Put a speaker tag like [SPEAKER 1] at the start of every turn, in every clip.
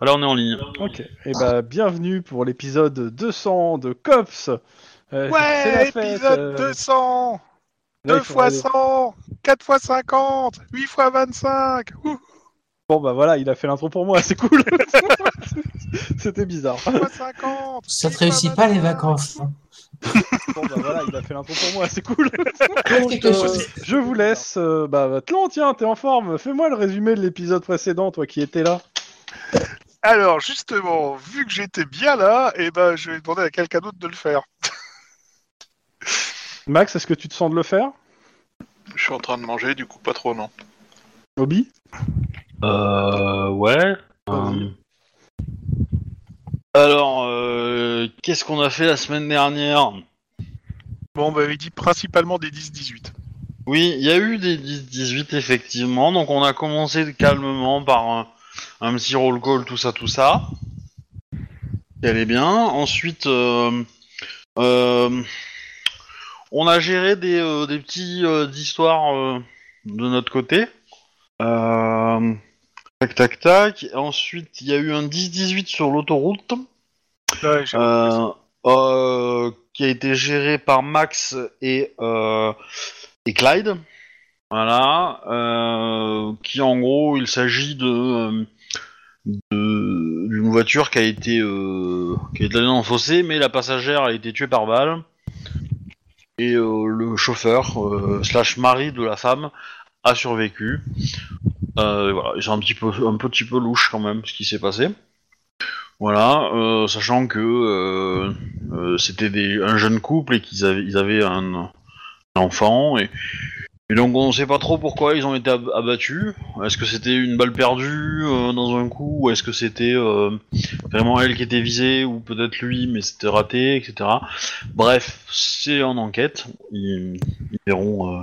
[SPEAKER 1] Alors on est en ligne.
[SPEAKER 2] Ok, et bah bienvenue pour l'épisode 200 de COPS. Euh, c'est la
[SPEAKER 3] Ouais,
[SPEAKER 2] fête, euh,
[SPEAKER 3] épisode 200 2
[SPEAKER 2] ouais, il faudra
[SPEAKER 3] fois
[SPEAKER 2] aller-
[SPEAKER 3] 100 4 fois 50 8 fois 25 ouh,
[SPEAKER 2] Bon bah voilà, il a fait l'intro pour moi, c'est cool. C'était bizarre.
[SPEAKER 3] 8 fois 50
[SPEAKER 4] Ça te
[SPEAKER 3] huit fois
[SPEAKER 4] réussit pas les
[SPEAKER 3] 25.
[SPEAKER 4] vacances. hein.
[SPEAKER 2] Bon bah voilà, il a fait l'intro pour moi, c'est cool.
[SPEAKER 4] Quelque
[SPEAKER 2] euh,
[SPEAKER 4] chose.
[SPEAKER 2] Je vous laisse. euh, bah Tlon, tiens, t'es en forme. Fais-moi le résumé de l'épisode précédent, toi qui étais là.
[SPEAKER 3] Alors justement, vu que j'étais bien là, eh ben, je vais demander à quelqu'un d'autre de le faire.
[SPEAKER 2] Max, est-ce que tu te sens de le faire
[SPEAKER 5] Je suis en train de manger, du coup pas trop non.
[SPEAKER 2] Obi
[SPEAKER 1] Euh, ouais.
[SPEAKER 2] Vas-y.
[SPEAKER 1] Euh, Alors, euh, qu'est-ce qu'on a fait la semaine dernière
[SPEAKER 3] Bon, bah, il dit principalement des 10-18.
[SPEAKER 1] Oui, il y a eu des 10-18 effectivement, donc on a commencé calmement par un, un petit roll call, tout ça, tout ça. Qui allait bien. Ensuite, euh, euh, on a géré des, euh, des petits euh, histoires euh, de notre côté. Euh, tac, tac, tac. Ensuite, il y a eu un 10-18 sur l'autoroute.
[SPEAKER 3] Ouais, j'ai-
[SPEAKER 1] Euh, euh, qui a été géré par Max et, euh, et Clyde. Voilà. euh, qui en gros, il s'agit de, euh, de- d'une voiture qui a été euh, qui a été allée dans le fossé, mais la passagère a été tuée par balle. Et euh, le chauffeur euh, slash mari de la femme a survécu. Euh, voilà, c'est un petit peu un petit peu louche quand même ce qui s'est passé. Voilà, euh, sachant que euh, euh, c'était des- un jeune couple et qu'ils avaient, ils avaient un, un enfant. Et, et donc on ne sait pas trop pourquoi ils ont été ab- abattus. Est-ce que c'était une balle perdue euh, dans un coup ou est-ce que c'était euh, vraiment elle qui était visée ou peut-être lui mais c'était raté, etc. Bref, c'est en enquête. Ils, ils verront... euh,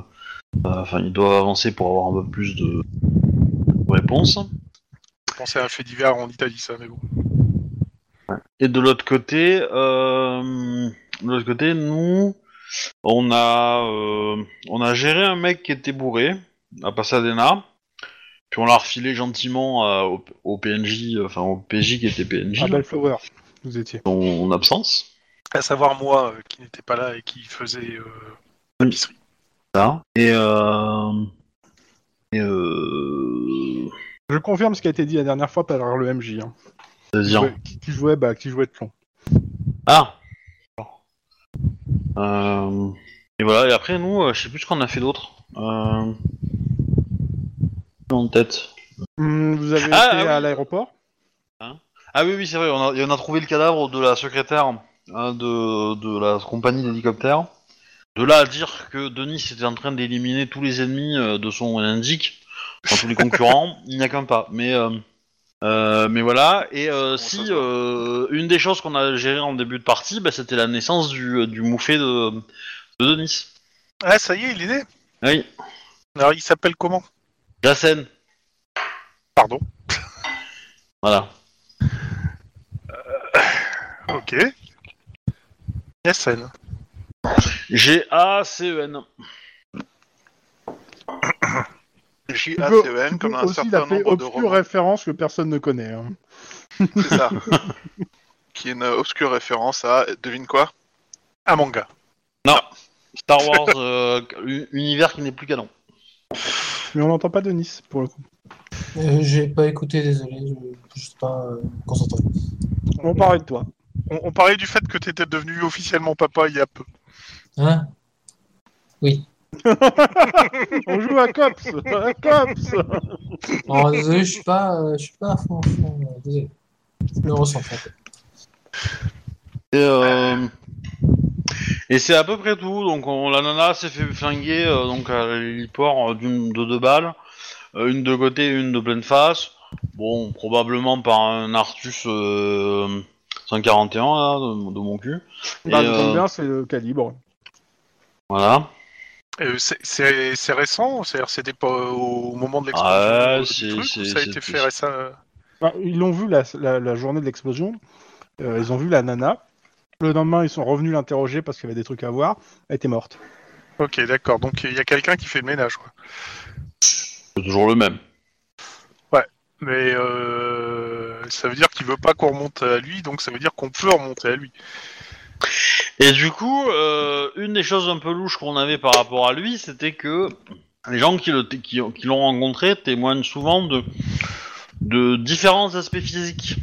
[SPEAKER 1] euh, Enfin, ils doivent avancer pour avoir un peu plus de de réponses.
[SPEAKER 3] Je pensais à un fait divers en Italie, ça, mais bon.
[SPEAKER 1] Et de l'autre côté, euh, de l'autre côté, nous, on a, euh, on a géré un mec qui était bourré à Pasadena, puis on l'a refilé gentiment à- au, au PNJ, euh, enfin au PJ qui était PNJ,
[SPEAKER 2] Ah, Bellflower, vous étiez.
[SPEAKER 1] en, en absence.
[SPEAKER 3] À savoir moi, euh, qui n'étais pas là et qui faisait euh, la
[SPEAKER 1] Oui.
[SPEAKER 3] pisserie.
[SPEAKER 1] Ça. Et, euh, et euh,
[SPEAKER 2] Je confirme ce qui a été dit la dernière fois par le MJ. Hein.
[SPEAKER 1] c'est-à-dire,
[SPEAKER 2] Ouais, Qui, qui jouait, bah, qui jouait Tlon.
[SPEAKER 1] ah. Euh, et voilà. Et après, nous, euh, je sais plus ce qu'on a fait d'autre. Euh, en tête.
[SPEAKER 2] Hum, vous avez
[SPEAKER 1] Ah,
[SPEAKER 2] été
[SPEAKER 1] ah oui.
[SPEAKER 2] à l'aéroport
[SPEAKER 1] Ah oui, oui, c'est vrai, on a, et on a trouvé le cadavre de la secrétaire hein, de, de la compagnie d'hélicoptères. De là à dire que Denis était en train d'éliminer tous les ennemis euh, de son indique, enfin, tous les concurrents, il n'y a qu'un pas. Mais, euh, euh, mais voilà, et euh,
[SPEAKER 5] ça
[SPEAKER 1] si
[SPEAKER 5] se voit.
[SPEAKER 1] euh, une des choses qu'on a gérées en début de partie, bah, c'était la naissance du, du mouffé de, de Denis.
[SPEAKER 3] Ah, ça y est, il est né
[SPEAKER 1] Oui,
[SPEAKER 3] Alors, il s'appelle comment
[SPEAKER 1] la scène,
[SPEAKER 3] Pardon.
[SPEAKER 1] voilà.
[SPEAKER 3] Ok. Yassen.
[SPEAKER 1] G-A-C-E-N.
[SPEAKER 5] J-A-C-E-N, E comme
[SPEAKER 2] Vous
[SPEAKER 5] un
[SPEAKER 2] aussi, il
[SPEAKER 5] certain
[SPEAKER 2] a fait
[SPEAKER 5] nombre de
[SPEAKER 2] obscure
[SPEAKER 5] romans.
[SPEAKER 2] référence que personne ne connaît. hein.
[SPEAKER 5] C'est ça. Qui est une obscure référence à. Devine quoi
[SPEAKER 3] Un manga.
[SPEAKER 1] Star Wars, euh, u- univers qui n'est plus canon.
[SPEAKER 2] Mais on n'entend pas de Nice, pour le coup.
[SPEAKER 4] Euh, J'ai pas écouté, désolé. je- Je suis pas euh, concentré.
[SPEAKER 2] On parlait de toi.
[SPEAKER 3] On, on parlait du fait que t'étais devenu officiellement papa il y a peu.
[SPEAKER 4] Hein
[SPEAKER 2] On joue à Cops À Cops
[SPEAKER 4] Oh, désolé, je suis pas, euh, je suis pas à fond, à fond, euh, Désolé. Je me recentre. un peu.
[SPEAKER 1] Et, euh, et c'est à peu près tout. Donc on- la nana s'est fait flinguer euh, donc à l'héliport euh, d'une de deux balles, Euh, une de côté et une de pleine face. Bon, probablement par un Artus euh, 141 là, de, de mon cul. Et,
[SPEAKER 2] Bah,
[SPEAKER 1] euh,
[SPEAKER 2] bien, c'est le calibre.
[SPEAKER 1] voilà.
[SPEAKER 3] Euh, c'est- c'est c'est récent, c'est-à-dire c'était pas au moment de
[SPEAKER 1] Ah,
[SPEAKER 3] l'explosion euh,
[SPEAKER 1] c'est-
[SPEAKER 3] du truc, ou
[SPEAKER 1] c'est-
[SPEAKER 3] ça a
[SPEAKER 1] c'est-
[SPEAKER 3] été fait euh, récemment.
[SPEAKER 2] Bah, ils l'ont vu la, la- la journée de l'explosion. Euh, ils ont vu la nana. Le lendemain, ils sont revenus l'interroger parce qu'il y avait des trucs à voir. Elle était morte.
[SPEAKER 3] Ok, d'accord. Donc il y a quelqu'un qui fait le ménage. Quoi.
[SPEAKER 1] C'est toujours le même.
[SPEAKER 3] Mais euh, ça veut dire qu'il veut pas qu'on remonte à lui, donc ça veut dire qu'on peut remonter à lui.
[SPEAKER 1] Et du coup, euh, une des choses un peu louches qu'on avait par rapport à lui, c'était que les gens qui, le, qui, qui l'ont rencontré témoignent souvent de, de différents aspects physiques.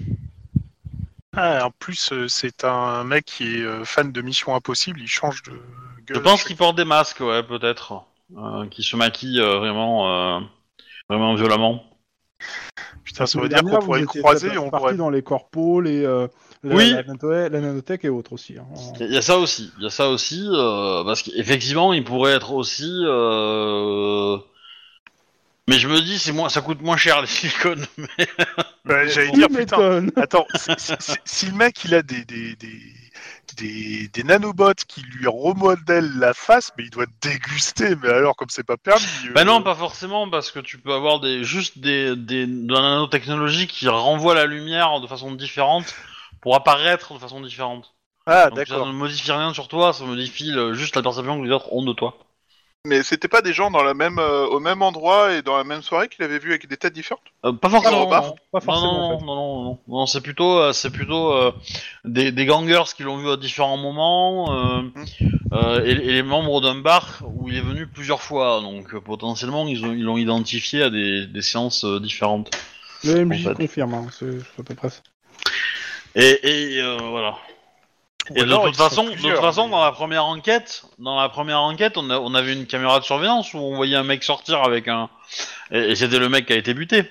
[SPEAKER 3] Ah, en plus, euh, c'est un mec qui est euh, fan de Mission Impossible, il change de gueule.
[SPEAKER 1] Je pense qu'ils portent des masques, ouais, peut-être, euh, qui se maquillent euh, vraiment, euh, vraiment violemment.
[SPEAKER 3] Putain, ça veut
[SPEAKER 2] L'année
[SPEAKER 3] dire qu'on
[SPEAKER 2] dernière,
[SPEAKER 3] pourrait
[SPEAKER 2] vous
[SPEAKER 3] le
[SPEAKER 2] étiez
[SPEAKER 3] croiser,
[SPEAKER 2] pas-
[SPEAKER 3] on
[SPEAKER 2] parti
[SPEAKER 3] pourrait...
[SPEAKER 2] dans les corpos, les, euh, la,
[SPEAKER 1] Oui.
[SPEAKER 2] la nanote- la nanotech et autres aussi. hein.
[SPEAKER 1] Il y a ça aussi, il y a ça aussi, euh, parce qu'effectivement, il pourrait être aussi. euh, Mais je me dis, c'est moins, ça coûte moins cher les silicones.
[SPEAKER 3] Ouais, Bah, J'allais
[SPEAKER 2] Tu
[SPEAKER 3] dire, putain,
[SPEAKER 2] m'étonnes.
[SPEAKER 3] Attends, si- si- si si le mec il a des, des, des, des, des nanobots qui lui remodèlent la face, mais il doit déguster, mais alors comme c'est pas permis. euh,
[SPEAKER 1] Bah non, pas forcément, parce que tu peux avoir des, juste des, des, de la nanotechnologie qui renvoie la lumière de façon différente pour apparaître de façon différente.
[SPEAKER 3] Ah
[SPEAKER 1] Donc ça
[SPEAKER 3] d'accord.
[SPEAKER 1] ne modifie rien sur toi, ça modifie euh, juste la perception que les autres ont de toi.
[SPEAKER 5] Mais c'était pas des gens dans la même, euh, au même endroit et dans la même soirée qu'il avait vu avec des têtes différentes
[SPEAKER 1] Euh, pas forcément.
[SPEAKER 5] Ah,
[SPEAKER 1] non.
[SPEAKER 2] Pas
[SPEAKER 1] Non,
[SPEAKER 2] forcément.
[SPEAKER 1] non,
[SPEAKER 2] en fait.
[SPEAKER 1] non, non, non, non, c'est plutôt, euh, c'est plutôt euh, des, des gangers qui l'ont vu à différents moments euh,
[SPEAKER 3] Mm.
[SPEAKER 1] euh, et, et les membres d'un bar où il est venu plusieurs fois, donc euh, potentiellement ils ont- ils l'ont identifié à des, des séances euh, différentes.
[SPEAKER 2] Le MJ
[SPEAKER 1] en fait.
[SPEAKER 2] confirme, hein, c'est c'est à peu près ça.
[SPEAKER 1] Et, et, euh, voilà.
[SPEAKER 3] Ou
[SPEAKER 1] Et de
[SPEAKER 3] alors,
[SPEAKER 1] toute
[SPEAKER 3] ils sont
[SPEAKER 1] façon, de
[SPEAKER 3] plusieurs,
[SPEAKER 1] toute façon,
[SPEAKER 3] mais-
[SPEAKER 1] dans la première enquête, dans la première enquête, on, a- on avait une caméra de surveillance où on voyait un mec sortir avec un, et, et c'était le mec qui a été buté.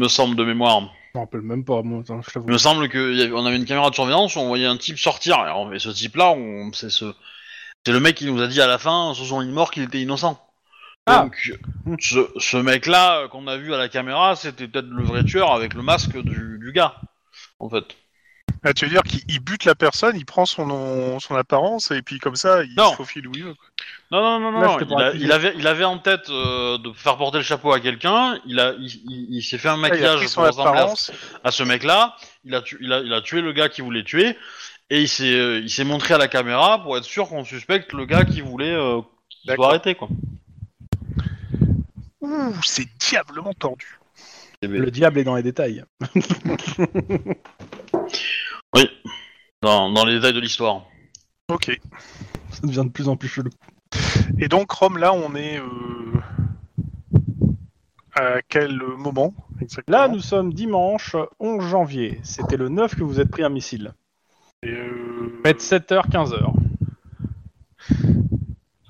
[SPEAKER 1] Me semble de mémoire.
[SPEAKER 2] Je me rappelle même pas, moi, attends, je t'avoue.
[SPEAKER 1] Il me semble qu'on avait une caméra de surveillance où on voyait un type sortir. Et en- Et ce type-là, on- c'est ce... c'est le mec qui nous a dit à la fin, sur son lit mort, qu'il était innocent.
[SPEAKER 2] Ah.
[SPEAKER 1] Donc, ce, ce mec-là euh, qu'on a vu à la caméra, c'était peut-être le vrai tueur avec le masque du, du gars, en fait.
[SPEAKER 3] Ah, tu veux dire qu'il il bute la personne, il prend son, nom- son apparence et puis comme ça il
[SPEAKER 1] Non.
[SPEAKER 3] se faufile où il veut. quoi.
[SPEAKER 1] Non, non, non, non,
[SPEAKER 2] Là,
[SPEAKER 1] non,
[SPEAKER 2] c'était pour
[SPEAKER 1] Il, a-
[SPEAKER 2] appuyer.
[SPEAKER 1] il avait, il avait en tête euh, de faire porter le chapeau à quelqu'un. Il, a- il, il- il s'est fait un
[SPEAKER 3] Ah, il a
[SPEAKER 1] maquillage
[SPEAKER 3] pris son
[SPEAKER 1] pour ressembler à,
[SPEAKER 3] apparence.
[SPEAKER 1] à ce mec-là. Il a, tu- il, a, il a tué le gars qui voulait tuer. Et il s'est, euh, il s'est montré à la caméra pour être sûr qu'on suspecte le gars qui voulait euh, qu'il
[SPEAKER 3] D'accord.
[SPEAKER 1] soit arrêté. Quoi.
[SPEAKER 3] Ouh, c'est diablement tordu.
[SPEAKER 1] Eh ben,
[SPEAKER 2] Le diable est dans les détails.
[SPEAKER 1] Dans, dans les détails de l'histoire.
[SPEAKER 3] Ok.
[SPEAKER 2] Ça devient de plus en plus chelou.
[SPEAKER 3] Et donc Rome là on est euh, à quel moment exactement
[SPEAKER 2] Là, nous sommes dimanche 11 janvier. C'était le 9 que vous êtes pris un missile.
[SPEAKER 3] Et, euh,
[SPEAKER 2] Faites 7h, 15h.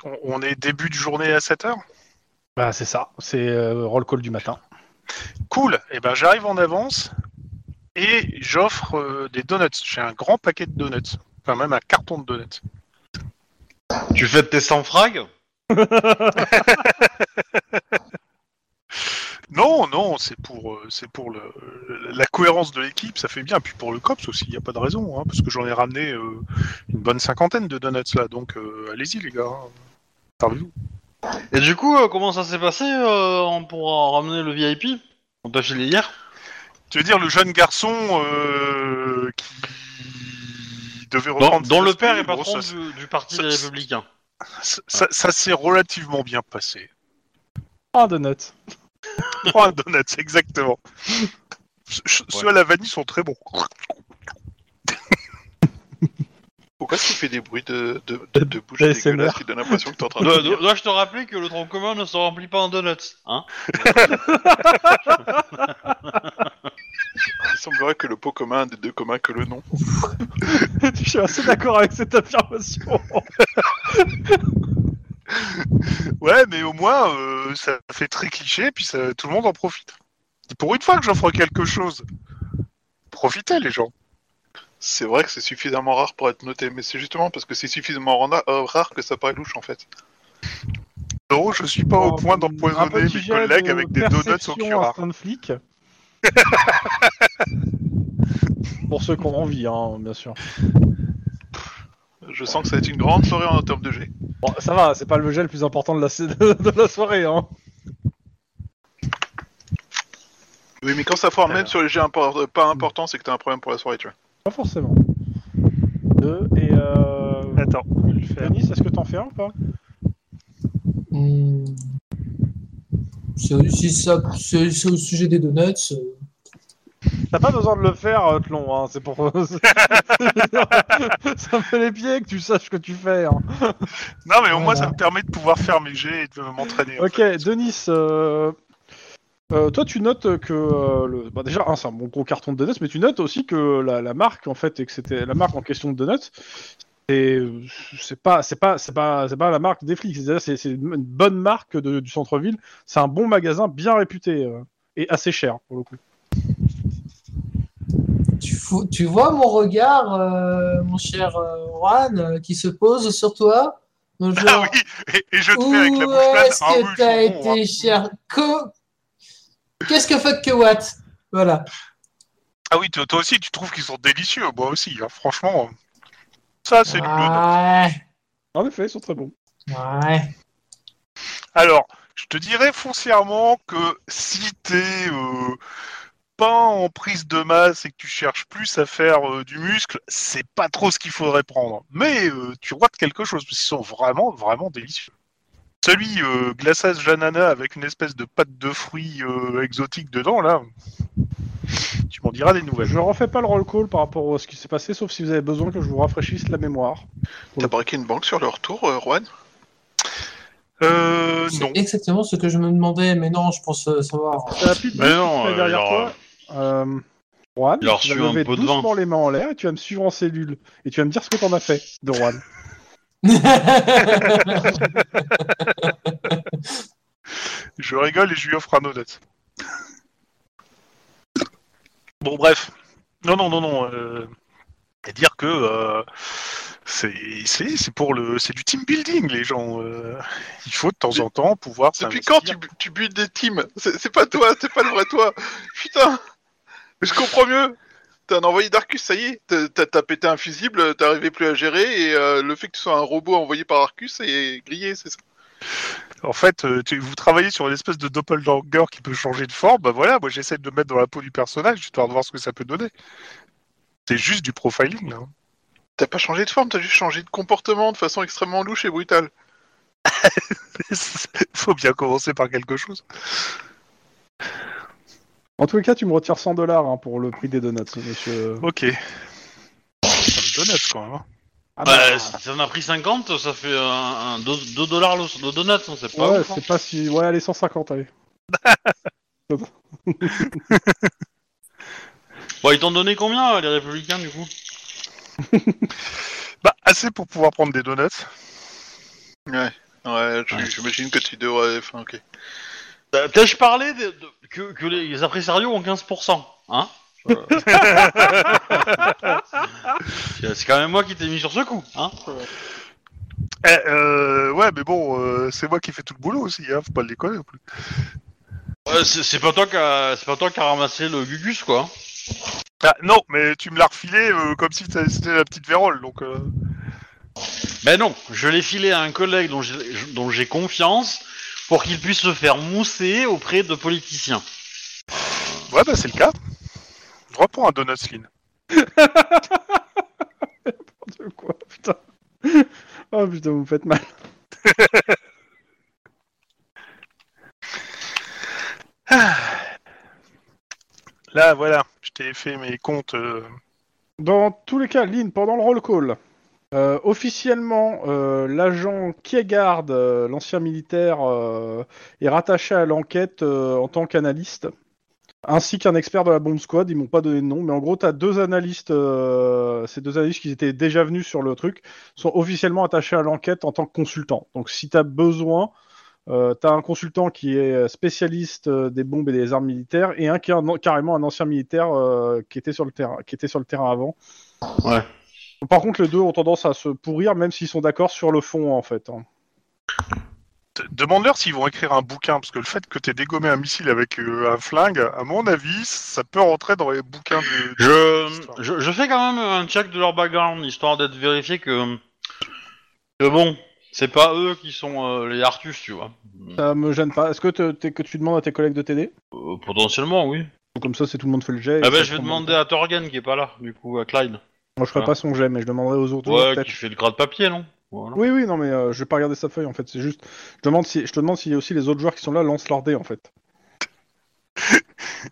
[SPEAKER 3] on, on est début de journée à 7 heures.
[SPEAKER 2] Bah, c'est ça. C'est euh, roll call du matin.
[SPEAKER 3] Cool, et ben j'arrive en avance et j'offre euh, des donuts. J'ai un grand paquet de donuts, enfin même un carton de donuts.
[SPEAKER 1] Tu fais tes 100 frags
[SPEAKER 3] Non, non, c'est pour euh, c'est pour le, la cohérence de l'équipe, ça fait bien. Puis pour le cops aussi, il n'y a pas de raison, hein, parce que j'en ai ramené euh, une bonne cinquantaine de donuts là, donc euh, allez-y les gars. hein. Servez-vous.
[SPEAKER 1] Et du coup, euh, comment ça s'est passé euh, en- pour en ramener le VIP On t'a filé hier
[SPEAKER 3] Tu veux dire le jeune garçon euh, qui devait
[SPEAKER 1] Dont,
[SPEAKER 3] reprendre
[SPEAKER 1] dont
[SPEAKER 3] ses
[SPEAKER 1] le père
[SPEAKER 3] esprits,
[SPEAKER 1] est
[SPEAKER 3] bon,
[SPEAKER 1] patron
[SPEAKER 3] ça-
[SPEAKER 1] du, du Parti
[SPEAKER 3] ça-
[SPEAKER 1] des Républicains.
[SPEAKER 3] ça- ça- ça s'est relativement bien passé.
[SPEAKER 2] Un donut.
[SPEAKER 3] Trois donuts, exactement. Ce- ce- Ceux à la vanille sont très bons.
[SPEAKER 5] Pourquoi tu fais des bruits de, de, de, de bouche
[SPEAKER 2] ASMR.
[SPEAKER 5] dégueulasse qui donnent l'impression que t'es en train de.
[SPEAKER 1] Dois- dois- Dois-je te rappeler que le tronc commun ne se remplit pas en donuts hein
[SPEAKER 5] Il semblerait que le pot commun des deux communs que le nom.
[SPEAKER 2] Je suis assez d'accord avec cette affirmation.
[SPEAKER 3] Ouais, mais au moins, euh, ça fait très cliché, puis ça- tout le monde en profite. Et pour une fois que j'offre quelque chose, profitez les gens.
[SPEAKER 5] C'est vrai que c'est suffisamment rare pour être noté, mais c'est justement parce que c'est suffisamment rana- euh, rare que ça paraît louche en fait.
[SPEAKER 3] Non, je suis pas au point d'empoisonner mes collègues avec des donuts au curare.
[SPEAKER 2] Un de flic. Pour ceux qui ont envie, hein, bien sûr.
[SPEAKER 5] Je sens que ça va être une grande soirée en termes de G.
[SPEAKER 2] Bon, ça va, c'est pas le gel le plus important de la, de la soirée. Hein.
[SPEAKER 5] Oui, mais quand ça foire même sur les jets impor- euh, pas importants, c'est que t'as un problème pour la soirée, tu vois.
[SPEAKER 2] Pas forcément. Deux, et euh...
[SPEAKER 3] Attends, je vais le faire.
[SPEAKER 2] Denis, est-ce que t'en fais un ou pas
[SPEAKER 4] Hmm. c'est- si ça- c'est c'est au sujet des donuts, euh,
[SPEAKER 2] T'as pas besoin de le faire, euh, Tlon, hein, c'est pour... ça me fait les pieds que tu saches que tu fais. hein.
[SPEAKER 3] Non, mais au moins,
[SPEAKER 4] Voilà.
[SPEAKER 3] ça me permet de pouvoir faire mes jets et de m'entraîner. en
[SPEAKER 2] Ok,
[SPEAKER 3] fait.
[SPEAKER 2] Denis, euh, euh, toi tu notes que euh, le- bah, déjà hein, c'est un bon gros carton de donuts, mais tu notes aussi que la, la marque en fait et que c'était la marque en question de donuts, c'est c'est pas c'est pas c'est pas c'est pas la marque des flics, c'est-à-dire, c'est c'est une bonne marque de- du centre-ville, c'est un bon magasin bien réputé euh, et assez cher pour le coup.
[SPEAKER 4] tu, fous- tu vois mon regard, euh, mon cher euh, Juan, euh, qui se pose sur toi dans le
[SPEAKER 3] Ah
[SPEAKER 4] genre,
[SPEAKER 3] oui, et, et je te
[SPEAKER 4] Où
[SPEAKER 3] fais avec la bouche pleine.
[SPEAKER 4] est-ce
[SPEAKER 3] Ah oui, je suis
[SPEAKER 4] que t'as
[SPEAKER 3] bon,
[SPEAKER 4] été
[SPEAKER 3] hein.
[SPEAKER 4] cher Co- Qu'est-ce que fuck que what Voilà.
[SPEAKER 3] Ah oui, toi, toi aussi, tu trouves qu'ils sont délicieux. Moi aussi, hein, franchement. Ça, c'est du
[SPEAKER 4] Ah.
[SPEAKER 3] donut.
[SPEAKER 4] Ouais,
[SPEAKER 2] En effet, ils sont très bons.
[SPEAKER 4] ouais.
[SPEAKER 3] Alors, je te dirais foncièrement que si t'es euh, pas en prise de masse et que tu cherches plus à faire euh, du muscle, c'est pas trop ce qu'il faudrait prendre. Mais euh, tu rates quelque chose, parce qu'ils sont vraiment, vraiment délicieux. Celui euh, glaçage Janana avec une espèce de pâte de fruits euh, exotique dedans, là, tu m'en diras des nouvelles.
[SPEAKER 2] Je refais pas le roll call par rapport à ce qui s'est passé, sauf si vous avez besoin que je vous rafraîchisse la mémoire.
[SPEAKER 5] T'as braqué une banque sur le retour, euh, Juan
[SPEAKER 3] Euh, non.
[SPEAKER 4] C'est exactement ce que je me demandais, mais non, je pense euh, savoir.
[SPEAKER 2] T'as la petite
[SPEAKER 1] Mais
[SPEAKER 2] bouche
[SPEAKER 1] non,
[SPEAKER 2] qui se fait
[SPEAKER 1] euh,
[SPEAKER 2] derrière
[SPEAKER 1] il aura-
[SPEAKER 2] toi. Euh, Juan,
[SPEAKER 1] il aura
[SPEAKER 2] tu vas
[SPEAKER 1] reçu un
[SPEAKER 2] lever
[SPEAKER 1] pot de
[SPEAKER 2] doucement
[SPEAKER 1] vin.
[SPEAKER 2] les mains en l'air et tu vas me suivre en cellule. Et tu vas me dire ce que t'en as fait de Juan.
[SPEAKER 3] Je rigole et je lui offre un donut. Bon, bref. Non, non, non, non. euh, C'est-à-dire que euh, c'est c'est- c'est pour le c'est du team building, les gens. euh, il faut de temps en temps pouvoir.
[SPEAKER 5] Depuis
[SPEAKER 3] s'investir.
[SPEAKER 5] quand tu, bu- tu builds des teams C'est c'est pas toi, c'est pas le vrai toi Putain Mais Je comprends mieux T'es un envoyé d'Arcus, ça y est T'as- T'as t'as pété un fusible, t'arrivais plus à gérer, et euh, le fait que tu sois un robot envoyé par Arcus est grillé, c'est ça
[SPEAKER 3] En fait, euh, tu- vous travaillez sur une espèce de doppelganger qui peut changer de forme. Bah voilà, moi j'essaie de me mettre dans la peau du personnage histoire de voir ce que ça peut donner. C'est juste du profiling. hein. Là.
[SPEAKER 5] T'as pas changé de forme, t'as juste changé de comportement de façon extrêmement louche et brutale.
[SPEAKER 3] faut bien commencer par quelque chose.
[SPEAKER 2] En tous les cas, tu me retires 100 dollars hein, pour le prix des donuts, monsieur.
[SPEAKER 3] Ok. Ça me donne quand même. hein.
[SPEAKER 2] Ah
[SPEAKER 1] Bah,
[SPEAKER 2] bah,
[SPEAKER 1] si t'en as pris 50, ça fait 2 dollars le, le donut, hein, c'est pas
[SPEAKER 2] ouais,
[SPEAKER 1] ouf, hein.
[SPEAKER 2] c'est pas si. Ouais, allez, 150, allez.
[SPEAKER 1] Bon, Bah, ils t'ont donné combien, euh, les républicains, du coup
[SPEAKER 3] Bah, assez pour pouvoir prendre des donuts.
[SPEAKER 5] Ouais, ouais, je-
[SPEAKER 1] Ouais.
[SPEAKER 5] j'imagine que tu devrais... Enfin, ok.
[SPEAKER 1] Euh, T'as-je parlé de- de- que, que les, les impresarios ont 15%, hein Euh, C'est c'est quand même moi qui t'ai mis sur ce coup, hein
[SPEAKER 3] Eh, euh, ouais, mais bon, euh, c'est moi qui fais tout le boulot aussi, hein, faut pas le déconner non plus.
[SPEAKER 1] Ouais, Euh, c'est c'est pas toi qui a, c'est pas toi qui a ramassé le gugus quoi.
[SPEAKER 3] Ah, non, mais tu me l'as refilé euh, comme si t'as- c'était la petite vérole, donc. euh,
[SPEAKER 1] Ben non, je l'ai filé à un collègue dont j'ai- je- dont j'ai confiance pour qu'il puisse se faire mousser auprès de politiciens.
[SPEAKER 3] Ouais, bah, c'est le cas. Droit pour un donut, Slim.
[SPEAKER 2] De quoi, putain. Oh putain, vous me faites mal.
[SPEAKER 3] Là, voilà, je t'ai fait mes comptes. euh,
[SPEAKER 2] Dans tous les cas, Lynn, pendant le roll call, euh, officiellement, euh, l'agent Kiergaard, euh, l'ancien militaire, euh, est rattaché à l'enquête euh, en tant qu'analyste, ainsi qu'un expert de la bombe squad. Ils m'ont pas donné de nom, mais en gros, tu as deux analystes, euh, ces deux analystes qui étaient déjà venus sur le truc, sont officiellement attachés à l'enquête en tant que consultants. Donc, si tu as besoin, euh, tu as un consultant qui est spécialiste euh, des bombes et des armes militaires, et un qui est un- carrément un ancien militaire euh, qui, était sur le terrain, qui était sur le terrain avant.
[SPEAKER 1] Ouais.
[SPEAKER 2] Par contre, les deux ont tendance à se pourrir, même s'ils sont d'accord sur le fond, en fait. hein.
[SPEAKER 3] de- Demande-leur s'ils vont écrire un bouquin, parce que le fait que t'aies dégommé un missile avec euh, un flingue, à mon avis, ça peut rentrer dans les bouquins de.
[SPEAKER 1] Je, je, je fais quand même un check de leur background histoire d'être vérifié que que bon, c'est pas eux qui sont euh, les Artus, tu vois.
[SPEAKER 2] Ça me gêne pas. Est-ce que, te- t'es- que tu demandes à tes collègues de t'aider
[SPEAKER 1] Euh, potentiellement, oui.
[SPEAKER 2] Comme ça, c'est tout le monde fait le jet. et
[SPEAKER 1] Ah ben,
[SPEAKER 2] ça
[SPEAKER 1] je vais
[SPEAKER 2] prend-
[SPEAKER 1] demander à Torgan qui est pas là, du coup, à Clyde.
[SPEAKER 2] Moi, je ferai
[SPEAKER 1] Ah.
[SPEAKER 2] pas son jet, mais je demanderai aux autres.
[SPEAKER 1] Ouais,
[SPEAKER 2] peut-être.
[SPEAKER 1] qui fait le gras de papier, non Voilà.
[SPEAKER 2] Oui, oui, non, mais euh, je vais pas regarder sa feuille en fait. C'est juste, je, demande si... je te demande si aussi les autres joueurs qui sont là lancent leur dé en fait.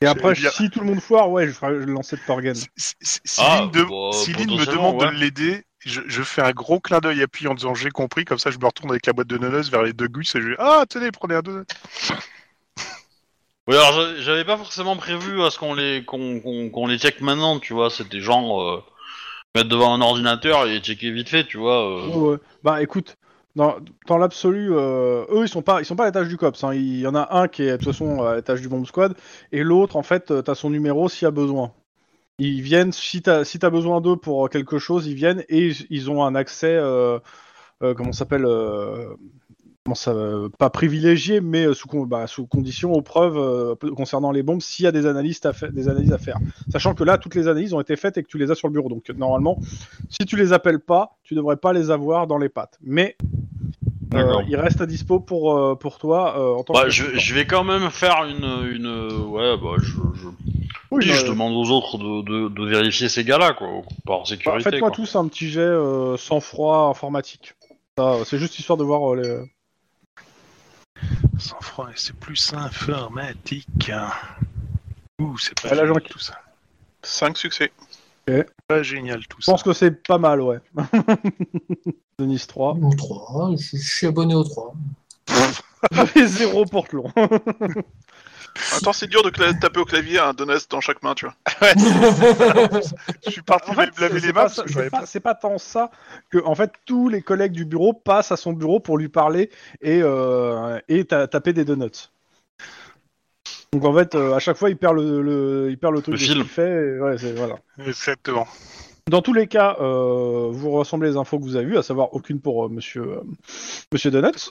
[SPEAKER 2] Et après,
[SPEAKER 3] J'allais dire.
[SPEAKER 2] si tout le monde foire, ouais, je ferai je vais lancer de Torgen.
[SPEAKER 3] Si- si- si- Si
[SPEAKER 1] Ah,
[SPEAKER 3] Lynn de-
[SPEAKER 1] bah,
[SPEAKER 3] si Lynn me
[SPEAKER 1] potentiellement,
[SPEAKER 3] demande
[SPEAKER 1] ouais.
[SPEAKER 3] de l'aider, je, je fais un gros clin d'œil appuyé en disant j'ai compris, comme ça je me retourne avec la boîte de donuts vers les deux gus et je dis Ah, tenez, prenez un donut.
[SPEAKER 1] Oui, alors j'a- j'avais pas forcément prévu à ce qu'on les qu'on qu'on- qu'on les check maintenant, tu vois. C'était genre euh, mettre devant un ordinateur et checker vite fait, tu vois. euh.
[SPEAKER 2] Ouais, ouais. Bah écoute, dans, dans l'absolu, euh, eux ils sont pas ils sont pas à l'étage du cops. hein. Il y en a un qui est de toute façon à l'étage du bomb squad et l'autre en fait euh, t'as son numéro s'il y a besoin. Ils viennent si t'as si t'as besoin d'eux pour euh, quelque chose ils viennent et ils, ils ont un accès euh, euh, comment ça s'appelle euh, comment ça euh, pas privilégié mais euh, sous con- bah, sous condition aux preuves euh, concernant les bombes s'il y a des analystes à fa- des analyses à faire. Sachant que là toutes les analyses ont été faites et que tu les as sur le bureau donc normalement si tu les appelles pas, tu devrais pas les avoir dans les pattes. Mais
[SPEAKER 1] D'accord.
[SPEAKER 2] euh, ils restent à dispo pour, euh, pour toi euh, en tant
[SPEAKER 1] Bah,
[SPEAKER 2] que.
[SPEAKER 1] je, je vais quand même faire une une euh, ouais bah je je, oui,
[SPEAKER 2] Oui,
[SPEAKER 1] je
[SPEAKER 2] euh,
[SPEAKER 1] demande aux autres de, de, de vérifier ces gars-là quoi par
[SPEAKER 2] bah,
[SPEAKER 1] sécurité.
[SPEAKER 2] Faites-moi
[SPEAKER 1] quoi.
[SPEAKER 2] tous un petit jet euh, sang-froid informatique. Ça, euh, C'est juste histoire de voir euh, les.
[SPEAKER 3] Sans froid, c'est plus informatique. Ouh, c'est pas
[SPEAKER 2] Ah, la
[SPEAKER 3] génial
[SPEAKER 2] jonque.
[SPEAKER 3] tout ça.
[SPEAKER 5] 5 succès.
[SPEAKER 3] Pas génial tout
[SPEAKER 2] Je
[SPEAKER 3] ça.
[SPEAKER 2] pense que c'est pas mal, ouais. Denis 3.
[SPEAKER 4] Au 3, je, je suis abonné au 3.
[SPEAKER 2] Et 0 Portelon.
[SPEAKER 5] Attends, c'est dur de cla- taper au clavier un donut dans chaque main, tu vois.
[SPEAKER 3] Je suis parti
[SPEAKER 2] En fait,
[SPEAKER 3] me laver
[SPEAKER 2] c'est
[SPEAKER 3] les
[SPEAKER 2] pas
[SPEAKER 3] mains parce
[SPEAKER 2] ça-
[SPEAKER 3] que
[SPEAKER 2] c'est
[SPEAKER 3] j'avais
[SPEAKER 2] pas,
[SPEAKER 3] pas.
[SPEAKER 2] c'est pas tant ça que en fait tous les collègues du bureau passent à son bureau pour lui parler et euh, et ta- taper des donuts. Donc en fait euh, à chaque fois il perd le, le- il perd le truc
[SPEAKER 1] Le
[SPEAKER 2] de ce
[SPEAKER 1] fil.
[SPEAKER 2] qu'il fait. et ouais, c'est- voilà.
[SPEAKER 3] Exactement.
[SPEAKER 2] Dans tous les cas euh, vous ressemblez les infos que vous avez vues, à savoir aucune pour euh, Monsieur euh, Monsieur Donuts.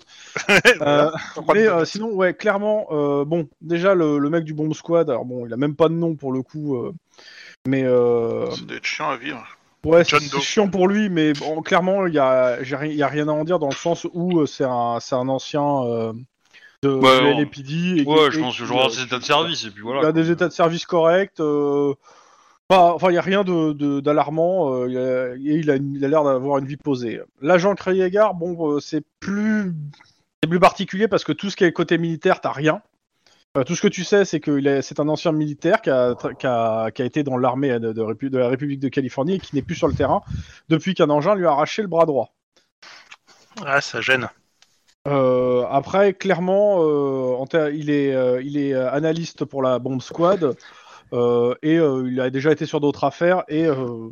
[SPEAKER 2] Euh, mais euh, sinon, ouais, clairement, euh, bon, déjà le, le mec du bomb squad, alors bon, il a même pas de nom pour le coup, euh, mais euh,
[SPEAKER 5] Ça doit être chiant à vivre.
[SPEAKER 2] Ouais,
[SPEAKER 3] John
[SPEAKER 2] c'est c'est
[SPEAKER 3] Doe.
[SPEAKER 2] chiant pour lui, mais bon, clairement, il y a, j'ai ri- il y a rien à en dire dans le sens où euh, c'est un, c'est un ancien euh, de,
[SPEAKER 1] Ouais,
[SPEAKER 2] de
[SPEAKER 1] non.
[SPEAKER 2] LAPD. et-
[SPEAKER 1] Ouais,
[SPEAKER 2] et-
[SPEAKER 1] je pense que
[SPEAKER 2] et-
[SPEAKER 1] genre
[SPEAKER 2] euh,
[SPEAKER 1] c'est état de service et puis voilà.
[SPEAKER 2] Il
[SPEAKER 1] quoi.
[SPEAKER 2] a des états de service corrects. euh, pas- enfin, il n'y a rien de, de- d'alarmant. euh, il a- et il a, une- il a l'air d'avoir une vie posée. L'agent Krayegar, bon, euh, c'est plus, c'est plus particulier parce que tout ce qui est côté militaire, t'as rien. Euh, tout ce que tu sais, c'est que il est- c'est un ancien militaire qui a, tra- qui a- qui a été dans l'armée de, de Répu- de la République de Californie et qui n'est plus sur le terrain depuis qu'un engin lui a arraché le bras droit.
[SPEAKER 3] Ah, ça gêne.
[SPEAKER 2] Euh, après, clairement, euh, en ter- il, est, euh, il est euh, analyste pour la bombe squad euh, et euh, il a déjà été sur d'autres affaires et euh,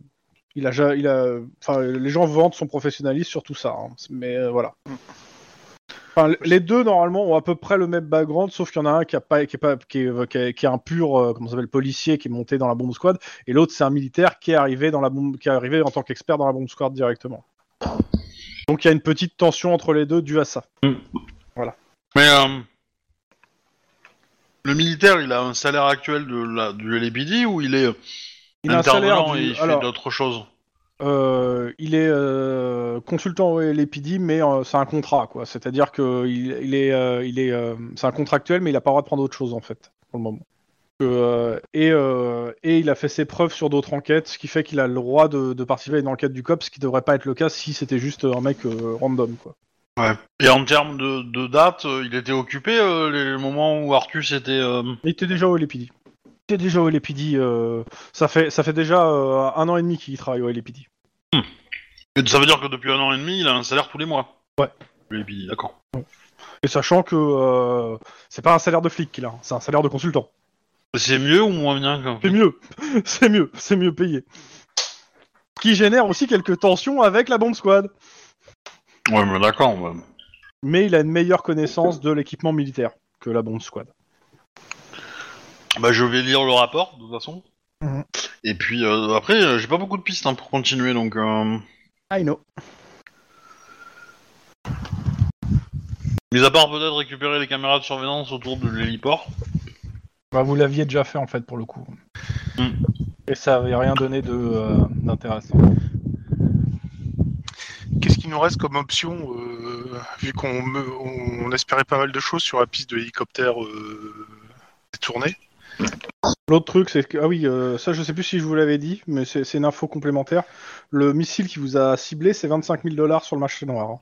[SPEAKER 2] il a, ja- il a, enfin, les gens vantent son professionnalisme sur tout ça. hein. mais euh, voilà. Enfin, l- les deux normalement ont à peu près le même background, sauf qu'il y en a un qui a pas, qui est pas, qui est, euh, qui est- qui est un pur, euh, comment ça s'appelle, policier qui est monté dans la bombe squad, et l'autre c'est un militaire qui est arrivé dans la bombe, qui est arrivé en tant qu'expert dans la bombe squad directement. Donc il y a une petite tension entre les deux due à ça.
[SPEAKER 1] Mais euh, le militaire, il a un salaire actuel de la du LAPD ou il est
[SPEAKER 2] Il a un salaire
[SPEAKER 1] intervenant
[SPEAKER 2] du-
[SPEAKER 1] et il
[SPEAKER 2] alors,
[SPEAKER 1] fait d'autres choses.
[SPEAKER 2] euh, il est euh, consultant au LAPD, mais euh, c'est un contrat, quoi. C'est-à-dire que il, il est, euh, il est, euh, c'est un contractuel, mais il a pas le droit de prendre autre chose en fait pour le moment. Euh, et, euh, et il a fait ses preuves sur d'autres enquêtes, ce qui fait qu'il a le droit de, de participer à une enquête du COP, ce qui devrait pas être le cas si c'était juste un mec euh, random, quoi.
[SPEAKER 1] Et en termes de, de date, euh, il était occupé euh, les moments où Artus était. euh,
[SPEAKER 2] Il était déjà au E LAPD. Il était déjà au LAPD. euh, ça fait, ça fait déjà euh, un an et demi qu'il travaille au E LAPD.
[SPEAKER 1] et Ça veut dire que depuis un an et demi, il a un salaire tous les mois.
[SPEAKER 2] Ouais.
[SPEAKER 1] Le LAPD, d'accord.
[SPEAKER 2] Et sachant que euh, c'est pas un salaire de flic qu'il a, hein, c'est un salaire de consultant.
[SPEAKER 1] C'est mieux ou moins bien qu'un
[SPEAKER 2] C'est mieux, c'est mieux, c'est mieux payé. Qui génère aussi quelques tensions avec la bombe squad.
[SPEAKER 1] Ouais, mais d'accord. ouais.
[SPEAKER 2] Mais il a une meilleure connaissance de l'équipement militaire que la bombe squad.
[SPEAKER 1] Bah, je vais lire le rapport, de toute façon.
[SPEAKER 2] Mhm.
[SPEAKER 1] Et puis euh, après, euh, j'ai pas beaucoup de pistes hein, pour continuer, donc. euh,
[SPEAKER 2] I know.
[SPEAKER 1] Mis à part peut-être récupérer les caméras de surveillance autour de l'héliport.
[SPEAKER 2] Bah, vous l'aviez déjà fait en fait pour le coup.
[SPEAKER 1] Mm.
[SPEAKER 2] Hmm. Et ça avait rien donné de euh, d'intéressant.
[SPEAKER 3] Qu'est-ce qui nous reste comme option euh, Vu qu'on me- on espérait pas mal de choses sur la piste de l'hélicoptère euh, détourné,
[SPEAKER 2] L'autre truc, c'est que ah oui, euh, ça je sais plus si je vous l'avais dit, mais c'est c'est une info complémentaire. Le missile qui vous a ciblé, c'est 25 000 dollars sur le marché noir. hein.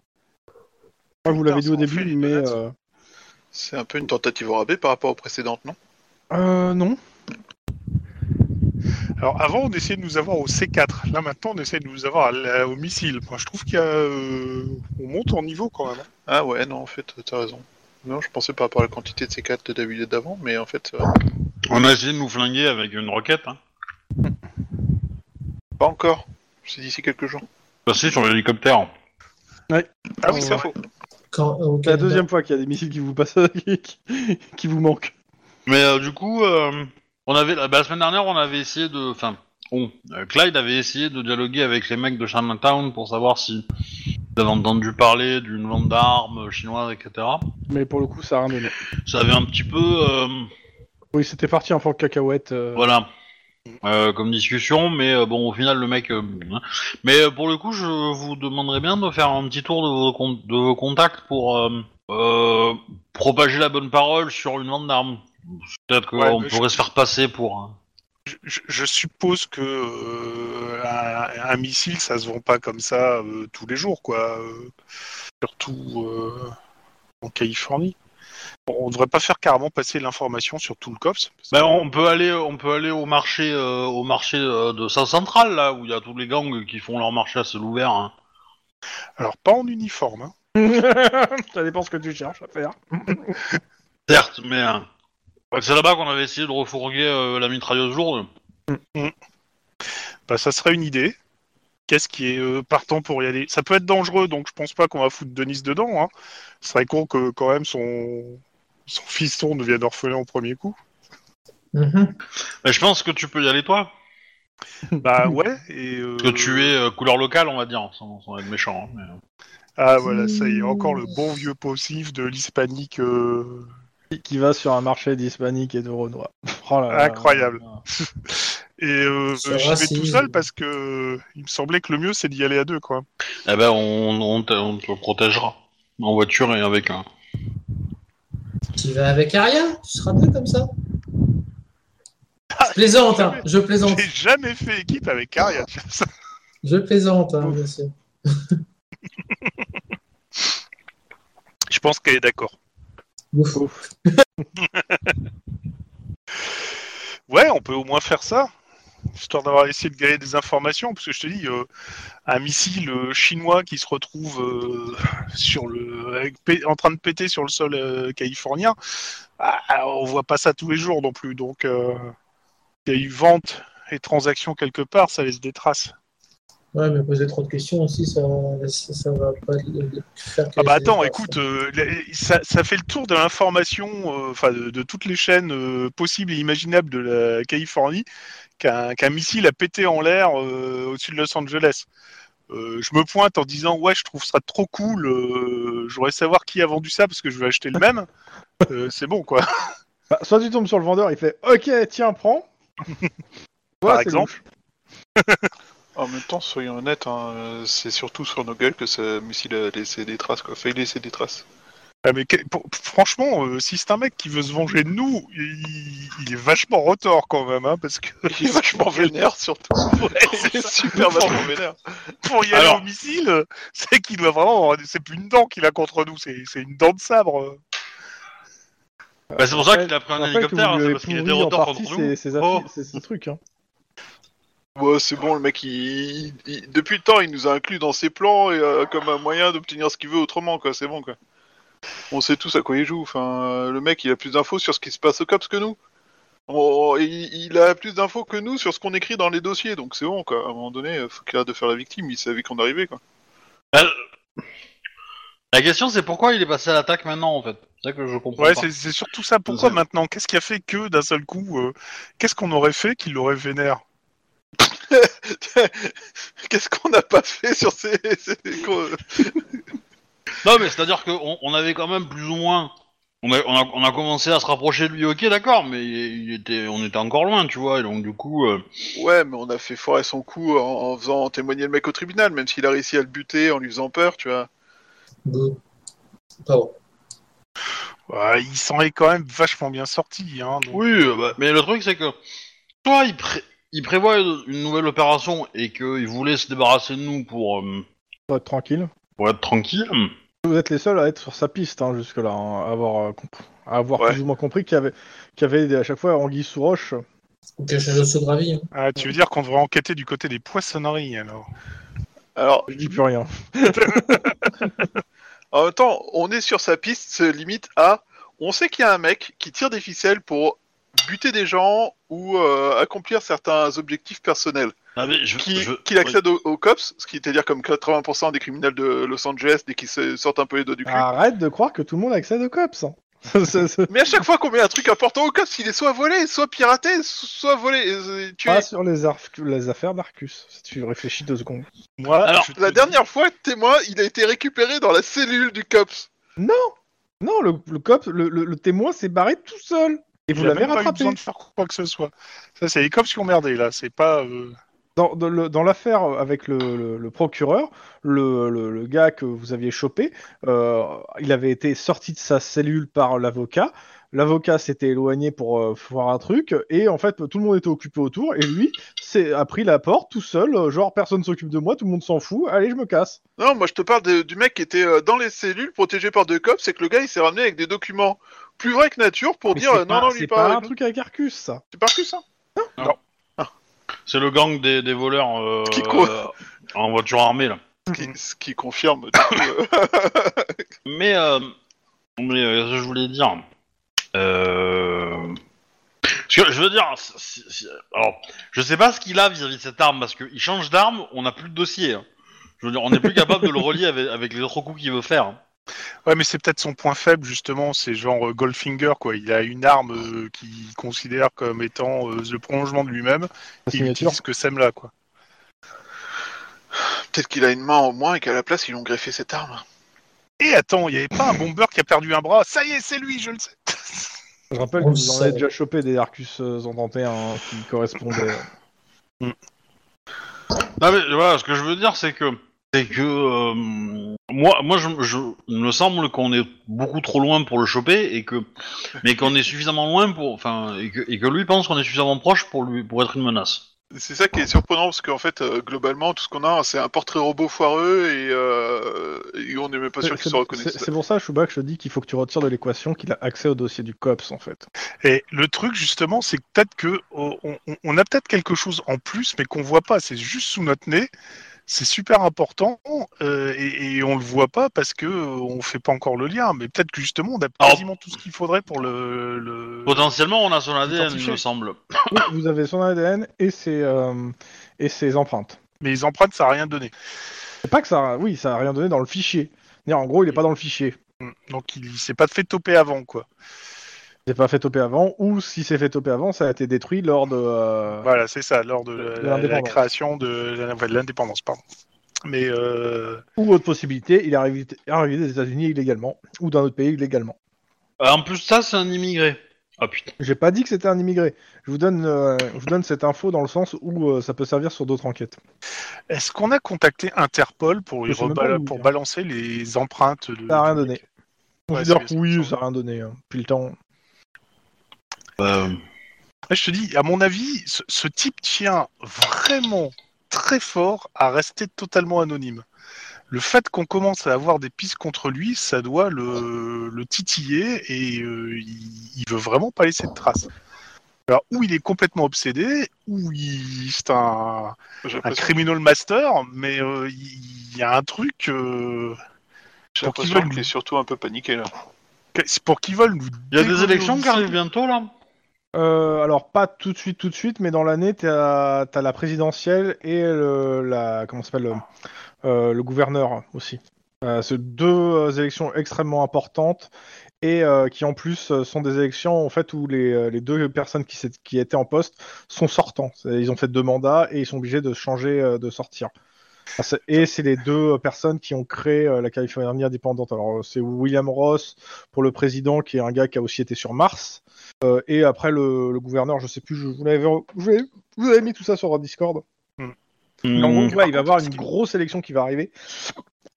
[SPEAKER 2] Je crois que vous
[SPEAKER 5] Putain,
[SPEAKER 2] l'avez dit au
[SPEAKER 5] ça en fait
[SPEAKER 2] début,
[SPEAKER 5] une
[SPEAKER 2] mais
[SPEAKER 5] balade.
[SPEAKER 2] euh,
[SPEAKER 5] C'est un peu une tentative au rabais par rapport aux précédentes, non
[SPEAKER 2] euh, non.
[SPEAKER 3] Alors avant, on essayait de nous avoir au C4. Là maintenant, on essaie de nous avoir à la- au missile. Moi, je trouve qu'il y a, euh, on monte en niveau quand même. hein.
[SPEAKER 5] Ah ouais, non, en fait, t'as raison. Non, je pensais par rapport à la quantité de C4 de David d'avant, mais en fait, euh,
[SPEAKER 1] On a essayé de nous flinguer avec une roquette. Hein.
[SPEAKER 5] pas encore. C'est d'ici quelques jours.
[SPEAKER 1] Passé sur l'hélicoptère.
[SPEAKER 3] Ah oui,
[SPEAKER 4] Oh,
[SPEAKER 3] c'est
[SPEAKER 4] ouais.
[SPEAKER 3] faux.
[SPEAKER 4] Quand, euh, au
[SPEAKER 2] C'est la
[SPEAKER 4] Canada.
[SPEAKER 2] deuxième fois qu'il y a des missiles qui vous passent, qui, qui- qui vous manquent.
[SPEAKER 1] Mais euh, du coup, euh, on avait bah, la semaine dernière, on avait essayé de, enfin, on, euh, Clyde avait essayé de dialoguer avec les mecs de Chinatown pour savoir si ils avaient entendu parler d'une vente d'armes chinoise, etc.
[SPEAKER 2] Mais pour le coup, ça a rien donné.
[SPEAKER 1] Ça avait un petit peu, euh,
[SPEAKER 2] Oui, c'était parti un fort cacahuète. euh,
[SPEAKER 1] voilà, euh, comme discussion, mais euh, bon, au final, le mec. euh, hein. mais euh, pour le coup, je vous demanderais bien de faire un petit tour de vos, con- de vos contacts pour euh, euh, propager la bonne parole sur une vente d'armes. Peut-être qu'on
[SPEAKER 3] Ouais, mais je-
[SPEAKER 1] pourrait se faire passer pour. hein. un-
[SPEAKER 3] Je, je- je suppose que euh, un, un missile, ça se vend pas comme ça euh, tous les jours, quoi. Euh, surtout euh, en Californie. Bon, on devrait pas faire carrément passer l'information sur tout le cops. parce que-
[SPEAKER 1] Bah, on peut aller, on peut aller au marché, euh, au marché euh, de Saint Central là où il y a tous les gangs qui font leur marché à ciel ouvert. hein.
[SPEAKER 3] Alors pas en uniforme. hein.
[SPEAKER 2] ça dépend ce que tu cherches à faire.
[SPEAKER 1] Certes, mais euh, c'est là-bas qu'on avait essayé de refourguer euh, la mitrailleuse lourde.
[SPEAKER 3] Bah, ça serait une idée. Qu'est-ce qui est euh, partant pour y aller Ça peut être dangereux, donc je pense pas qu'on va foutre Denis dedans. Hein. Ce serait con que quand même son son fiston devienne orphelin au premier coup.
[SPEAKER 4] Mhm.
[SPEAKER 1] Mais je pense que tu peux y aller toi,
[SPEAKER 3] Bah ouais. Et euh,
[SPEAKER 1] parce que tu es euh, couleur locale, on va dire, sans, sans être méchant. hein, mais, euh.
[SPEAKER 3] Ah voilà, ça y est, encore le bon vieux possible de l'hispanique. euh,
[SPEAKER 2] Qui- Qui va sur un marché d'hispanique et de renois. Oh là là.
[SPEAKER 3] Incroyable. Et euh,
[SPEAKER 4] Ça
[SPEAKER 3] j'y
[SPEAKER 4] va,
[SPEAKER 3] vais
[SPEAKER 4] c'est-
[SPEAKER 3] tout seul parce que il me semblait que le mieux c'est d'y aller à deux quoi.
[SPEAKER 1] Eh ben, on, on te, on te protégera en voiture et avec un.
[SPEAKER 4] Tu vas avec Aria Tu seras deux comme ça Je plaisante, hein, je plaisante.
[SPEAKER 3] Ah, J'ai jamais fait équipe avec Aria. tu vois ça.
[SPEAKER 4] Je plaisante, hein, bien sûr.
[SPEAKER 3] Je pense qu'elle est d'accord.
[SPEAKER 4] Ouf.
[SPEAKER 3] Ouais, on peut au moins faire ça, histoire d'avoir essayé de gagner des informations, parce que je te dis, euh, un missile euh, chinois qui se retrouve euh, sur le, avec pé- en train de péter sur le sol euh, californien, ah, on voit pas ça tous les jours non plus. Donc, euh, il y a eu vente et transaction quelque part, ça laisse des traces.
[SPEAKER 4] Ouais, mais poser trop de questions aussi, ça, ça, ça va pas le- le faire que
[SPEAKER 3] Ah bah
[SPEAKER 4] les-
[SPEAKER 3] attends, écoute, euh, la- ça, ça fait le tour de l'information, euh, enfin de, de toutes les chaînes euh, possibles et imaginables de la Californie, qu'un qu'un missile a pété en l'air euh, au-dessus de Los Angeles. Euh, je me pointe en disant ouais, je trouve ça trop cool. euh, je voudrais savoir qui a vendu ça parce que je vais acheter le même. Euh, C'est bon quoi.
[SPEAKER 2] Bah, soit tu tombes sur le vendeur, il fait Ok, tiens, prends.
[SPEAKER 3] Par
[SPEAKER 2] c'est
[SPEAKER 3] exemple.
[SPEAKER 2] louche.
[SPEAKER 5] En même temps, soyons honnêtes, hein, euh, c'est surtout sur nos gueules que ce missile a laissé des traces, quoi. Fait laisser des traces.
[SPEAKER 3] Ah, mais que- pour- franchement, euh, si c'est un mec qui veut se venger de nous, il, il est vachement retors quand même, hein, parce que
[SPEAKER 5] Il est vachement vénère, surtout. Il est super vachement vénère.
[SPEAKER 3] pour y aller
[SPEAKER 1] Alors-
[SPEAKER 3] au missile, c'est qu'il doit vraiment. C'est plus une dent qu'il a contre nous, c'est c'est une dent de sabre.
[SPEAKER 1] Bah, c'est pour ça
[SPEAKER 2] Ouais,
[SPEAKER 1] qu'il a pris
[SPEAKER 2] je
[SPEAKER 1] un
[SPEAKER 2] rappelle que vous
[SPEAKER 1] hélicoptère, hein,
[SPEAKER 2] lui
[SPEAKER 1] c'est
[SPEAKER 2] avez
[SPEAKER 1] parce qu'il était
[SPEAKER 2] pourri en
[SPEAKER 1] retard
[SPEAKER 2] partie
[SPEAKER 1] contre
[SPEAKER 2] ces-
[SPEAKER 1] nous.
[SPEAKER 2] ces affi-
[SPEAKER 1] Oh.
[SPEAKER 2] ces- ces trucs. hein.
[SPEAKER 5] Ouais, c'est bon, le mec, il... il- depuis le temps, il nous a inclus dans ses plans et, euh, comme un moyen d'obtenir ce qu'il veut autrement, quoi. C'est bon, quoi. On sait tous à quoi il joue. Enfin, euh, le mec, il a plus d'infos sur ce qui se passe au COPS que nous. On- Il il a plus d'infos que nous sur ce qu'on écrit dans les dossiers, donc c'est bon, quoi. À un moment donné, euh, faut qu'il arrête de faire la victime. Il savait qu'on arrivait, quoi.
[SPEAKER 1] La question c'est pourquoi il est passé à l'attaque maintenant en fait. C'est ça que je comprends
[SPEAKER 3] Ouais,
[SPEAKER 1] pas.
[SPEAKER 3] c'est c'est surtout ça. Pourquoi
[SPEAKER 1] C'est-
[SPEAKER 3] maintenant Qu'est-ce qui a fait que d'un seul coup, euh, qu'est-ce qu'on aurait fait qu'il l'aurait vénère
[SPEAKER 5] Qu'est-ce qu'on n'a pas fait sur ces. ces- qu'on-
[SPEAKER 1] Non, mais c'est-à-dire qu'on on avait quand même plus ou moins. On a, on, a, on a commencé à se rapprocher de lui, ok, d'accord, mais il, il était, on était encore loin, tu vois, et donc du coup. euh,
[SPEAKER 5] Ouais, mais on a fait foirer son coup en, en faisant témoigner le mec au tribunal, même s'il a réussi à le buter en lui faisant peur, tu vois.
[SPEAKER 4] Bouh. Pardon.
[SPEAKER 3] Bah, il s'en est quand même vachement bien sorti. Hein, donc-
[SPEAKER 1] Oui, euh, bah, mais le truc c'est que soit il, pré- il prévoit une une nouvelle opération et qu'il voulait se débarrasser de nous pour, euh,
[SPEAKER 2] Faut être Bah, tranquille.
[SPEAKER 1] pour être tranquille.
[SPEAKER 2] Vous êtes les seuls à être sur sa piste hein, jusque-là, hein, à avoir, euh, comp- à avoir
[SPEAKER 5] Ouais.
[SPEAKER 2] plus ou moins compris qu'il y avait, qu'il y avait à chaque fois Anguille sous roche.
[SPEAKER 4] Ou quelque chose de gravi. hein.
[SPEAKER 3] Ah, tu veux dire qu'on devrait enquêter du côté des poissonneries alors
[SPEAKER 5] Alors,
[SPEAKER 2] Je dis plus rien.
[SPEAKER 5] en même temps, on est sur sa piste, se limite à. On sait qu'il y a un mec qui tire des ficelles pour buter des gens ou euh, accomplir certains objectifs personnels.
[SPEAKER 1] Ah, mais je-
[SPEAKER 5] Qui,
[SPEAKER 1] je-
[SPEAKER 5] qui l'accède au, au COPS, ce qui est à dire comme 80% des criminels de Los Angeles dès qu'ils se sortent un peu les doigts du cul.
[SPEAKER 2] Arrête de croire que tout le monde accède au COPS. hein. Ça, ça, ça-
[SPEAKER 5] Mais à chaque fois qu'on met un truc important au COPS, il est soit volé, soit piraté, soit volé. euh, tué.
[SPEAKER 2] Pas sur les, arf- les affaires d'Arcus, si tu réfléchis deux secondes.
[SPEAKER 3] Moi,
[SPEAKER 1] Alors,
[SPEAKER 3] je te
[SPEAKER 5] La
[SPEAKER 3] dis-
[SPEAKER 5] dernière fois, témoin, il a été récupéré dans la cellule du COPS.
[SPEAKER 2] Non, le, le COPS, le, le- le témoin s'est barré tout seul. Et vous
[SPEAKER 3] il a
[SPEAKER 2] l'avez
[SPEAKER 3] même pas eu
[SPEAKER 2] rattrapé.
[SPEAKER 3] besoin de faire quoi que ce soit. Ça, c'est les cops qui ont merdé là. C'est pas. euh,
[SPEAKER 2] Dans, dans le- dans l'affaire avec le, le- le procureur, le, le- le gars que vous aviez chopé, euh, il avait été sorti de sa cellule par l'avocat. L'avocat s'était éloigné pour euh, voir un truc, et en fait, tout le monde était occupé autour, et lui s'est- a pris la porte tout seul, euh, genre personne s'occupe de moi, tout le monde s'en fout, allez, je me casse.
[SPEAKER 5] Non, moi je te parle de- du mec qui était euh, dans les cellules protégé par deux cops, c'est que le gars il s'est ramené avec des documents plus vrais que nature pour
[SPEAKER 2] Mais
[SPEAKER 5] dire
[SPEAKER 2] c'est
[SPEAKER 5] euh,
[SPEAKER 2] pas-
[SPEAKER 5] non, non,
[SPEAKER 2] c'est
[SPEAKER 5] lui
[SPEAKER 2] pas
[SPEAKER 5] pas.
[SPEAKER 2] un truc avec Arcus, ça.
[SPEAKER 5] C'est pas que ça
[SPEAKER 1] C'est le gang des, des voleurs euh,
[SPEAKER 5] Qui court.
[SPEAKER 1] euh, en voiture armée là.
[SPEAKER 5] Ce qui- Ce qui confirme. du coup, euh,
[SPEAKER 1] Mais, euh, mais euh, qu'est-ce que je voulais dire. Euh... Parce que je veux dire, si- si- si- alors, je sais pas ce qu'il a vis-à-vis de cette arme parce qu'il change d'arme, on n'a plus de dossier. hein. Je veux dire, on n'est plus capable de le relier avec, avec les autres coups qu'il veut faire.
[SPEAKER 3] Ouais, mais c'est peut-être son point faible justement. C'est genre euh, Goldfinger quoi. Il a une arme euh, qu'il considère comme étant euh, le prolongement de lui-même.
[SPEAKER 2] Sa
[SPEAKER 3] Il
[SPEAKER 2] signature.
[SPEAKER 3] utilise ce que sème là quoi.
[SPEAKER 5] Peut-être qu'il a une main en moins et qu'à la place ils ont greffé cette arme.
[SPEAKER 3] Et attends, il n'y avait pas un bomber qui a perdu un bras. Ça y est, c'est lui, je le sais.
[SPEAKER 2] Je rappelle
[SPEAKER 4] On
[SPEAKER 2] que
[SPEAKER 4] le
[SPEAKER 2] vous en avez
[SPEAKER 4] sait.
[SPEAKER 2] déjà chopé des Arcus euh, 131 qui correspondaient.
[SPEAKER 1] Non mais voilà, ce que je veux dire c'est que c'est que euh, moi moi je, je il me semble qu'on est beaucoup trop loin pour le choper et que mais qu'on est suffisamment loin pour enfin et que, et que lui pense qu'on est suffisamment proche pour lui pour être une menace.
[SPEAKER 5] C'est ça qui est surprenant parce qu'en fait, euh, globalement, tout ce qu'on a, c'est un portrait robot foireux et, euh, et on n'est même pas sûr
[SPEAKER 2] C'est-
[SPEAKER 5] qu'ils se
[SPEAKER 2] c'est-
[SPEAKER 5] reconnaissent.
[SPEAKER 2] C'est pour ça, Chouba, que je te dis qu'il faut que tu retires de l'équation qu'il a accès au dossier du COPS, en fait.
[SPEAKER 3] Et le truc justement, c'est que peut-être que oh, on, on- on a peut-être quelque chose en plus, mais qu'on voit pas. C'est juste sous notre nez. C'est super important euh, et, et on le voit pas parce que euh, on fait pas encore le lien. Mais peut-être que justement, on a
[SPEAKER 1] Alors-
[SPEAKER 3] quasiment tout ce qu'il faudrait pour le. le-
[SPEAKER 1] Potentiellement on a son ADN il
[SPEAKER 3] Identifié.
[SPEAKER 1] me semble.
[SPEAKER 2] Oui, vous avez son ADN et ses, euh, et ses empreintes.
[SPEAKER 3] Mais les empreintes, ça a rien donné.
[SPEAKER 2] C'est pas que ça, oui, ça a rien donné dans le fichier. C'est-à-dire, En gros, il est pas dans le fichier.
[SPEAKER 3] Mm. Donc il, s'est pas fait toper avant quoi.
[SPEAKER 2] Il s'est pas fait toper avant, ou si c'est fait toper avant, ça a été détruit lors de. euh,
[SPEAKER 3] Voilà, c'est ça, lors de la,
[SPEAKER 2] De
[SPEAKER 3] la- la
[SPEAKER 2] l'indépendance.
[SPEAKER 3] création de la- enfin, de l'indépendance, pardon. Mais euh,
[SPEAKER 2] Ou autre possibilité, il est arrivé, arrivé des États-Unis illégalement, ou d'un autre pays illégalement.
[SPEAKER 1] Euh, en plus de ça c'est un immigré. Ah putain.
[SPEAKER 2] J'ai pas dit que c'était un immigré. Je vous donne, euh, je vous donne cette info dans le sens où euh, ça peut servir sur d'autres enquêtes.
[SPEAKER 3] est-ce qu'on a contacté Interpol pour,
[SPEAKER 2] Je
[SPEAKER 3] y
[SPEAKER 2] sais même
[SPEAKER 3] rebala-
[SPEAKER 2] pas où il
[SPEAKER 3] pour
[SPEAKER 2] est. Bah,
[SPEAKER 3] balancer les empreintes de,
[SPEAKER 2] Ça a rien
[SPEAKER 3] du mec
[SPEAKER 2] donné.
[SPEAKER 3] Ouais,
[SPEAKER 2] Je veux dire
[SPEAKER 3] c'est-
[SPEAKER 2] que oui,
[SPEAKER 3] c'est-
[SPEAKER 2] ça a rien donné. hein. Puis le temps.
[SPEAKER 1] Euh,
[SPEAKER 3] Ouais, Ah, je te dis, à mon avis, ce, ce type tient vraiment très fort à rester totalement anonyme. Le fait qu'on commence à avoir des pistes contre lui, ça doit le, le titiller et euh, il, il veut vraiment pas laisser de traces. Alors, ou il est complètement obsédé, ou il c'est un,
[SPEAKER 5] J'ai
[SPEAKER 3] un
[SPEAKER 5] l'impression-
[SPEAKER 3] criminal master, mais euh, il il y a un truc. euh,
[SPEAKER 5] j'ai
[SPEAKER 3] pour qu'il
[SPEAKER 5] l'impression
[SPEAKER 3] veuille-
[SPEAKER 5] qu'il est surtout un peu paniqué là.
[SPEAKER 3] que- c'est pour qu'ils veulent nous.
[SPEAKER 1] Il y a des
[SPEAKER 3] dégommer
[SPEAKER 1] élections
[SPEAKER 3] au
[SPEAKER 1] qui arrivent
[SPEAKER 3] lycée.
[SPEAKER 1] bientôt là.
[SPEAKER 2] Euh, alors pas tout de suite, tout de suite, mais dans l'année, t'as as la présidentielle et le, la comment ça s'appelle euh, euh, le gouverneur aussi. Euh, c'est deux euh, élections extrêmement importantes et euh, qui en plus euh, sont des élections en fait où les, euh, les deux personnes qui, s'est- qui étaient en poste sont sortants. C'est- Ils ont fait deux mandats et ils sont obligés de changer, euh, de sortir. Ah, c'est- Et c'est les deux euh, personnes qui ont créé euh, la Californie indépendante. Alors euh, c'est William Ross pour le président qui est un gars qui a aussi été sur Mars. Euh, et après, le, le gouverneur, je sais plus, je vous l'avais je vous l'avais- je vous avais mis tout ça sur Discord.
[SPEAKER 1] Hmm.
[SPEAKER 2] En gros, tu vois, il va y
[SPEAKER 3] Par
[SPEAKER 2] avoir
[SPEAKER 3] contre,
[SPEAKER 2] une
[SPEAKER 3] ce qui-
[SPEAKER 2] grosse élection qui va arriver.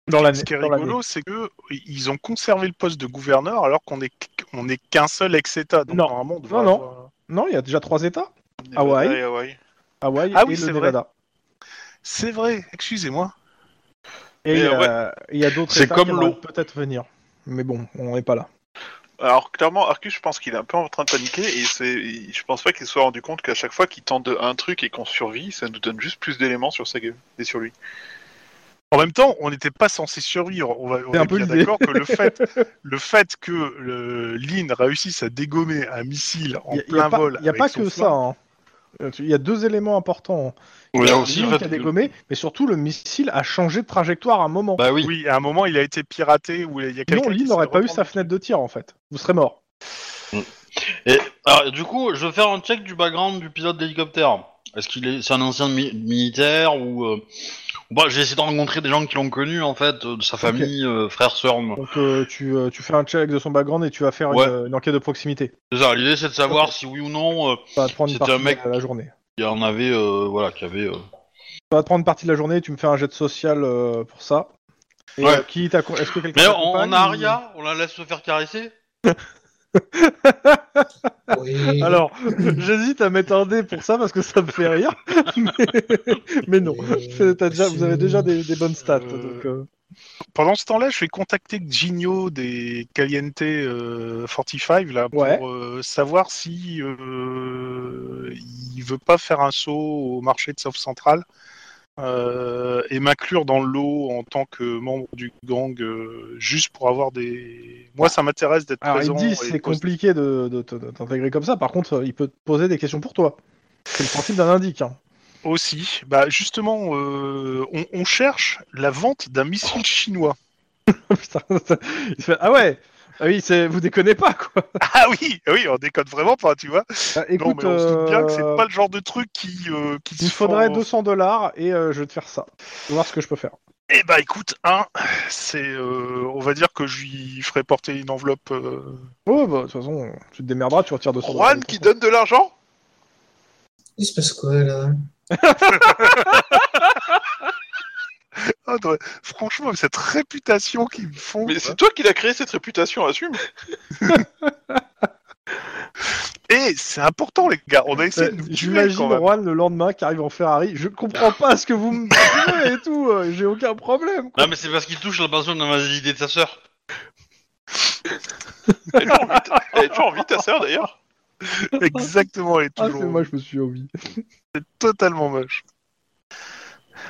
[SPEAKER 2] Dans l'année.
[SPEAKER 3] Ce qui est
[SPEAKER 2] dans l'année.
[SPEAKER 3] rigolo, c'est que euh, ils ont conservé le poste de gouverneur alors qu'on est on est qu'un seul ex-État. Donc
[SPEAKER 2] Non.
[SPEAKER 3] normalement, on devrait
[SPEAKER 2] Non, non.
[SPEAKER 3] avoir-
[SPEAKER 2] Non, il y a déjà trois États.
[SPEAKER 5] Nevada
[SPEAKER 2] Hawaï.
[SPEAKER 5] et Hawaï.
[SPEAKER 2] Hawaï
[SPEAKER 3] Ah
[SPEAKER 2] et
[SPEAKER 3] oui,
[SPEAKER 2] le
[SPEAKER 3] c'est vrai.
[SPEAKER 2] Nevada.
[SPEAKER 3] C'est vrai. Excusez-moi.
[SPEAKER 2] Et
[SPEAKER 5] Et,
[SPEAKER 2] euh, il y a d'autres
[SPEAKER 1] c'est
[SPEAKER 2] États
[SPEAKER 1] comme
[SPEAKER 2] qui vont
[SPEAKER 1] l'eau.
[SPEAKER 2] peut-être venir. Mais bon, on n'est pas là.
[SPEAKER 5] Alors clairement, Arcus, je pense qu'il est un peu en train de paniquer et c'est, il- je pense pas qu'il se soit rendu compte qu'à chaque fois qu'il tente de- un truc et qu'on survit, ça nous donne juste plus d'éléments sur sa gueule et sur lui.
[SPEAKER 3] En même temps, on n'était pas censé survivre. On, va, on
[SPEAKER 2] C'est
[SPEAKER 3] est,
[SPEAKER 2] un peu
[SPEAKER 3] bien
[SPEAKER 2] l'idée.
[SPEAKER 3] d'accord que le fait, le fait que le Lynn réussisse à dégommer un missile en
[SPEAKER 2] Il n'y a,
[SPEAKER 3] plein
[SPEAKER 2] pas-
[SPEAKER 3] vol.
[SPEAKER 2] y a
[SPEAKER 3] avec
[SPEAKER 2] pas
[SPEAKER 3] son
[SPEAKER 2] que ça.
[SPEAKER 3] flingue-
[SPEAKER 2] hein. Euh, tu- Il y a deux éléments importants.
[SPEAKER 1] Il y a
[SPEAKER 2] La
[SPEAKER 1] aussi
[SPEAKER 2] ligne
[SPEAKER 1] le fait
[SPEAKER 2] qui a
[SPEAKER 1] que-
[SPEAKER 2] dégommé, mais surtout le missile a changé de trajectoire à un moment.
[SPEAKER 1] Bah oui.
[SPEAKER 3] Oui, à un moment, il a été piraté ou il y a quelqu'un.
[SPEAKER 2] Sinon,
[SPEAKER 3] qui
[SPEAKER 2] l'île
[SPEAKER 3] s'est
[SPEAKER 2] hein. n'aurait pas eu
[SPEAKER 3] reprendu.
[SPEAKER 2] sa fenêtre de tir en fait. Vous serez mort.
[SPEAKER 1] Et, alors, du coup, je vais faire un check du background du pilote d'hélicoptère. Est-ce qu'il est, c'est un ancien mi- militaire ou euh, ou pas J'ai essayé de rencontrer des gens qui l'ont connu en fait, euh, de sa famille, euh, frère, sœur. moi.
[SPEAKER 2] Donc euh, tu, euh, tu fais un check de son background et tu vas faire
[SPEAKER 1] Ouais.
[SPEAKER 2] une, une enquête de proximité.
[SPEAKER 1] C'est ça. L'idée, c'est de savoir si oui ou non, euh,
[SPEAKER 2] Ça va te prendre une
[SPEAKER 1] C'était
[SPEAKER 2] partie
[SPEAKER 1] un mec
[SPEAKER 2] de la journée.
[SPEAKER 1] il y en avait, euh, voilà, qui avait. euh,
[SPEAKER 2] Ça va te prendre une partie de la journée. Tu me fais un jet de social euh, pour ça. Et
[SPEAKER 1] Ouais.
[SPEAKER 2] euh, qui t'acco- Est-ce que quelqu'un
[SPEAKER 1] Mais on,
[SPEAKER 2] t'accompagne
[SPEAKER 1] on a Aria, on la laisse se faire caresser.
[SPEAKER 3] Ah,
[SPEAKER 4] Oui.
[SPEAKER 2] Alors, j'hésite à mettre un dé pour ça parce que ça me fait rire. Mais, mais non, C'est- t'as déjà, vous avez déjà des, des bonnes stats. donc, euh,
[SPEAKER 3] Pendant ce temps-là, je vais contacter Gigno des Caliente euh, 45 là, pour
[SPEAKER 2] Ouais.
[SPEAKER 3] euh, savoir si euh, il veut pas faire un saut au marché de South Central euh, et m'inclure dans le lot en tant que membre du gang, euh, juste pour avoir des. Moi, ça m'intéresse d'être
[SPEAKER 2] Alors, il
[SPEAKER 3] présent.
[SPEAKER 2] dit
[SPEAKER 3] et
[SPEAKER 2] c'est
[SPEAKER 3] poser-
[SPEAKER 2] compliqué de, de, te- de t'intégrer comme ça. Par contre, euh, il peut te poser des questions pour toi. C'est le principe d'un indique. hein.
[SPEAKER 3] Aussi, bah justement, euh, on, on cherche la vente d'un missile chinois.
[SPEAKER 2] Putain, ça- il se fait, ah ouais Ah oui, c'est, vous déconnez pas quoi
[SPEAKER 3] Ah oui, oui, on déconne vraiment pas, tu vois.
[SPEAKER 2] Euh, Écoute,
[SPEAKER 3] non, mais on se doute bien que
[SPEAKER 2] euh,
[SPEAKER 3] c'est pas le genre de truc qui, euh, qui
[SPEAKER 2] il me
[SPEAKER 3] se
[SPEAKER 2] faudrait
[SPEAKER 3] font-
[SPEAKER 2] 200 dollars et euh, je vais te faire ça. Je vais voir ce que je peux faire.
[SPEAKER 3] Eh bah écoute, un, c'est, euh, on va dire que je lui ferai porter une enveloppe. euh,
[SPEAKER 2] Oh, bah, de toute façon, tu te démerderas, tu retires 200 dollars.
[SPEAKER 5] Juan qui donne de l'argent
[SPEAKER 4] Il se passe quoi là
[SPEAKER 3] ah, non, franchement, avec cette réputation qu'ils me font.
[SPEAKER 5] Mais c'est toi qui l'as créé cette réputation, assume.
[SPEAKER 3] Et Eh, c'est important les gars, on a essayé
[SPEAKER 2] Euh,
[SPEAKER 3] de nous tuer
[SPEAKER 2] J'imagine
[SPEAKER 3] quand même.
[SPEAKER 2] Juan le lendemain qui arrive en Ferrari. Je comprends pas ce que vous me dites et tout. euh, J'ai aucun problème.
[SPEAKER 1] Non, mais c'est parce qu'il touche la pension d'invalidité de sa sœur.
[SPEAKER 5] Elle a envie, ta- elle a toujours envie ta sœur d'ailleurs.
[SPEAKER 3] Exactement, elle est
[SPEAKER 2] Ah,
[SPEAKER 3] toujours
[SPEAKER 2] c'est moi, je me suis envie.
[SPEAKER 3] totalement moche.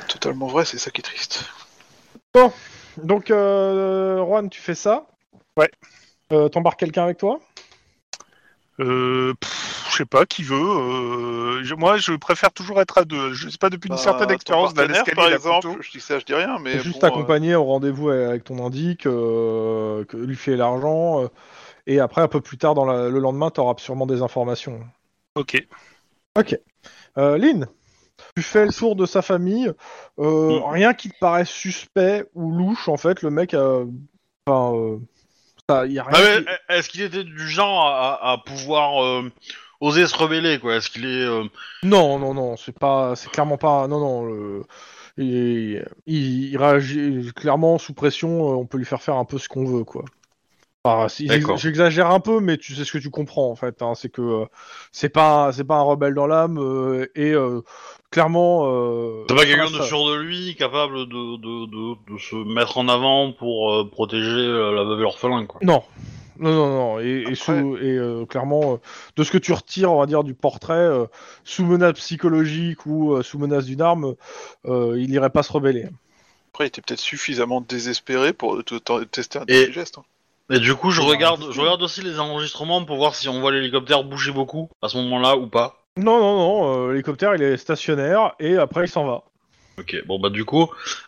[SPEAKER 5] Totalement vrai, c'est ça qui est triste.
[SPEAKER 2] Donc, euh, Juan, tu fais ça.
[SPEAKER 3] Ouais.
[SPEAKER 2] Euh, T'embarques quelqu'un avec toi
[SPEAKER 3] Euh, pff, je sais pas qui veut. euh, je- moi, je préfère toujours être à deux. Je sais pas depuis une
[SPEAKER 5] Bah,
[SPEAKER 3] certaine
[SPEAKER 5] ton
[SPEAKER 3] expérience d'aller
[SPEAKER 5] partenaire,
[SPEAKER 3] escalader
[SPEAKER 5] par
[SPEAKER 3] la
[SPEAKER 5] exemple,
[SPEAKER 3] photo.
[SPEAKER 5] je dis ça, je dis rien, mais
[SPEAKER 2] Juste
[SPEAKER 5] bon, euh,
[SPEAKER 2] t'accompagner au rendez-vous avec ton indique, euh, que- lui filer l'argent. euh, et après, un peu plus tard, dans la- le lendemain, t'auras sûrement des informations.
[SPEAKER 3] Ok.
[SPEAKER 2] Euh, Lynn, tu fais le tour de sa famille. euh,
[SPEAKER 1] Mm.
[SPEAKER 2] Rien qui te paraisse suspect ou louche, en fait. Le mec, euh, enfin, euh, ça, y a rien.
[SPEAKER 1] Ah, mais,
[SPEAKER 2] qui-
[SPEAKER 1] e- est-ce qu'il était du genre à, à pouvoir euh, oser se rebeller quoi Est-ce qu'il est, euh,
[SPEAKER 2] Non, non, non, c'est pas, c'est clairement pas. Non, non, le- il, il- il réagit clairement sous pression. euh, On peut lui faire faire un peu ce qu'on veut, quoi. Enfin, si-
[SPEAKER 1] D'accord.
[SPEAKER 2] J'exagère un peu, mais tu sais ce que tu comprends en fait. hein, c'est que euh, c'est pas, c'est pas un rebelle dans l'âme euh, et euh, clairement. euh,
[SPEAKER 1] c'est pas quelqu'un de
[SPEAKER 2] ça-
[SPEAKER 1] sûr de lui, capable de, de, de, de se mettre en avant pour euh, protéger euh, la veuve et l'orphelin quoi
[SPEAKER 2] Non. Non, non, non, et, et, sous- et, euh, clairement, euh, de ce que tu retires, on va dire, du portrait, euh, sous menace psychologique ou euh, sous menace d'une arme, euh, il irait pas se rebeller.
[SPEAKER 5] après, il était peut-être suffisamment désespéré pour te- te- tester un
[SPEAKER 1] Et-
[SPEAKER 5] petit geste. hein.
[SPEAKER 1] Et du coup, je regarde, je regarde aussi les enregistrements pour voir si on voit l'hélicoptère bouger beaucoup à ce moment-là ou pas.
[SPEAKER 2] Non, non, non, euh, l'hélicoptère, il est stationnaire et après, il s'en va.
[SPEAKER 1] Ok, bon bah du coup,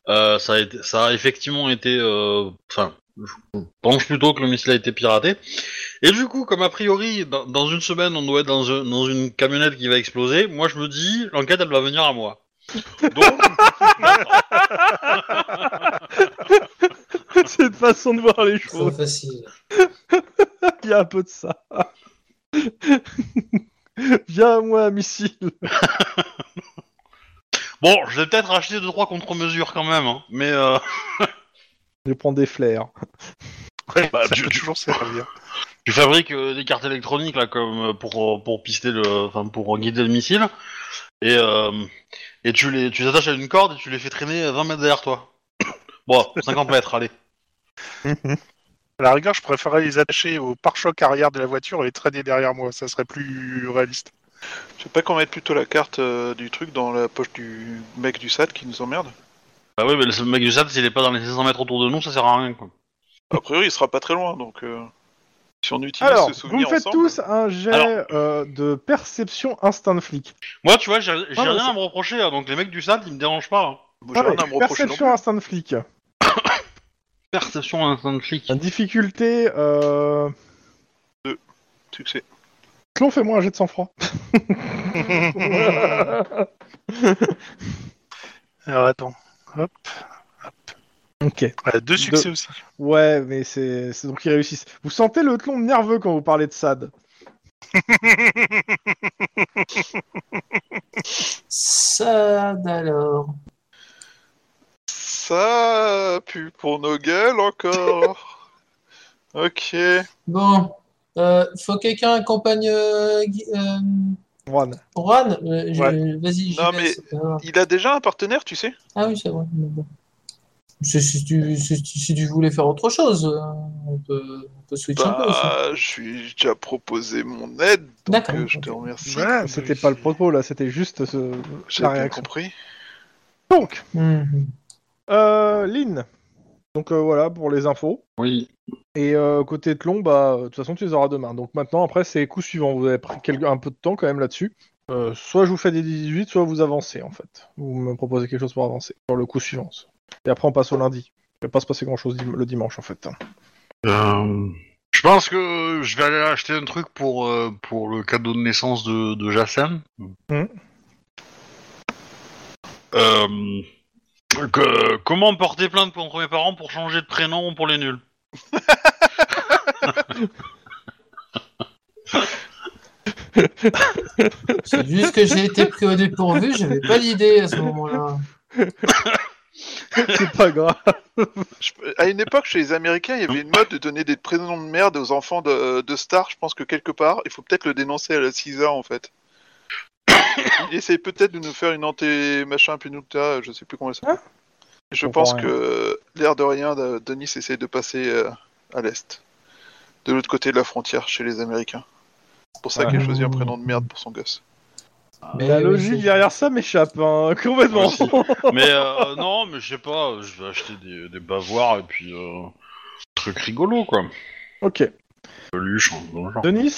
[SPEAKER 1] euh, ça, a été- ça a effectivement été... euh, Enfin, je pense plutôt que le missile a été piraté. Et du coup, comme a priori, dans, dans une semaine, on doit être dans, un- dans une camionnette qui va exploser, moi je me dis, l'enquête, elle va venir à moi. Donc,
[SPEAKER 2] Cette façon de voir les
[SPEAKER 4] Trop
[SPEAKER 2] choses,
[SPEAKER 4] facile.
[SPEAKER 2] il y a un peu de ça. Viens à moi, missile.
[SPEAKER 1] bon, je vais peut-être acheter deux trois contre-mesures quand même, hein, mais... euh,
[SPEAKER 2] Je prends des flairs.
[SPEAKER 3] Ouais,
[SPEAKER 5] bah,
[SPEAKER 3] ça
[SPEAKER 5] tu-
[SPEAKER 3] peut
[SPEAKER 5] tu-
[SPEAKER 3] toujours servir.
[SPEAKER 1] Tu fabriques euh, des cartes électroniques là comme euh, pour euh, pour pister le enfin pour guider le missile et euh, et tu les tu les attaches à une corde et tu les fais traîner à 20 mètres derrière toi. Bon, 50 mètres, allez.
[SPEAKER 3] À la rigueur, je préférerais les attacher au pare-choc arrière de la voiture et les traîner derrière moi. Ça serait plus réaliste.
[SPEAKER 5] Je sais pas qu'on mette plutôt la carte euh, du truc dans la poche du mec du SAT qui nous emmerde.
[SPEAKER 1] Bah oui, mais le mec du SAT, s'il est pas dans les 500 mètres autour de nous, ça sert à rien quoi.
[SPEAKER 5] A priori, il sera pas très loin, donc euh, si on utilise
[SPEAKER 2] Alors,
[SPEAKER 5] ce
[SPEAKER 2] vous me
[SPEAKER 5] souvenir
[SPEAKER 2] faites
[SPEAKER 5] ensemble...
[SPEAKER 2] tous un jet
[SPEAKER 1] Alors-
[SPEAKER 2] euh, de perception instinct de flic.
[SPEAKER 1] Moi, tu vois, j'ai j'ai
[SPEAKER 2] Ah, mais
[SPEAKER 1] rien
[SPEAKER 2] c'est-
[SPEAKER 1] à me reprocher hein, donc les mecs du SAT, ils me dérangent pas. hein.
[SPEAKER 5] Moi, j'ai
[SPEAKER 2] Ah ouais,
[SPEAKER 5] rien à me reprocher non
[SPEAKER 2] perception instinct de flic.
[SPEAKER 1] Perception instant de flic.
[SPEAKER 2] La difficulté. Euh...
[SPEAKER 5] plus. Succès.
[SPEAKER 2] Clon, fais-moi un jet de sang-froid.
[SPEAKER 3] Alors attends. Hop.
[SPEAKER 2] ok.
[SPEAKER 3] Ah, deux succès aussi.
[SPEAKER 2] Ouais, mais c'est c'est donc ils réussissent. Vous sentez le clon nerveux quand vous parlez de SAD.
[SPEAKER 4] Ça, alors.
[SPEAKER 5] Ça pue pour nos gueules encore. ok.
[SPEAKER 4] Bon. Euh, faut que quelqu'un accompagne euh, Gui- euh,
[SPEAKER 2] Juan.
[SPEAKER 4] Juan. Euh, je-
[SPEAKER 3] Ouais.
[SPEAKER 4] Vas-y, j'y
[SPEAKER 5] Non,
[SPEAKER 4] vais,
[SPEAKER 5] mais-
[SPEAKER 4] c'est pas grave.
[SPEAKER 5] Il a déjà un partenaire, tu sais
[SPEAKER 4] Ah oui, c'est vrai. mais bon. Si, si tu, si, tu- si tu voulais faire autre chose, euh, on peut, on peut switcher un peu aussi.
[SPEAKER 5] Bah, je suis déjà proposé mon aide, donc
[SPEAKER 4] D'accord.
[SPEAKER 5] euh, je te remercie.
[SPEAKER 3] Ouais,
[SPEAKER 2] C'était
[SPEAKER 3] mais-
[SPEAKER 2] pas le propos là, c'était juste ce...
[SPEAKER 5] J'ai
[SPEAKER 2] la
[SPEAKER 5] bien
[SPEAKER 2] réaction.
[SPEAKER 5] compris.
[SPEAKER 2] Donc,
[SPEAKER 4] Mhm.
[SPEAKER 2] euh, Lynn. Donc euh, voilà pour les infos.
[SPEAKER 1] Oui.
[SPEAKER 2] Et euh, côté de Tlon, bah, euh, de toute façon, tu les auras demain. Donc maintenant, après, c'est coup suivant. Vous avez pris quel- un peu de temps quand même là-dessus. Euh, soit je vous fais des 18, soit vous avancez en fait. Vous me proposez quelque chose pour avancer sur le coup suivant. Et après, on passe au lundi. Il va pas se passer grand-chose dim- le dimanche en fait. hein.
[SPEAKER 1] Euh, je pense que euh, je vais aller acheter un truc pour, euh, pour le cadeau de naissance de, de Jassem.
[SPEAKER 2] Mhm.
[SPEAKER 1] Euh, que- comment porter plainte contre mes parents pour changer de prénom pour les nuls
[SPEAKER 4] C'est juste que j'ai été pris au dépourvu, j'avais pas l'idée à ce moment-là.
[SPEAKER 2] c'est pas grave.
[SPEAKER 5] Je peux- À une époque, chez les Américains, il y avait une mode de donner des prénoms de merde aux enfants de, de stars. Je pense que quelque part, il faut peut-être le dénoncer à la CISA, en fait. il essaye peut-être de nous faire une anté machin pinouta, je sais plus comment elle s'appelle. Je
[SPEAKER 2] Je comprends
[SPEAKER 5] pense
[SPEAKER 2] rien.
[SPEAKER 5] que l'air de rien, de- Denis essaye de passer euh, à l'est, de l'autre côté de la frontière, chez les Américains. C'est pour ça
[SPEAKER 2] Ouais.
[SPEAKER 5] qu'il a choisi un prénom de merde pour son gosse.
[SPEAKER 4] Mais
[SPEAKER 2] la
[SPEAKER 4] oui,
[SPEAKER 2] logique
[SPEAKER 4] c'est-
[SPEAKER 2] derrière ça m'échappe
[SPEAKER 1] Moi
[SPEAKER 2] hein, complètement.
[SPEAKER 1] aussi. Mais euh, non, mais je sais pas, je vais acheter des, des bavoirs et puis euh, truc rigolo quoi.
[SPEAKER 2] ok.
[SPEAKER 1] Peluche, un bon genre.
[SPEAKER 2] Denis,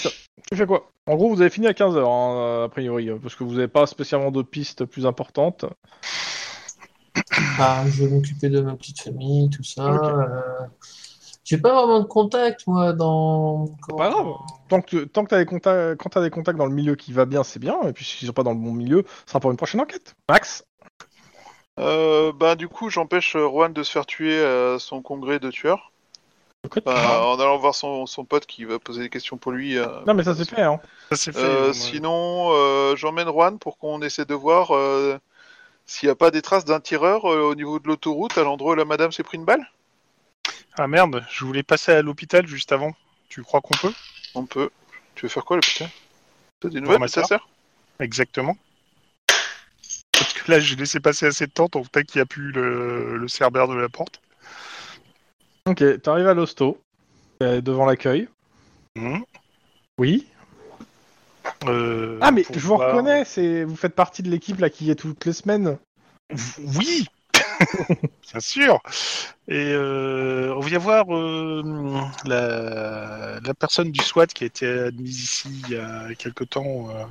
[SPEAKER 2] tu fais quoi En gros, vous avez fini à 15h a priori, parce que vous n'avez pas spécialement de pistes plus importantes.
[SPEAKER 4] Ah, je vais m'occuper de ma petite famille, tout ça.
[SPEAKER 2] Ok.
[SPEAKER 4] euh, J'ai pas vraiment de contact, moi, dans.
[SPEAKER 2] pas grave. Tant que, tant que t'as des contacts, quand t'as des contacts dans le milieu qui va bien, c'est bien. Et puis s'ils sont pas dans le bon milieu, ce sera pour une prochaine enquête. Max
[SPEAKER 5] Euh, bah, du coup, j'empêche euh, Juan de se faire tuer à son congrès de tueurs. Bah, en allant voir son, son pote qui va poser des questions pour lui. euh.
[SPEAKER 2] Non mais ça c'est fait, hein.
[SPEAKER 3] Ça c'est fait.
[SPEAKER 5] Euh,
[SPEAKER 3] moi.
[SPEAKER 5] sinon, euh, j'emmène Juan pour qu'on essaie de voir euh, s'il n'y a pas des traces d'un tireur euh, au niveau de l'autoroute à l'endroit où la madame s'est pris une balle.
[SPEAKER 3] Ah merde, je voulais passer à l'hôpital juste avant. Tu crois qu'on peut
[SPEAKER 5] On peut. Tu veux faire quoi là putain T'as des nouvelles
[SPEAKER 3] ma
[SPEAKER 5] de ta
[SPEAKER 3] sœur.
[SPEAKER 5] sœur
[SPEAKER 3] Exactement. Parce que là, j'ai laissé passer assez de temps, donc tac, qu'il n'y a plus le, le cerbère de la porte.
[SPEAKER 2] Ok, t'arrives à l'hosto, t'es devant l'accueil. Hmm.
[SPEAKER 3] Mhm.
[SPEAKER 2] Oui.
[SPEAKER 3] Euh,
[SPEAKER 2] Ah mais
[SPEAKER 3] pour
[SPEAKER 2] je vous
[SPEAKER 3] voir-
[SPEAKER 2] reconnais, c'est vous faites partie de l'équipe là qui est toutes les semaines.
[SPEAKER 3] Oui Bien sûr Et euh, on vient voir euh, la, la personne du SWAT qui a été admise ici il y a quelque temps. euh.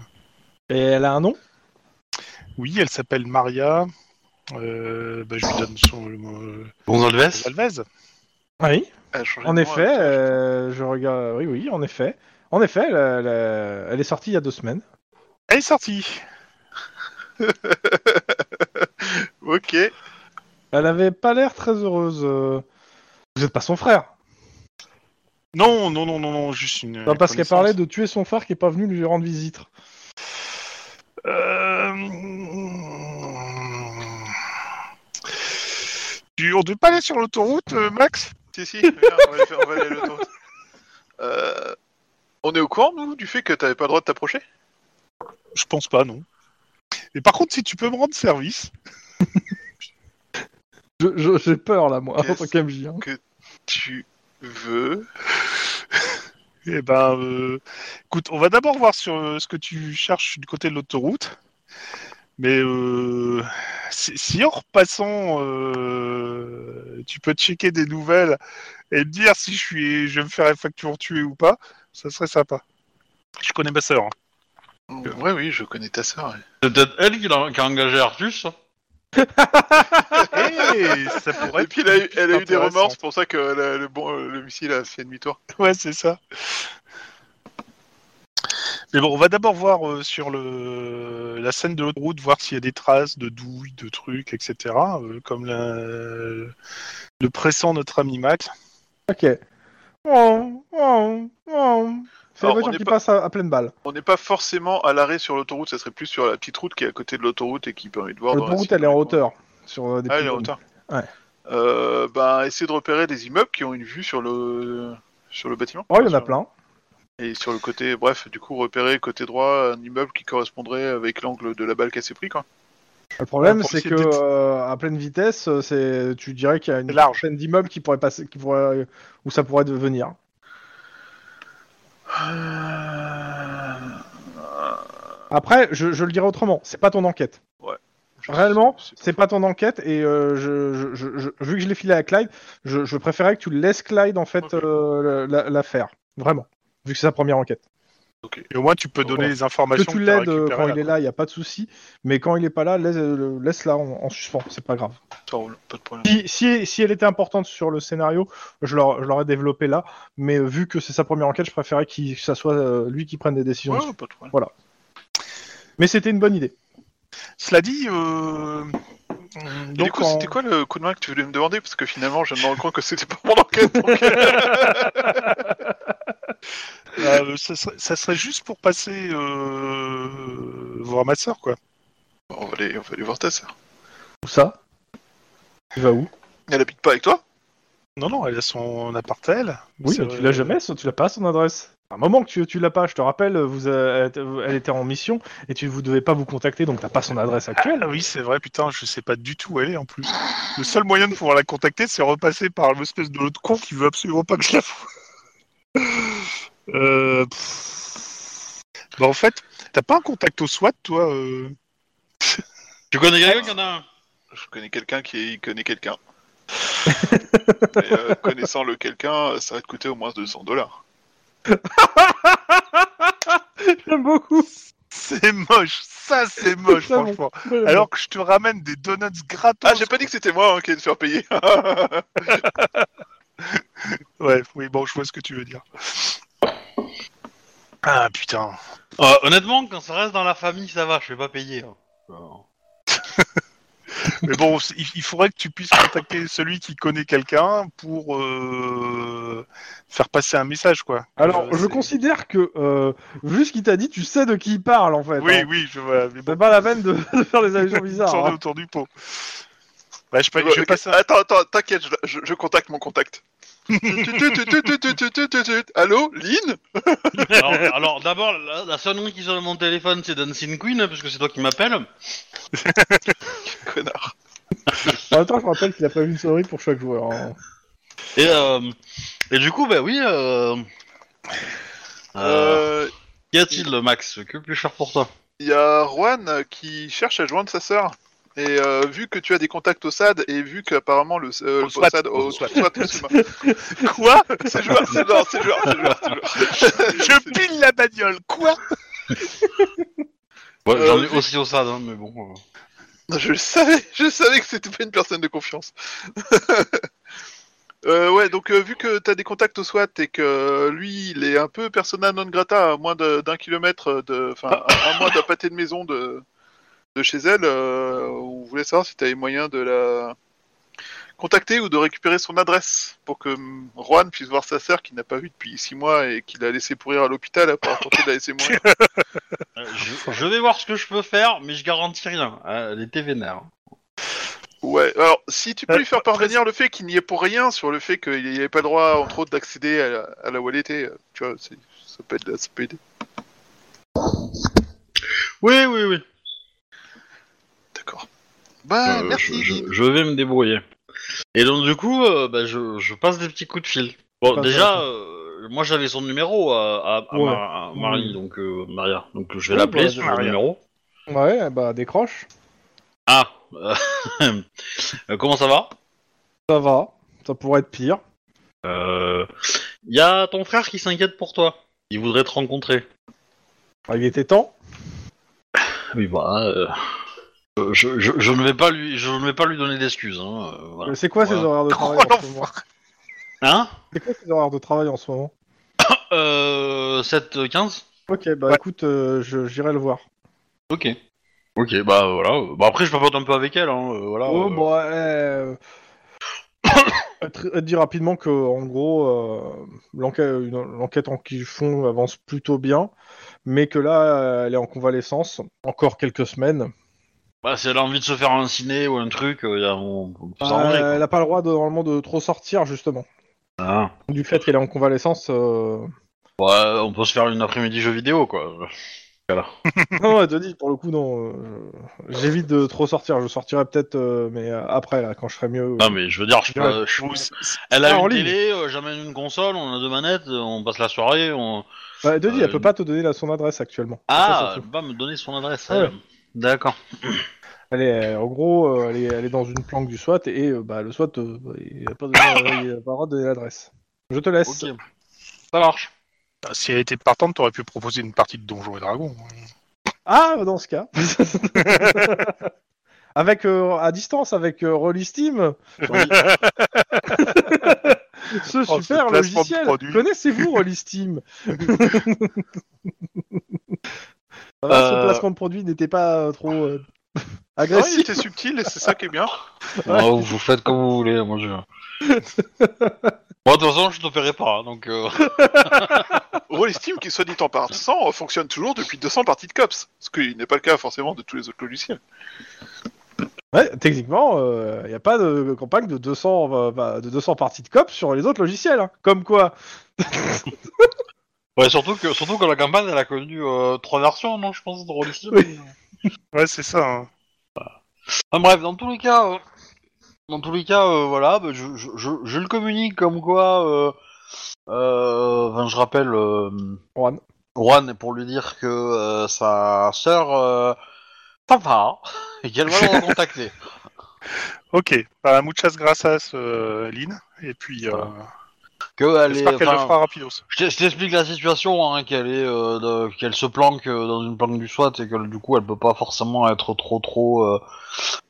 [SPEAKER 2] Et elle a un nom
[SPEAKER 3] Oui, elle s'appelle Maria. Euh, bah, je lui donne son euh,
[SPEAKER 1] Gonzalves
[SPEAKER 3] Alves.
[SPEAKER 2] Oui.
[SPEAKER 5] Elle a changé
[SPEAKER 2] En
[SPEAKER 5] de nom,
[SPEAKER 2] effet,
[SPEAKER 5] elle.
[SPEAKER 2] euh, je regarde. Oui oui, en effet. En effet, elle, elle- elle est sortie il y a deux semaines.
[SPEAKER 3] Elle est sortie
[SPEAKER 5] Ok.
[SPEAKER 2] Elle avait pas l'air très heureuse. euh. Vous êtes pas son frère.
[SPEAKER 3] Non, non, non, non, non, juste une.
[SPEAKER 2] Non, parce qu'elle
[SPEAKER 3] connaissance.
[SPEAKER 2] parlait de tuer son frère qui est pas venu lui rendre visite.
[SPEAKER 3] Euh, Tu on devait pas aller sur l'autoroute, euh, Max
[SPEAKER 5] Si, si, viens, on va, aller faire- on va aller à l'autoroute. Euh, on est au courant, nous, du fait que t'avais pas le droit de t'approcher
[SPEAKER 3] Je pense pas, non. Et par contre, si tu peux me rendre service,
[SPEAKER 2] Je- je- J'ai peur là, moi, en
[SPEAKER 5] Yes.
[SPEAKER 2] tant qu'MJ. hein.
[SPEAKER 5] Tu veux
[SPEAKER 3] eh ben, euh, écoute, on va d'abord voir sur euh, ce que tu cherches du côté de l'autoroute. Mais euh, si, si en repassant, euh, tu peux checker des nouvelles et me dire si je suis, je vais me faire facture tuer ou pas, ça serait sympa. Je connais ma sœur. hein.
[SPEAKER 5] Ouais, oui, je connais ta sœur. ouais.
[SPEAKER 1] C'est peut-être elle qui l'a- qui a engagé Artus.
[SPEAKER 3] Eh, ça pourrait.
[SPEAKER 5] Et puis, elle a eu,
[SPEAKER 3] être
[SPEAKER 5] elle a eu des
[SPEAKER 3] intéressant.
[SPEAKER 5] remords, c'est pour ça que le, le bon, euh, le missile a fait demi-tour.
[SPEAKER 3] Ouais, c'est ça. Mais bon, on va d'abord voir euh, sur le la scène de l'autoroute, voir s'il y a des traces de douilles, de trucs, etc. euh, comme la... le pressant notre ami Max.
[SPEAKER 2] Ok. Ouah, ouah, ouah. C'est la
[SPEAKER 5] Alors,
[SPEAKER 2] voiture
[SPEAKER 5] on est
[SPEAKER 2] qui
[SPEAKER 5] pas-
[SPEAKER 2] passe à, à pleine balle.
[SPEAKER 5] On n'est pas forcément à l'arrêt sur l'autoroute, ça serait plus sur la petite route qui est à côté de l'autoroute et qui permet de voir. dans la
[SPEAKER 2] L'autoroute,
[SPEAKER 5] cité
[SPEAKER 2] elle est en
[SPEAKER 5] dans les
[SPEAKER 2] hauteur. Sur euh, des
[SPEAKER 5] Ah,
[SPEAKER 2] petits
[SPEAKER 5] il est en
[SPEAKER 2] cônes.
[SPEAKER 5] hauteur.
[SPEAKER 2] Ouais.
[SPEAKER 5] Euh, ben, essayer de repérer des immeubles qui ont une vue sur le sur le bâtiment.
[SPEAKER 2] Oh, il y en a plein.
[SPEAKER 5] Et sur le côté, bref, du coup, repérer côté droit un immeuble qui correspondrait avec l'angle de la balle qu'elle s'est pris, quoi.
[SPEAKER 2] Le problème,
[SPEAKER 3] Ouais, pour
[SPEAKER 2] c'est
[SPEAKER 3] essayer
[SPEAKER 2] que
[SPEAKER 3] d'être-
[SPEAKER 2] euh, à pleine vitesse, euh, c'est tu dirais qu'il y a une
[SPEAKER 3] C'est large.
[SPEAKER 2] chaîne d'immeubles qui pourrait passer, qui pourrait, où ça pourrait devenir. Après, je, je le dirais autrement, c'est pas ton enquête.
[SPEAKER 5] Je-
[SPEAKER 2] Réellement,
[SPEAKER 5] c'est-
[SPEAKER 2] c'est pas ton enquête et euh, je, je- je- je- vu que je l'ai filé à Clyde, je, je préférais que tu laisses Clyde en fait
[SPEAKER 5] Ok.
[SPEAKER 2] euh, la, la faire, vraiment, vu que c'est sa première enquête.
[SPEAKER 3] Et au moins, tu peux
[SPEAKER 2] Voilà.
[SPEAKER 3] donner les
[SPEAKER 2] Que
[SPEAKER 5] Bah,
[SPEAKER 3] informations.
[SPEAKER 2] tu
[SPEAKER 3] t'as
[SPEAKER 2] l'aides euh,
[SPEAKER 3] récupérées
[SPEAKER 2] quand
[SPEAKER 3] là,
[SPEAKER 2] il est
[SPEAKER 3] quoi.
[SPEAKER 2] là, il y a pas de souci, mais quand il est pas là, laisse- euh, le- laisse-la en, en suspens, c'est pas grave.
[SPEAKER 5] ça roule, pas de problème.
[SPEAKER 2] Si, si, si elle était importante sur le scénario, je l'aurais je l'aurais développé là, mais euh, vu que c'est sa première enquête, je préférais qu'il- que ça soit euh, lui qui prenne des décisions.
[SPEAKER 5] Ouais,
[SPEAKER 2] dessus.
[SPEAKER 5] ouais, pas de problème.
[SPEAKER 2] Mais c'était une bonne idée.
[SPEAKER 3] Cela dit, euh...
[SPEAKER 5] Et
[SPEAKER 3] donc,
[SPEAKER 5] du coup,
[SPEAKER 3] en-
[SPEAKER 5] c'était quoi le coup de main que tu voulais me demander Parce que finalement, je viens de me rends compte que c'était pas mon enquête.
[SPEAKER 3] euh, ça, serait, ça serait juste pour passer euh, voir ma sœur, quoi.
[SPEAKER 5] Bon, on, va aller, on va aller voir ta sœur.
[SPEAKER 2] Où ça Tu vas où
[SPEAKER 5] Elle habite pas avec toi
[SPEAKER 3] Non, non, elle a son appart à elle.
[SPEAKER 2] Oui,
[SPEAKER 3] C'est,
[SPEAKER 2] mais tu l'as
[SPEAKER 3] euh,
[SPEAKER 2] jamais, ça, tu l'as pas son adresse. Un moment que tu, tu l'as pas, je te rappelle, vous, euh, elle était en mission et tu vous devez pas vous contacter, donc t'as pas son adresse actuelle.
[SPEAKER 3] Ah oui, c'est vrai, putain, je sais pas du tout où elle est en plus. Le seul moyen de pouvoir la contacter, c'est repasser par l'espèce de l'autre con qui veut absolument pas que je la fous. Euh, pff. Bah, en fait, t'as pas un contact au SWAT, toi euh
[SPEAKER 1] Tu connais quelqu'un qui en a un
[SPEAKER 5] Je connais quelqu'un qui connaît quelqu'un. Et, euh, connaissant le quelqu'un, ça va te coûter au moins 200 dollars.
[SPEAKER 2] J'aime beaucoup.
[SPEAKER 3] C'est moche, ça c'est moche,
[SPEAKER 2] Ça, bon.
[SPEAKER 3] franchement. Alors que je te ramène des donuts gratos.
[SPEAKER 5] Ah, j'ai pas dit que c'était moi hein, qui allais te faire payer.
[SPEAKER 3] Bah, Ouais, oui, bon, je vois ce que tu veux dire. Ah putain.
[SPEAKER 1] Euh, Honnêtement, quand ça reste dans la famille, ça va, je vais pas payer. hein.
[SPEAKER 3] Mais bon, c- il il faudrait que tu puisses contacter celui qui connaît quelqu'un pour euh, faire passer un message, quoi.
[SPEAKER 2] Alors,
[SPEAKER 3] Euh,
[SPEAKER 2] je
[SPEAKER 3] c'est-
[SPEAKER 2] considère que, euh, vu ce qu'il t'a dit, tu sais de qui il parle en fait.
[SPEAKER 3] Oui,
[SPEAKER 2] hein.
[SPEAKER 3] oui, je vois. Mais bon,
[SPEAKER 2] C'est pas la peine de, de faire des allusions bizarres.
[SPEAKER 3] tourner
[SPEAKER 2] hein.
[SPEAKER 3] autour du pot. Bah, je, pa-
[SPEAKER 5] Bon,
[SPEAKER 3] je vais
[SPEAKER 5] ok.
[SPEAKER 3] passer. un-
[SPEAKER 5] Attends, attends, t'inquiète, je, je- je contacte mon contact. Tut, tut, tut, tut, tut, tut, tut, tut, tut. Allô, Lynn
[SPEAKER 1] Alors, alors, d'abord, la, la sonnerie qui sonne à mon téléphone, c'est Dancing Queen, hein, parce que c'est toi qui m'appelles.
[SPEAKER 5] Connard.
[SPEAKER 2] En même temps, je rappelle qu'il a prévu une sonnerie pour chaque joueur. hein.
[SPEAKER 1] Et, euh, et du coup, bah oui. Euh,
[SPEAKER 3] Ah.
[SPEAKER 1] euh,
[SPEAKER 5] Euh,
[SPEAKER 1] Qu'y a-t-il, Max Que puis-je faire pour toi
[SPEAKER 5] Il y a Juan qui cherche à joindre sa sœur. Et euh, vu que tu as des contacts au SAD, et vu qu'apparemment le, euh,
[SPEAKER 3] Au
[SPEAKER 5] le
[SPEAKER 3] SWAT.
[SPEAKER 5] SAD, au
[SPEAKER 3] Au SWAT.
[SPEAKER 5] SWAT, excuse-moi.
[SPEAKER 3] Quoi
[SPEAKER 5] c'est joueur, c'est joueur, c'est joueur, c'est joueur, c'est joueur.
[SPEAKER 3] Je pile la bagnole, quoi
[SPEAKER 1] ouais,
[SPEAKER 5] Euh,
[SPEAKER 1] J'en ai
[SPEAKER 5] vu-
[SPEAKER 1] aussi au SAD, hein, mais bon. euh.
[SPEAKER 5] Je le savais, je savais que c'était pas une personne de confiance. Euh, ouais, donc euh, vu que t'as des contacts au SWAT et que euh, lui, il est un peu persona non grata à moins de- d'un kilomètre, de, enfin à, à moins d'un pâté de maison de, de chez elle, euh, on voulait savoir si t'avais moyen de la contacter ou de récupérer son adresse pour que hum, Juan puisse voir sa sœur qu'il n'a pas vue depuis six mois et qu'il a laissé pourrir à l'hôpital après avoir tenté de la laisser mourir.
[SPEAKER 1] Euh, je, je vais voir ce que je peux faire, mais je garantis rien. Euh, Elle était vénère.
[SPEAKER 5] Ouais, alors si tu peux
[SPEAKER 3] Euh,
[SPEAKER 5] lui faire parvenir le fait qu'il n'y est pour rien sur le fait qu'il n'y avait pas le droit, entre autres, d'accéder à la, à la wallet, euh, tu vois, c'est- ça peut, être, ça peut aider.
[SPEAKER 1] Oui, oui, oui.
[SPEAKER 5] D'accord. Bah,
[SPEAKER 1] Euh,
[SPEAKER 5] merci,
[SPEAKER 1] je,
[SPEAKER 5] Lynn.
[SPEAKER 1] je- je vais me débrouiller. Et donc du coup, euh, bah, je, je passe des petits coups de fil. Bon,
[SPEAKER 2] Pas
[SPEAKER 1] déjà, euh, moi j'avais son numéro à, à, à
[SPEAKER 2] Ouais.
[SPEAKER 1] Mar- à Marie,
[SPEAKER 2] Oui.
[SPEAKER 1] donc euh, Maria. Donc je vais
[SPEAKER 2] Oui,
[SPEAKER 1] l'appeler
[SPEAKER 2] bah,
[SPEAKER 1] sur le
[SPEAKER 3] Maria.
[SPEAKER 1] numéro.
[SPEAKER 2] Ouais, bah décroche.
[SPEAKER 1] Ah, euh, euh, comment ça va
[SPEAKER 2] Ça va, ça pourrait être pire.
[SPEAKER 1] Euh, y a ton frère qui s'inquiète pour toi. Il voudrait te rencontrer.
[SPEAKER 2] Ah, il était temps.
[SPEAKER 1] Oui, bah, euh, euh, je, je, je ne vais pas lui, je ne vais pas lui donner d'excuses. Hein, euh, voilà.
[SPEAKER 2] Euh, C'est quoi ses
[SPEAKER 1] Voilà.
[SPEAKER 2] horaires de travail
[SPEAKER 3] Bah, Oh,
[SPEAKER 2] en ce moment
[SPEAKER 1] Hein
[SPEAKER 2] C'est quoi ses horaires de travail en ce moment
[SPEAKER 1] euh, 7 15
[SPEAKER 2] Ok, bah
[SPEAKER 3] Ouais.
[SPEAKER 2] écoute, euh, je- j'irai le voir.
[SPEAKER 1] Ok. Ok, bah voilà. Bah après, je papote un peu avec elle, hein, euh, voilà.
[SPEAKER 2] Oh,
[SPEAKER 1] euh,
[SPEAKER 2] bah, euh, elle te- elle te dit rapidement que en gros euh, l'enquête une- l'enquête en qu'ils font avance plutôt bien, mais que là euh, elle est en convalescence encore quelques semaines.
[SPEAKER 1] bah, si elle a envie de se faire un ciné ou un truc, euh, y a- on on peut s'arranger.
[SPEAKER 2] Euh,
[SPEAKER 1] quoi.
[SPEAKER 2] elle n'a pas le droit de, normalement de trop sortir justement.
[SPEAKER 1] Ah.
[SPEAKER 2] Du fait qu'elle est en convalescence. euh,
[SPEAKER 1] Bah, on peut se faire une après-midi jeu vidéo, quoi. Voilà.
[SPEAKER 2] Non, elle te dit pour le coup non. euh, J'évite de trop sortir. Je sortirai peut-être euh, mais euh, après là quand je serai mieux.
[SPEAKER 1] Non, mais je veux dire, je, peux- je-
[SPEAKER 3] Vous, c'est- c'est-
[SPEAKER 1] elle a
[SPEAKER 2] Ah, en
[SPEAKER 1] une
[SPEAKER 2] ligne.
[SPEAKER 1] télé, euh, j'amène une console, on a deux manettes, euh, on passe la soirée, on...
[SPEAKER 2] Bah, elle te dit,
[SPEAKER 1] euh,
[SPEAKER 2] elle peut pas te donner la- son adresse actuellement.
[SPEAKER 1] Ah,
[SPEAKER 2] Ça,
[SPEAKER 1] elle
[SPEAKER 2] surtout.
[SPEAKER 1] peut pas me donner son adresse.
[SPEAKER 2] Ah Ouais.
[SPEAKER 1] elle. D'accord.
[SPEAKER 2] Elle est, euh, en gros, euh, elle est, elle est dans une planque du SWAT et euh, bah, le SWAT, euh, il n'a pas, donné- il a pas le droit de donner l'adresse. Je te laisse.
[SPEAKER 1] Ok. Ça marche.
[SPEAKER 3] Bah, Si elle était partante, t'aurais pu proposer une partie de Donjons et Dragons. hein.
[SPEAKER 2] Ah, bah, dans ce cas. avec, euh, à distance, avec euh, Release Team, ce
[SPEAKER 3] Oh, ce
[SPEAKER 2] super
[SPEAKER 3] placement de
[SPEAKER 2] logiciel.
[SPEAKER 3] produit.
[SPEAKER 2] Connaissez-vous Release Team Ça va,
[SPEAKER 1] Euh.
[SPEAKER 2] Ce placement de produit n'était pas euh, trop euh,
[SPEAKER 5] Non, il
[SPEAKER 2] agressif.
[SPEAKER 5] était subtil et c'est ça qui est bien.
[SPEAKER 1] Oh, vous faites comme vous voulez, moi je. Moi, de toute façon, je t'opérais pas, hein, donc. euh,
[SPEAKER 5] Rollestime, qui soit dit en passant, euh, fonctionne toujours depuis 200 parties de COPS. Ce qui n'est pas le cas forcément de tous les autres logiciels.
[SPEAKER 2] Ouais, techniquement, il n'y a pas de campagne de 200, euh, bah, de 200 parties de COP sur les autres logiciels. hein. Comme quoi
[SPEAKER 1] Ouais, surtout que, surtout que la campagne, elle a connu euh, trois versions, non, je pense, de Rolling Stone.
[SPEAKER 3] Ouais, c'est ça. hein.
[SPEAKER 1] Enfin, bref, dans tous les cas, euh, dans tous les cas, euh, voilà, bah, je, je, je, je le communique comme quoi. Euh, euh, enfin, je rappelle euh,
[SPEAKER 2] Juan.
[SPEAKER 1] Juan pour lui dire que euh, sa sœur euh, hein, s'en va et qu'elle va le recontacter.
[SPEAKER 3] Ok, bah, muchas gracias, euh, Lynn. Et puis, euh,
[SPEAKER 1] que elle est,
[SPEAKER 3] j'espère qu'elle le
[SPEAKER 1] enfin,
[SPEAKER 3] fera rapidos.
[SPEAKER 1] Je t'ai- je t'explique la situation, hein, qu'elle est, euh, de- qu'elle se planque euh, dans une planque du SWAT et que du coup elle peut pas forcément être trop trop euh,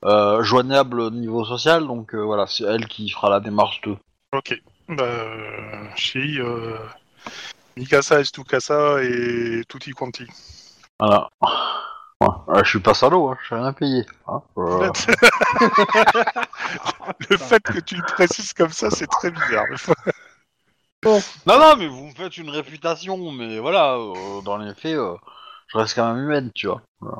[SPEAKER 1] euh, joignable au niveau social, donc euh, voilà, c'est elle qui fera la démarche de.
[SPEAKER 3] Ok. Bah, euh, chez euh, Mikasa Estucasa et Tutti Quanti.
[SPEAKER 1] Voilà. Ouais, euh, je suis pas salaud, hein, je suis rien payé. hein, euh.
[SPEAKER 3] Le fait que tu le précises comme ça, c'est très bizarre.
[SPEAKER 1] Non, non, mais vous me faites une réputation, mais voilà, euh, dans les faits, euh, je reste quand même humaine, tu vois. voilà.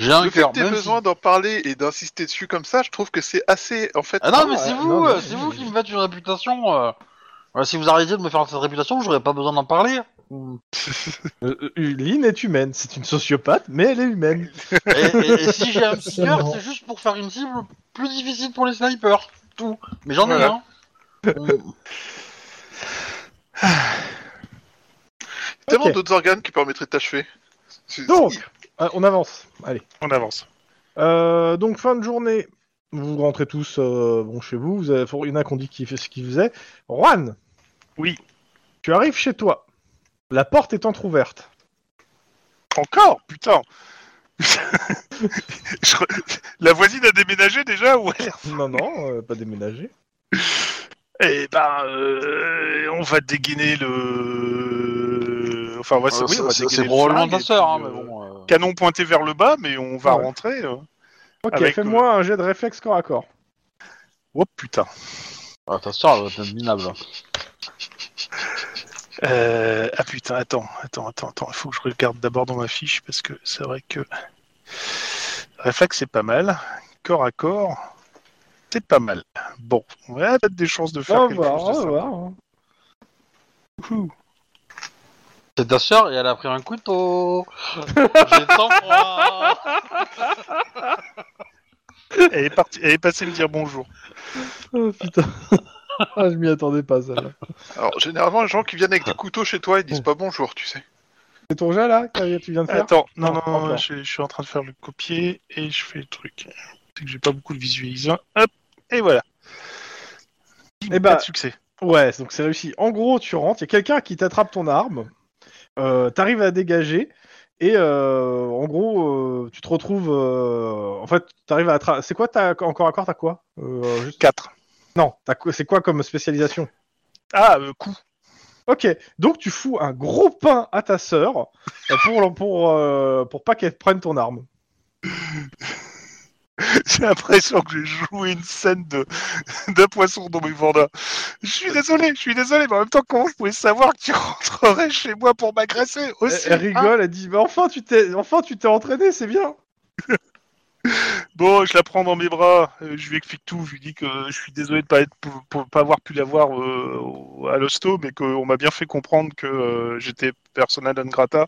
[SPEAKER 1] J'ai un
[SPEAKER 5] Le fait
[SPEAKER 1] cœur.
[SPEAKER 5] que t'aies
[SPEAKER 1] même si-
[SPEAKER 5] besoin d'en parler et d'insister dessus comme ça, je trouve que c'est assez, en fait.
[SPEAKER 1] Ah non, mais c'est
[SPEAKER 2] ouais,
[SPEAKER 1] vous,
[SPEAKER 2] non,
[SPEAKER 1] euh,
[SPEAKER 2] mais-
[SPEAKER 1] c'est vous qui me faites une réputation. euh. Voilà, si vous arrêtiez de me faire cette réputation, j'aurais pas besoin d'en parler.
[SPEAKER 2] Euh, euh, Lynn est humaine, c'est une sociopathe, mais elle est humaine.
[SPEAKER 1] Et, et- et si j'ai un petit cœur,
[SPEAKER 4] Seulement.
[SPEAKER 1] c'est juste pour faire une cible plus difficile pour les snipers. Tout. Mais j'en ai hein.
[SPEAKER 3] Voilà.
[SPEAKER 1] un.
[SPEAKER 3] Bah,
[SPEAKER 5] tellement
[SPEAKER 2] Ok.
[SPEAKER 5] d'autres organes qui permettraient de t'achever. C'est-
[SPEAKER 2] Donc, euh, on avance. Allez.
[SPEAKER 3] On avance.
[SPEAKER 2] Euh, donc, fin de journée. Vous rentrez tous euh, bon, chez vous. vous avez, il y en a qui ont dit qu'il fait ce qu'il faisait. Juan
[SPEAKER 3] Oui.
[SPEAKER 2] Tu arrives chez toi. La porte est entr'ouverte.
[SPEAKER 3] Encore Putain Je re- La voisine a déménagé déjà ou elle
[SPEAKER 2] Non, non, euh, pas déménagé.
[SPEAKER 3] Eh ben, euh, on va dégainer le... Enfin, on va se- Ah, oui, on
[SPEAKER 1] euh,
[SPEAKER 3] va
[SPEAKER 1] bah, c'est
[SPEAKER 3] dégainer le
[SPEAKER 1] probablement
[SPEAKER 3] flingue
[SPEAKER 1] ta
[SPEAKER 3] et
[SPEAKER 1] sœur, hein,
[SPEAKER 3] puis,
[SPEAKER 1] mais
[SPEAKER 3] euh,
[SPEAKER 1] bon. euh,
[SPEAKER 3] Canon pointé vers le bas, mais on va
[SPEAKER 2] Ouais.
[SPEAKER 3] rentrer. euh.
[SPEAKER 2] Ok,
[SPEAKER 3] Avec, euh,
[SPEAKER 2] fais-moi un jet de réflexe corps à corps.
[SPEAKER 3] Oh putain
[SPEAKER 1] ah, ta sœur, elle va être minable.
[SPEAKER 3] Euh, ah putain, attends, attends, attends, attends. Il faut que je regarde d'abord dans ma fiche parce que c'est vrai que. Réflexe, c'est pas mal. Corps à corps, c'est pas mal. Bon, on a peut-être des chances de faire
[SPEAKER 2] On va
[SPEAKER 3] quelque
[SPEAKER 2] voir,
[SPEAKER 3] chose.
[SPEAKER 2] on
[SPEAKER 3] de
[SPEAKER 2] va
[SPEAKER 3] ça.
[SPEAKER 2] voir. hein.
[SPEAKER 3] Ouhou.
[SPEAKER 1] C'est ta soeur et elle a pris un couteau. J'ai tant froid.
[SPEAKER 3] Elle est partie, elle est passée me dire bonjour.
[SPEAKER 2] Oh, putain. ah, je m'y attendais pas, ça. là.
[SPEAKER 5] Alors, généralement, les gens qui viennent avec des couteaux chez toi, ils disent pas bonjour, tu sais.
[SPEAKER 2] C'est ton jet, là, que tu viens de faire
[SPEAKER 3] Attends, non,
[SPEAKER 2] Non,
[SPEAKER 3] non,
[SPEAKER 2] encore.
[SPEAKER 3] je, je suis en train de faire le copier et je fais le truc. C'est que j'ai pas beaucoup de visualisation. Hop, et voilà.
[SPEAKER 2] Eh
[SPEAKER 3] Pas
[SPEAKER 2] bah,
[SPEAKER 3] de succès.
[SPEAKER 2] Ouais, donc c'est réussi. En gros, tu rentres, il y a quelqu'un qui t'attrape ton arme, euh, t'arrives à dégager, et euh, en gros, euh, tu te retrouves. euh, en fait, t'arrives à attraper. C'est quoi t'as encore à corps T'as quoi Euh, juste-
[SPEAKER 3] 4.
[SPEAKER 2] Non, t'as quoi- c'est quoi comme spécialisation
[SPEAKER 3] Ah, euh, coup.
[SPEAKER 2] Ok, donc tu fous un gros pain à ta sœur euh, pour, pour, euh, pour pas qu'elle prenne ton arme.
[SPEAKER 3] J'ai l'impression que j'ai joué une scène de d'un poisson dans mes vendas. Je suis désolé, je suis désolé, mais en même temps, comment je pouvais savoir que tu rentrerais chez moi pour m'agresser
[SPEAKER 2] Elle,
[SPEAKER 3] aussi
[SPEAKER 2] elle
[SPEAKER 3] hein
[SPEAKER 2] rigole, elle dit Mais enfin, tu t'es enfin, tu t'es entraîné, c'est bien
[SPEAKER 3] Bon, je la prends dans mes bras, euh, je lui explique tout, je lui dis que je suis désolé de pas être, pour, pour pas avoir pu l'avoir euh, au- à l'hosto, mais qu'on m'a bien fait comprendre que euh, j'étais persona non grata,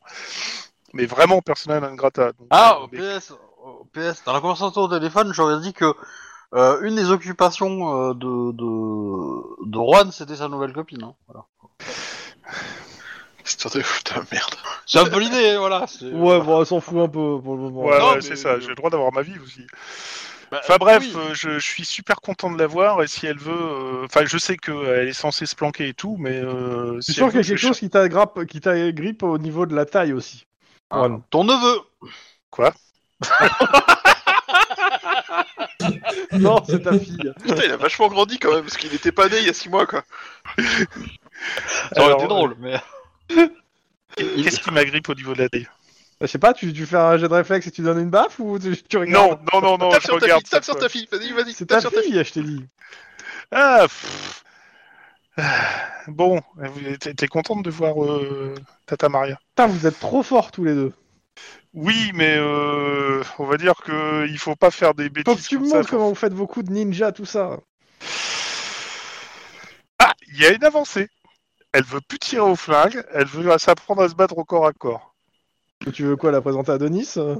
[SPEAKER 3] mais vraiment persona non grata. Donc,
[SPEAKER 1] Ah,
[SPEAKER 3] euh,
[SPEAKER 1] au
[SPEAKER 3] mais-
[SPEAKER 1] PS, au PS, dans la conversation au téléphone, j'aurais dit que euh, une des occupations euh, de, de, de Juan, c'était sa nouvelle copine. hein. Voilà.
[SPEAKER 5] Histoire de putain, merde.
[SPEAKER 1] C'est un peu l'idée, voilà. c'est-
[SPEAKER 2] Ouais, bon, elle s'en fout un peu pour le moment.
[SPEAKER 3] Ouais,
[SPEAKER 1] Non,
[SPEAKER 3] ouais,
[SPEAKER 1] mais-
[SPEAKER 3] c'est ça, j'ai le droit d'avoir ma vie aussi.
[SPEAKER 1] Bah,
[SPEAKER 3] Enfin bref,
[SPEAKER 1] oui.
[SPEAKER 3] euh, je, je suis super content de la voir et si elle veut, euh, enfin je sais qu'elle est censée se planquer et tout, mais euh,
[SPEAKER 2] Je
[SPEAKER 3] si
[SPEAKER 2] suis sûr
[SPEAKER 3] elle
[SPEAKER 2] qu'il y
[SPEAKER 3] veut,
[SPEAKER 2] a quelque
[SPEAKER 3] je-
[SPEAKER 2] chose qui t'agrippe qui t'agrippe au niveau de la taille aussi.
[SPEAKER 1] Ah,
[SPEAKER 2] Ouais.
[SPEAKER 1] ton neveu.
[SPEAKER 2] Non, c'est ta fille.
[SPEAKER 5] Putain, il a vachement grandi quand même, parce qu'il était pas né il y a 6 mois, quoi.
[SPEAKER 1] Ça aurait
[SPEAKER 3] Alors,
[SPEAKER 1] été drôle, mais.
[SPEAKER 3] Qu'est-ce qui m'agrippe au niveau de la taille
[SPEAKER 2] Je sais pas, tu, tu fais un jet de réflexe et tu donnes une baffe ou tu, tu regardes
[SPEAKER 3] Non, non, non, non,
[SPEAKER 5] tape
[SPEAKER 3] je
[SPEAKER 5] sur ta
[SPEAKER 3] regarde.
[SPEAKER 5] fille, tape
[SPEAKER 3] cette
[SPEAKER 5] sur ta fille, vas-y, vas-y,
[SPEAKER 2] C'est
[SPEAKER 5] tape
[SPEAKER 2] ta
[SPEAKER 5] sur ta fille.
[SPEAKER 2] fille, je t'ai dit.
[SPEAKER 3] fois. Ah, pff. Ah, bon, vous- t'es t'es contente de voir euh, Tata Maria
[SPEAKER 2] Putain, vous êtes trop forts tous les deux.
[SPEAKER 3] Oui, mais euh, on va dire que il faut pas faire des
[SPEAKER 2] Faut
[SPEAKER 3] bêtises
[SPEAKER 2] que tu
[SPEAKER 3] comme
[SPEAKER 2] me
[SPEAKER 3] ça.
[SPEAKER 2] montres comment vous faites vos coups de ninja, tout ça.
[SPEAKER 3] Ah, il y a une avancée. Elle veut plus tirer au flingue, elle veut s'apprendre à se battre au corps à corps.
[SPEAKER 2] Tu veux quoi, la présenter à Denis euh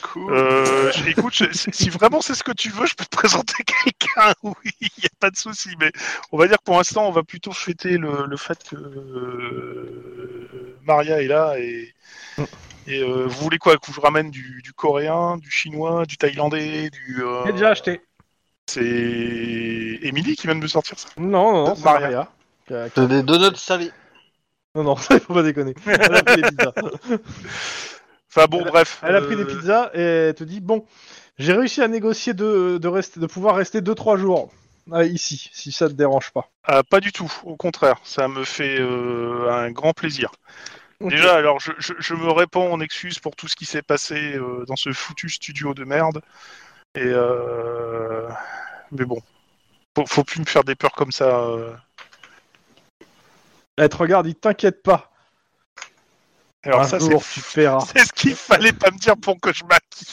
[SPEAKER 5] Cool.
[SPEAKER 3] Euh, je- écoute, je- si si vraiment c'est ce que tu veux, je peux te présenter quelqu'un. Oui, il n'y a pas de souci. Mais on va dire que pour l'instant, on va plutôt fêter le, le fait que euh, Maria est là. Et, et, euh, vous voulez quoi Que je vous ramène du, du coréen, du chinois, du thaïlandais, du. euh,
[SPEAKER 2] acheté.
[SPEAKER 3] C'est Émilie qui vient de me sortir ça.
[SPEAKER 2] Non, non, non, c'est
[SPEAKER 3] Maria.
[SPEAKER 2] Maria. Qui a- qui a-
[SPEAKER 1] C'est des donuts salés.
[SPEAKER 2] Non, non, ça, il faut pas déconner. Elle a pris des pizzas.
[SPEAKER 3] Enfin bon, bref.
[SPEAKER 2] Elle a pris des
[SPEAKER 3] euh,
[SPEAKER 2] pizzas et elle te dit Bon, j'ai réussi à négocier de, de, rester, de pouvoir rester 2-3 jours euh, ici, si ça te dérange pas.
[SPEAKER 3] Ah, pas du tout, au contraire, ça me fait euh, un grand plaisir. Déjà, alors je, je- je me réponds en excuse pour tout ce qui s'est passé euh, dans ce foutu studio de merde. Et euh, mais bon, faut, faut plus me faire des peurs comme ça. euh.
[SPEAKER 2] Elle te regarde, il t'inquiète pas.
[SPEAKER 3] Alors
[SPEAKER 2] un
[SPEAKER 3] ça, c'est,
[SPEAKER 2] jour, tu paieras.
[SPEAKER 3] c'est ce qu'il fallait pas me dire pour que je maquille.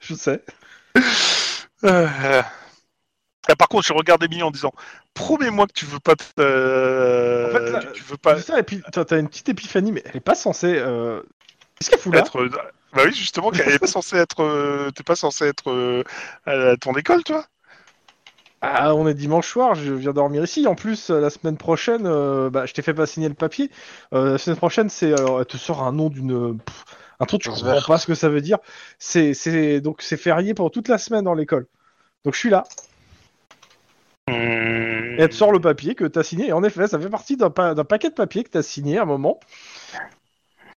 [SPEAKER 2] Je sais.
[SPEAKER 3] Euh. Ah, par contre, je regarde Emily en disant, promets-moi que tu veux pas, te- euh,
[SPEAKER 2] En fait, là,
[SPEAKER 3] que tu veux pas
[SPEAKER 2] Tu dis ça, et puis t'as t'as une petite épiphanie, mais elle est pas censée. euh, Qu'est-ce qu'elle fout là
[SPEAKER 3] être. Bah oui, justement, qu'elle est pas censée être. euh, T'es pas censé être euh, à ton école, toi.
[SPEAKER 2] Ah, on est dimanche soir, je viens dormir ici. En plus, euh, la semaine prochaine, euh, bah, je t'ai fait pas signer le papier. Euh, la semaine prochaine, c'est alors, elle te sort un nom d'une pff, un truc tu
[SPEAKER 1] Un
[SPEAKER 2] comprends
[SPEAKER 1] verre.
[SPEAKER 2] pas ce que ça veut dire. C'est c'est donc c'est férié pour toute la semaine dans l'école. Donc je suis là et elle te sort le papier que t'as signé. Et en effet, ça fait partie d'un pa- d'un paquet de papier que t'as signé à un moment.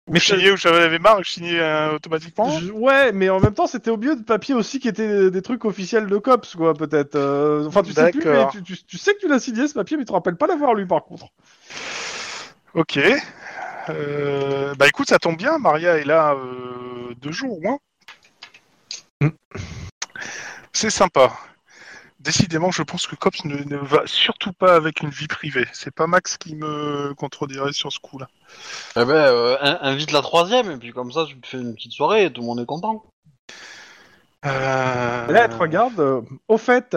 [SPEAKER 3] Mais signé où j'en avais marre, je signais euh, automatiquement.
[SPEAKER 2] Je- ouais, mais en même temps, c'était au milieu de papier aussi qui étaient des trucs officiels de cops, quoi, peut-être. Euh, Enfin, tu sais plus, mais
[SPEAKER 3] D'accord.
[SPEAKER 2] tu, tu- tu sais que tu l'as signé ce papier, mais tu te rappelles pas l'avoir lu par contre.
[SPEAKER 3] Ok. Euh, bah écoute, ça tombe bien, Maria est là euh, deux jours au moins.
[SPEAKER 2] Mm.
[SPEAKER 3] C'est sympa. Décidément, je pense que Cops ne, ne va surtout pas avec une vie privée. C'est pas Max qui me contredirait sur ce coup-là.
[SPEAKER 1] Eh ben, euh, in- invite la troisième, et puis comme ça, tu te fais une petite soirée et tout le monde est content.
[SPEAKER 3] Euh,
[SPEAKER 2] Là, elle te regarde. euh, au fait,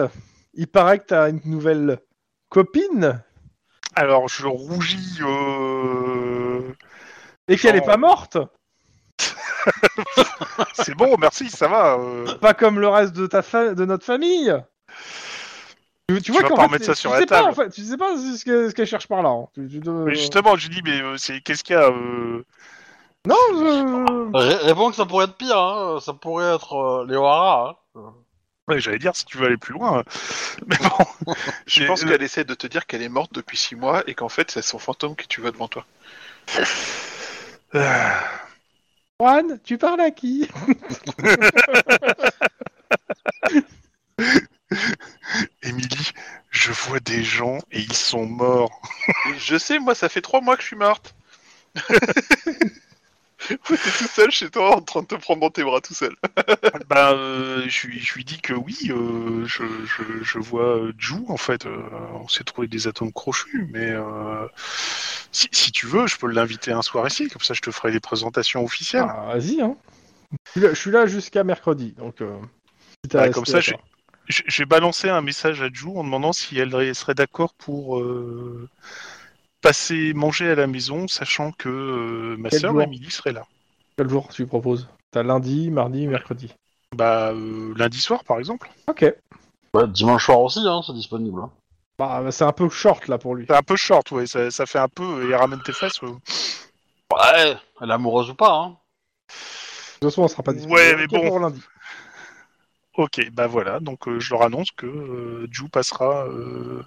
[SPEAKER 2] il paraît que t'as une nouvelle copine
[SPEAKER 3] Alors, je rougis. euh,
[SPEAKER 2] et qu'elle
[SPEAKER 3] Genre.
[SPEAKER 2] est pas morte.
[SPEAKER 3] C'est bon, merci, ça va. euh.
[SPEAKER 2] Pas comme le reste de, ta fa- de notre famille. Tu, tu vois
[SPEAKER 3] vas
[SPEAKER 2] qu'en
[SPEAKER 3] pas
[SPEAKER 2] fait,
[SPEAKER 3] remettre ça
[SPEAKER 2] tu
[SPEAKER 3] sur
[SPEAKER 2] sais
[SPEAKER 3] la
[SPEAKER 2] pas,
[SPEAKER 3] table.
[SPEAKER 2] en fait, tu sais pas ce que- ce qu'elle cherche par là. hein. Tu- tu dois-
[SPEAKER 3] Mais justement, je dis, mais euh, c'est qu'est-ce qu'il y a euh,
[SPEAKER 2] Non, je-
[SPEAKER 1] Ré- Réponds que ça pourrait être pire, hein. ça pourrait être euh, les Wara. hein.
[SPEAKER 3] ouais, J'allais dire, si tu veux aller plus loin. euh. Mais bon,
[SPEAKER 5] Je pense qu'elle essaie de te dire qu'elle est morte depuis six mois et qu'en fait c'est son fantôme que tu vois devant toi.
[SPEAKER 2] Juan, tu parles à qui
[SPEAKER 3] Émilie, je vois des gens et ils sont morts.
[SPEAKER 5] Et je sais, moi ça fait trois mois que je suis morte. Ouais, T'es tout seul chez toi en train de te prendre dans tes bras tout seul.
[SPEAKER 3] ben, euh, je, lui- je lui dis que oui, euh, je, je- je vois euh, Ju, en fait. euh, on s'est trouvé des atomes crochus, mais euh, si, si tu veux, je peux l'inviter un soir ici, comme ça je te ferai des présentations officielles.
[SPEAKER 2] Ah, Vas-y, hein. Je suis là- je suis là jusqu'à mercredi, donc. euh, si t'as
[SPEAKER 3] Ouais,
[SPEAKER 2] resté
[SPEAKER 3] Bah, comme
[SPEAKER 2] à
[SPEAKER 3] ça, j'ai- j'ai j'ai balancé un message à Ju en demandant si elle serait d'accord pour euh, passer manger à la maison, sachant que euh, ma
[SPEAKER 2] Quel
[SPEAKER 3] sœur
[SPEAKER 2] jour
[SPEAKER 3] Émilie serait là.
[SPEAKER 2] Quel jour tu proposes T'as lundi, mardi, mercredi.
[SPEAKER 3] Bah, euh, lundi soir, par exemple.
[SPEAKER 2] Ok.
[SPEAKER 3] Bah,
[SPEAKER 1] Ouais, dimanche soir aussi, hein, c'est disponible. hein.
[SPEAKER 2] Bah, c'est un peu short là pour lui.
[SPEAKER 3] C'est un peu short, ouais. Ça, ça fait un peu. Et ramène tes fesses. ouais.
[SPEAKER 1] Ouais, elle est amoureuse ou pas. Hein.
[SPEAKER 2] De toute façon, on sera pas disponible.
[SPEAKER 3] Ouais, mais
[SPEAKER 2] Ok
[SPEAKER 3] bon.
[SPEAKER 2] pour lundi.
[SPEAKER 3] Ok, bah voilà. Donc euh, je leur annonce que euh, Ju passera euh,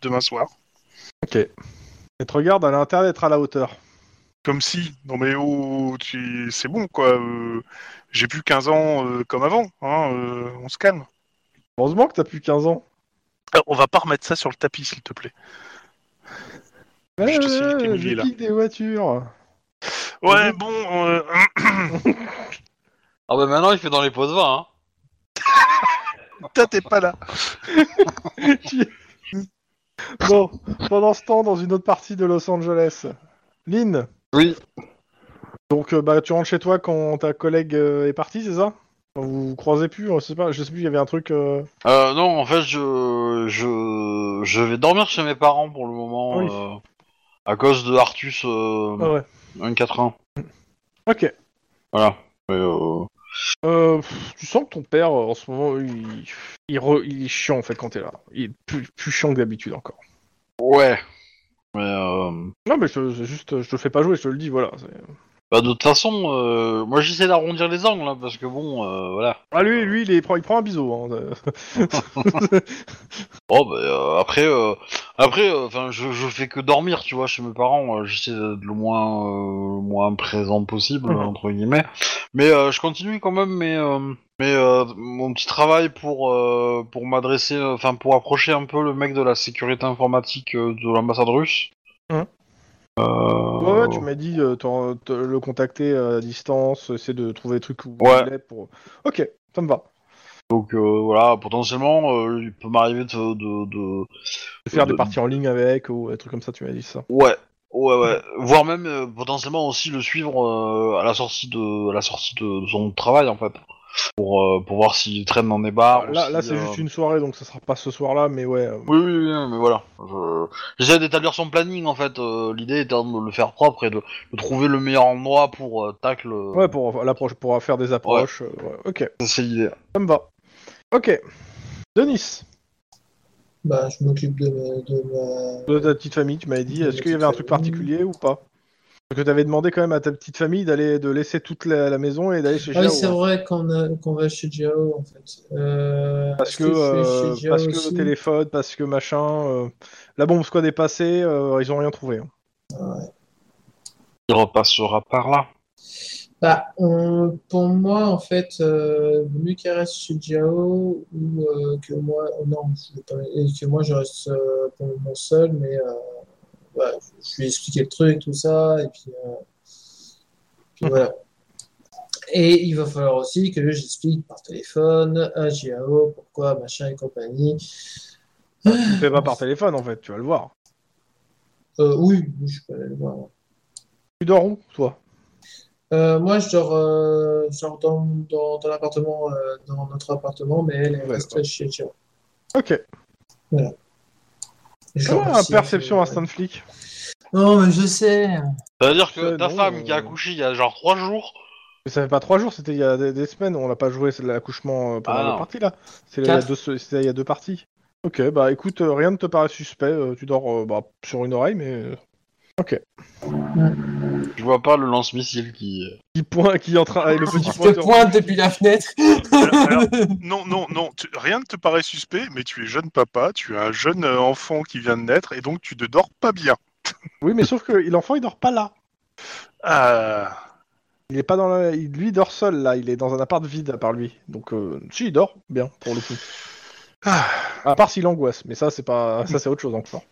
[SPEAKER 3] demain soir.
[SPEAKER 2] Et te regarde, elle a intérêt d'être à la hauteur.
[SPEAKER 3] Comme si. Non mais oh, tu... c'est bon quoi. euh, J'ai plus 15 ans euh, comme avant. Hein, euh, on se calme.
[SPEAKER 2] Heureusement que t'as plus 15 ans.
[SPEAKER 3] Ah, on va pas remettre ça sur le tapis, s'il te plaît. Je te
[SPEAKER 2] Ouais,
[SPEAKER 3] signe tes
[SPEAKER 2] ouais,
[SPEAKER 3] milliers,
[SPEAKER 2] je
[SPEAKER 3] là.
[SPEAKER 2] pique des voitures.
[SPEAKER 3] Ouais, bon, euh,
[SPEAKER 1] Ah bah maintenant il fait dans les pots de vin. Hein.
[SPEAKER 3] putain, t'es pas là.
[SPEAKER 2] bon, pendant ce temps, dans une autre partie de Los Angeles. Lynn
[SPEAKER 1] Oui.
[SPEAKER 2] Donc, euh, bah, tu rentres chez toi quand ta collègue euh, est partie, c'est ça Quand Vous vous croisez plus, je sais pas, je sais plus, il y avait un truc... euh,
[SPEAKER 1] Euh, non, en fait, je, je, je vais dormir chez mes parents pour le moment
[SPEAKER 2] Oui.
[SPEAKER 1] euh, à cause de Artus euh,
[SPEAKER 2] Ah ouais.
[SPEAKER 1] 1,4 ans.
[SPEAKER 2] Ah, Ok.
[SPEAKER 1] Voilà. Mais, euh,
[SPEAKER 2] Euh, pff, tu sens que ton père, euh, en ce moment, il, il, re- il est chiant, en fait, quand t'es là. Il est plus, plus chiant que d'habitude, encore.
[SPEAKER 1] Ouais. Mais euh,
[SPEAKER 2] Non, mais je- c'est juste, je te fais pas jouer, je te le dis, voilà. c'est-
[SPEAKER 1] bah, de toute façon, euh, moi j'essaie d'arrondir les angles hein, parce que bon, euh, voilà.
[SPEAKER 2] Ah, lui, lui il, est- il prend, il prend un biseau. hein.
[SPEAKER 1] Oh bah euh, après euh, après enfin je, je fais que dormir tu vois chez mes parents euh, j'essaie d'être le moins euh, le moins présent possible
[SPEAKER 2] Mhm.
[SPEAKER 1] entre guillemets mais euh, je continue quand même mes euh, mes, euh, mon petit travail pour euh, pour m'adresser euh, enfin pour approcher un peu le mec de la sécurité informatique euh, de l'ambassade russe
[SPEAKER 2] Mhm.
[SPEAKER 1] Euh,
[SPEAKER 2] Ouais, ouais, tu m'as dit euh, t'en- te- le contacter euh, à distance, essayer de trouver des trucs où
[SPEAKER 1] Ouais.
[SPEAKER 2] il est pour. Ok, ça me va.
[SPEAKER 1] donc euh, voilà potentiellement euh, il peut m'arriver de- de- de
[SPEAKER 2] Faire des
[SPEAKER 1] Euh, De-
[SPEAKER 2] parties en ligne avec ou des trucs comme ça, tu m'as dit ça.
[SPEAKER 1] Ouais, ouais, ouais. Voire même euh, potentiellement aussi le suivre euh, à la sortie de à la sortie de, de son travail en fait, pour euh, pour voir s'il traîne dans des bars. ou
[SPEAKER 2] là,
[SPEAKER 1] si,
[SPEAKER 2] là c'est
[SPEAKER 1] euh,
[SPEAKER 2] juste une soirée, donc ça sera pas ce soir-là, mais ouais. euh,
[SPEAKER 1] Oui, oui, oui, mais voilà. Je- J'essaie d'établir son planning en fait. euh, L'idée étant de le faire propre et de, de trouver le meilleur endroit pour euh, tacle.
[SPEAKER 2] Ouais, pour l'approche, pour faire des approches. euh, ouais, Ok,
[SPEAKER 1] C'est l'idée.
[SPEAKER 2] ça me va. Ok. Denis,
[SPEAKER 4] Bah, je m'occupe de, ma- de ma-
[SPEAKER 2] de ta petite famille, tu m'avais dit,
[SPEAKER 4] De
[SPEAKER 2] est-ce
[SPEAKER 4] ma
[SPEAKER 2] qu'il y
[SPEAKER 4] petite
[SPEAKER 2] avait un truc
[SPEAKER 4] famille.
[SPEAKER 2] particulier ou pas Parce que t'avais demandé quand même à ta petite famille d'aller de laisser toute la, la maison et d'aller chez
[SPEAKER 4] Ah oui,
[SPEAKER 2] Jao,
[SPEAKER 4] c'est
[SPEAKER 2] hein.
[SPEAKER 4] vrai qu'on a- qu'on va chez Jao, en fait. Euh,
[SPEAKER 2] Parce
[SPEAKER 4] est-ce
[SPEAKER 2] que,
[SPEAKER 4] je vais
[SPEAKER 2] euh,
[SPEAKER 4] chez Jao
[SPEAKER 2] parce que
[SPEAKER 4] aussi
[SPEAKER 2] téléphone, parce que machin, euh, la bombe squad est passée, euh, ils ont rien trouvé. hein.
[SPEAKER 1] Il repassera par là.
[SPEAKER 4] Bah, on- pour moi, en fait, euh, mieux qu'elle reste chez Jao ou euh, que moi, oh non, je vais pas, et que moi je reste euh, pour le moment seul, mais euh, voilà, je, je lui ai expliqué le truc, tout ça, et puis, euh, puis voilà. Et il va falloir aussi que j'explique par téléphone à Jao pourquoi, machin et compagnie.
[SPEAKER 2] Tu le fais pas par téléphone en fait, tu vas le voir.
[SPEAKER 4] Euh, oui, oui, je peux aller le voir.
[SPEAKER 2] Tu dors où, toi
[SPEAKER 4] Euh, moi, je dors, euh, je dors dans, dans, dans l'appartement, euh, dans notre appartement, mais elle, elle
[SPEAKER 2] Ouais,
[SPEAKER 4] reste chez Jao.
[SPEAKER 2] Ah, Ok.
[SPEAKER 4] Je
[SPEAKER 2] Comment
[SPEAKER 4] la
[SPEAKER 2] un
[SPEAKER 4] remercie,
[SPEAKER 2] perception
[SPEAKER 4] mais-
[SPEAKER 2] instant flic
[SPEAKER 4] Non, mais je sais.
[SPEAKER 1] C'est-à-dire que
[SPEAKER 2] Ouais,
[SPEAKER 1] ta
[SPEAKER 2] non,
[SPEAKER 1] femme
[SPEAKER 2] euh,
[SPEAKER 1] qui a accouché il y a genre 3 jours,
[SPEAKER 2] Mais ça fait pas trois jours, c'était il y a des, des semaines, on l'a pas joué, c'est l'accouchement euh, pendant
[SPEAKER 1] Ah,
[SPEAKER 2] la
[SPEAKER 1] non.
[SPEAKER 2] partie là. C'est il y a
[SPEAKER 4] Quatre.
[SPEAKER 2] deux- C'était il y a deux parties. Ok, bah écoute, euh, rien ne te paraît suspect, euh, tu dors euh, bah, sur une oreille, mais euh,
[SPEAKER 1] je vois pas le lance-missile qui.
[SPEAKER 2] petit point qui est en train- avec le petit
[SPEAKER 4] Je
[SPEAKER 2] pointeur.
[SPEAKER 4] te pointe depuis la fenêtre.
[SPEAKER 3] Alors, alors, non, non, non, tu- rien ne te paraît suspect, mais tu es jeune papa, tu as un jeune euh, enfant qui vient de naître, et donc tu ne dors pas bien.
[SPEAKER 2] Oui, mais sauf que l'enfant il dort pas là.
[SPEAKER 3] Ah,
[SPEAKER 2] Il est pas dans la... il- lui il dort seul là, il est dans un appart vide à part lui. Donc euh, si il dort bien pour le coup.
[SPEAKER 3] Ah.
[SPEAKER 2] À part s'il angoisse, mais ça c'est pas ça c'est autre chose encore.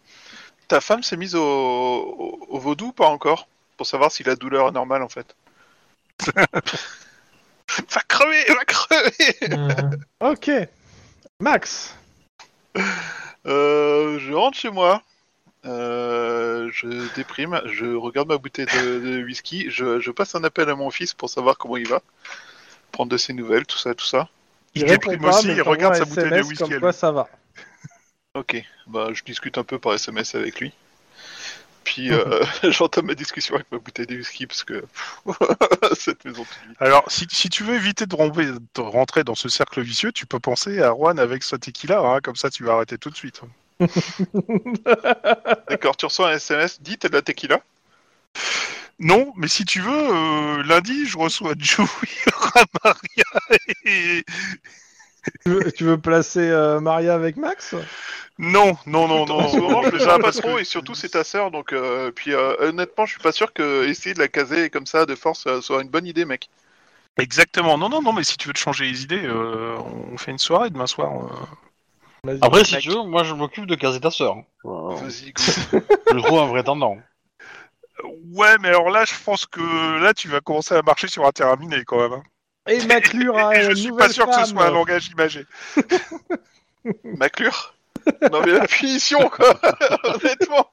[SPEAKER 5] Ta femme s'est mise au, au- au vaudou ou pas encore Pour savoir si la douleur est normale en fait. va crever, va crever
[SPEAKER 4] Euh,
[SPEAKER 2] OK. Max,
[SPEAKER 5] Euh, Je rentre chez moi. Euh, je déprime, je regarde ma bouteille de, de whisky, je, je passe un appel à mon fils pour savoir comment il va, prendre de ses nouvelles, tout ça, tout ça.
[SPEAKER 3] il
[SPEAKER 2] répond
[SPEAKER 3] déprime
[SPEAKER 2] pas,
[SPEAKER 3] aussi,
[SPEAKER 2] mais
[SPEAKER 3] il regarde sa
[SPEAKER 2] t'envoies un
[SPEAKER 3] bouteille de
[SPEAKER 2] SMS
[SPEAKER 3] whisky à
[SPEAKER 2] comme
[SPEAKER 3] lui.
[SPEAKER 2] quoi ça va.
[SPEAKER 5] Ok, bah je discute un peu par SMS avec lui. Puis euh, j'entame ma discussion avec ma bouteille de whisky parce que cette maison tout vide.
[SPEAKER 3] Alors, si, si tu veux éviter de romper- de rentrer dans ce cercle vicieux, tu peux penser à Juan avec sa tequila, hein, comme ça tu vas arrêter tout de suite.
[SPEAKER 5] D'accord, tu reçois un SMS, dis t'as de la tequila
[SPEAKER 3] Non, mais si tu veux, euh, lundi, je reçois Joey Ramaria et...
[SPEAKER 2] tu, veux, tu veux placer euh, Maria avec Max
[SPEAKER 3] Non, non, non, non,
[SPEAKER 5] En ce moment, je le
[SPEAKER 3] déjà
[SPEAKER 5] vois pas
[SPEAKER 3] parce
[SPEAKER 5] trop
[SPEAKER 3] que-
[SPEAKER 5] et surtout c'est ta sœur donc euh, puis euh, honnêtement je suis pas sûr que essayer de la caser comme ça de force euh, soit une bonne idée mec.
[SPEAKER 3] Exactement, non, non, non, mais si tu veux te changer les idées, euh, on fait une soirée demain soir. euh.
[SPEAKER 2] Vas-y.
[SPEAKER 1] Après, si tu veux, moi je m'occupe de caser ta sœur. hein. Euh,
[SPEAKER 5] Vas-y go.
[SPEAKER 1] Je trouve un vrai tendant.
[SPEAKER 3] Ouais, mais alors là, je pense que là, tu vas commencer à marcher sur un terrain miné quand même. hein.
[SPEAKER 2] Et Maclure
[SPEAKER 3] Et
[SPEAKER 2] a
[SPEAKER 3] je
[SPEAKER 2] une
[SPEAKER 3] suis
[SPEAKER 2] nouvelle
[SPEAKER 3] pas sûr que ce
[SPEAKER 2] femme.
[SPEAKER 3] soit un langage imagé.
[SPEAKER 5] Maclure Non mais la punition quoi Honnêtement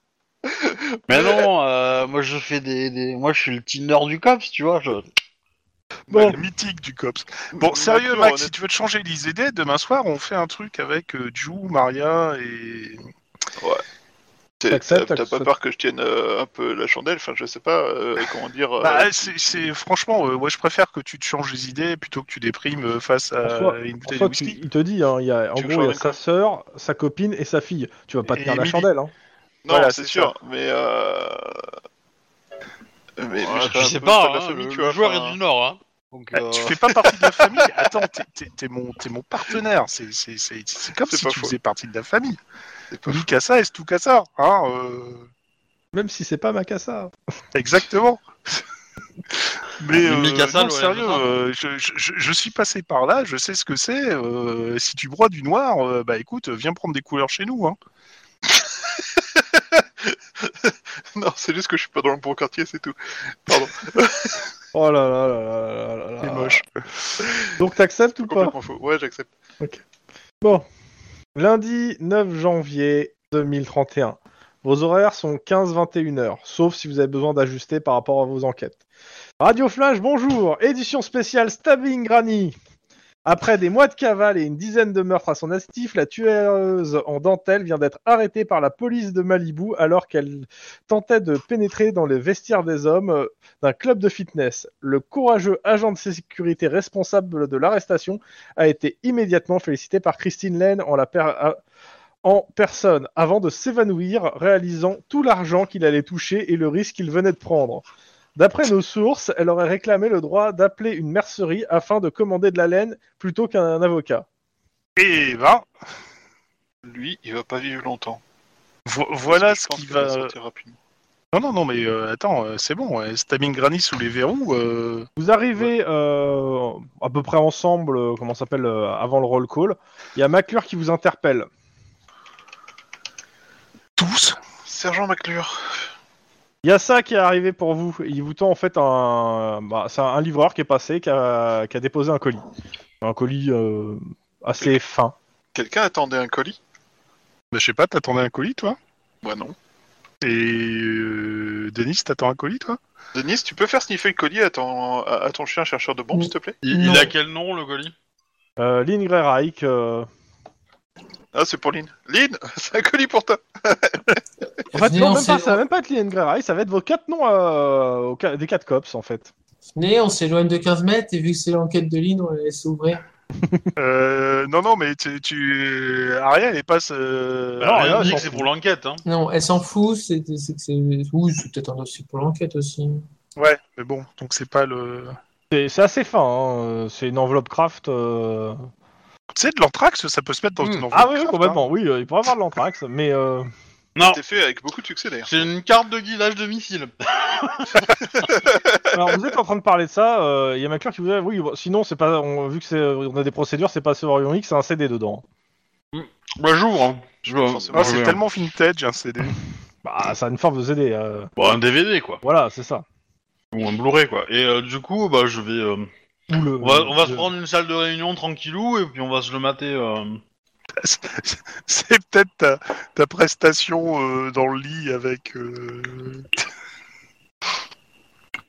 [SPEAKER 1] Mais non, euh, moi je fais des, des- Moi je suis le Tinder du cops, tu vois. je-
[SPEAKER 2] Bon.
[SPEAKER 3] Mythique du COPS. Bon, sérieux,
[SPEAKER 5] Maclure,
[SPEAKER 3] Max, si
[SPEAKER 5] honnêtement-
[SPEAKER 3] tu veux te changer les idées, demain soir, on fait un truc avec euh, Ju, Maria et.
[SPEAKER 5] T'es-
[SPEAKER 2] T'acceptes,
[SPEAKER 5] T'as t'as pas
[SPEAKER 2] t'acceptes.
[SPEAKER 5] peur que je tienne euh, un peu la chandelle Enfin, je sais pas euh, comment dire. euh,
[SPEAKER 3] Bah, c'est- c'est franchement, euh, ouais, je préfère que tu te changes les idées plutôt que tu déprimes euh, face à
[SPEAKER 2] François-
[SPEAKER 3] une
[SPEAKER 2] En
[SPEAKER 3] bouteille de
[SPEAKER 2] soi, tu-
[SPEAKER 3] whisky.
[SPEAKER 2] il te dit, hein, il y a, en
[SPEAKER 5] Tu veux
[SPEAKER 2] gros, il y a
[SPEAKER 5] changer quoi
[SPEAKER 2] sa sœur, sa copine et sa fille. Tu vas pas
[SPEAKER 3] Et
[SPEAKER 2] tenir la
[SPEAKER 3] Emily.
[SPEAKER 2] chandelle. Hein.
[SPEAKER 5] non,
[SPEAKER 3] voilà,
[SPEAKER 5] c'est
[SPEAKER 3] c'est
[SPEAKER 5] sûr, mais. Euh... Mais, mais
[SPEAKER 1] Voilà,
[SPEAKER 5] serais
[SPEAKER 1] je
[SPEAKER 5] un
[SPEAKER 1] sais
[SPEAKER 5] peu
[SPEAKER 1] pas,
[SPEAKER 5] seul de
[SPEAKER 1] hein,
[SPEAKER 5] famille,
[SPEAKER 1] le,
[SPEAKER 5] tu
[SPEAKER 1] le
[SPEAKER 5] vois,
[SPEAKER 1] joueur
[SPEAKER 5] enfin,
[SPEAKER 1] est du Nord. Hein. Donc,
[SPEAKER 3] Bah,
[SPEAKER 1] euh,
[SPEAKER 3] Tu fais pas partie de la famille. Attends, t'es- t'es t'es mon, t'es mon partenaire. C'est c'est- c'est- c'est comme
[SPEAKER 5] C'est
[SPEAKER 3] si
[SPEAKER 5] pas
[SPEAKER 3] tu
[SPEAKER 5] faux.
[SPEAKER 3] faisais partie de la famille.
[SPEAKER 5] c'est pas-
[SPEAKER 3] Mikasa est tout ça, hein euh,
[SPEAKER 2] Même si c'est pas Macassa.
[SPEAKER 3] Exactement. Mais
[SPEAKER 1] Mais
[SPEAKER 3] euh,
[SPEAKER 1] Mikasa,
[SPEAKER 3] non,
[SPEAKER 1] le
[SPEAKER 3] sérieux,
[SPEAKER 1] RSA.
[SPEAKER 3] euh, je, je- je- je suis passé par là, je sais ce que c'est. euh, si tu broies du noir, euh, bah écoute, viens prendre des couleurs chez nous. Hein.
[SPEAKER 5] Non, c'est juste que je suis pas dans le bon quartier, c'est tout.
[SPEAKER 2] Oh là là là là là là là.
[SPEAKER 3] C'est moche.
[SPEAKER 2] Donc t'acceptes ou pas
[SPEAKER 5] Complètement faux. Ouais, j'accepte.
[SPEAKER 2] Lundi 9 janvier 2031. Vos horaires sont 15-21 heures, sauf si vous avez besoin d'ajuster par rapport à vos enquêtes. Radio Flash, bonjour Édition spéciale Stabbing Granny Après des mois de cavale et une dizaine de meurtres à son actif, la tueuse en dentelle vient d'être arrêtée par la police de Malibu alors qu'elle tentait de pénétrer dans les vestiaires des hommes euh, d'un club de fitness. Le courageux agent de sécurité responsable de l'arrestation a été immédiatement félicité par Christine Lane en, la per- a- en personne, avant de s'évanouir, réalisant tout l'argent qu'il allait toucher et le risque qu'il venait de prendre. D'après nos sources, elle aurait réclamé le droit d'appeler une mercerie afin de commander de la laine plutôt qu'un avocat.
[SPEAKER 3] Et ben,
[SPEAKER 5] Lui, il va pas vivre longtemps.
[SPEAKER 3] vo- voilà
[SPEAKER 5] Parce
[SPEAKER 3] ce
[SPEAKER 5] que je
[SPEAKER 3] qui
[SPEAKER 5] pense qu'il
[SPEAKER 3] va.
[SPEAKER 5] sortir rapidement.
[SPEAKER 3] Non, non, non, mais euh, attends, euh, c'est bon, euh, Stabbing Granny sous les verrous. euh,
[SPEAKER 2] Vous arrivez euh, à peu près ensemble, euh, comment ça s'appelle, euh, avant le roll call. Il y a McClure qui vous interpelle.
[SPEAKER 3] tous
[SPEAKER 5] Sergent Maclure.
[SPEAKER 2] Il y a ça qui est arrivé pour vous. Il vous tend en fait un, bah, c'est un livreur qui est passé, qui a, qui a déposé un colis. Un colis euh, assez fin.
[SPEAKER 5] Quelqu'un attendait un colis
[SPEAKER 3] Bah, je sais pas, t'attendais un colis, toi
[SPEAKER 5] Moi non.
[SPEAKER 3] Et euh, Denis, t'attends un colis, toi
[SPEAKER 5] Denis, tu peux faire sniffer le colis à ton, à, à ton chien chercheur de bombes,
[SPEAKER 4] Oui.
[SPEAKER 5] s'il te plaît
[SPEAKER 1] Il, il
[SPEAKER 4] Non.
[SPEAKER 1] a quel nom le colis
[SPEAKER 2] Euh, Lynn Grey Reich, euh,
[SPEAKER 5] Ah, c'est pour Lynn. Lynn, c'est un colis pour toi.
[SPEAKER 2] En fait,
[SPEAKER 4] Venez,
[SPEAKER 2] non,
[SPEAKER 4] on
[SPEAKER 2] même pas,
[SPEAKER 4] s'é-
[SPEAKER 2] ça va même pas être Lien Grey ça va être vos quatre noms euh, aux qua- des quatre cops en fait.
[SPEAKER 4] Venez, on s'éloigne de 15 mètres et vu que c'est l'enquête de Lynn, on la laisse ouvrir.
[SPEAKER 3] euh, Non, non, mais tu, tu... Ariel, elle passe. euh,
[SPEAKER 1] Bah,
[SPEAKER 3] Ariel,
[SPEAKER 1] rien dit
[SPEAKER 3] s'en
[SPEAKER 1] que c'est
[SPEAKER 3] fout.
[SPEAKER 1] pour l'enquête. Hein.
[SPEAKER 4] Non, elle s'en fout, c'est c'est que c'est. Ouh, c'est peut-être un dossier pour l'enquête aussi.
[SPEAKER 3] Ouais, mais bon, donc c'est pas le.
[SPEAKER 2] C'est c'est assez fin, hein, euh, c'est une enveloppe craft. euh,
[SPEAKER 3] Tu sais, de l'anthrax, ça peut se mettre dans Oh, une enveloppe.
[SPEAKER 2] Ah oui, oui,
[SPEAKER 3] craft, hein.
[SPEAKER 2] complètement, oui, euh, il pourrait avoir de l'anthrax, mais euh,
[SPEAKER 1] Non,
[SPEAKER 5] T'es fait avec beaucoup de succès d'ailleurs.
[SPEAKER 1] c'est une carte de guidage de missile.
[SPEAKER 2] alors vous êtes en train de parler de ça, euh, il y a Maclure qui vous a oui, bon, sinon c'est pas, on, vu que c'est, on a des procédures, c'est pas sur Orion X, c'est un CD dedans.
[SPEAKER 1] Bah j'ouvre. hein. Je vois-
[SPEAKER 3] hein.
[SPEAKER 5] Forcément,
[SPEAKER 3] Ah,
[SPEAKER 1] ouais,
[SPEAKER 3] c'est
[SPEAKER 1] ouais.
[SPEAKER 3] tellement vintage, un CD.
[SPEAKER 2] Bah, ça a une forme de CD, euh,
[SPEAKER 1] Bah, un DVD quoi.
[SPEAKER 2] voilà, c'est ça.
[SPEAKER 1] Ou un Blu-ray quoi. Et euh, du coup, bah je vais. euh,
[SPEAKER 2] Ou le-
[SPEAKER 1] On va, on va se
[SPEAKER 2] le-
[SPEAKER 1] prendre une salle de réunion tranquillou et puis on va se le mater. euh.
[SPEAKER 3] C'est peut-être ta, ta prestation euh, dans le lit avec. euh,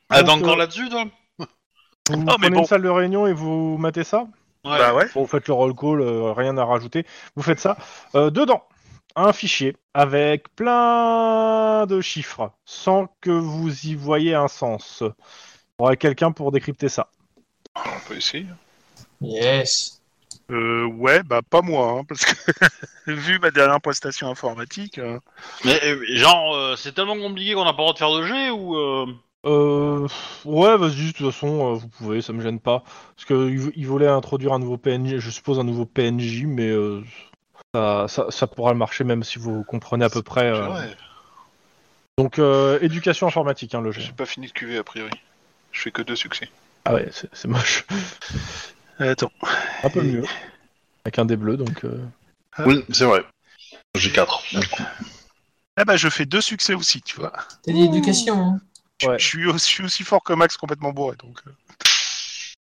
[SPEAKER 1] Ah, t'es
[SPEAKER 2] Donc,
[SPEAKER 1] encore
[SPEAKER 2] euh,
[SPEAKER 1] là-dessus toi
[SPEAKER 2] Vous
[SPEAKER 3] Non, mais
[SPEAKER 2] prenez
[SPEAKER 3] bon.
[SPEAKER 2] une salle de réunion et vous matez ça
[SPEAKER 1] Ouais.
[SPEAKER 3] Bah ouais.
[SPEAKER 2] Bon, vous faites le roll call, euh, rien à rajouter. Vous faites ça. Euh, dedans, un fichier avec plein de chiffres, sans que vous y voyez un sens. Il faudrait quelqu'un pour décrypter ça.
[SPEAKER 5] On peut essayer.
[SPEAKER 4] Yes.
[SPEAKER 3] Euh, ouais, bah pas moi, hein, parce que vu ma dernière prestation informatique. euh,
[SPEAKER 1] Mais euh, genre, euh, c'est tellement compliqué qu'on n'a pas le droit de faire de G ou. euh,
[SPEAKER 2] Euh, ouais, vas-y, de toute façon, euh, vous pouvez, ça me gêne pas. Parce qu'ils il voulaient introduire un nouveau PNJ, je suppose un nouveau PNJ, mais euh, ça, ça- ça pourra marcher même si vous comprenez à peu près. euh.
[SPEAKER 5] Ouais,
[SPEAKER 2] Donc, euh, éducation informatique, hein, le jet.
[SPEAKER 5] j'ai pas fini de cuver a priori. Je fais que deux succès.
[SPEAKER 2] Ah ouais, c'est c'est moche.
[SPEAKER 3] Attends.
[SPEAKER 2] Un peu
[SPEAKER 3] Et-
[SPEAKER 2] mieux. Avec un des bleus, donc. euh,
[SPEAKER 1] Oui, c'est vrai. J'ai 4.
[SPEAKER 3] Ah bah je fais deux succès aussi, tu vois.
[SPEAKER 4] T'as dit éducation, hein
[SPEAKER 3] Je-
[SPEAKER 2] Ouais.
[SPEAKER 3] Je, suis aussi, je suis aussi fort que Max complètement bourré, donc. euh,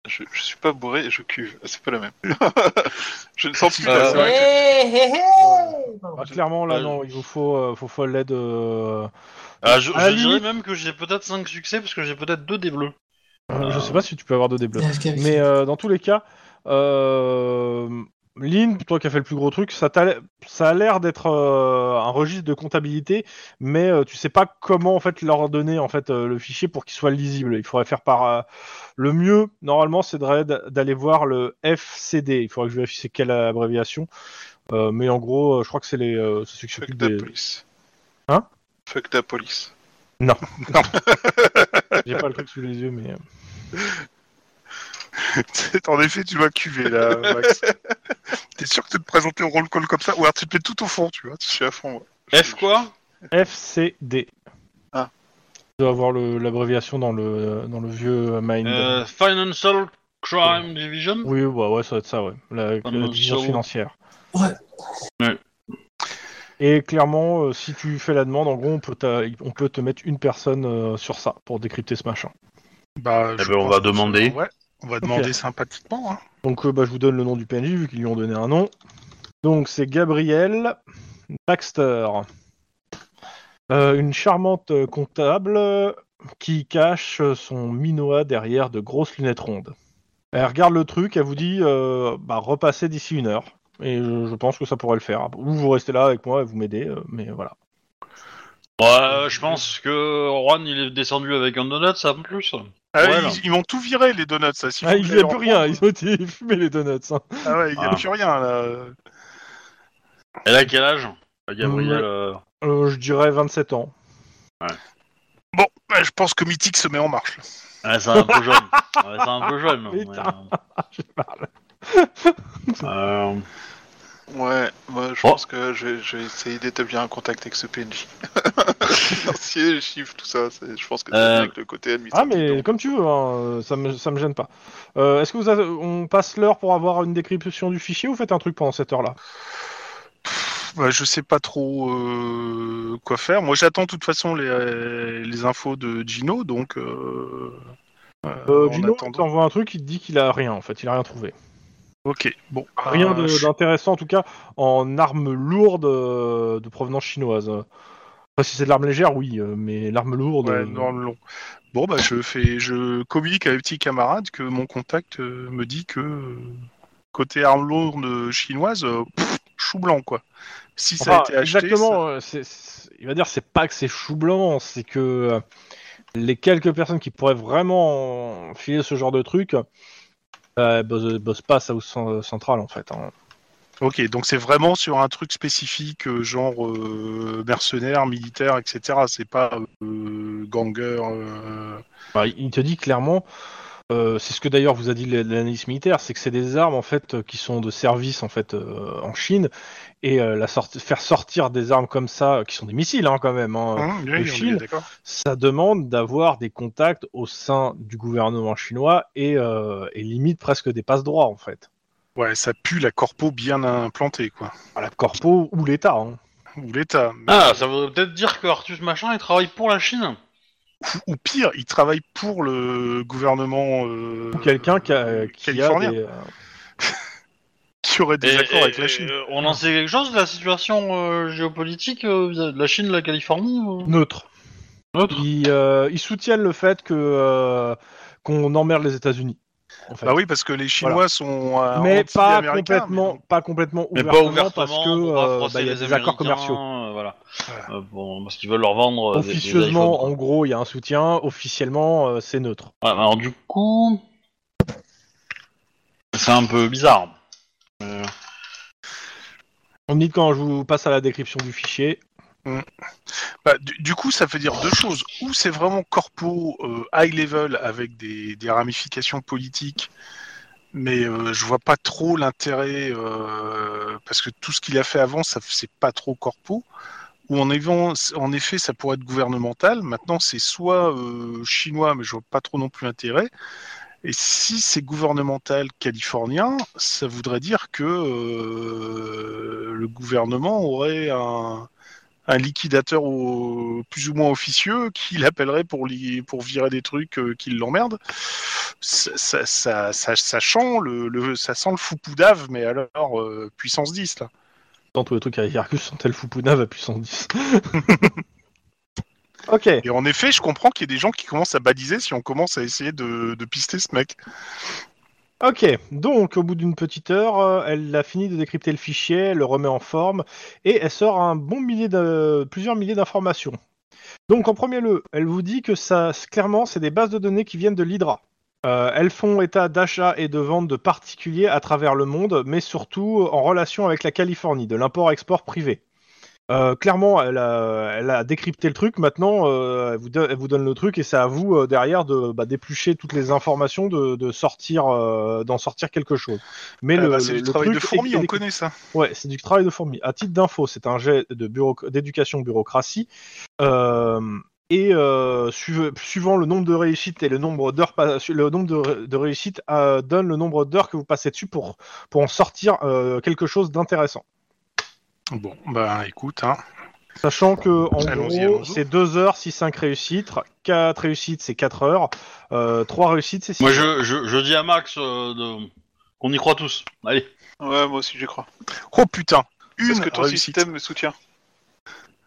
[SPEAKER 5] Je, je suis pas bourré, je cuve. Ah, C'est pas la même. je ne sens plus
[SPEAKER 1] Euh,
[SPEAKER 4] Ah,
[SPEAKER 5] la
[SPEAKER 1] c'est
[SPEAKER 5] même.
[SPEAKER 4] Hey, hey, hey Pardon.
[SPEAKER 2] Ah, clairement, là,
[SPEAKER 1] Euh,
[SPEAKER 2] non, il vous faut, euh, faut, faut l'aide. euh,
[SPEAKER 1] Ah, je,
[SPEAKER 2] À la
[SPEAKER 1] je dirais
[SPEAKER 2] limite-
[SPEAKER 1] même que j'ai peut-être 5 succès parce que j'ai peut-être 2 des bleus.
[SPEAKER 2] euh, Je sais pas si tu peux avoir deux dés bleus.
[SPEAKER 4] Avec- avec-
[SPEAKER 2] Mais euh, dans tous les cas, euh, Lynn, toi qui as fait le plus gros truc, ça, t'a l'air- ça a l'air d'être euh, un registre de comptabilité, mais euh, tu sais pas comment en fait leur donner en fait euh, le fichier pour qu'il soit lisible. Il faudrait faire par euh, le mieux. Normalement, c'est d'a- d'aller voir le FCD. Il faudrait que je vérifie c'est quelle abréviation. Euh, mais en gros, euh, je crois que c'est les euh, ceux qui
[SPEAKER 5] Fuck
[SPEAKER 2] s'occupent
[SPEAKER 5] ta
[SPEAKER 2] des.
[SPEAKER 5] police.
[SPEAKER 2] Hein
[SPEAKER 5] Fuck ta police.
[SPEAKER 2] J'ai pas le truc sous les yeux, mais.
[SPEAKER 3] c'est- euh, en effet, tu vas cuver là, Max. T'es sûr que tu te présenter au roll call comme ça Ou alors tu te mets tout au fond, tu vois.
[SPEAKER 5] Je suis à fond. ouais.
[SPEAKER 1] F quoi
[SPEAKER 2] euh, FCD.
[SPEAKER 5] Ah.
[SPEAKER 2] Tu dois avoir le- l'abréviation dans le, dans le vieux Mind.
[SPEAKER 1] euh, Financial Crime Division
[SPEAKER 2] Oui, ouais, ouais, ça doit être ça, ouais. La,
[SPEAKER 1] Dans
[SPEAKER 2] la
[SPEAKER 1] le
[SPEAKER 2] division
[SPEAKER 1] bureau.
[SPEAKER 2] financière.
[SPEAKER 4] Ouais.
[SPEAKER 1] Ouais.
[SPEAKER 2] Et clairement, euh, si tu fais la demande, en gros, on peut, t'a- on peut te mettre une personne euh, sur ça pour décrypter ce machin.
[SPEAKER 3] Bah, je
[SPEAKER 1] ben, on
[SPEAKER 3] pense
[SPEAKER 1] va
[SPEAKER 3] que-
[SPEAKER 1] demander.
[SPEAKER 3] Ouais, on va demander sympathiquement. Hein.
[SPEAKER 2] Donc, euh, bah, je vous donne le nom du PNJ vu qu'ils lui ont donné un nom. Donc, c'est Gabrielle Baxter. Euh, une charmante euh, comptable euh, qui cache euh, son minoa derrière de grosses lunettes rondes. Elle regarde le truc, elle vous dit euh, bah, repassez d'ici une heure. Et je, je pense que ça pourrait le faire. Ou vous restez là avec moi et vous m'aidez, euh, mais voilà.
[SPEAKER 1] Ouais, euh, je pense que Juan il est descendu avec un donut, ça en plus.
[SPEAKER 3] Ah,
[SPEAKER 1] Ouais, non.
[SPEAKER 3] ils ils m'ont tout viré les donuts, ça. s'il
[SPEAKER 2] Ah,
[SPEAKER 3] faut
[SPEAKER 2] il
[SPEAKER 3] que
[SPEAKER 2] n'y a
[SPEAKER 3] j'aille
[SPEAKER 2] plus
[SPEAKER 3] en
[SPEAKER 2] rien,
[SPEAKER 3] prendre-
[SPEAKER 2] ils ont été fumés les donuts. hein.
[SPEAKER 3] Ah ouais, il n'y a
[SPEAKER 1] Ah.
[SPEAKER 3] plus rien là.
[SPEAKER 1] Elle a quel âge Ah, Gabriel.
[SPEAKER 2] Ouais.
[SPEAKER 1] euh,
[SPEAKER 2] Euh, je dirais 27 ans.
[SPEAKER 3] Bon, bah, je pense que Mythique se met en marche. là.
[SPEAKER 1] ouais, c'est un peu jeune. Ouais, c'est un peu jeune. mais,
[SPEAKER 2] Putain,
[SPEAKER 1] euh, euh,
[SPEAKER 5] Ouais, moi je
[SPEAKER 1] Oh.
[SPEAKER 5] pense que je vais, je vais essayer d'établir un contact avec ce PNJ. Financier, les chiffres, tout ça, c'est- je pense que c'est
[SPEAKER 1] Euh.
[SPEAKER 5] bien avec le côté
[SPEAKER 2] Ah
[SPEAKER 5] administratif.
[SPEAKER 2] mais
[SPEAKER 5] donc.
[SPEAKER 2] comme tu veux, hein, ça me ça me gêne pas. Euh, Est-ce que vous avez- on passe l'heure pour avoir une décryption du fichier ou faites un truc pendant cette heure-là
[SPEAKER 3] Bah, je sais pas trop euh, quoi faire. Moi, j'attends de toute façon les, euh, les infos de Gino, donc. euh,
[SPEAKER 2] euh,
[SPEAKER 3] en
[SPEAKER 2] Gino
[SPEAKER 3] attendant.
[SPEAKER 2] t'envoie un truc, il te dit qu'il a rien en fait, il a rien trouvé.
[SPEAKER 3] Ok, bon.
[SPEAKER 2] Ah, Rien
[SPEAKER 3] Euh,
[SPEAKER 2] de-
[SPEAKER 3] je-
[SPEAKER 2] d'intéressant en tout cas en armes lourdes euh, de provenance chinoise. Après, si c'est de l'arme légère, oui, euh, mais l'arme lourde.
[SPEAKER 3] Ouais,
[SPEAKER 2] euh,
[SPEAKER 3] non, non. Bon, bah, je fais, je communique à mes petits camarades que mon contact euh, me dit que euh, côté arme lourde chinoise, euh, pff, chou blanc quoi. Si ça a
[SPEAKER 2] Enfin,
[SPEAKER 3] été acheté, ça-
[SPEAKER 2] exactement. euh, c'est- c'est- il va dire c'est pas que c'est chou blanc, c'est que euh, les quelques personnes qui pourraient vraiment filer ce genre de truc euh, bossent, bossent pas à South Cent- Central en fait. hein.
[SPEAKER 3] Ok, donc c'est vraiment sur un truc spécifique, euh, genre euh, mercenaire, militaire, etc. C'est pas euh, ganger. euh,
[SPEAKER 2] Bah, il te dit clairement, euh, c'est ce que d'ailleurs vous a dit l'analyse militaire, c'est que c'est des armes en fait euh, qui sont de service en fait euh, en Chine et euh, la sorti- faire sortir des armes comme ça, euh, qui sont des missiles hein, quand même, hein,
[SPEAKER 3] hein, oui, on est
[SPEAKER 2] Chine.
[SPEAKER 3] d'accord.
[SPEAKER 2] ça demande d'avoir des contacts au sein du gouvernement chinois et, euh, et limite presque des passe-droits en fait.
[SPEAKER 3] Ouais, ça pue la corpo bien implantée, quoi.
[SPEAKER 2] À la corpo ou l'État. hein.
[SPEAKER 3] Ou l'État.
[SPEAKER 1] Ah, ça voudrait peut-être dire que Artus Machin, il travaille pour la Chine.
[SPEAKER 2] Ah.
[SPEAKER 3] Ou- Ou pire, il travaille pour le gouvernement. euh,
[SPEAKER 2] Ou quelqu'un qui a, qui a
[SPEAKER 3] californien,
[SPEAKER 2] des, euh,
[SPEAKER 3] qui aurait des
[SPEAKER 1] Et-
[SPEAKER 3] accords
[SPEAKER 1] et-
[SPEAKER 3] avec la
[SPEAKER 1] et,
[SPEAKER 3] Chine.
[SPEAKER 1] euh, on en sait quelque chose de la situation euh, géopolitique euh, vis-à-vis de la Chine, de la Californie euh
[SPEAKER 2] neutres.
[SPEAKER 1] Neutre.
[SPEAKER 2] Ils, euh, ils soutiennent le fait que euh, qu'on emmerde les États-Unis. En
[SPEAKER 1] euh,
[SPEAKER 2] fait.
[SPEAKER 3] Bah oui, parce que les Chinois sont. euh,
[SPEAKER 2] mais pas
[SPEAKER 3] anti-américains,
[SPEAKER 2] complètement,
[SPEAKER 3] mais
[SPEAKER 2] pas complètement
[SPEAKER 1] Mais
[SPEAKER 2] ouvertement,
[SPEAKER 1] pas ouvertement,
[SPEAKER 2] parce que
[SPEAKER 1] on va
[SPEAKER 2] euh,
[SPEAKER 1] froisser
[SPEAKER 2] bah, il y a
[SPEAKER 1] les
[SPEAKER 2] des accords
[SPEAKER 1] Américains,
[SPEAKER 2] commerciaux.
[SPEAKER 1] euh, voilà.
[SPEAKER 3] Voilà.
[SPEAKER 1] Euh, bon, parce qu'ils veulent leur vendre. euh, des- des iPhones,
[SPEAKER 2] Officieusement,
[SPEAKER 1] quoi.
[SPEAKER 2] en gros, il y a un soutien. Officiellement, euh, c'est neutre.
[SPEAKER 1] Ouais, mais alors du coup, c'est un peu bizarre. Euh,
[SPEAKER 2] On me dit quand je vous passe à la décryption du fichier.
[SPEAKER 3] Bah, du, du coup, ça veut dire deux choses. Ou c'est vraiment corpo euh, high level avec des, des ramifications politiques, mais euh, je vois pas trop l'intérêt euh, parce que tout ce qu'il a fait avant, ça c'est pas trop corpo. Ou en, évent- en effet, ça pourrait être gouvernemental. Maintenant, c'est soit euh, chinois, mais je vois pas trop non plus l'intérêt. Et si c'est gouvernemental californien, ça voudrait dire que euh, le gouvernement aurait un, un liquidateur au- plus ou moins officieux qui l'appellerait pour, li- pour virer des trucs euh, qui l'emmerdent. Ça, ça, ça, ça- ça sent le, le- ça sent le foupoudave, mais alors euh, puissance 10 là.
[SPEAKER 2] Dans tous les trucs avec Arcus, sentait le Fupuna va puissance 10. ok.
[SPEAKER 3] Et en effet, je comprends qu'il y ait des gens qui commencent à baliser si on commence à essayer de, de pister ce mec.
[SPEAKER 2] Ok, donc au bout d'une petite heure, euh, elle a fini de décrypter le fichier, elle le remet en forme et elle sort un bon millier de plusieurs milliers d'informations. Donc en premier lieu, elle vous dit que ça, clairement, c'est des bases de données qui viennent de l'Hydra. Euh, elles font état d'achats et de ventes de particuliers à travers le monde, mais surtout en relation avec la Californie, de l'import-export privé. Euh, clairement, elle a, elle a décrypté le truc. Maintenant, euh, elle, vous don- elle vous donne le truc et c'est à vous euh, derrière de bah, d'éplucher toutes les informations, de, de sortir, euh, d'en sortir quelque chose. Mais
[SPEAKER 3] Ah
[SPEAKER 2] le,
[SPEAKER 3] bah, c'est
[SPEAKER 2] le-
[SPEAKER 3] du
[SPEAKER 2] le
[SPEAKER 3] travail de
[SPEAKER 2] truc est-
[SPEAKER 3] fourmi,
[SPEAKER 2] est
[SPEAKER 3] on
[SPEAKER 2] décrypté.
[SPEAKER 3] connaît ça.
[SPEAKER 2] Ouais, c'est du travail de fourmi. À titre d'info, c'est un jet de bureau- d'éducation bureaucratie. Euh, et euh, suive- suivant le nombre de réussites et le nombre d'heures, pas- le nombre de, ré- de réussites euh, donne le nombre d'heures que vous passez dessus pour, pour en sortir euh, quelque chose d'intéressant.
[SPEAKER 3] Bon, bah écoute, hein.
[SPEAKER 2] Sachant que en
[SPEAKER 3] Allons-y,
[SPEAKER 2] gros,
[SPEAKER 3] allons-y.
[SPEAKER 2] c'est 2 heures si 5 réussites, 4 réussites c'est 4 heures, 3 réussites c'est 6
[SPEAKER 1] Moi, je, je, je dis à Max euh, de- qu'on y croit tous. Allez.
[SPEAKER 5] Ouais, moi aussi, j'y crois.
[SPEAKER 3] oh putain, une
[SPEAKER 5] Est-ce que ton
[SPEAKER 3] réussite.
[SPEAKER 5] système me soutient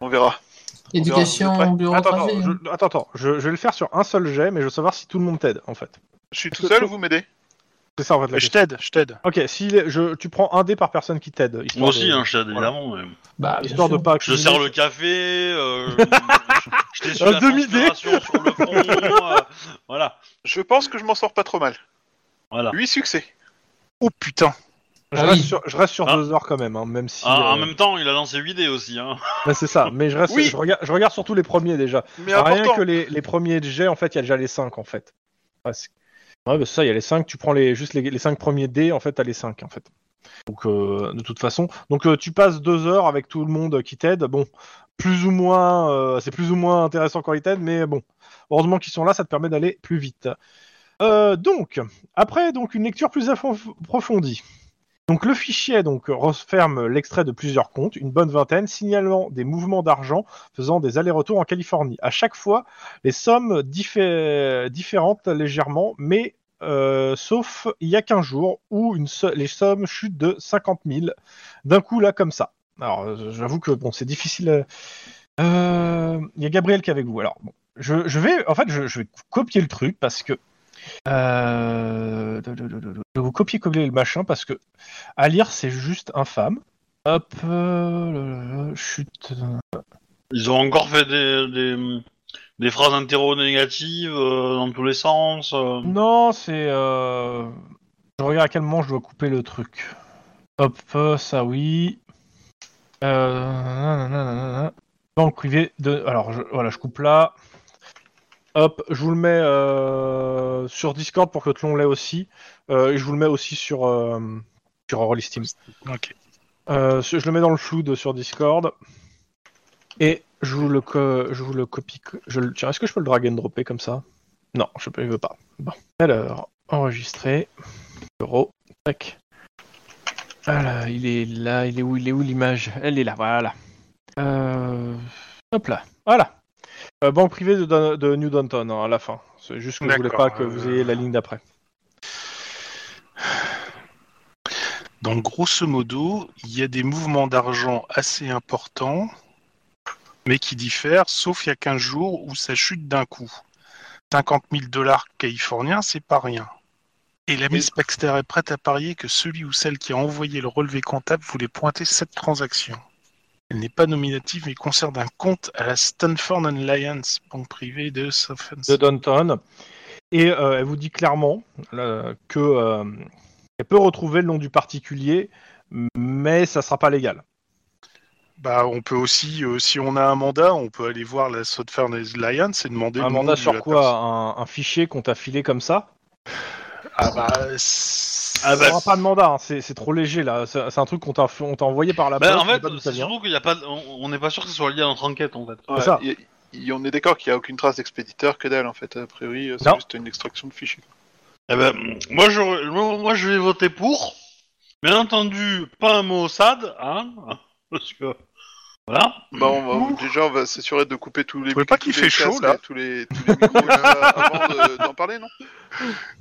[SPEAKER 5] On verra. On verra,
[SPEAKER 4] Éducation,
[SPEAKER 2] Attends, attends,
[SPEAKER 4] bureaucratie. hein.
[SPEAKER 2] je, attends, attends, je, je vais le faire sur un seul jet, mais je veux savoir si tout le monde t'aide en fait.
[SPEAKER 5] Je suis tout seul, vous m'aidez
[SPEAKER 2] C'est ça en fait la
[SPEAKER 3] Je t'aide, je t'aide.
[SPEAKER 2] Ok, si les- je, tu prends un dé par personne qui t'aide. histoire
[SPEAKER 1] Moi aussi,
[SPEAKER 2] de-
[SPEAKER 1] hein, je t'aide
[SPEAKER 2] voilà.
[SPEAKER 1] évidemment. mais-
[SPEAKER 4] Bah, bien
[SPEAKER 2] Histoire de
[SPEAKER 4] sûr.
[SPEAKER 2] pas
[SPEAKER 1] Je te
[SPEAKER 2] accumuler.
[SPEAKER 1] sers le café, euh, je- je t'essuie
[SPEAKER 2] Un
[SPEAKER 1] la
[SPEAKER 2] demi-dé.
[SPEAKER 1] transpiration sur le front. euh, voilà.
[SPEAKER 5] Je pense que je m'en sors pas trop mal.
[SPEAKER 1] voilà.
[SPEAKER 5] 8 succès.
[SPEAKER 3] Oh putain.
[SPEAKER 2] Je
[SPEAKER 4] Ah
[SPEAKER 2] reste
[SPEAKER 4] oui.
[SPEAKER 2] sur, je reste sur
[SPEAKER 1] Ah.
[SPEAKER 2] deux heures quand même, hein, même si.
[SPEAKER 1] Ah, En
[SPEAKER 2] euh,
[SPEAKER 1] même temps, il a lancé 8 dés aussi. Hein.
[SPEAKER 2] bah, c'est ça, mais je, reste,
[SPEAKER 5] Oui.
[SPEAKER 2] je, regarde, je regarde surtout les premiers déjà.
[SPEAKER 5] Mais
[SPEAKER 2] Rien
[SPEAKER 5] important.
[SPEAKER 2] que les, les premiers jets, en fait, il y a déjà les cinq en fait. Presque. Ouais, bah, c'est ça, il y a les cinq, tu prends les, juste les, les cinq premiers dés, en fait, t'as les cinq en fait. Donc, euh, de toute façon. Donc, euh, tu passes deux heures avec tout le monde qui t'aide. Bon, plus ou moins, euh, c'est plus ou moins intéressant quand ils t'aident, mais bon, heureusement qu'ils sont là, ça te permet d'aller plus vite. Euh, donc, après donc une lecture plus affo- approfondie. Donc le fichier donc referme l'extrait de plusieurs comptes, une bonne vingtaine, signalant des mouvements d'argent faisant des allers-retours en Californie. À chaque fois, les sommes diffé- différentes légèrement, mais euh, sauf il y a 15 jours où une so- les sommes chutent de 50 000 d'un coup là comme ça. Alors euh, j'avoue que bon c'est difficile. euh, Euh, Il y a Gabriel qui est avec vous. Alors, bon, je, je vais, en fait, je, je vais copier le truc parce que. euh, de- de- de- de- de- je vais vous copier-coller le machin parce que à lire, c'est juste infâme. Hop, euh, le- le- le- chute.
[SPEAKER 6] Ils ont encore fait des, des, des phrases interro-négatives euh, dans tous les sens. euh.
[SPEAKER 2] Non, c'est. euh, Je regarde à quel moment je dois couper le truc. Hop, euh, ça oui. Euh, nanana, nanana. Dans le privé de. Alors je- voilà, je coupe là. Hop, je vous le mets euh, sur Discord pour que Tlon l'ait aussi. Euh, et je vous le mets aussi sur, euh, sur Rollis Teams.
[SPEAKER 3] Ok.
[SPEAKER 2] Euh, je je le mets dans le flou de, sur Discord. Et je vous le, co- je vous le copie. Je le, tiens, est-ce que je peux le drag and dropper comme ça Non, je ne veux pas. Bon. Alors, enregistrer. Euro. Tac. Voilà, il est là. Il est où Il est où l'image Elle est là, voilà. Euh, hop là. Voilà. Euh, banque privée de, Don- de New Downton hein, à la fin. C'est juste que je voulais
[SPEAKER 3] D'accord,
[SPEAKER 2] pas que vous
[SPEAKER 3] euh.
[SPEAKER 2] ayez la ligne d'après.
[SPEAKER 3] Donc, grosso modo, il y a des mouvements d'argent assez importants, mais qui diffèrent, sauf il y a 15 jours où ça chute d'un coup. 50 000 dollars californiens, c'est pas rien. Et la Miss Baxter est prête à parier que celui ou celle qui a envoyé le relevé comptable voulait pointer cette transaction. Elle n'est pas nominative, mais concerne un compte à la Stanford Alliance, banque privée de Southern.
[SPEAKER 2] de Downton. Et euh, elle vous dit clairement euh, que euh, elle peut retrouver le nom du particulier, mais ça sera pas légal.
[SPEAKER 3] Bah, on peut aussi, euh, si on a un mandat, on peut aller voir la Southern Alliance et demander.
[SPEAKER 2] Un
[SPEAKER 3] le nom
[SPEAKER 2] mandat
[SPEAKER 3] de
[SPEAKER 2] sur
[SPEAKER 3] la
[SPEAKER 2] quoi un, un fichier qu'on t'a filé comme ça
[SPEAKER 3] personne. Ah bah, c'est-
[SPEAKER 6] Ah
[SPEAKER 2] On
[SPEAKER 6] bah,
[SPEAKER 2] aura pas de mandat, hein, c'est c'est trop léger là. C'est c'est un truc qu'on t'a on t'a envoyé par la
[SPEAKER 6] Bah,
[SPEAKER 1] Ben,
[SPEAKER 2] poste, on
[SPEAKER 6] en
[SPEAKER 2] sait
[SPEAKER 6] fait,
[SPEAKER 2] pas d'où ça
[SPEAKER 6] c'est
[SPEAKER 2] vient.
[SPEAKER 6] surtout qu'il y a pas, de- on on n'est pas sûr que ce soit lié à notre enquête en fait.
[SPEAKER 3] C'est ça.
[SPEAKER 5] Il- il- on est d'accord qu'il n'y a aucune trace d'expéditeur que d'elle en fait. A priori, euh, c'est
[SPEAKER 2] Non.
[SPEAKER 5] juste une extraction de fichiers.
[SPEAKER 6] Eh ben, moi je, moi, moi, je vais voter pour. Bien entendu, pas un mot au SAD, hein, parce que voilà.
[SPEAKER 5] Bah, on va- déjà, on va s'assurer de couper tous les.
[SPEAKER 3] trouvez pas
[SPEAKER 5] tous
[SPEAKER 3] qu'il
[SPEAKER 5] les
[SPEAKER 3] fait chaud,
[SPEAKER 5] casques
[SPEAKER 3] là
[SPEAKER 5] et Tous les, tous les micros, là, avant de- d'en parler, non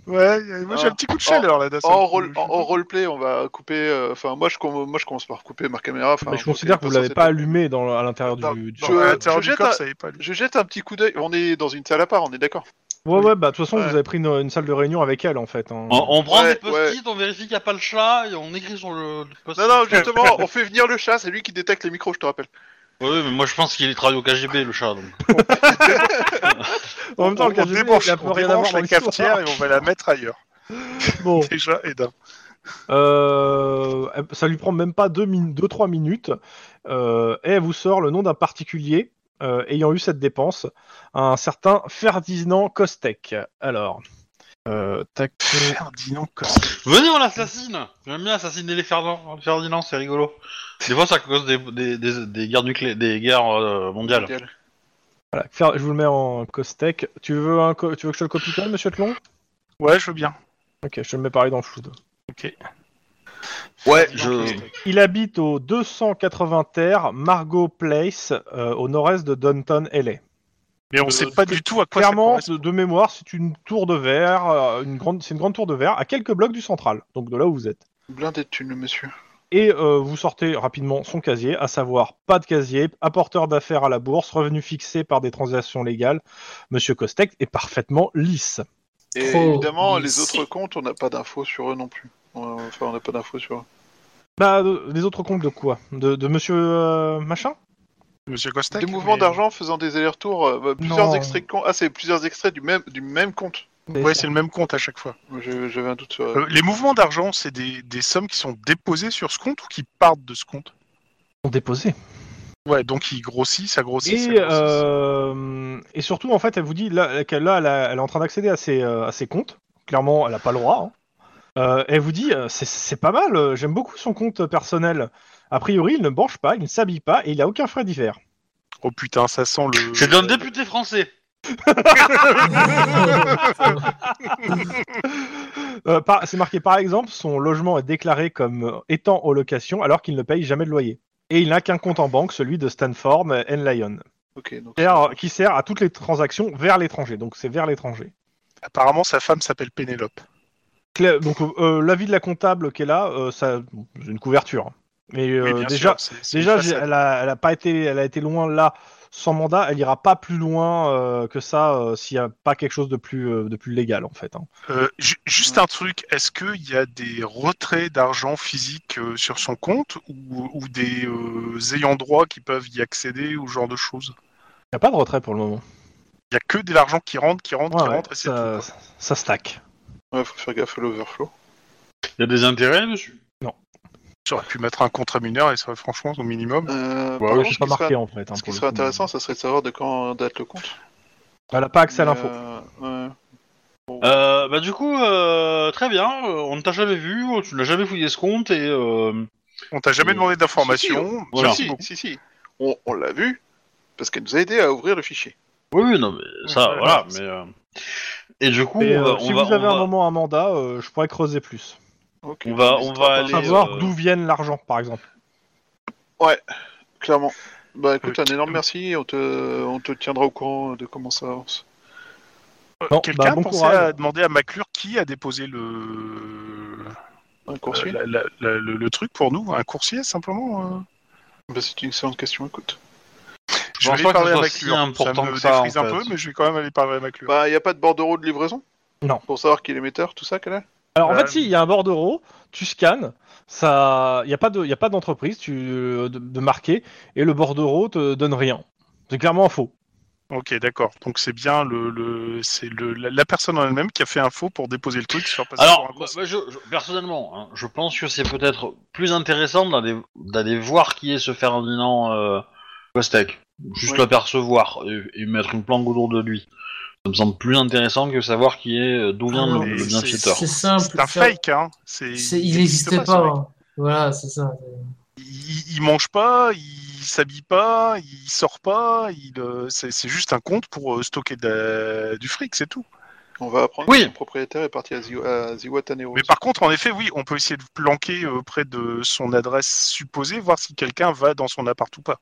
[SPEAKER 3] Ouais, y a- moi j'ai
[SPEAKER 5] Ah.
[SPEAKER 3] un petit coup de chaleur là. d'un seul
[SPEAKER 5] En,
[SPEAKER 3] coup,
[SPEAKER 5] rôle-
[SPEAKER 3] je-
[SPEAKER 5] en, en roleplay, on va couper. euh, Enfin, moi, je, com- moi, je commence par couper ma caméra. enfin,
[SPEAKER 2] Mais je
[SPEAKER 5] faut
[SPEAKER 2] considère
[SPEAKER 5] qu'elle
[SPEAKER 2] que vous
[SPEAKER 5] soit
[SPEAKER 2] l'avez
[SPEAKER 5] censée-
[SPEAKER 2] pas allumé dans, à l'intérieur
[SPEAKER 5] Non,
[SPEAKER 2] du. du-
[SPEAKER 3] Bon, euh,
[SPEAKER 5] je-
[SPEAKER 3] à l'intérieur
[SPEAKER 5] je
[SPEAKER 3] du
[SPEAKER 5] jette
[SPEAKER 3] corps,
[SPEAKER 5] un-
[SPEAKER 3] ça avait pas lu.
[SPEAKER 5] Je jette un petit coup d'œil. On est dans une salle à part, on est d'accord.
[SPEAKER 2] Ouais, ouais, bah de toute façon,
[SPEAKER 5] Ouais.
[SPEAKER 2] vous avez pris une, une salle de réunion avec elle en fait. hein.
[SPEAKER 6] On, on prend
[SPEAKER 5] Ouais,
[SPEAKER 6] des post-it, on vérifie qu'il n'y a pas le chat et on écrit sur le, le post-it.
[SPEAKER 5] Non, non, justement, on fait venir le chat, c'est lui qui détecte les micros, je te rappelle.
[SPEAKER 6] Oui, mais moi je pense qu'il travaille au KGB le chat. Donc.
[SPEAKER 2] En même temps,
[SPEAKER 3] on,
[SPEAKER 2] le KGB,
[SPEAKER 3] débranche,
[SPEAKER 2] il a plus
[SPEAKER 3] on
[SPEAKER 2] rien à
[SPEAKER 3] débranche
[SPEAKER 2] voir dans
[SPEAKER 3] la
[SPEAKER 2] l'histoire.
[SPEAKER 3] cafetière et on va la mettre ailleurs.
[SPEAKER 2] Bon.
[SPEAKER 3] Déjà, et d'un.
[SPEAKER 2] Euh, ça lui prend même pas 2-3 minutes. Euh, et elle vous sort le nom d'un particulier euh, ayant eu cette dépense, un certain Ferdinand Kostek. Alors, euh, tac.
[SPEAKER 3] Ferdinand Costa.
[SPEAKER 6] Venez, on l'assassine. J'aime bien assassiner les Ferdinand, les Ferdinand, c'est rigolo. Des fois, ça cause des, des, des, des guerres nuclé- des guerres euh, mondiales.
[SPEAKER 5] Nickel.
[SPEAKER 2] voilà, Fer- je vous le mets en Kostek. Tu veux, un, co- tu veux que je te le copie quand même, monsieur Tlon
[SPEAKER 3] Ouais, je veux bien.
[SPEAKER 2] Ok, je te le mets pareil dans le flou.
[SPEAKER 3] Ok.
[SPEAKER 6] Ouais,
[SPEAKER 3] Ferdinand
[SPEAKER 6] je.
[SPEAKER 3] Costa.
[SPEAKER 2] Il habite au 280 Terre, Margot Place, euh, au nord-est de Downton Alley.
[SPEAKER 3] Mais on
[SPEAKER 5] Euh,
[SPEAKER 3] sait pas du tout à quoi
[SPEAKER 2] Clairement,
[SPEAKER 3] ça
[SPEAKER 2] de, de mémoire, c'est une tour de verre, euh, une grande, c'est une grande tour de verre à quelques blocs du central, donc de là où vous êtes.
[SPEAKER 5] Blindé de thunes, le monsieur.
[SPEAKER 2] Et euh, vous sortez rapidement son casier, à savoir pas de casier, apporteur d'affaires à la bourse, revenu fixé par des transactions légales. Monsieur Costec est parfaitement lisse.
[SPEAKER 5] Et
[SPEAKER 4] Trop
[SPEAKER 5] évidemment, les
[SPEAKER 4] lisse.
[SPEAKER 5] autres comptes, on n'a pas d'infos sur eux non plus. Euh, Enfin, on n'a pas d'infos sur eux.
[SPEAKER 2] Bah, de- les autres comptes de quoi de, de monsieur euh, machin
[SPEAKER 3] correspond. Monsieur Costa.
[SPEAKER 5] Des mouvements d'argent faisant des allers-retours, euh, bah, plusieurs
[SPEAKER 2] Non.
[SPEAKER 5] extraits de comptes. Ah, c'est plusieurs extraits du même, du même compte.
[SPEAKER 3] Ouais, c'est le même compte à chaque fois.
[SPEAKER 5] Je- J'avais un doute sur.
[SPEAKER 3] Euh, les mouvements d'argent, c'est des, des sommes qui sont déposées sur ce compte ou qui partent de ce compte
[SPEAKER 2] Sont déposés.
[SPEAKER 3] Ouais, donc il grossit, ça grossit, ça
[SPEAKER 2] Et,
[SPEAKER 3] grossit.
[SPEAKER 2] euh, et surtout, en fait, elle vous dit là, qu'elle là, elle, a- elle est en train d'accéder à, ses, euh, à ses comptes. Clairement, elle n'a pas le droit. hein. Euh, elle vous dit euh, c'est- c'est pas mal, euh, j'aime beaucoup son compte personnel. A priori, il ne branche pas, il ne s'habille pas et il n'a aucun frais divers.
[SPEAKER 3] Oh putain, ça sent le.
[SPEAKER 6] C'est d'un député français.
[SPEAKER 2] Euh, par- c'est marqué par exemple, son logement est déclaré comme euh, étant aux locations alors qu'il ne paye jamais de loyer. Et il n'a qu'un compte en banque, celui de Stanford euh, and Lyon,
[SPEAKER 5] Ok, donc.
[SPEAKER 2] qui sert- qui sert à toutes les transactions vers l'étranger. Donc c'est vers l'étranger.
[SPEAKER 3] Apparemment, sa femme s'appelle Pénélope.
[SPEAKER 2] Cla- Donc euh, l'avis de la comptable qui est là, euh, ça, euh, c'est une couverture. Mais euh,
[SPEAKER 3] Oui, bien
[SPEAKER 2] déjà,
[SPEAKER 3] sûr, c'est- c'est une
[SPEAKER 2] déjà j'ai-
[SPEAKER 3] façade.
[SPEAKER 2] elle, a, elle a pas été, elle a été loin là sans mandat. Elle ira pas plus loin euh, que ça euh, s'il n'y a pas quelque chose de plus, euh, de plus légal en fait. hein.
[SPEAKER 3] Euh, ju- juste un truc, est-ce qu'il y a des retraits d'argent physique euh, sur son compte ou, ou des euh, ayants droit qui peuvent y accéder ou ce genre de choses
[SPEAKER 2] Il n'y a pas de retrait pour le moment.
[SPEAKER 3] Il y a que de l'argent qui rentre, qui rentre, qui
[SPEAKER 2] Ouais,
[SPEAKER 3] rentre et c'est
[SPEAKER 2] ça,
[SPEAKER 3] tout.
[SPEAKER 2] ça, ça stack.
[SPEAKER 5] Ouais, faut faire gaffe à l'overflow.
[SPEAKER 6] Il y a des intérêts dessus
[SPEAKER 3] J'aurais pu mettre un contrat mineur et ça, franchement, au minimum.
[SPEAKER 5] Euh,
[SPEAKER 6] Bah
[SPEAKER 5] par
[SPEAKER 6] oui,
[SPEAKER 5] contre,
[SPEAKER 6] j'ai
[SPEAKER 5] ce
[SPEAKER 2] Pas
[SPEAKER 5] qui serait-
[SPEAKER 2] marqué en fait. hein,
[SPEAKER 5] Ce
[SPEAKER 2] pour
[SPEAKER 5] qui
[SPEAKER 2] le
[SPEAKER 5] serait
[SPEAKER 2] coup.
[SPEAKER 5] intéressant, ça serait de savoir de quand date le compte.
[SPEAKER 2] Bah, Elle n'a pas accès à
[SPEAKER 5] Mais,
[SPEAKER 2] l'info.
[SPEAKER 5] euh, ouais.
[SPEAKER 6] Euh, bah du coup, euh, très bien, euh, on ne t'a jamais vu, euh, tu n'as jamais fouillé ce compte et... euh,
[SPEAKER 3] On t'a jamais
[SPEAKER 6] Euh,
[SPEAKER 3] demandé
[SPEAKER 5] Si,
[SPEAKER 3] d'informations.
[SPEAKER 6] Voilà.
[SPEAKER 3] merci
[SPEAKER 5] Si,
[SPEAKER 3] beaucoup.
[SPEAKER 5] si, si. On, on l'a vu, parce qu'elle nous a aidé à ouvrir le fichier.
[SPEAKER 6] Oui, oui, non, mais ça,
[SPEAKER 3] Ouais,
[SPEAKER 6] voilà,
[SPEAKER 3] ouais,
[SPEAKER 6] mais... euh, Et du coup,
[SPEAKER 2] Mais,
[SPEAKER 6] on
[SPEAKER 2] euh,
[SPEAKER 6] va- on
[SPEAKER 2] si
[SPEAKER 6] va-
[SPEAKER 2] vous avez
[SPEAKER 6] on
[SPEAKER 2] un
[SPEAKER 6] va-
[SPEAKER 2] moment un mandat, euh, je pourrais creuser plus.
[SPEAKER 5] Ok.
[SPEAKER 6] On va- on
[SPEAKER 5] Histoire
[SPEAKER 6] va Et,
[SPEAKER 2] Pour
[SPEAKER 5] par-
[SPEAKER 2] savoir
[SPEAKER 6] euh,
[SPEAKER 2] d'où viennent l'argent, par exemple.
[SPEAKER 6] euh,
[SPEAKER 5] Clairement. Bah écoute, un énorme merci, on te, on te tiendra au courant de comment ça avance.
[SPEAKER 3] Euh,
[SPEAKER 2] Bon,
[SPEAKER 3] Quelqu'un
[SPEAKER 2] bah, bon
[SPEAKER 3] pensait
[SPEAKER 2] courage.
[SPEAKER 3] à demander à Maclure qui a déposé le.
[SPEAKER 5] Un coursier
[SPEAKER 3] la- la- la- le, le truc pour nous, un coursier simplement. euh.
[SPEAKER 5] Bah, C'est une excellente question, écoute.
[SPEAKER 6] Je pense pas que ce soit si important
[SPEAKER 3] ça me
[SPEAKER 6] que ça,
[SPEAKER 3] défrise un
[SPEAKER 6] en fait.
[SPEAKER 3] peu, mais je vais quand même aller parler à Maclure.
[SPEAKER 5] Bah, il a pas de bordereau de livraison
[SPEAKER 2] Non.
[SPEAKER 5] Pour savoir qui est l'émetteur, tout ça, qu'elle a
[SPEAKER 2] Alors en
[SPEAKER 3] Euh,
[SPEAKER 2] fait, si, il y a un bordereau, tu scannes, ça, il n'y a pas de, il y a pas d'entreprise, tu euh, de, de marqué, et le bordereau te donne rien. C'est clairement faux.
[SPEAKER 3] Ok, d'accord. Donc c'est bien le, le c'est le la, la personne en elle-même qui a fait un faux pour déposer le truc sur passer pour
[SPEAKER 6] Alors,
[SPEAKER 3] un
[SPEAKER 6] bah,
[SPEAKER 3] coursier.
[SPEAKER 6] bah, je, je- personnellement, hein, je pense que c'est peut-être plus intéressant d'aller d'aller voir qui est ce Ferdinand euh, Costec. Juste
[SPEAKER 5] Oui.
[SPEAKER 6] l'apercevoir et, et mettre une planque autour de lui. Ça me semble plus intéressant que savoir qui est euh, d'où vient
[SPEAKER 4] Ah non,
[SPEAKER 6] le, le
[SPEAKER 3] mais
[SPEAKER 6] bienfaiteur.
[SPEAKER 4] C'est simple.
[SPEAKER 3] C'est un
[SPEAKER 4] ça-
[SPEAKER 3] fake, hein. C'est
[SPEAKER 4] c'est- Il
[SPEAKER 3] n'existe ce
[SPEAKER 4] n'existe pas.
[SPEAKER 3] mec.
[SPEAKER 4] hein. Voilà, c'est ça.
[SPEAKER 3] Il, il mange pas, il s'habille pas, il sort pas. Il euh, c'est c'est juste un compte pour euh, stocker de la- du fric, c'est tout.
[SPEAKER 5] On va apprendre
[SPEAKER 6] Oui.
[SPEAKER 5] que son propriétaire est parti à, Ziw- à Ziwatanero.
[SPEAKER 3] Mais par contre, en effet, oui, on peut essayer de planquer euh, près de son adresse supposée, voir si quelqu'un va dans son appart ou pas.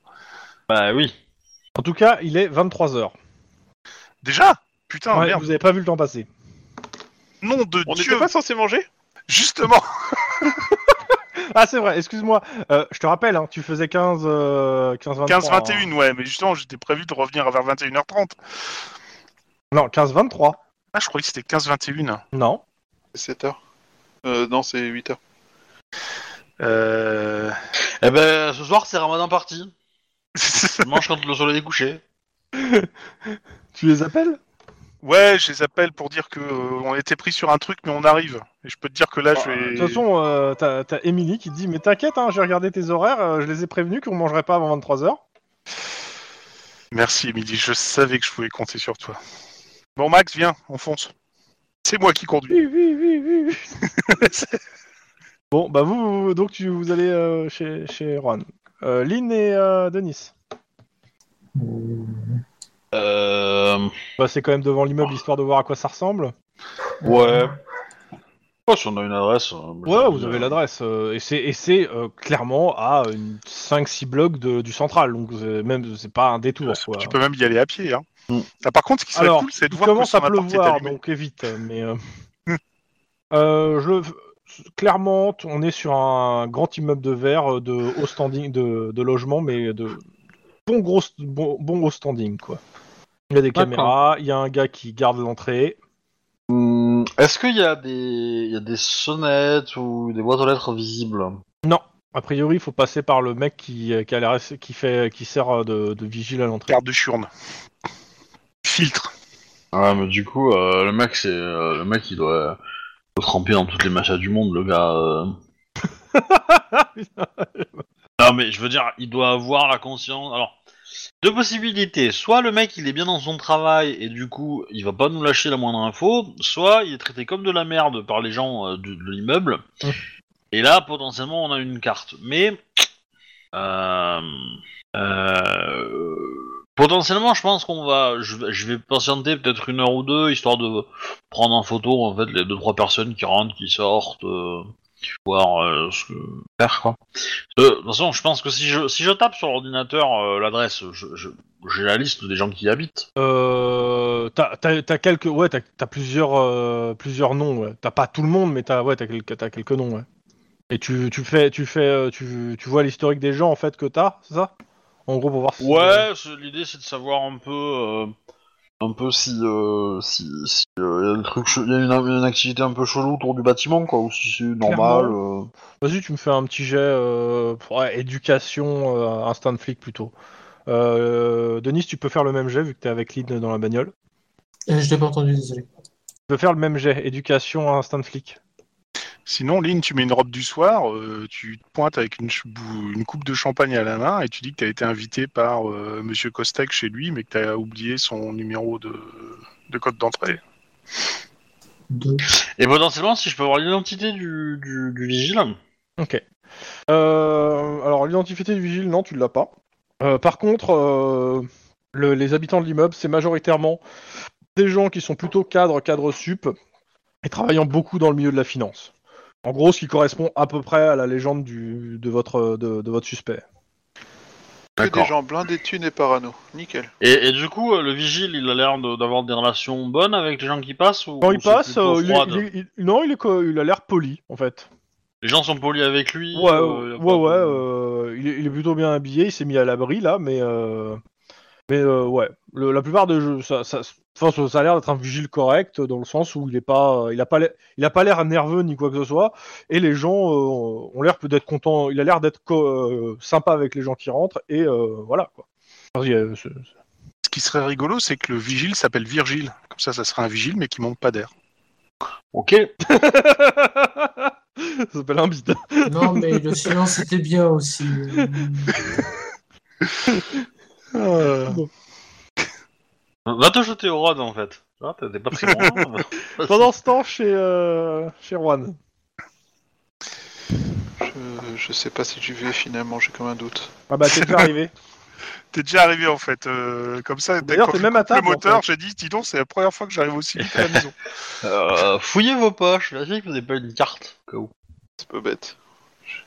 [SPEAKER 6] Bah oui.
[SPEAKER 2] En tout cas, il est 23 heures.
[SPEAKER 3] Déjà, putain,
[SPEAKER 2] Ouais,
[SPEAKER 3] Ah, merde.
[SPEAKER 2] vous avez pas vu le temps passer.
[SPEAKER 3] Nom de
[SPEAKER 5] On
[SPEAKER 3] Dieu,
[SPEAKER 5] n'était pas censé manger
[SPEAKER 3] justement.
[SPEAKER 2] Ah c'est vrai, excuse-moi. Euh, je te rappelle, hein, tu faisais 15, euh, 15, 23.
[SPEAKER 3] 15
[SPEAKER 2] hein.
[SPEAKER 3] 21 ouais, mais justement, j'étais prévu de revenir vers 21h30.
[SPEAKER 2] hein. Non, 15 23.
[SPEAKER 3] Ah, je croyais que c'était 15 21.
[SPEAKER 2] Non.
[SPEAKER 5] C'est 7 heures. Euh, non, c'est 8 heures.
[SPEAKER 3] Euh...
[SPEAKER 6] Eh ben, ce soir, c'est Ramadan parti. Tu manges quand le soleil est couché.
[SPEAKER 2] Tu les appelles
[SPEAKER 3] ouais, je les appelle pour dire que euh, on était pris sur un truc mais on arrive. Et je peux te dire que là je vais
[SPEAKER 2] De toute façon, euh, t'as t'as Émilie qui te dit mais t'inquiète, hein, j'ai regardé tes horaires, euh, je les ai prévenus qu'on mangerait pas avant 23 heures.
[SPEAKER 3] Merci Émilie, je savais que je pouvais compter sur toi. Bon Max, viens, on fonce. C'est moi qui conduis.
[SPEAKER 2] Oui, oui, oui, oui, oui. bon, bah vous, vous- donc tu, vous allez euh, chez, chez Juan. Euh, Lynn et euh, Denis.
[SPEAKER 6] Euh...
[SPEAKER 2] Bah, c'est quand même devant l'immeuble histoire de voir à quoi ça ressemble.
[SPEAKER 6] Ouais. Oh, si on a une adresse... euh,
[SPEAKER 2] Ouais,
[SPEAKER 6] je-
[SPEAKER 2] vous avez l'adresse. euh, et c'est, et c'est euh, clairement à 5-6 blocs de- du central. Donc c'est- même, c'est pas un
[SPEAKER 3] Ah,
[SPEAKER 2] détour. Quoi.
[SPEAKER 3] Tu peux même y aller à pied hein.
[SPEAKER 6] Mm.
[SPEAKER 3] Ah, par contre, ce qui serait
[SPEAKER 2] Alors,
[SPEAKER 3] cool, c'est de
[SPEAKER 2] il
[SPEAKER 3] voir que
[SPEAKER 2] commence à
[SPEAKER 3] son appart est
[SPEAKER 2] pleuvoir,
[SPEAKER 3] allumé.
[SPEAKER 2] donc évite. Mais euh, euh, je, clairement, t- on est sur un grand immeuble de verre euh, de haut standing, de, de logement, mais de bon gros, st- bon, bon haut standing quoi. Il y a des
[SPEAKER 4] D'accord.
[SPEAKER 2] caméras, il y a un gars qui garde l'entrée.
[SPEAKER 6] Hum, Est-ce qu'il y, a des- il y a des sonnettes ou des boîtes aux lettres visibles
[SPEAKER 2] A priori, il faut passer par le mec qui, euh, qui, a l'air- qui fait, qui sert euh, de, de vigile à l'entrée.
[SPEAKER 3] Garde de churne. Filtre.
[SPEAKER 6] Ouais, mais du coup, euh, le mec, c'est euh, le mec, il doit se tremper dans toutes les machas du monde, le gars. euh. Non, mais je veux dire, il doit avoir la conscience. Alors, deux possibilités. Soit le mec, il est bien dans son travail et du coup, il va pas nous lâcher la moindre info. Soit il est traité comme de la merde par les gens euh, de, de l'immeuble.
[SPEAKER 2] Mhm.
[SPEAKER 6] Et là, potentiellement, on a une carte. Mais euh, euh, Potentiellement, je pense qu'on va, je, vais- je vais patienter peut-être une heure ou deux, histoire de prendre en photo en fait les deux trois personnes qui rentrent, qui sortent, euh, voir euh, ce que faire quoi. Euh, de toute façon, je pense que si je si je tape sur l'ordinateur euh, l'adresse, je- je- j'ai la liste des gens qui y habitent.
[SPEAKER 2] Euh, t'as, t'as- t'as quelques, ouais, t'as, t'as plusieurs, euh, plusieurs noms. ouais. T'as pas tout le monde, mais t'as, ouais, t'as quelques, t'as quelques noms. Ouais. Et tu, tu fais tu fais euh, tu, tu vois l'historique des gens en fait que t'as, c'est ça En gros pour voir si
[SPEAKER 6] Ouais, c'est- l'idée c'est de savoir un peu, euh, un peu si, euh, si, si, euh, y a le truc, che- y a une, une activité un peu chelou autour du bâtiment, quoi, ou si c'est normal. euh.
[SPEAKER 2] Vas-y, tu me fais un petit jet euh, pour- ouais, éducation euh, instinct de flic plutôt. Euh, Denis, tu peux faire le même jet vu que t'es avec Lynn dans la bagnole.
[SPEAKER 4] Euh, Je l'ai pas entendu, désolé.
[SPEAKER 2] Tu peux faire le même jet éducation instinct de flic.
[SPEAKER 3] Sinon, Lynn, tu mets une robe du soir, euh, tu te pointes avec une, ch- bou- une coupe de champagne à la main et tu dis que tu as été invité par euh, Monsieur Kostek chez lui, mais que tu as oublié son numéro de, de code d'entrée.
[SPEAKER 4] Deux.
[SPEAKER 6] Et potentiellement, si je peux avoir l'identité du, du, du vigile.
[SPEAKER 2] Ok. Euh, alors l'identité du vigile, non, tu l'as pas. Euh, par contre, euh, le- les habitants de l'immeuble, c'est majoritairement des gens qui sont plutôt cadres, cadres sup, et travaillant beaucoup dans le milieu de la finance. En gros, ce qui correspond à peu près à la légende du- de, votre, de- de votre suspect.
[SPEAKER 5] Que
[SPEAKER 6] D'accord.
[SPEAKER 5] des gens blindés de thunes et parano. Nickel.
[SPEAKER 6] Et, et du coup, euh, le vigile, il a l'air de- d'avoir des relations bonnes avec les gens qui passent ou,
[SPEAKER 2] Quand
[SPEAKER 6] ou
[SPEAKER 2] il
[SPEAKER 6] c'est
[SPEAKER 2] passe,
[SPEAKER 6] plutôt
[SPEAKER 2] euh, il est-
[SPEAKER 6] froide
[SPEAKER 2] il est- il- non, il, est co- il a l'air poli, en fait.
[SPEAKER 6] Les gens sont polis avec lui.
[SPEAKER 2] Ouais,
[SPEAKER 6] euh, y a
[SPEAKER 2] ouais,
[SPEAKER 6] pas
[SPEAKER 2] ouais,
[SPEAKER 6] de-
[SPEAKER 2] euh, il, est, il est plutôt bien habillé, il s'est mis à l'abri là, mais euh, mais euh, ouais, Le- la plupart des jeux, ça, ça, enfin, ça- ça a l'air d'être un vigile correct dans le sens où il est pas, il a pas, l'air- il a pas l'air nerveux ni quoi que ce soit, et les gens euh, ont l'air peut-être contents, il a l'air d'être co- euh, sympa avec les gens qui rentrent et euh, voilà quoi. Enfin, il y a- c'est- c'est-
[SPEAKER 3] Ce qui serait rigolo, c'est que le vigile s'appelle Virgile. Comme ça, ça serait un vigile, mais qui manque pas d'air.
[SPEAKER 6] Ok.
[SPEAKER 2] ça s'appelle un bide.
[SPEAKER 4] Non, mais le silence était bien aussi. Euh,
[SPEAKER 2] Ah,
[SPEAKER 6] Va te jeter au rod en fait. Ah, T'es t'es pas très loin. hein.
[SPEAKER 2] Pendant ce temps chez euh, chez Juan.
[SPEAKER 5] Je, je sais pas si j'y vais finalement, j'ai comme un doute.
[SPEAKER 2] Ah bah t'es déjà arrivé.
[SPEAKER 3] T'es déjà arrivé en fait. euh, comme ça, dès
[SPEAKER 2] D'ailleurs,
[SPEAKER 3] qu'on
[SPEAKER 2] t'es
[SPEAKER 3] coupe
[SPEAKER 2] même à
[SPEAKER 3] le
[SPEAKER 2] table, en
[SPEAKER 3] moteur,
[SPEAKER 2] fait.
[SPEAKER 3] j'ai dit, dis donc, c'est la première fois que j'arrive aussi vite à la maison.
[SPEAKER 6] Euh, fouillez vos poches, vérifiez que vous n'avez pas une carte. au cas où.
[SPEAKER 5] C'est pas bête. Je-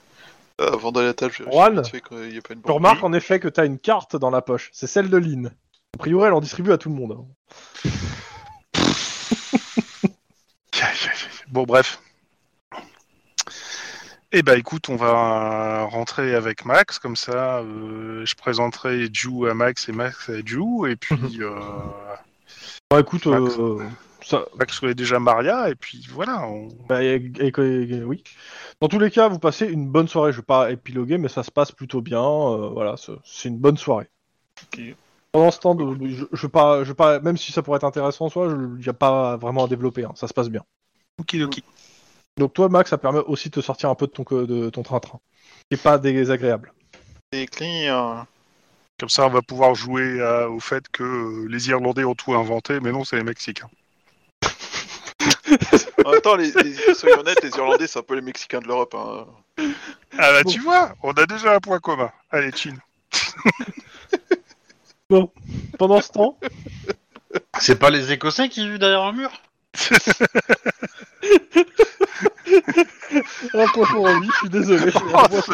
[SPEAKER 5] Ah, Avant d'aller à la table, je
[SPEAKER 2] Juan,
[SPEAKER 5] fait qu'il n'y a pas une
[SPEAKER 2] Tu
[SPEAKER 5] bombe.
[SPEAKER 2] remarques en effet que t'as une carte dans la poche, c'est celle de Lynn. A priori, elle en distribue à tout le monde. hein.
[SPEAKER 3] Aïe, aïe, aïe. Bon, bref. Eh ben, écoute, on va rentrer avec Max, comme ça, euh, je présenterai Ju à Max et Max à Ju, et puis euh,
[SPEAKER 2] Bah écoute,
[SPEAKER 3] Max.
[SPEAKER 2] euh, ça,
[SPEAKER 3] Max est déjà Maria, et puis voilà. on-
[SPEAKER 2] bah, et- et- et- oui. Dans tous les cas, vous passez une bonne soirée. Je vais pas épiloguer, mais ça se passe plutôt bien. euh, voilà, c'est- c'est une bonne soirée.
[SPEAKER 5] Ok.
[SPEAKER 2] Pendant ce temps, de- je, je vais pas, je vais pas, même si ça pourrait être intéressant en soi, il n'y a pas vraiment à développer. hein, ça se passe bien.
[SPEAKER 3] Okidoki.
[SPEAKER 2] Donc toi, Max, ça permet aussi de te sortir un peu de ton co- de ton train-train, qui est pas désagréable.
[SPEAKER 5] Des clients.
[SPEAKER 3] Comme ça, on va pouvoir jouer à- au fait que euh, les Irlandais ont tout inventé, mais non, c'est les Mexicains.
[SPEAKER 5] En même temps, les, les- soyons honnêtes, les Irlandais, c'est un peu les Mexicains de l'Europe. Hein.
[SPEAKER 3] Ah bah,
[SPEAKER 2] Bon.
[SPEAKER 3] tu vois, on a déjà un point commun. Allez, Chin.
[SPEAKER 2] Pendant ce temps,
[SPEAKER 6] C'est pas les Écossais qui vivent derrière un mur
[SPEAKER 2] un poisson en vie, je suis désolé. un poisson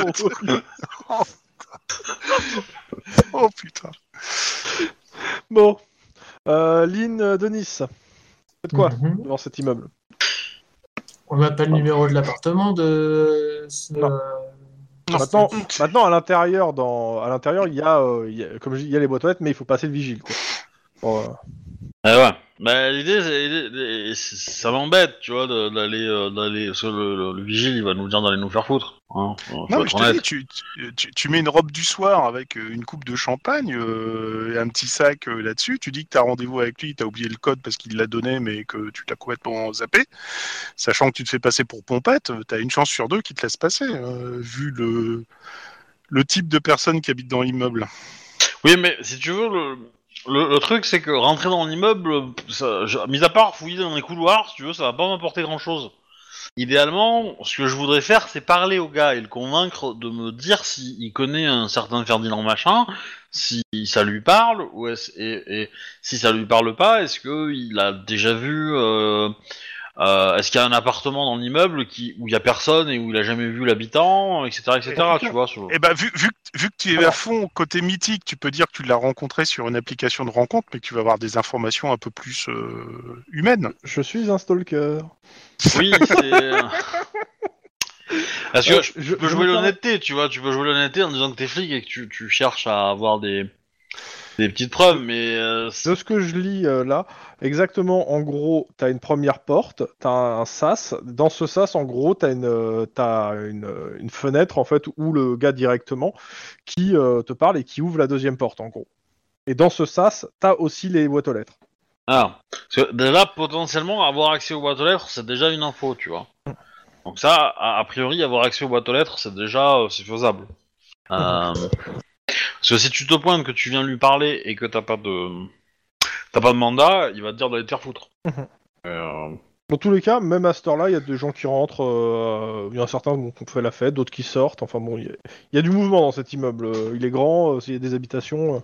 [SPEAKER 2] en vie.
[SPEAKER 3] Oh putain.
[SPEAKER 2] Bon. Euh, Lynn, euh, Denis, faites quoi
[SPEAKER 4] mhm.
[SPEAKER 2] devant cet immeuble
[SPEAKER 4] On n'a pas le numéro de l'appartement de. ce-
[SPEAKER 2] Non.
[SPEAKER 4] euh,
[SPEAKER 2] maintenant, maintenant, à l'intérieur, dans, à l'intérieur, il y a, euh, il y a- comme je dis, il y a les boîtes aux lettres, mais il faut passer le vigile. Quoi. Bon, euh,
[SPEAKER 6] Ah ouais. Bah, l'idée, c'est- l'idée- c'est- ça m'embête, tu vois, de- d'aller. euh, d'aller parce que le, le- le vigile, il va nous dire d'aller nous faire foutre. Hein. Faut
[SPEAKER 3] Non, mais
[SPEAKER 6] être
[SPEAKER 3] je te
[SPEAKER 6] honnête.
[SPEAKER 3] dis, tu, tu- tu- tu mets une robe du soir avec euh, une coupe de champagne euh, et un petit sac euh, là-dessus. Tu dis que tu as rendez-vous avec lui, tu as oublié le code parce qu'il l'a donné, mais que tu l'as complètement zappé. Sachant que tu te fais passer pour pompette, tu as une chance sur deux qu'il te laisse passer, euh, vu le, le type de personne qui habite dans l'immeuble.
[SPEAKER 6] Oui, mais si tu veux, le, le, le truc, c'est que rentrer dans l'immeuble, ça- je- mis à part fouiller dans les couloirs, si tu veux, ça va pas m'apporter grand chose. Idéalement, ce que je voudrais faire, c'est parler au gars et le convaincre de me dire s'il connaît un certain Ferdinand Machin, si ça lui parle, ou est-ce- et, et si ça lui parle pas, est-ce qu'il a déjà vu. euh, euh, est-ce qu'il y a un appartement dans l'immeuble qui, où il y a personne et où il a jamais vu l'habitant, etc., etc., tu vois sur-
[SPEAKER 3] Et ben vu, vu, que- vu que tu es à fond côté mythique, tu peux dire que tu l'as rencontré sur une application de rencontre, mais que tu vas avoir des informations un peu plus euh, humaines.
[SPEAKER 2] je suis un stalker.
[SPEAKER 6] Oui, c'est. Parce que
[SPEAKER 2] Euh,
[SPEAKER 6] je-
[SPEAKER 2] je-
[SPEAKER 6] tu peux
[SPEAKER 2] je me
[SPEAKER 6] jouer
[SPEAKER 2] permets-
[SPEAKER 6] l'honnêteté, tu vois, tu peux jouer l'honnêteté en disant que t'es flic et que tu, tu cherches à avoir des, des petites preuves, mais euh, c'est-
[SPEAKER 2] De ce que je lis euh, là, exactement, en gros, t'as une première porte, t'as un sas. Dans ce sas, en gros, t'as une, euh, t'as une, euh, une fenêtre, en fait, où le gars directement qui euh, te parle et qui ouvre la deuxième porte, en gros. Et dans ce sas, t'as aussi les boîtes aux lettres.
[SPEAKER 6] Ah, parce que de là, potentiellement, avoir accès aux boîtes aux lettres, c'est déjà une info, tu vois. Donc ça, a, a priori, avoir accès aux boîtes aux lettres, c'est déjà euh, c'est faisable. Euh, parce que si tu te pointes que tu viens lui parler et que t'as pas de t'as pas de mandat, il va te dire d'aller te faire foutre.
[SPEAKER 7] Mhm.
[SPEAKER 6] Euh,
[SPEAKER 2] Dans tous les cas, même à cette heure-là, il y a des gens qui rentrent, euh, il y en a certains bon, qui ont fait la fête, d'autres qui sortent. Enfin bon, il y, a- il y a du mouvement dans cet immeuble. euh, Il est grand, euh, il y a des habitations. euh,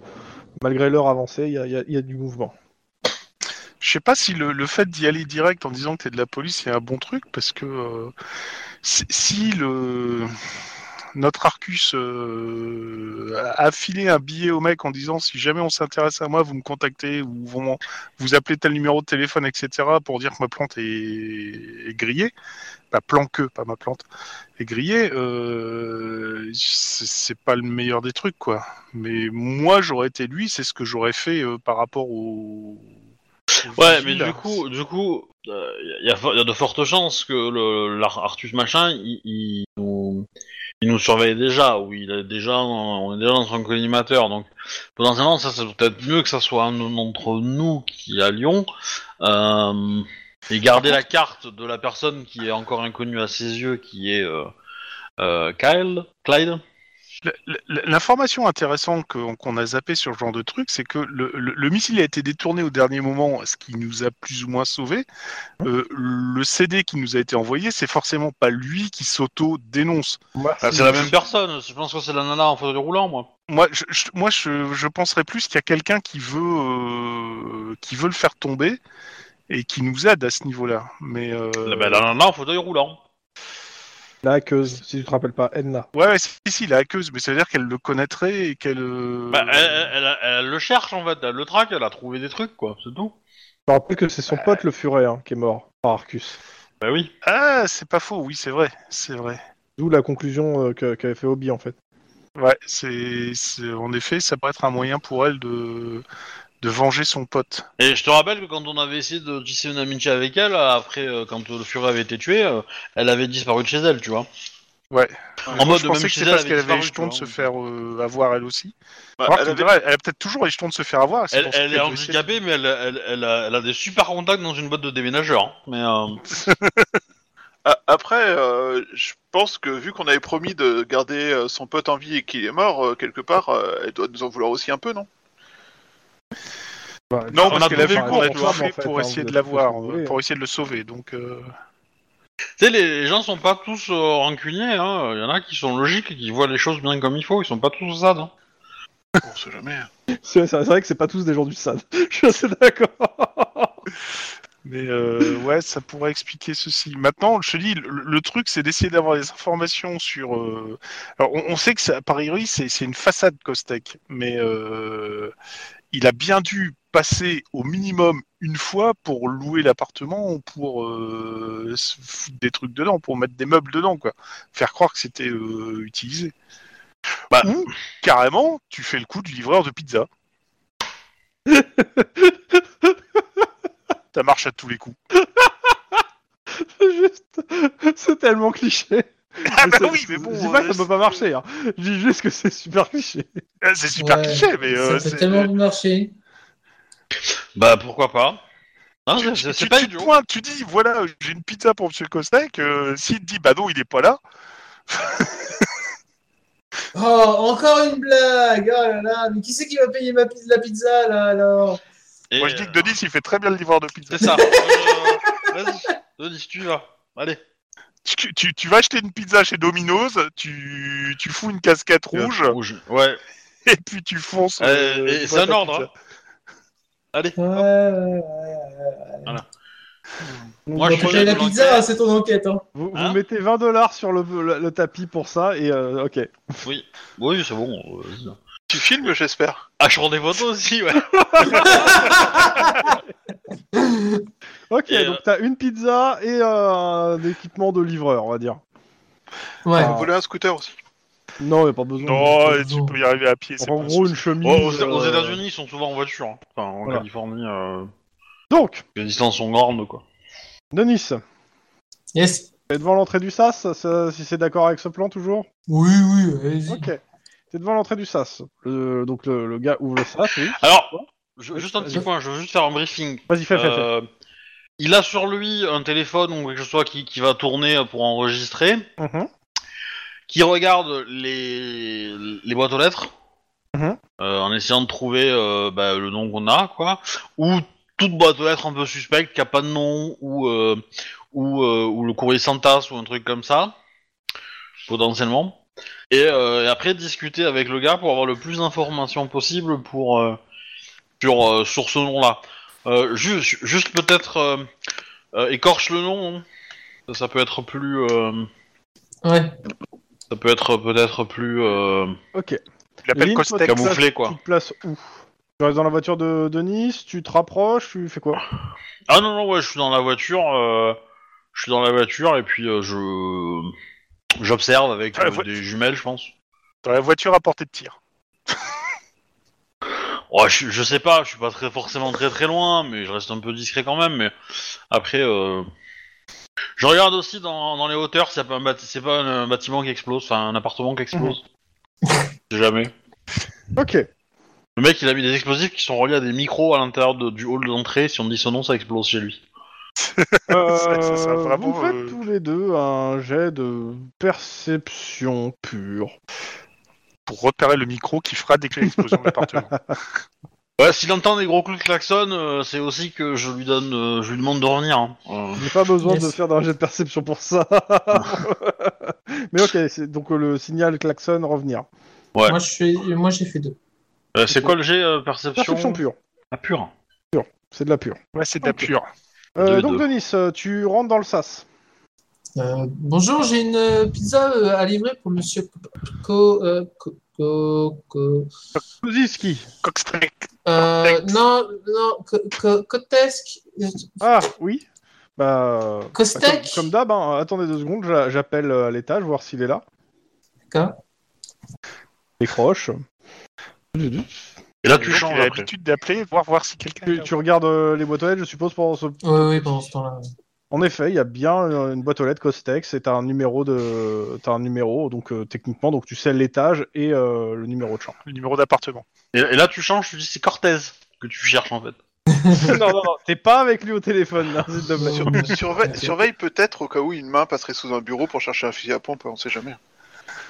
[SPEAKER 2] Malgré l'heure avancée, il y a- il y a- il y a du mouvement.
[SPEAKER 3] Je sais pas si le, le fait d'y aller direct en disant que t'es de la police est un bon truc parce que euh, si, si le notre Arcus euh, a a filé un billet au mec en disant si jamais on s'intéresse à moi vous me contactez ou vous, m'en- vous appelez tel numéro de téléphone etc pour dire que ma plante est, est grillée pas plan que pas ma plante est grillée euh, c'est c'est pas le meilleur des trucs quoi mais moi j'aurais été lui c'est ce que j'aurais fait euh, par rapport au au
[SPEAKER 6] Ouais, mais
[SPEAKER 3] vigile.
[SPEAKER 6] du coup, du coup, il y, a, fo- y a de fortes chances que le l'Ar- Artus machin, il, il nous, il nous surveille déjà, ou il est déjà, en- on est déjà dans son collimateur. Donc, potentiellement, ça, c'est peut-être mieux que ça soit un d'entre nous qui est à Lyon euh, et garder la carte de la personne qui est encore inconnue à ses yeux, qui est euh, euh, Kyle, Clyde.
[SPEAKER 3] L- l- L'information intéressante que- qu'on a zappé sur ce genre de truc, c'est que le, le- le missile a été détourné au dernier moment, ce qui nous a plus ou moins sauvés. Euh, le CD qui nous a été envoyé, c'est forcément pas lui qui s'auto-dénonce.
[SPEAKER 6] Ah, c'est la même personne. Je pense que c'est la nana en fauteuil roulant, moi.
[SPEAKER 3] Moi, je, je- moi, je, je penserais plus qu'il y a quelqu'un qui veut, euh, qui veut le faire tomber et qui nous aide à ce niveau-là. Mais euh,
[SPEAKER 6] La- bah, la nana en fauteuil roulant.
[SPEAKER 2] La hackeuse, si tu te rappelles pas, Edna.
[SPEAKER 3] ouais, ouais, si, si, la hackeuse, mais ça veut dire qu'elle le connaîtrait et qu'elle. euh,
[SPEAKER 6] Bah, elle, elle- elle- elle le cherche en fait, elle le traque, elle a trouvé des trucs quoi, c'est tout.
[SPEAKER 2] Je te rappelle que c'est son pote le furet hein, qui est mort par Arcus.
[SPEAKER 6] Bah oui.
[SPEAKER 3] Ah, c'est pas faux. Oui, c'est vrai, c'est vrai.
[SPEAKER 2] D'où la conclusion euh, que- qu'avait fait Obi en fait.
[SPEAKER 3] Ouais, c'est, c'est- en effet, ça pourrait être un moyen pour elle de, de venger son pote.
[SPEAKER 6] Et je te rappelle que quand on avait essayé de tisser une amitié avec elle, après euh, quand le furet avait été tué, euh, elle avait disparu de chez elle, tu vois.
[SPEAKER 3] Ouais.
[SPEAKER 6] En mode
[SPEAKER 3] je
[SPEAKER 6] même
[SPEAKER 3] pensais que
[SPEAKER 6] chez
[SPEAKER 3] c'est
[SPEAKER 6] elle,
[SPEAKER 3] parce
[SPEAKER 6] elle
[SPEAKER 3] qu'elle avait
[SPEAKER 6] avait
[SPEAKER 3] les jetons
[SPEAKER 6] disparu,
[SPEAKER 3] de
[SPEAKER 6] tu
[SPEAKER 3] se
[SPEAKER 6] vois.
[SPEAKER 3] faire euh, avoir elle aussi.
[SPEAKER 5] Bah,
[SPEAKER 3] Alors que
[SPEAKER 5] elle
[SPEAKER 3] tu
[SPEAKER 5] avait-
[SPEAKER 3] me diras, elle, a peut-être toujours les jetons de se faire avoir. c'est
[SPEAKER 6] Elle,
[SPEAKER 3] pour ça
[SPEAKER 6] elle
[SPEAKER 3] qu'elle
[SPEAKER 6] est
[SPEAKER 3] doit essayer de-
[SPEAKER 6] handicapée, mais elle, elle- elle a, elle a des super contacts dans une boîte de déménageurs. hein. Mais euh,
[SPEAKER 5] A- Après, euh, je pense que vu qu'on avait promis de garder euh, son pote en vie et qu'il est mort, euh, quelque part, euh, elle doit nous en vouloir aussi un peu, non
[SPEAKER 2] Bah,
[SPEAKER 3] Non,
[SPEAKER 6] on
[SPEAKER 3] parce
[SPEAKER 6] a
[SPEAKER 3] qu'elle avait
[SPEAKER 6] trouvé
[SPEAKER 3] vu
[SPEAKER 6] un
[SPEAKER 3] qu'on a tout
[SPEAKER 2] responsable,
[SPEAKER 3] fait
[SPEAKER 2] en fait,
[SPEAKER 3] pour
[SPEAKER 2] hein,
[SPEAKER 3] essayer
[SPEAKER 2] vous
[SPEAKER 3] de
[SPEAKER 2] êtes
[SPEAKER 3] l'avoir,
[SPEAKER 2] tous sauvés.
[SPEAKER 3] euh, pour essayer de le sauver. Donc, euh,
[SPEAKER 6] tu sais, les, les gens sont pas tous euh, rancuniers. hein. Il y en a qui sont logiques et qui voient les choses bien comme il faut. Ils sont pas tous ça. Hein.
[SPEAKER 5] On sait jamais. hein.
[SPEAKER 2] C'est c'est vrai que c'est pas tous des gens du SAD. Je suis assez d'accord.
[SPEAKER 3] mais euh, ouais, ça pourrait expliquer ceci. Maintenant, je te dis, le, le truc, c'est d'essayer d'avoir des informations sur. euh, Alors, on, on sait que ça, à Paris, c'est c'est une façade Costec, mais euh, il a bien dû passer au minimum une fois pour louer l'appartement ou pour euh, se foutre des trucs dedans, pour mettre des meubles dedans, quoi. Faire croire que c'était euh, utilisé.
[SPEAKER 6] Bah.
[SPEAKER 3] Ou carrément, tu fais le coup du livreur de pizza. Ça marche à tous les coups.
[SPEAKER 2] Juste, c'est tellement cliché.
[SPEAKER 3] Ah bah
[SPEAKER 2] c'est-
[SPEAKER 3] oui, mais bon,
[SPEAKER 2] Je dis pas
[SPEAKER 3] euh,
[SPEAKER 2] que ça peut pas marcher. hein. Je dis juste que c'est super cliché.
[SPEAKER 3] Ah, C'est super
[SPEAKER 4] Ouais,
[SPEAKER 3] cliché, mais euh,
[SPEAKER 4] ça
[SPEAKER 3] c'est-
[SPEAKER 4] peut tellement marcher.
[SPEAKER 6] Bah pourquoi pas. Hein,
[SPEAKER 3] tu,
[SPEAKER 6] c'est-
[SPEAKER 3] tu-
[SPEAKER 6] c'est c'est
[SPEAKER 3] tu-
[SPEAKER 6] pas
[SPEAKER 3] tu te
[SPEAKER 6] idiot.
[SPEAKER 3] pointes, tu dis voilà, j'ai une pizza pour Monsieur Kostek. euh, S'il te dit bah non, il est pas là.
[SPEAKER 4] Oh, encore une blague! Oh là là, mais qui c'est qui va payer ma pi- la pizza là alors?
[SPEAKER 6] Et,
[SPEAKER 3] Moi je dis que
[SPEAKER 6] euh,
[SPEAKER 3] Denis, il fait très bien le livreur de pizza.
[SPEAKER 6] C'est ça. Euh, Vas-y, Denis, tu y vas. Allez.
[SPEAKER 3] Tu, tu- tu vas acheter une pizza chez Domino's, tu, tu fous une casquette Euh, rouge
[SPEAKER 6] Ouais.
[SPEAKER 3] et puis tu fonces.
[SPEAKER 6] Euh,
[SPEAKER 3] euh,
[SPEAKER 6] et
[SPEAKER 3] tu
[SPEAKER 6] c'est
[SPEAKER 3] vois
[SPEAKER 6] un
[SPEAKER 3] ta
[SPEAKER 6] ordre.
[SPEAKER 3] pizza.
[SPEAKER 6] hein. Allez.
[SPEAKER 4] Ouais, ouais,
[SPEAKER 6] hop.
[SPEAKER 4] ouais, ouais.
[SPEAKER 6] Moi,
[SPEAKER 4] Bon,
[SPEAKER 6] je
[SPEAKER 4] t'as
[SPEAKER 6] prenais
[SPEAKER 4] payé la
[SPEAKER 6] pour
[SPEAKER 4] pizza,
[SPEAKER 6] l'enquête.
[SPEAKER 4] c'est ton enquête, hein.
[SPEAKER 2] Vous, vous
[SPEAKER 6] Hein
[SPEAKER 2] mettez 20 dollars sur le, le- le tapis pour ça et euh, ok.
[SPEAKER 6] Oui. Oui, c'est bon. euh, vas-y.
[SPEAKER 5] Tu filmes, j'espère.
[SPEAKER 6] Ah, je prends des photos aussi, ouais.
[SPEAKER 2] Ok,
[SPEAKER 6] Et, euh,
[SPEAKER 2] euh, donc t'as une pizza et euh, un équipement de livreur, on va dire.
[SPEAKER 4] Ouais.
[SPEAKER 2] Ah.
[SPEAKER 5] Voler un scooter aussi.
[SPEAKER 2] Non, il a pas besoin.
[SPEAKER 3] Non, et Oh, tu peux y arriver à pied. c'est
[SPEAKER 2] en
[SPEAKER 3] pas
[SPEAKER 2] gros,
[SPEAKER 3] ça.
[SPEAKER 2] une chemise.
[SPEAKER 6] Oh, aux, aux
[SPEAKER 2] euh,
[SPEAKER 6] États-Unis, ils sont souvent en voiture. hein. Enfin, en
[SPEAKER 2] Voilà.
[SPEAKER 6] Californie, euh,
[SPEAKER 2] Donc,
[SPEAKER 6] les distances sont grandes, quoi.
[SPEAKER 2] Denis,
[SPEAKER 4] Yes.
[SPEAKER 2] t'es devant l'entrée du SAS, ça- si c'est d'accord avec ce plan toujours
[SPEAKER 4] Oui, oui, vas-y.
[SPEAKER 2] Ok. T'es devant l'entrée du SAS. Le- donc le, le gars ouvre le SAS, oui.
[SPEAKER 6] Alors, je- juste un petit point, je veux juste faire un briefing.
[SPEAKER 2] Vas-y, fais, fais, fais.
[SPEAKER 6] Euh, il a sur lui un téléphone ou quelque chose qui, qui va tourner pour enregistrer,
[SPEAKER 2] Mhm.
[SPEAKER 6] qui regarde les, les boîtes aux lettres
[SPEAKER 2] Mhm.
[SPEAKER 6] euh, en essayant de trouver euh, bah, le nom qu'on a, quoi, ou toute boîte aux lettres un peu suspecte qui a pas de nom ou euh, ou, euh, ou le courrier Santas ou un truc comme ça, potentiellement. Et, euh, et après discuter avec le gars pour avoir le plus d'informations possible pour euh, sur euh, sur ce nom-là. Euh, ju- ju- juste, peut-être euh, euh, écorche le nom. hein. Ça, ça peut être plus. euh,
[SPEAKER 4] Ouais.
[SPEAKER 6] ça peut être peut-être plus euh,
[SPEAKER 2] Ok.
[SPEAKER 3] Il l'appelle
[SPEAKER 2] Lynn, toi,
[SPEAKER 3] Costec.
[SPEAKER 2] t'es-
[SPEAKER 6] camouflé
[SPEAKER 2] Tu
[SPEAKER 6] quoi.
[SPEAKER 2] te places où Tu restes dans la voiture de Denis, tu te rapproches, tu fais quoi
[SPEAKER 6] Ah non non ouais, je suis dans la voiture. euh, je suis dans la voiture et puis euh, je j'observe avec
[SPEAKER 3] Ah, la
[SPEAKER 6] euh,
[SPEAKER 3] voiture.
[SPEAKER 6] des jumelles, je pense.
[SPEAKER 3] Dans la voiture à portée de tir.
[SPEAKER 6] Oh, je, je sais pas, je suis pas très forcément très très loin, mais je reste un peu discret quand même. Mais après, euh, je regarde aussi dans, dans les hauteurs, c'est pas un, bâti- c'est pas un bâtiment qui explose, enfin un appartement qui explose. Je sais jamais.
[SPEAKER 2] Ok.
[SPEAKER 6] Le mec, il a mis des explosifs qui sont reliés à des micros à l'intérieur de- du hall d'entrée. Si on dit son nom, ça explose chez lui.
[SPEAKER 2] Euh,
[SPEAKER 3] Ça- ça sera vraiment,
[SPEAKER 2] vous faites
[SPEAKER 3] euh,
[SPEAKER 2] tous les deux un jet de perception pure.
[SPEAKER 3] Pour repérer le micro qui fera déclencher l'explosion de l'appartement.
[SPEAKER 6] Ouais, s'il entend des gros coups de klaxon, euh, c'est aussi que je lui donne, euh, je lui demande de revenir. hein. Euh,
[SPEAKER 2] J'ai pas besoin
[SPEAKER 4] Yes.
[SPEAKER 2] de faire d'un jet de perception pour ça. Mais ok, c'est donc euh, le signal klaxon revenir.
[SPEAKER 6] Ouais.
[SPEAKER 4] Moi, je suis... Moi, j'ai fait deux.
[SPEAKER 6] euh, c'est quoi le G perception
[SPEAKER 2] Perception pure,
[SPEAKER 6] Ah, pur.
[SPEAKER 2] c'est de la pure.
[SPEAKER 3] Ouais, c'est de la
[SPEAKER 2] Ok.
[SPEAKER 3] pure.
[SPEAKER 2] Euh,
[SPEAKER 6] Deux et
[SPEAKER 2] donc
[SPEAKER 6] deux.
[SPEAKER 2] Denis, euh, tu rentres dans le sas.
[SPEAKER 4] Euh, bonjour, j'ai une euh, pizza euh, à livrer pour monsieur Co. euh, Co- Co- Co-
[SPEAKER 2] Koziski.
[SPEAKER 3] Costec.
[SPEAKER 4] euh, non, non, Co- Co- Kotesque.
[SPEAKER 2] Ah oui. Bah, euh,
[SPEAKER 4] Kostek.
[SPEAKER 2] bah, comme, comme d'hab, hein, attendez deux secondes, j'a- j'appelle euh, à l'étage, voir s'il est là.
[SPEAKER 4] D'accord.
[SPEAKER 2] Décroche.
[SPEAKER 6] Et là,
[SPEAKER 3] Donc,
[SPEAKER 6] tu
[SPEAKER 3] il a
[SPEAKER 6] changes après.
[SPEAKER 3] l'habitude d'appeler, voir voir si quelqu'un. est
[SPEAKER 2] Tu,
[SPEAKER 3] là.
[SPEAKER 2] tu regardes euh, les boîtes aux lettres, je suppose, pendant ce
[SPEAKER 4] Oui, oui, pendant ce temps-là.
[SPEAKER 2] En effet, il y a bien euh, une boîte aux lettres Costex et t'as un numéro de t'as un numéro donc euh, techniquement donc tu sais l'étage et euh, le numéro de chambre.
[SPEAKER 3] Le numéro d'appartement.
[SPEAKER 6] Et, et là, tu changes. Tu dis c'est Cortez que tu cherches en fait.
[SPEAKER 2] non non non, t'es pas avec lui au téléphone là, s'il te plaît.
[SPEAKER 4] Sur-
[SPEAKER 5] Surve- surveille
[SPEAKER 4] Ok.
[SPEAKER 5] surveille peut-être au cas où une main passerait sous un bureau pour chercher un fusil à pompe, on sait jamais.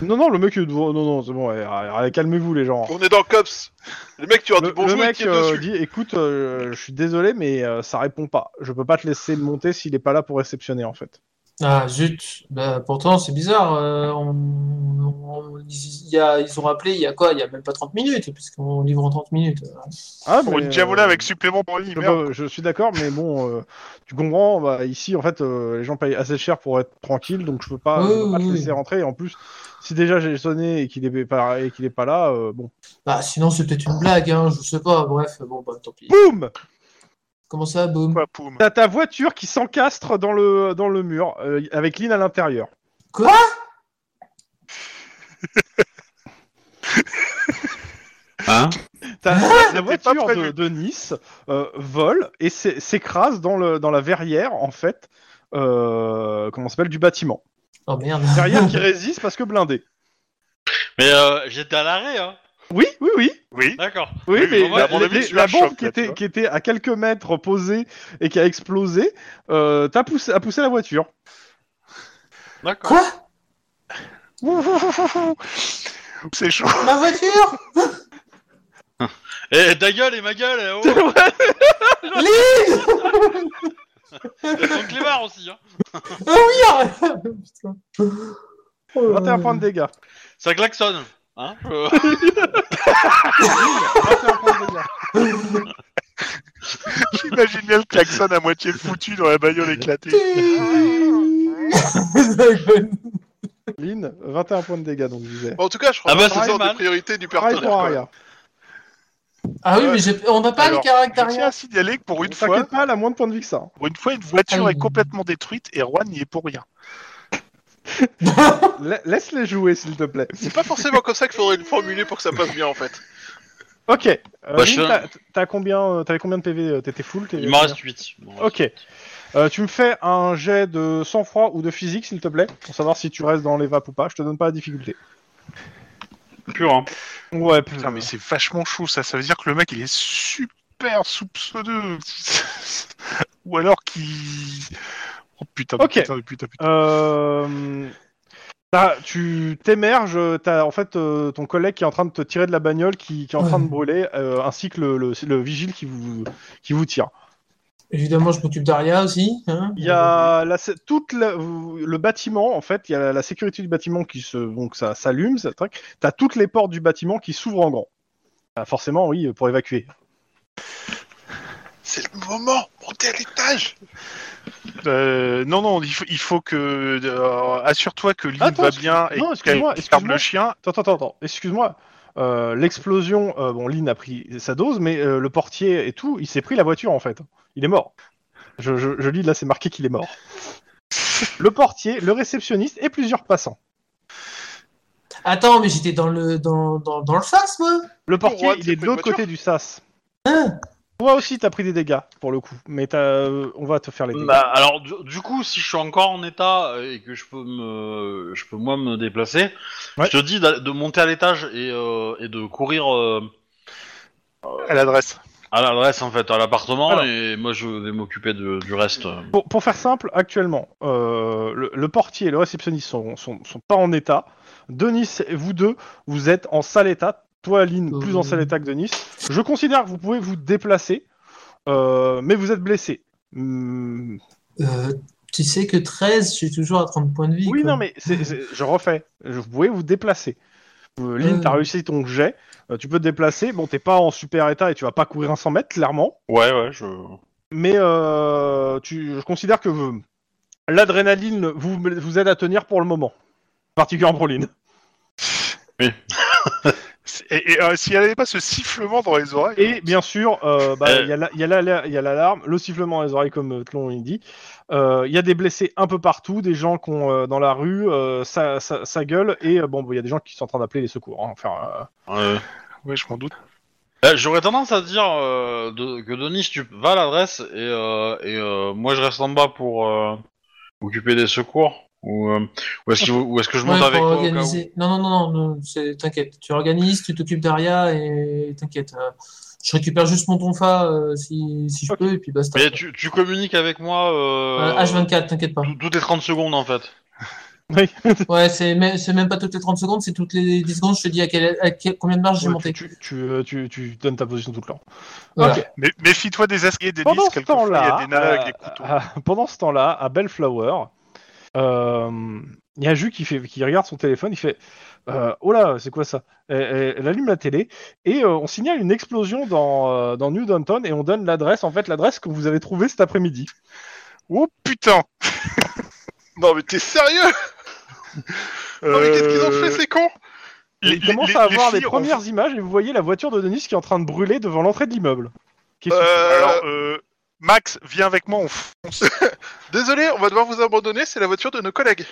[SPEAKER 2] Non non, le mec est devant- non non, c'est bon, eh, eh, calmez-vous les gens.
[SPEAKER 5] On est dans le cops. Le mec, tu leur
[SPEAKER 2] Le,
[SPEAKER 5] dis bonjour,
[SPEAKER 2] le
[SPEAKER 5] il
[SPEAKER 2] mec
[SPEAKER 5] tire
[SPEAKER 2] euh,
[SPEAKER 5] dessus.
[SPEAKER 2] dit écoute, euh, je suis désolé mais euh, ça répond pas. Je peux pas te laisser monter s'il est pas là pour réceptionner en fait.
[SPEAKER 4] Ah zut, Bah, pourtant c'est bizarre. euh, on- on- ils, il y a- ils ont rappelé il y a quoi? Il y a même pas 30 minutes, puisqu'on livre en 30 minutes.
[SPEAKER 2] Ah
[SPEAKER 3] Pour
[SPEAKER 2] mais,
[SPEAKER 3] une diabola
[SPEAKER 2] euh,
[SPEAKER 3] avec supplément pour une
[SPEAKER 2] je,
[SPEAKER 3] merde.
[SPEAKER 2] bah, je suis d'accord mais bon euh, tu comprends bah, ici en fait euh, les gens payent assez cher pour être tranquille donc je peux pas, je peux
[SPEAKER 4] Oui,
[SPEAKER 2] pas te
[SPEAKER 4] oui.
[SPEAKER 2] laisser rentrer et en plus si déjà j'ai sonné et qu'il est pas et qu'il est pas là euh, bon
[SPEAKER 4] Bah sinon c'est peut-être une blague, hein, je sais pas. Bref, bon bah tant pis.
[SPEAKER 2] boum
[SPEAKER 4] Comment ça, boum?
[SPEAKER 3] Quoi, hein, poum.
[SPEAKER 2] t'as ta voiture qui s'encastre dans le dans le mur euh, avec Lynn à l'intérieur
[SPEAKER 4] Quoi
[SPEAKER 6] Hein
[SPEAKER 2] T'as- la
[SPEAKER 3] C'était pas
[SPEAKER 2] voiture de,
[SPEAKER 3] prévu.
[SPEAKER 2] de Nice euh, vole et s'é- s'écrase dans le dans la verrière en fait euh, comment ça s'appelle du bâtiment
[SPEAKER 4] Oh merde.
[SPEAKER 2] verrière qui résiste parce que blindée
[SPEAKER 6] Mais euh, j'étais à l'arrêt. Hein.
[SPEAKER 2] oui oui oui
[SPEAKER 3] Oui.
[SPEAKER 6] D'accord.
[SPEAKER 2] Oui,
[SPEAKER 3] Oui,
[SPEAKER 2] mais
[SPEAKER 6] mais
[SPEAKER 2] la,
[SPEAKER 6] à mon
[SPEAKER 2] les-
[SPEAKER 3] avis,
[SPEAKER 2] les-
[SPEAKER 3] tu
[SPEAKER 2] la
[SPEAKER 3] la
[SPEAKER 2] bombe
[SPEAKER 3] chopes,
[SPEAKER 2] qui
[SPEAKER 3] là,
[SPEAKER 2] était,
[SPEAKER 3] tu vois.
[SPEAKER 2] qui était à quelques mètres posée et qui a explosé, euh, t'as poussé, a poussé la voiture.
[SPEAKER 6] D'accord.
[SPEAKER 4] Quoi?
[SPEAKER 3] C'est chaud.
[SPEAKER 4] Ma voiture?
[SPEAKER 6] Et ta gueule et ma gueule. eh, Oh.
[SPEAKER 4] Lise!
[SPEAKER 6] Donc clébard aussi. Hein.
[SPEAKER 4] Ah oui! arrête. Putain. Oh là
[SPEAKER 2] 21
[SPEAKER 4] là.
[SPEAKER 2] points de dégâts.
[SPEAKER 6] Ça klaxonne. Hein Euh,
[SPEAKER 2] 21 points de dégâts.
[SPEAKER 3] J'imagine bien le klaxon à moitié foutu dans la bagnole éclatée.
[SPEAKER 2] Lynn, 21 points de dégâts, donc je disais.
[SPEAKER 5] Bon, en tout cas, je crois
[SPEAKER 6] Ah bah,
[SPEAKER 5] que
[SPEAKER 6] ça
[SPEAKER 5] c'est
[SPEAKER 6] fait
[SPEAKER 5] hors de
[SPEAKER 6] mal.
[SPEAKER 5] priorité du
[SPEAKER 2] Pareil
[SPEAKER 5] partenaire.
[SPEAKER 2] pour
[SPEAKER 5] quoi.
[SPEAKER 2] Aria.
[SPEAKER 4] Ah oui, mais j'ai- on n'a pas
[SPEAKER 3] Alors,
[SPEAKER 4] les
[SPEAKER 3] Je tiens
[SPEAKER 4] caractères.
[SPEAKER 3] à signaler que pour une fois,
[SPEAKER 2] T'inquiète pas, elle a moins de points de vie que ça. hein.
[SPEAKER 3] pour une fois, une voiture
[SPEAKER 4] Aïe.
[SPEAKER 3] est complètement détruite et Juan n'y est pour rien.
[SPEAKER 8] La- Laisse-les jouer, s'il te plaît.
[SPEAKER 5] C'est pas forcément comme ça qu'il faudrait le formuler pour que ça passe bien en fait.
[SPEAKER 2] Ok. Euh,
[SPEAKER 6] Bah, je
[SPEAKER 2] Lynn,
[SPEAKER 6] fais
[SPEAKER 2] t'as- t'as combien, euh, t'avais combien de PV euh, T'étais full t'es-
[SPEAKER 6] Il m'en reste 8.
[SPEAKER 2] Ok. Euh, tu me fais un jet de sang-froid ou de physique, s'il te plaît, pour savoir si tu restes dans les vapes ou pas. Je te donne pas la difficulté.
[SPEAKER 6] Pur, hein.
[SPEAKER 2] Ouais, plus.
[SPEAKER 3] Putain, mais c'est vachement chaud ça. Ça veut dire que le mec il est super soupçonneux. Ou alors qu'il. Oh putain, de
[SPEAKER 2] Ok.
[SPEAKER 3] putain, de putain, de putain.
[SPEAKER 2] Euh, t'as- tu t'émerges, t'as en fait euh, ton collègue qui est en train de te tirer de la bagnole, qui, qui est en train de brûler, euh, ainsi que le, le- le vigile qui vous, qui vous tire.
[SPEAKER 4] Évidemment, je m'occupe d'Aria aussi. hein.
[SPEAKER 2] Il y a la, sé- toute la- vous- le bâtiment, en fait, il y a la sécurité du bâtiment qui se, donc ça s'allume, ça truc. T'as toutes les portes du bâtiment qui s'ouvrent en grand. Ah, forcément, oui, pour évacuer.
[SPEAKER 5] C'est le moment, montez à l'étage
[SPEAKER 3] Euh, non, non, il faut, il faut que. euh, Assure-toi que Lynn
[SPEAKER 2] Attends,
[SPEAKER 3] va
[SPEAKER 2] excuse-
[SPEAKER 3] bien et
[SPEAKER 2] non, excuse-moi,
[SPEAKER 3] qu'elle garde
[SPEAKER 2] excuse-moi.
[SPEAKER 3] le chien.
[SPEAKER 2] Attends, attends, attends, excuse-moi. Euh, L'explosion, euh, bon, Lynn a pris sa dose, mais euh, le portier et tout, il s'est pris la voiture en fait. Il est mort. Je, je- je lis là, c'est marqué qu'il est mort. Le portier, le réceptionniste et plusieurs passants.
[SPEAKER 4] Attends, mais j'étais dans le dans, dans, dans le face, moi.
[SPEAKER 2] Le portier,
[SPEAKER 5] What,
[SPEAKER 2] il
[SPEAKER 5] t'as
[SPEAKER 2] est
[SPEAKER 5] pris
[SPEAKER 2] de
[SPEAKER 5] une
[SPEAKER 2] l'autre
[SPEAKER 5] voiture
[SPEAKER 2] côté du sas.
[SPEAKER 4] Hein
[SPEAKER 2] Toi aussi, t'as pris des dégâts pour le coup, mais t'as- euh, on va te faire les dégâts.
[SPEAKER 6] Bah, alors, du, du coup, si je suis encore en état euh, et que je peux me, je peux moi me déplacer,
[SPEAKER 2] Ouais.
[SPEAKER 6] je te dis d'a- de monter à l'étage et, euh, et de courir euh,
[SPEAKER 3] À l'adresse.
[SPEAKER 6] à l'adresse en fait, à l'appartement,
[SPEAKER 2] Alors.
[SPEAKER 6] et moi je vais m'occuper de- du reste. euh.
[SPEAKER 2] Pour, pour faire simple, actuellement, euh, le, le portier et le réceptionniste sont, sont, sont pas en état. Denis, et vous deux, vous êtes en sale état. Toi,
[SPEAKER 4] Oh.
[SPEAKER 2] Lynn, plus en sale état que Denis. Je considère que vous pouvez vous déplacer, euh, mais vous êtes blessé. Hmm.
[SPEAKER 4] Euh, tu sais que 13, je suis toujours à 30 points de vie.
[SPEAKER 2] Oui,
[SPEAKER 4] quoi.
[SPEAKER 2] non, mais c'est- c'est- je refais. Je- Vous pouvez vous déplacer. Euh, Lynn,
[SPEAKER 4] Euh.
[SPEAKER 2] t'as réussi ton jet. Euh, tu peux te déplacer. Bon, t'es pas en super état et tu vas pas courir un 100 mètres, clairement.
[SPEAKER 6] Ouais, ouais, je.
[SPEAKER 2] Mais euh, tu, je considère que vous- l'adrénaline vous, vous aide à tenir pour le moment. Particulièrement pour Lynn.
[SPEAKER 3] Et, et, euh, s'il n'y avait pas ce sifflement dans les oreilles.
[SPEAKER 2] Et bien sûr, euh, bah,
[SPEAKER 6] Euh.
[SPEAKER 2] il y a la- il y a la- il y a l'alarme, le sifflement dans les oreilles, comme euh, Tlon il dit. Euh, Il y a des blessés un peu partout, des gens qui ont, euh, dans la rue, euh, sa, sa- sa gueule, et euh, bon, bon, il y a des gens qui sont en train d'appeler les secours. hein. Enfin, euh,
[SPEAKER 6] ouais.
[SPEAKER 3] Ouais, je m'en doute.
[SPEAKER 6] Euh, J'aurais tendance à dire euh, de- que Denis, tu vas à l'adresse et, euh, et, euh, moi je reste en bas pour euh, m'occuper des secours. Ou, euh, ou est-ce que, ou est-ce que je
[SPEAKER 4] Ouais,
[SPEAKER 6] monte
[SPEAKER 4] pour
[SPEAKER 6] avec toi au cas où
[SPEAKER 4] organiser. Non, non, non, non, non, c'est- t'inquiète. Tu organises, tu t'occupes d'Aria et t'inquiète. euh, je récupère juste mon tonfa euh, si, si je
[SPEAKER 2] Ok.
[SPEAKER 4] peux et puis basta.
[SPEAKER 6] Mais tu, tu communiques avec moi
[SPEAKER 4] Euh,
[SPEAKER 6] euh,
[SPEAKER 4] H24, t'inquiète pas.
[SPEAKER 6] tout- toutes les 30 secondes en fait.
[SPEAKER 4] Ouais, c'est même, c'est même pas toutes les 30 secondes, c'est toutes les 10 secondes. Je te dis à, quelle, à quelle- combien de marge j'ai
[SPEAKER 2] ouais,
[SPEAKER 4] monté.
[SPEAKER 2] tu, tu- tu, euh, tu- tu donnes ta position tout le temps.
[SPEAKER 4] Voilà.
[SPEAKER 2] Ok.
[SPEAKER 3] Mais méfie-toi des escaliers, des
[SPEAKER 2] Pendant
[SPEAKER 3] listes,
[SPEAKER 2] ce
[SPEAKER 3] quelquefois, il y
[SPEAKER 2] temps-là,
[SPEAKER 3] a des nanas avec des
[SPEAKER 2] euh,
[SPEAKER 3] couteaux.
[SPEAKER 2] Ah, pendant ce temps-là, à Bellflower, euh, il y a Ju qui, fait, qui regarde son téléphone, il fait euh, Oh là, c'est quoi ça elle, elle- elle allume la télé et euh, on signale une explosion dans, euh, dans New Downton et on donne l'adresse, en fait, l'adresse que vous avez trouvée cet après-midi.
[SPEAKER 3] Oh putain
[SPEAKER 5] Non mais t'es sérieux Non mais qu'est-ce qu'ils ont fait ces cons
[SPEAKER 2] Et
[SPEAKER 3] euh, Les-
[SPEAKER 2] Il
[SPEAKER 3] les-
[SPEAKER 2] commence
[SPEAKER 3] les-
[SPEAKER 2] à avoir
[SPEAKER 3] les
[SPEAKER 2] des
[SPEAKER 3] filles ont-
[SPEAKER 2] premières images et vous voyez la voiture de Denis qui est en train de brûler devant l'entrée de l'immeuble. Qui est sous-
[SPEAKER 5] Euh,
[SPEAKER 3] Alors, euh, Max, viens avec moi, on fonce.
[SPEAKER 5] Désolé, on va devoir vous abandonner, c'est la voiture de nos collègues.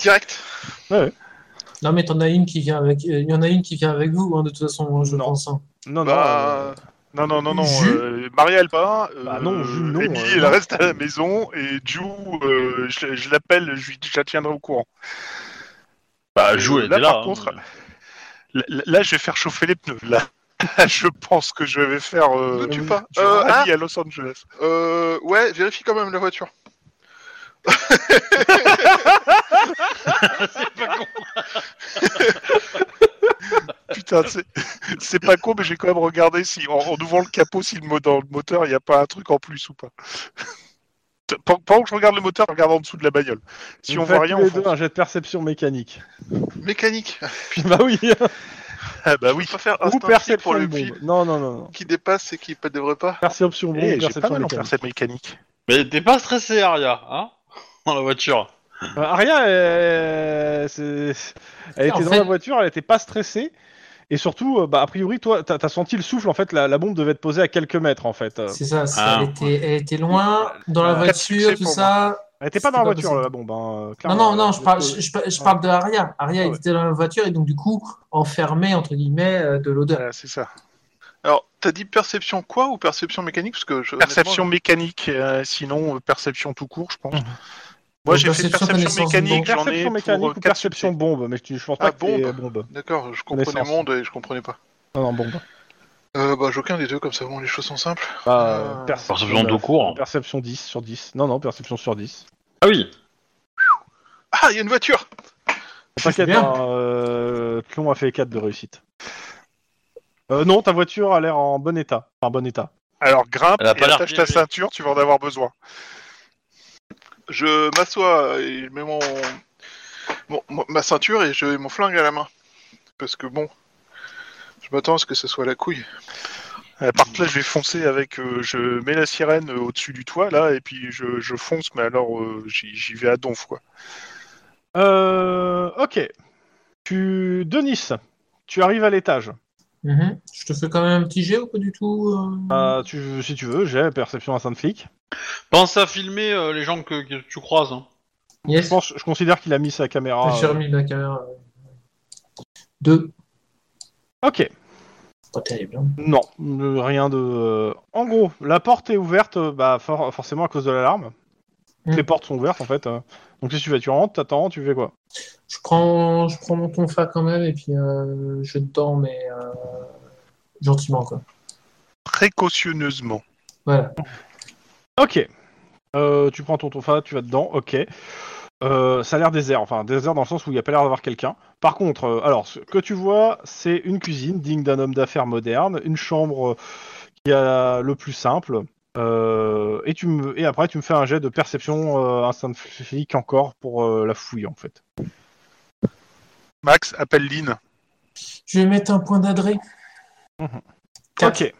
[SPEAKER 5] Direct.
[SPEAKER 4] Non, mais t'en as une qui vient avec. euh, Il y en a une qui vient avec vous, hein, de toute façon, je
[SPEAKER 2] Non.
[SPEAKER 4] pense. hein.
[SPEAKER 2] Non, non. euh,
[SPEAKER 5] Bah,
[SPEAKER 3] Non, non, non, non.
[SPEAKER 4] Jus
[SPEAKER 3] euh, Maria Alpin, euh,
[SPEAKER 2] Bah non, Jus, non,
[SPEAKER 3] Emily,
[SPEAKER 2] euh,
[SPEAKER 3] elle
[SPEAKER 2] non.
[SPEAKER 3] reste à la maison et Ju, euh, je, je l'appelle, je, lui- je la tiendrai au courant.
[SPEAKER 6] Bah,
[SPEAKER 3] Euh,
[SPEAKER 6] Jou, elle
[SPEAKER 3] là,
[SPEAKER 6] était là. hein.
[SPEAKER 3] par contre, L- l- Là, je vais faire chauffer les pneus. Là, je pense que je vais faire.
[SPEAKER 5] ne
[SPEAKER 3] Euh,
[SPEAKER 5] tue pas.
[SPEAKER 3] je
[SPEAKER 5] Euh, ah,
[SPEAKER 3] rallye
[SPEAKER 2] hein
[SPEAKER 3] à Los Angeles.
[SPEAKER 5] euh, ouais, vérifie quand même la voiture.
[SPEAKER 3] Putain, c'est- c'est pas con, mais j'ai quand même regardé si, en, en ouvrant le capot si le, mo- dans le moteur, il n'y a pas un truc en plus ou pas. T- pen- Pendant que je regarde le moteur, je regarde en dessous de la bagnole. Si
[SPEAKER 2] vous
[SPEAKER 3] on voit
[SPEAKER 2] faites
[SPEAKER 3] rien,
[SPEAKER 2] tous
[SPEAKER 3] on
[SPEAKER 2] les deux
[SPEAKER 3] fonce.
[SPEAKER 2] un jet de perception mécanique.
[SPEAKER 5] Mécanique.
[SPEAKER 2] bah oui.
[SPEAKER 3] Ah bah oui.
[SPEAKER 5] Faut faire
[SPEAKER 2] Ou
[SPEAKER 5] instinct
[SPEAKER 2] perception
[SPEAKER 5] pour le
[SPEAKER 2] bombe.
[SPEAKER 5] fil
[SPEAKER 2] Non, non, non. non.
[SPEAKER 5] qui dépasse et qui ne devrait pas.
[SPEAKER 2] Perception bombe,
[SPEAKER 3] Eh, j'ai
[SPEAKER 2] perception
[SPEAKER 3] pas mal en
[SPEAKER 2] mécanique.
[SPEAKER 3] faire cette mécanique.
[SPEAKER 6] Mais t'es pas stressé, Aria, hein Dans la voiture.
[SPEAKER 2] Euh, Aria, euh, c'est- elle
[SPEAKER 4] En
[SPEAKER 2] était dans
[SPEAKER 4] fait-
[SPEAKER 2] la voiture, elle était pas stressée. Et surtout, euh, bah, a priori, toi, t'as as senti le souffle, en fait, la, la bombe devait être posée à quelques mètres, en fait. Euh,
[SPEAKER 4] C'est ça, c'est-
[SPEAKER 6] Ah.
[SPEAKER 4] elle, était, elle était loin, dans la
[SPEAKER 2] Euh,
[SPEAKER 3] quatre succès
[SPEAKER 4] voiture, tout
[SPEAKER 3] pour
[SPEAKER 4] ça.
[SPEAKER 2] Elle était pas dans la
[SPEAKER 4] C'était
[SPEAKER 2] voiture,
[SPEAKER 4] pas
[SPEAKER 2] la bombe. hein, euh,
[SPEAKER 4] Non,
[SPEAKER 2] clairement.
[SPEAKER 4] non, non, je
[SPEAKER 2] Le-
[SPEAKER 4] parle, je, je par- je parle de Aria. Aria
[SPEAKER 2] Ah
[SPEAKER 4] elle
[SPEAKER 2] ouais.
[SPEAKER 4] était dans la voiture et donc du coup enfermée entre guillemets euh, de l'odeur.
[SPEAKER 2] Ah,
[SPEAKER 3] Voilà, c'est ça.
[SPEAKER 5] Alors, t'as dit perception quoi ou perception mécanique Parce que je-
[SPEAKER 3] Perception mécanique, euh, sinon euh, perception tout court, je pense. Moi
[SPEAKER 4] Donc,
[SPEAKER 3] j'ai fait
[SPEAKER 4] perception,
[SPEAKER 3] perception
[SPEAKER 4] connaissance,
[SPEAKER 3] mécanique, j'en ai
[SPEAKER 2] Mmh. Perception mécanique
[SPEAKER 3] pour euh,
[SPEAKER 2] ou
[SPEAKER 3] 4
[SPEAKER 2] perception bombe, mais je, je pense pas
[SPEAKER 5] Ah,
[SPEAKER 2] que c'est
[SPEAKER 5] bombe.
[SPEAKER 2] euh, bombe.
[SPEAKER 5] D'accord, je comprenais
[SPEAKER 2] Connaissance.
[SPEAKER 5] monde et je comprenais pas.
[SPEAKER 2] Non, non, bombe.
[SPEAKER 5] Euh, bah, j'ai aucun des deux, comme ça, bon, les choses sont simples.
[SPEAKER 2] Bah,
[SPEAKER 5] Ah.
[SPEAKER 2] perception,
[SPEAKER 6] Perception
[SPEAKER 2] bah,
[SPEAKER 6] de cours.
[SPEAKER 2] Perception 10 sur 10. Non, non, perception sur 10.
[SPEAKER 6] Ah oui.
[SPEAKER 5] Ah, il y a une voiture
[SPEAKER 2] T'inquiète,
[SPEAKER 4] bien.
[SPEAKER 2] hein, euh, Tlon a fait 4 de réussite. Euh, non, ta voiture a l'air en bon état. Enfin, bon état.
[SPEAKER 3] Alors grimpe
[SPEAKER 6] Elle a
[SPEAKER 3] et
[SPEAKER 6] pas l'air
[SPEAKER 3] attache ta
[SPEAKER 6] piégée.
[SPEAKER 3] ceinture, tu vas en avoir besoin.
[SPEAKER 5] Je m'assois et je mets mon... mon- mon- ma ceinture et je mon flingue à la main. Parce que bon, je m'attends à ce que ce soit la couille.
[SPEAKER 3] Euh, par contre là je vais foncer avec, euh, je mets la sirène euh, au-dessus du toit là et puis je, je fonce mais alors euh, j'y j'y vais à donf quoi.
[SPEAKER 2] Euh, ok. Tu... Denis, tu arrives à l'étage.
[SPEAKER 4] Mhm. Je te fais quand même un petit jet ou pas du tout euh
[SPEAKER 2] Euh, tu, si tu veux, j'ai perception à saint flic.
[SPEAKER 6] Pense à filmer euh, les gens que, que tu croises. hein.
[SPEAKER 2] Je,
[SPEAKER 4] Yes,
[SPEAKER 2] pense, je considère qu'il a mis sa caméra.
[SPEAKER 4] j'ai
[SPEAKER 2] euh,
[SPEAKER 4] remis la caméra. Deux,
[SPEAKER 2] euh, Ok.
[SPEAKER 4] pas terrible. hein.
[SPEAKER 2] Non, euh, rien de. euh, En gros, la porte est ouverte, euh, bah for- forcément à cause de l'alarme. Toutes
[SPEAKER 4] Mm.
[SPEAKER 2] Les portes sont ouvertes en fait. euh. Donc si tu vas, tu rentres, t'attends, tu fais quoi
[SPEAKER 4] Je prends, je prends mon tonfa quand même et puis euh, je dors mais euh, gentiment quoi.
[SPEAKER 3] Précautionneusement.
[SPEAKER 4] Voilà.
[SPEAKER 2] Ok. Euh, tu prends ton tonfa, tu vas dedans, ok. Euh, ça a l'air désert, enfin désert dans le sens où il n'y a pas l'air d'avoir quelqu'un. Par contre, euh, alors ce que tu vois, c'est une cuisine digne d'un homme d'affaires moderne, une chambre euh, qui a le plus simple. euh, et, tu me, et après, tu me fais un jet de perception euh, instinct de flic encore pour euh, la fouille en fait.
[SPEAKER 3] Max appelle Lynn.
[SPEAKER 4] Je vais mettre un point d'adresse.
[SPEAKER 2] Mhm.
[SPEAKER 4] Quatre.
[SPEAKER 2] Ok.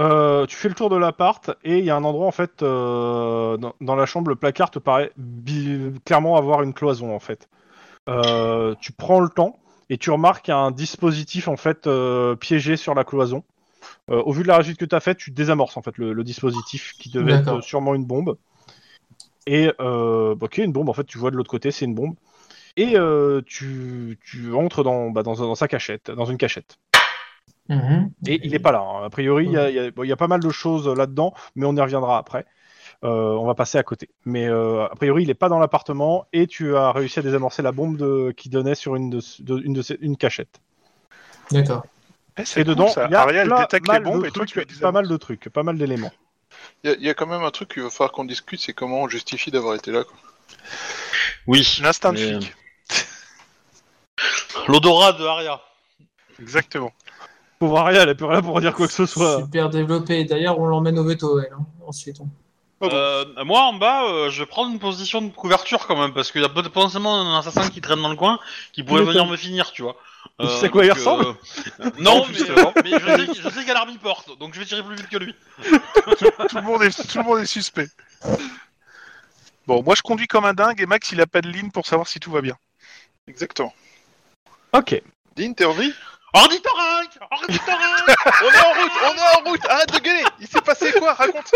[SPEAKER 2] Euh, tu fais le tour de l'appart et il y a un endroit en fait euh, dans, dans la chambre, le placard te paraît bi- clairement avoir une cloison en fait. Euh, tu prends le temps et tu remarques qu'il y a un dispositif en fait euh, piégé sur la cloison. Euh, au vu de la réussite que tu as faite, tu désamorces en fait le, le dispositif qui devait être
[SPEAKER 4] D'accord.
[SPEAKER 2] euh, sûrement une bombe. Et euh, ok, une bombe en fait, tu vois de l'autre côté, c'est une bombe. Et euh, tu, tu entres dans, bah, dans, dans sa cachette, dans une cachette.
[SPEAKER 4] Mhm.
[SPEAKER 2] Et il n'est pas là. hein. A priori, il y a- il y, a- bon, il y a pas mal de choses euh, là-dedans, mais on y reviendra après. Euh, on va passer à côté. Mais euh, a priori, il n'est pas dans l'appartement et tu as réussi à désamorcer la bombe de- qui donnait sur une, de, de- une, de ces- une cachette.
[SPEAKER 4] D'accord.
[SPEAKER 3] Eh, c'est
[SPEAKER 2] Et
[SPEAKER 3] cool,
[SPEAKER 2] dedans,
[SPEAKER 3] ça.
[SPEAKER 2] il y a,
[SPEAKER 3] Ariel
[SPEAKER 2] plein-
[SPEAKER 3] détecte les
[SPEAKER 2] mal de
[SPEAKER 3] bombes et toi
[SPEAKER 2] trucs,
[SPEAKER 3] tu les
[SPEAKER 2] pas
[SPEAKER 3] désamorces.
[SPEAKER 2] mal de trucs, pas mal d'éléments.
[SPEAKER 5] Il y, a- il y a quand même un truc qu'il va falloir qu'on discute, c'est comment on justifie d'avoir été là. Quoi.
[SPEAKER 6] Oui.
[SPEAKER 3] L'instinct de
[SPEAKER 6] Mais,
[SPEAKER 3] flic.
[SPEAKER 6] L'odorat de Aria.
[SPEAKER 3] Exactement.
[SPEAKER 2] Pauvre Ariel, elle n'est plus rien pour dire quoi que ce soit.
[SPEAKER 4] Super développé. D'ailleurs, on l'emmène au veto, elle. hein. Ensuite, on...
[SPEAKER 3] Ah
[SPEAKER 6] Euh, moi en bas, euh, je vais prendre une position de couverture quand même parce qu'il y a potentiellement un assassin qui traîne dans le coin qui pourrait
[SPEAKER 2] Tu m'étonnes.
[SPEAKER 6] venir me finir, tu vois.
[SPEAKER 2] Tu sais à quoi il
[SPEAKER 6] donc,
[SPEAKER 2] ressemble
[SPEAKER 6] euh, Non, mais,
[SPEAKER 3] Justement.
[SPEAKER 6] mais je sais, qu'il- je sais qu'elle a remis porte, donc je vais tirer plus vite que lui.
[SPEAKER 3] tout, le monde est, tout le monde est suspect. Bon, moi je conduis comme un dingue et Max il appelle Lynn pour savoir si tout va bien.
[SPEAKER 5] Exactement.
[SPEAKER 2] Ok.
[SPEAKER 5] Dean, t'es en vie
[SPEAKER 6] Ornithorynque Ornithorynque
[SPEAKER 5] On est en route, on est en route Arrête de gueuler Il s'est passé quoi Raconte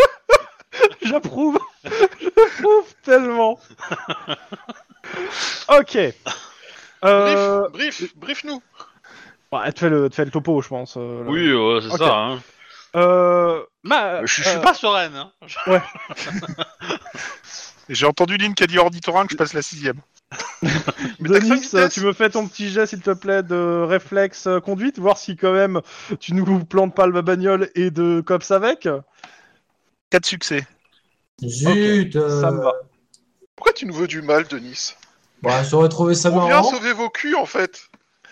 [SPEAKER 2] J'approuve. J'approuve tellement. ok. Euh,
[SPEAKER 5] Brief, brief, brief-nous
[SPEAKER 2] bah, tu, fais le, tu fais le topo, je pense. euh, là.
[SPEAKER 6] Oui, euh, c'est
[SPEAKER 2] Ok.
[SPEAKER 6] ça. Hein.
[SPEAKER 2] Euh, bah,
[SPEAKER 6] Je, je suis
[SPEAKER 2] euh,
[SPEAKER 6] pas sereine. Hein.
[SPEAKER 3] Et J'ai entendu Lynn qui a dit ornithorynque, je passe la sixième.
[SPEAKER 2] Denis,
[SPEAKER 5] t'as que
[SPEAKER 2] euh,
[SPEAKER 5] cinq vitesses.
[SPEAKER 2] tu me fais ton petit jet, s'il te plaît, de réflexe euh, conduite, voir si quand même tu nous plantes pas le bagnole et de cops avec.
[SPEAKER 3] Quatre succès.
[SPEAKER 4] Zut euh,
[SPEAKER 2] Ça me va.
[SPEAKER 5] Pourquoi tu nous veux du mal, Denis
[SPEAKER 4] bah, J'aurais trouvé ça
[SPEAKER 5] On vient
[SPEAKER 4] marrant.
[SPEAKER 5] sauver vos culs, en fait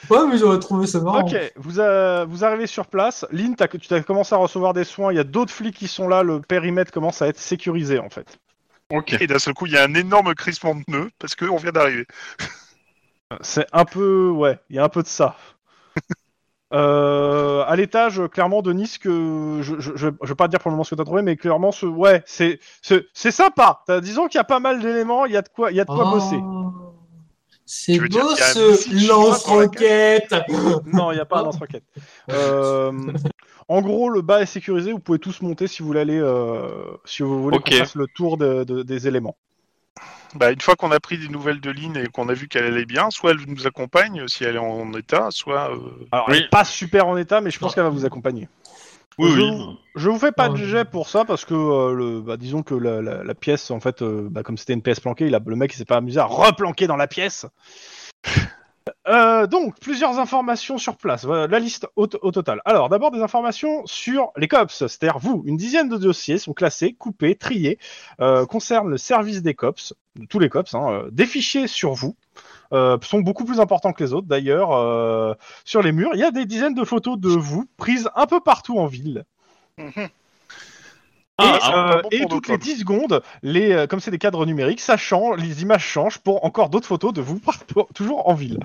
[SPEAKER 4] Ouais, mais j'aurais trouvé ça marrant.
[SPEAKER 2] Ok, vous, euh, vous arrivez sur place. Lynn, t'as- tu as commencé à recevoir des soins. Il y a d'autres flics qui sont là. Le périmètre commence à être sécurisé en fait.
[SPEAKER 6] Ok.
[SPEAKER 3] Et d'un seul coup, il y a un énorme crissement de pneus parce qu'on vient d'arriver.
[SPEAKER 2] C'est un peu. Ouais, il y a un peu de ça. Euh, à l'étage, euh, clairement, Denis, que je, je, je, je vais pas te dire pour le moment ce que t'as trouvé, mais clairement, ce, ouais, c'est, c'est, c'est sympa. T'as- disons qu'il y a pas mal d'éléments, il y a de quoi, il y a de quoi
[SPEAKER 4] Oh.
[SPEAKER 2] bosser.
[SPEAKER 4] C'est
[SPEAKER 3] Tu veux dire
[SPEAKER 4] beau
[SPEAKER 3] qu'il y a un missile
[SPEAKER 4] ce
[SPEAKER 3] chinois dans la
[SPEAKER 4] lance-roquette
[SPEAKER 2] Non, il n'y a pas d'entre-enquête. en gros, le bas est sécurisé. Vous pouvez tous monter si vous voulez aller, euh, si vous voulez
[SPEAKER 6] Ok.
[SPEAKER 2] qu'on fasse le tour de- de- des éléments.
[SPEAKER 3] Bah, une fois qu'on a pris des nouvelles de Lynn et qu'on a vu qu'elle allait bien, soit elle nous accompagne euh, si elle est en état, soit. euh,
[SPEAKER 2] Alors,
[SPEAKER 6] Oui.
[SPEAKER 2] elle est pas super en état, mais je pense qu'elle va vous accompagner. je, je vous fais pas de
[SPEAKER 4] Ouais.
[SPEAKER 2] jet pour ça parce que, euh, le, bah, disons que la, la- la pièce, en fait, euh, bah, comme c'était une pièce planquée, il a, le mec il s'est pas amusé à replanquer dans la pièce. Euh, donc, plusieurs informations sur place. Voilà, la liste au, au total. Alors, d'abord des informations sur les COPS, c'est-à-dire vous. Une dizaine de dossiers sont classés, coupés, triés, euh, concernent le service des COPS, de tous les COPS. hein, euh, des fichiers sur vous euh, sont beaucoup plus importants que les autres. D'ailleurs, euh, sur les murs, il y a des dizaines de photos de vous prises un peu partout en ville et,
[SPEAKER 6] Ah,
[SPEAKER 3] ah,
[SPEAKER 2] euh,
[SPEAKER 3] pas bon
[SPEAKER 2] et
[SPEAKER 3] pour nos
[SPEAKER 2] toutes les
[SPEAKER 3] pommes.
[SPEAKER 2] 10 secondes, les, euh, comme c'est des cadres numériques, ça change, les images changent pour encore d'autres photos de vous partout, toujours en ville.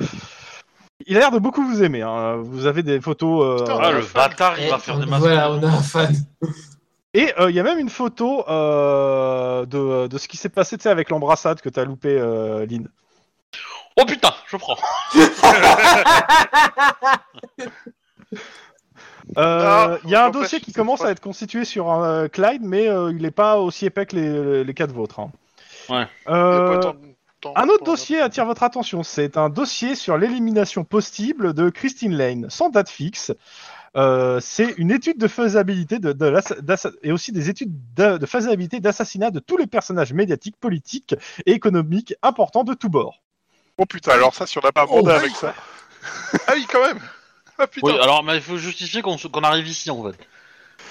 [SPEAKER 2] Il a l'air de beaucoup vous aimer. hein. Vous avez des photos. euh,
[SPEAKER 3] Putain,
[SPEAKER 6] ah, le bâtard, il va
[SPEAKER 4] Et
[SPEAKER 6] faire des masques.
[SPEAKER 4] voilà, on a un fan.
[SPEAKER 2] et euh, il y a même une photo euh, de, de ce qui s'est passé tu sais, avec l'embrassade que t'as loupé, euh, Lynn.
[SPEAKER 6] Oh putain, je prends.
[SPEAKER 2] Euh,
[SPEAKER 3] Ah,
[SPEAKER 2] il y a un
[SPEAKER 3] j'en passe,
[SPEAKER 2] dossier qui
[SPEAKER 3] j'en
[SPEAKER 2] commence
[SPEAKER 3] passe.
[SPEAKER 2] à être constitué sur un euh, Clyde, mais euh, il n'est pas aussi épais que les, les quatre vôtres. hein.
[SPEAKER 6] Ouais.
[SPEAKER 5] Il y a
[SPEAKER 2] Euh,
[SPEAKER 5] pas tant de temps
[SPEAKER 2] Un autre
[SPEAKER 5] pour-
[SPEAKER 2] dossier attire votre attention, c'est un dossier sur l'élimination possible de Christine Lane, sans date fixe. Euh, c'est une étude de faisabilité de, de l'ass- d'assa- et aussi des études de, de faisabilité d'assassinat de tous les personnages médiatiques, politiques et économiques importants de tous bords.
[SPEAKER 3] Oh putain, alors ça, si on n'a pas abordé
[SPEAKER 4] Oh,
[SPEAKER 3] avec ça.
[SPEAKER 5] Ah oui, quand même Ah putain
[SPEAKER 6] Oui, alors, mais il faut justifier qu'on se- qu'on arrive ici en fait.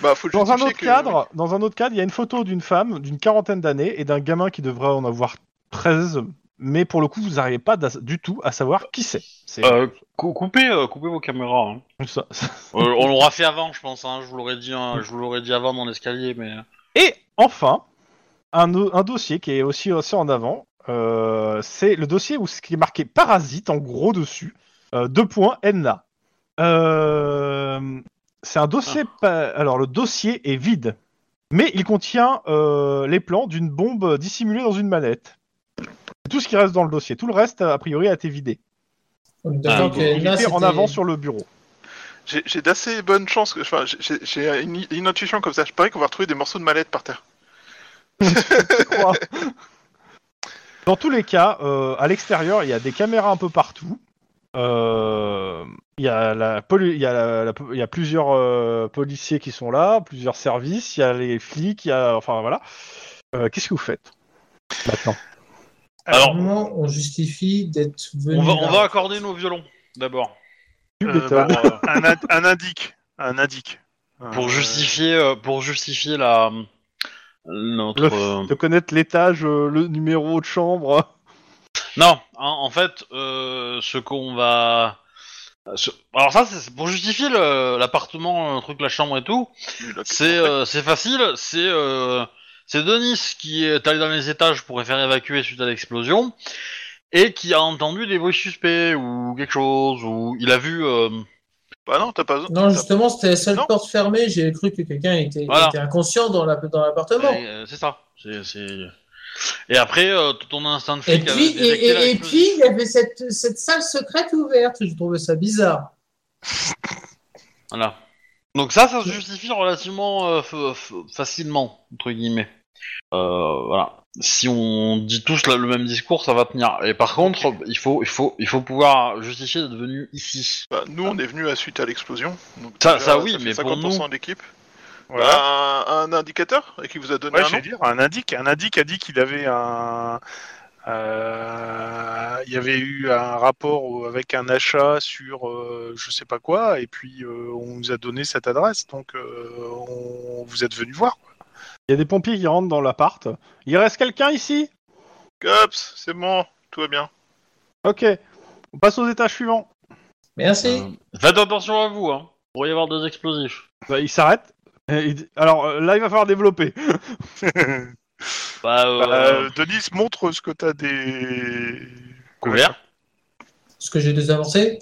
[SPEAKER 5] Bah, faut
[SPEAKER 2] Dans un
[SPEAKER 5] justifier
[SPEAKER 2] autre
[SPEAKER 5] que-
[SPEAKER 2] cadre, dans un autre cadre, il y a une photo d'une femme d'une quarantaine d'années et d'un gamin qui devrait en avoir 13, mais pour le coup, vous n'arrivez pas d'as- du tout à savoir qui c'est. C'est
[SPEAKER 6] Euh, cou- coupez, euh, coupez vos caméras. hein.
[SPEAKER 2] ça- ça-
[SPEAKER 6] Euh, on l'aura fait avant, je pense. Hein. Je vous l'aurais dit, hein, je vous l'aurais dit avant dans l'escalier, mais. euh,
[SPEAKER 2] Et enfin, un, o- un dossier qui est aussi, aussi en avant, euh, c'est le dossier où ce qui est marqué parasite en gros dessus, euh, deux points Enna. Euh, c'est un dossier. pa- Alors le dossier est vide, mais il contient euh, les plans d'une bombe dissimulée dans une manette. C'est tout ce qui reste dans le dossier. Tout le reste, a priori, a été vidé.
[SPEAKER 4] On est
[SPEAKER 6] Ah,
[SPEAKER 4] d'accord
[SPEAKER 6] donc,
[SPEAKER 4] que
[SPEAKER 2] Il
[SPEAKER 4] euh, là,
[SPEAKER 2] était en
[SPEAKER 4] c'était-
[SPEAKER 2] avant sur le bureau.
[SPEAKER 5] J'ai j'ai d'assez bonnes chances. que- Enfin, j'ai- j'ai j'ai une, une intuition comme ça. Je parie qu'on va retrouver des morceaux de mallette par terre.
[SPEAKER 2] Quoi Dans tous les cas, euh, à l'extérieur, il y a des caméras un peu partout. Euh, Il y a, la poli- il y a, la- la po- il y a plusieurs euh, policiers qui sont là, plusieurs services, il y a les flics, il y a... Enfin, voilà. Euh, Qu'est-ce que vous faites maintenant
[SPEAKER 6] Alors,
[SPEAKER 4] Comment on justifie d'être venu
[SPEAKER 6] on va,
[SPEAKER 4] là
[SPEAKER 6] on va accorder nos violons d'abord.
[SPEAKER 2] Tu
[SPEAKER 3] Euh,
[SPEAKER 2] m'étonnes.
[SPEAKER 6] Pour, euh,
[SPEAKER 3] un, ind- un indique. Un indique.
[SPEAKER 6] pour
[SPEAKER 3] Euh,
[SPEAKER 6] justifier, Ah, euh, pour justifier la euh,
[SPEAKER 2] Le
[SPEAKER 6] notre. euh,
[SPEAKER 2] fait de connaître l'étage, euh, le numéro de chambre.
[SPEAKER 6] Non, hein, en, en fait, euh, ce qu'on va. ce- Alors ça, c'est c'est pour justifier le- l'appartement, le truc, la chambre et tout. C'est euh, c'est facile. C'est euh, c'est Denis qui est allé dans les étages pour les faire évacuer suite à l'explosion et qui a entendu des bruits suspects ou quelque chose ou il a vu. euh,
[SPEAKER 5] Bah non, t'as pas besoin.
[SPEAKER 4] Non, justement, c'était la seule
[SPEAKER 5] Non.
[SPEAKER 4] porte fermée. J'ai cru que quelqu'un était,
[SPEAKER 6] Voilà.
[SPEAKER 4] était inconscient dans la- dans l'appartement.
[SPEAKER 6] et, euh, c'est ça. C'est c'est- Et après, euh, ton instinct de
[SPEAKER 4] Et
[SPEAKER 6] flic. a
[SPEAKER 4] puis, et,
[SPEAKER 6] détecté la
[SPEAKER 4] et- et
[SPEAKER 6] explosion.
[SPEAKER 4] puis, il y avait cette, cette salle secrète ouverte. Je trouvais ça bizarre.
[SPEAKER 6] Voilà. Donc ça, ça se justifie relativement euh, fa- fa- facilement, entre guillemets. Euh, voilà. Si on dit tous la- le même discours, ça va tenir. Et par contre, il faut, il faut, il faut pouvoir justifier d'être venu ici.
[SPEAKER 5] Bah, nous, on est venu à suite à l'explosion. Donc,
[SPEAKER 6] Ça- ça oui,
[SPEAKER 5] Euh, fait
[SPEAKER 6] mais pour
[SPEAKER 5] 50%
[SPEAKER 6] nous.
[SPEAKER 5] de l'équipe.
[SPEAKER 3] Voilà.
[SPEAKER 5] Bah, un, un indicateur et qui vous a donné
[SPEAKER 3] Ouais,
[SPEAKER 5] un
[SPEAKER 3] j'allais dire,
[SPEAKER 5] nom.
[SPEAKER 3] un indique. Un indique a dit qu'il avait un. euh, il y avait eu un rapport avec un achat sur euh, je sais pas quoi, et puis euh, on nous a donné cette adresse, donc euh, on, vous êtes venu voir.
[SPEAKER 2] Il y a des pompiers qui rentrent dans l'appart. Il reste quelqu'un ici
[SPEAKER 5] Cops, c'est bon, tout va bien.
[SPEAKER 2] Ok. On passe aux étages suivants.
[SPEAKER 4] Merci.
[SPEAKER 6] Euh, faites attention à vous, hein. Il pourrait y avoir des explosifs.
[SPEAKER 2] Bah, il s'arrête. et il dit- Alors euh, là, il va falloir développer.
[SPEAKER 6] Bah, euh,
[SPEAKER 3] Bah, euh, Denis, montre ce que t'as des.
[SPEAKER 6] couvert.
[SPEAKER 4] Est-ce que j'ai des avancées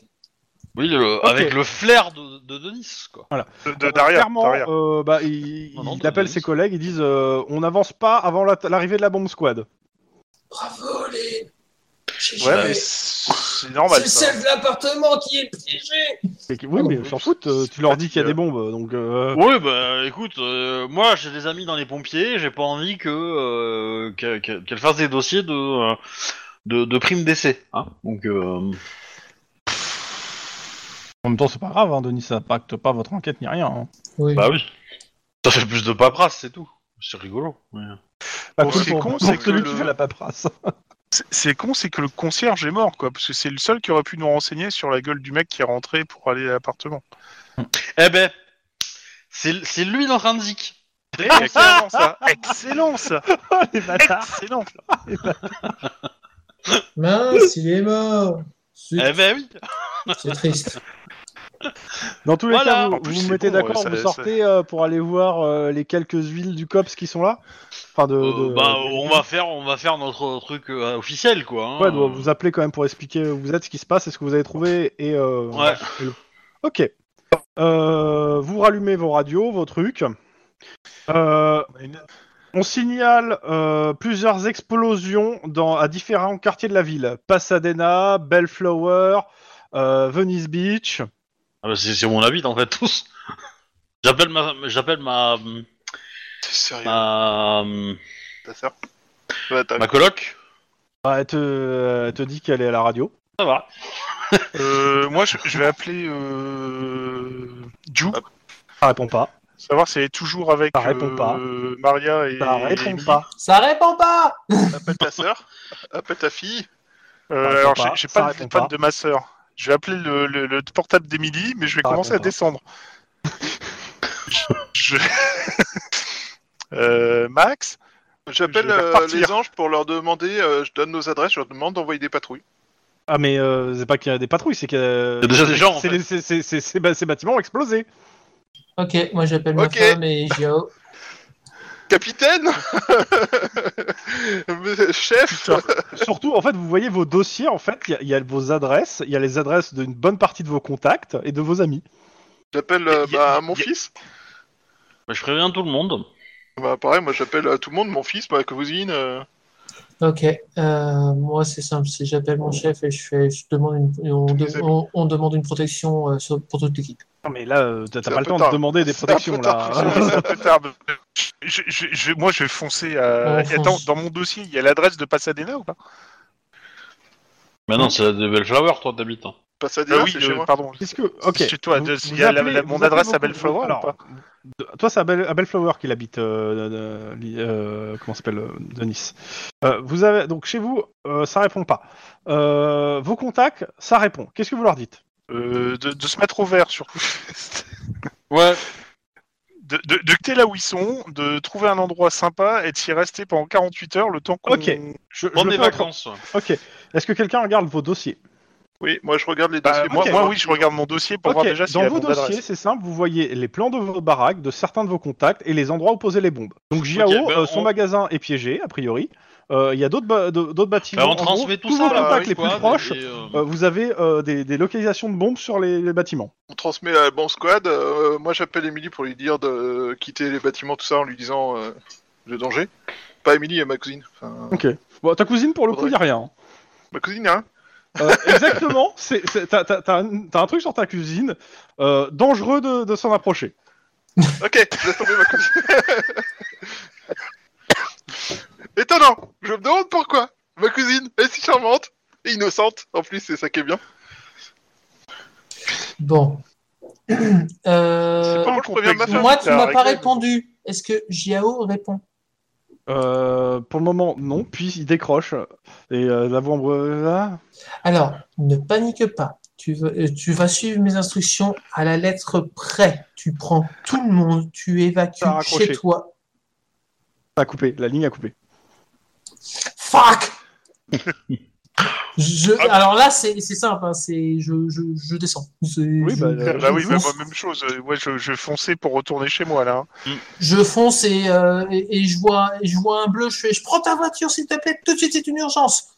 [SPEAKER 6] Oui, le- avec le flair de, de Denis, quoi.
[SPEAKER 4] Ah,
[SPEAKER 3] De,
[SPEAKER 4] bah,
[SPEAKER 3] de- d'arrière,
[SPEAKER 2] Clairement,
[SPEAKER 3] d'arrière.
[SPEAKER 2] euh, bah, il,
[SPEAKER 6] Non, non,
[SPEAKER 2] il
[SPEAKER 6] de-
[SPEAKER 2] appelle
[SPEAKER 6] de-
[SPEAKER 2] ses collègues. Ils disent euh, On n'avance pas avant la- l'arrivée de la bombe squad.
[SPEAKER 4] Bravo, les.
[SPEAKER 3] Ouais, mais c'est normal.
[SPEAKER 4] C'est
[SPEAKER 3] ça.
[SPEAKER 4] le chef de l'appartement qui est piégé.
[SPEAKER 2] Et
[SPEAKER 3] Ah
[SPEAKER 2] que- oui, mais s'en foutent, euh, tu leur dis qu'il y a des bombes, donc... euh,
[SPEAKER 6] Oui, bah écoute, euh, moi j'ai des amis dans les pompiers, j'ai pas envie que euh, que- que- qu'elles fassent des dossiers de euh, de, de primes d'essai. Hein Donc euh,
[SPEAKER 2] En même temps, c'est pas grave, hein, Denis, ça impacte pas votre enquête ni rien. hein.
[SPEAKER 4] Oui.
[SPEAKER 6] bah oui, ça fait plus de paperasse, c'est tout. C'est rigolo. mais- euh.
[SPEAKER 2] Pas
[SPEAKER 3] Bon,
[SPEAKER 2] cool
[SPEAKER 3] c'est
[SPEAKER 2] pour,
[SPEAKER 3] con,
[SPEAKER 2] pour
[SPEAKER 3] c'est que
[SPEAKER 2] celui
[SPEAKER 3] le-
[SPEAKER 2] qui fait la paperasse.
[SPEAKER 3] C'est- C'est con, c'est que le concierge est mort, quoi, parce que c'est le seul qui aurait pu nous renseigner sur la gueule du mec qui est rentré pour aller à l'appartement.
[SPEAKER 6] Eh ben, c'est c'est lui dans Ranzik.
[SPEAKER 3] Excellent ça, excellent ça,
[SPEAKER 2] Les bâtards.
[SPEAKER 3] excellent.
[SPEAKER 4] Mince, il est mort. Zut,
[SPEAKER 6] Eh ben oui.
[SPEAKER 4] C'est triste.
[SPEAKER 2] Dans tous les
[SPEAKER 6] Voilà.
[SPEAKER 2] cas, vous
[SPEAKER 3] En plus,
[SPEAKER 2] vous,
[SPEAKER 3] c'est
[SPEAKER 2] vous mettez
[SPEAKER 3] bon, ouais,
[SPEAKER 2] d'accord,
[SPEAKER 3] ça-
[SPEAKER 2] vous
[SPEAKER 3] ça-
[SPEAKER 2] sortez euh, pour aller voir euh, les quelques villes du COPS qui sont là. Enfin, de...
[SPEAKER 6] Euh,
[SPEAKER 2] de-
[SPEAKER 6] bah on va faire on va faire notre truc euh, officiel quoi. hein.
[SPEAKER 2] Ouais, doit vous appeler quand même pour expliquer où vous êtes, ce qui se passe et ce que vous avez trouvé. Et, euh,
[SPEAKER 6] Ouais.
[SPEAKER 2] et le- Ok. Euh, vous rallumez vos radios, vos trucs. Euh, on signale euh, plusieurs explosions dans, à différents quartiers de la ville. Pasadena, Bellflower, euh, Venice Beach.
[SPEAKER 6] Ah bah, c'est c'est mon avis en fait tous. J'appelle ma j'appelle ma
[SPEAKER 5] T'es sérieux,
[SPEAKER 6] Ah. ma
[SPEAKER 5] ta sœur Ouais, t'as-
[SPEAKER 6] ma coloc.
[SPEAKER 2] Ah, elle, te, elle te dit qu'elle est à la radio.
[SPEAKER 6] Ça va.
[SPEAKER 3] Euh, moi, je, je vais appeler euh, Ju,
[SPEAKER 2] Elle répond pas.
[SPEAKER 3] savoir si elle est toujours avec
[SPEAKER 2] Ça répond
[SPEAKER 3] euh,
[SPEAKER 2] pas.
[SPEAKER 3] Maria et.
[SPEAKER 2] Elle répond
[SPEAKER 3] Emily.
[SPEAKER 2] pas.
[SPEAKER 4] Ça répond pas.
[SPEAKER 5] Appelle ta sœur, appelle ta fille.
[SPEAKER 3] Euh,
[SPEAKER 2] Ça répond Bah,
[SPEAKER 3] alors,
[SPEAKER 2] pas,
[SPEAKER 3] j'ai- j'ai
[SPEAKER 2] ça
[SPEAKER 3] pas le
[SPEAKER 2] répond
[SPEAKER 3] téléphone
[SPEAKER 2] pas.
[SPEAKER 3] de ma sœur. Je vais appeler le, le- le portable d'Emily, mais je vais
[SPEAKER 2] Ça
[SPEAKER 3] commencer à
[SPEAKER 2] répond pas.
[SPEAKER 3] descendre. je... Euh, Max
[SPEAKER 5] J'appelle
[SPEAKER 3] Je vais
[SPEAKER 5] euh,
[SPEAKER 3] repartir.
[SPEAKER 5] les anges pour leur demander, euh, je donne nos adresses, je leur demande d'envoyer des patrouilles.
[SPEAKER 2] Ah, mais euh, c'est pas qu'il y a des patrouilles, c'est qu'il y a.
[SPEAKER 6] Il y a déjà des gens, en
[SPEAKER 2] c'est
[SPEAKER 6] fait.
[SPEAKER 2] les- c'est- c'est- c'est- c'est- bah, Ces bâtiments ont explosé.
[SPEAKER 4] Ok, moi j'appelle ma
[SPEAKER 5] Ok.
[SPEAKER 4] femme et Jao.
[SPEAKER 5] Capitaine Mais, Chef
[SPEAKER 2] Putain. Surtout, en fait, vous voyez vos dossiers, en fait, il y a- il y, a vos adresses, il y a les adresses d'une bonne partie de vos contacts et de vos amis.
[SPEAKER 5] J'appelle euh,
[SPEAKER 3] Y a-
[SPEAKER 5] bah, mon
[SPEAKER 3] y a-
[SPEAKER 5] fils.
[SPEAKER 6] Bah, je préviens tout le monde.
[SPEAKER 5] Bah, pareil, moi j'appelle euh, tout le monde, mon fils, ma cousine. euh.
[SPEAKER 4] Ok, euh, moi c'est simple, c'est j'appelle mon chef et je fais, je demande une, et on, de-
[SPEAKER 5] Les amis.
[SPEAKER 4] on, on demande une protection euh, sur- pour toute l'équipe.
[SPEAKER 2] Non, mais là, euh, t'as t'as
[SPEAKER 5] C'est
[SPEAKER 2] pas
[SPEAKER 5] un
[SPEAKER 2] le
[SPEAKER 5] peu
[SPEAKER 2] temps
[SPEAKER 5] tard.
[SPEAKER 2] de demander des
[SPEAKER 5] C'est un peu
[SPEAKER 2] protections,
[SPEAKER 5] tard,
[SPEAKER 2] là. Ah,
[SPEAKER 5] c'est
[SPEAKER 3] Un peu tard, mais je- je- je- moi, je vais foncer. À...
[SPEAKER 4] Ouais, fonce.
[SPEAKER 3] Attends, dans mon dossier, il y a l'adresse de Pasadena ou pas
[SPEAKER 6] Bah non, c'est la de Bellflower, toi t'habites. hein.
[SPEAKER 5] Pasadena,
[SPEAKER 3] Ah oui,
[SPEAKER 5] c'est
[SPEAKER 3] euh,
[SPEAKER 5] chez moi.
[SPEAKER 3] pardon.
[SPEAKER 2] Qu'est-ce que. Ok.
[SPEAKER 3] C'est chez toi,
[SPEAKER 2] Vous-
[SPEAKER 3] il
[SPEAKER 2] vous
[SPEAKER 3] y a la-
[SPEAKER 2] appelez-
[SPEAKER 3] la-
[SPEAKER 2] vous
[SPEAKER 3] mon
[SPEAKER 2] appelez
[SPEAKER 3] adresse à
[SPEAKER 2] beaucoup-
[SPEAKER 3] Bellflower ou
[SPEAKER 2] alors,
[SPEAKER 3] pas
[SPEAKER 2] de- Toi, c'est à, Bell- à Bellflower qu'il habite, euh, euh, li- euh, comment s'appelle, euh, Denis. Euh, vous avez, donc, chez vous, euh, ça répond pas. Euh, vos contacts, ça répond. Qu'est-ce que vous leur dites
[SPEAKER 3] Euh, de, de se mettre au vert, surtout.
[SPEAKER 6] Ouais.
[SPEAKER 3] de, de, de quitter là où ils sont, de trouver un endroit sympa et de s'y rester pendant 48 heures le temps qu'on...
[SPEAKER 2] Ok. Je- je
[SPEAKER 6] Prendre
[SPEAKER 2] le
[SPEAKER 6] des
[SPEAKER 2] fais autrement.
[SPEAKER 6] vacances.
[SPEAKER 2] Ok. Est-ce que quelqu'un regarde vos dossiers
[SPEAKER 5] Oui, moi je regarde les
[SPEAKER 3] Bah,
[SPEAKER 5] dossiers.
[SPEAKER 3] moi,
[SPEAKER 2] ok.
[SPEAKER 3] moi, oui, je regarde mon dossier pour
[SPEAKER 2] Ok,
[SPEAKER 3] voir déjà s'il y
[SPEAKER 2] dans
[SPEAKER 3] a
[SPEAKER 2] vos
[SPEAKER 3] mon adresse.
[SPEAKER 2] dossiers, c'est simple, vous voyez les plans de vos baraques, de certains de vos contacts et les endroits où poser les bombes. Donc JAO,
[SPEAKER 6] Ok, ben,
[SPEAKER 2] euh, son
[SPEAKER 6] on-
[SPEAKER 2] magasin est piégé, a priori. Euh, Il y a d'autres ba- de- d'autres bâtiments.
[SPEAKER 6] Bah, on
[SPEAKER 2] En gros,
[SPEAKER 6] transmet tout
[SPEAKER 2] tous
[SPEAKER 6] ça
[SPEAKER 2] vos
[SPEAKER 6] là,
[SPEAKER 2] contacts
[SPEAKER 6] oui,
[SPEAKER 2] les
[SPEAKER 6] quoi,
[SPEAKER 2] plus proches,
[SPEAKER 6] et, euh,
[SPEAKER 2] euh, vous avez euh, des, des localisations de bombes sur les, les bâtiments.
[SPEAKER 5] On transmet à bon squad. euh, moi j'appelle Émilie pour lui dire de euh, quitter les bâtiments, tout ça, en lui disant euh, le danger. Pas Émilie, euh, ma cousine. Enfin,
[SPEAKER 2] Ok. Bon, ta cousine, pour le coup, il
[SPEAKER 5] Faudrait-
[SPEAKER 2] n'y a rien. hein.
[SPEAKER 5] ma cousine, hein
[SPEAKER 2] Euh, exactement, c'est- c'est- t'as t'as- t'as un, t'as un truc sur ta cuisine, euh, dangereux de, de s'en approcher.
[SPEAKER 5] Ok, laisse tomber ma cousine. Étonnant Je me demande pourquoi Ma cousine est si charmante et innocente. En plus, c'est ça qui est bien.
[SPEAKER 4] Bon.
[SPEAKER 5] C'est
[SPEAKER 4] Euh,
[SPEAKER 5] pas moi, je préviens ma femme.
[SPEAKER 4] moi, tu
[SPEAKER 3] t'as
[SPEAKER 4] m'as pas
[SPEAKER 3] réglé.
[SPEAKER 4] répondu. Est-ce que Jao répond
[SPEAKER 2] Euh, pour le moment, non, puis il décroche. Et euh, la voix en bre- là.
[SPEAKER 4] Alors, ne panique pas. Tu, vas- euh, tu vas suivre mes instructions à la lettre près. Tu prends tout le monde, tu évacues
[SPEAKER 2] T'as raccroché.
[SPEAKER 4] chez toi.
[SPEAKER 2] Ça a coupé, la ligne a coupé.
[SPEAKER 4] Fuck Je, alors là, c'est c'est simple, hein, c'est je, je, je descends. C'est-
[SPEAKER 2] Oui,
[SPEAKER 4] je,
[SPEAKER 2] bah, euh,
[SPEAKER 3] Bah oui,
[SPEAKER 4] je
[SPEAKER 3] bah,
[SPEAKER 4] fonce,
[SPEAKER 3] moi, même chose. Euh, Moi, je, je fonçais pour retourner chez moi, là. hein.
[SPEAKER 4] je fonce et, euh, et, et je vois, et je vois un bleu. Je fais, je prends ta voiture s'il te plaît, tout de suite, c'est une urgence.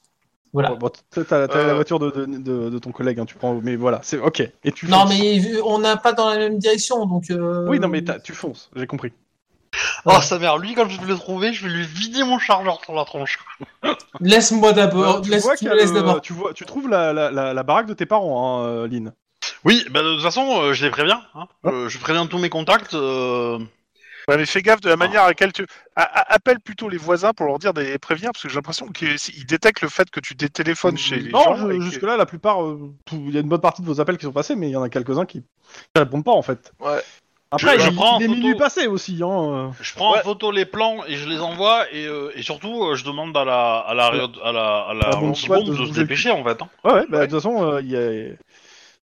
[SPEAKER 4] Voilà.
[SPEAKER 2] Bon, bon, t'as t'as- t'as
[SPEAKER 5] Euh.
[SPEAKER 2] la voiture de, de, de- de ton collègue, hein, tu prends, mais voilà, c'est ok. Et tu
[SPEAKER 4] Non,
[SPEAKER 2] fonces.
[SPEAKER 4] mais vu- on n'a pas dans la même direction, donc. euh,
[SPEAKER 2] Oui, non, mais t'as- tu fonces, j'ai compris.
[SPEAKER 6] Oh sa mère, lui quand je vais le trouver, je vais lui vider mon chargeur sur la tronche.
[SPEAKER 4] Laisse-moi
[SPEAKER 2] Alors,
[SPEAKER 4] d'abord.
[SPEAKER 2] Euh, tu,
[SPEAKER 4] Oh, laisse-
[SPEAKER 2] vois
[SPEAKER 4] tu
[SPEAKER 2] qu'il y
[SPEAKER 4] me
[SPEAKER 2] a
[SPEAKER 4] laisses
[SPEAKER 2] le-
[SPEAKER 4] d'abord.
[SPEAKER 2] tu vois- tu trouves la, la- la- la baraque de tes parents, hein, euh, Lynn.
[SPEAKER 6] Oui, bah de toute façon, euh, je les préviens. hein. Euh, je préviens tous mes contacts. euh,
[SPEAKER 3] Ouais, mais fais gaffe de la manière à laquelle tu. A- a- appelle plutôt les voisins pour leur dire de les prévenir, parce que j'ai l'impression qu'ils ils détectent le fait que tu détéléphones chez les
[SPEAKER 2] Non,
[SPEAKER 3] gens.
[SPEAKER 2] je-
[SPEAKER 3] et que-
[SPEAKER 2] jusque-là, la plupart, euh, tout- il y a une bonne partie de vos appels qui sont passés, mais il y en a quelques-uns qui ne répondent pas en fait.
[SPEAKER 5] Ouais.
[SPEAKER 2] Après,
[SPEAKER 6] Je- je
[SPEAKER 2] il,
[SPEAKER 6] prends
[SPEAKER 2] il est
[SPEAKER 6] en photo.
[SPEAKER 2] minuit passé aussi. Hein. euh.
[SPEAKER 6] Je prends
[SPEAKER 5] Ouais.
[SPEAKER 6] en photo les plans et je les envoie et, euh, et surtout euh, je demande à la à la à la à la,
[SPEAKER 2] La bombe
[SPEAKER 6] Rose
[SPEAKER 2] SWAT
[SPEAKER 6] Bomb
[SPEAKER 2] de
[SPEAKER 6] de se
[SPEAKER 2] bouger le cul.
[SPEAKER 6] dépêcher en fait. hein.
[SPEAKER 2] Ouais, ouais, bah, de toute façon, euh, il y a...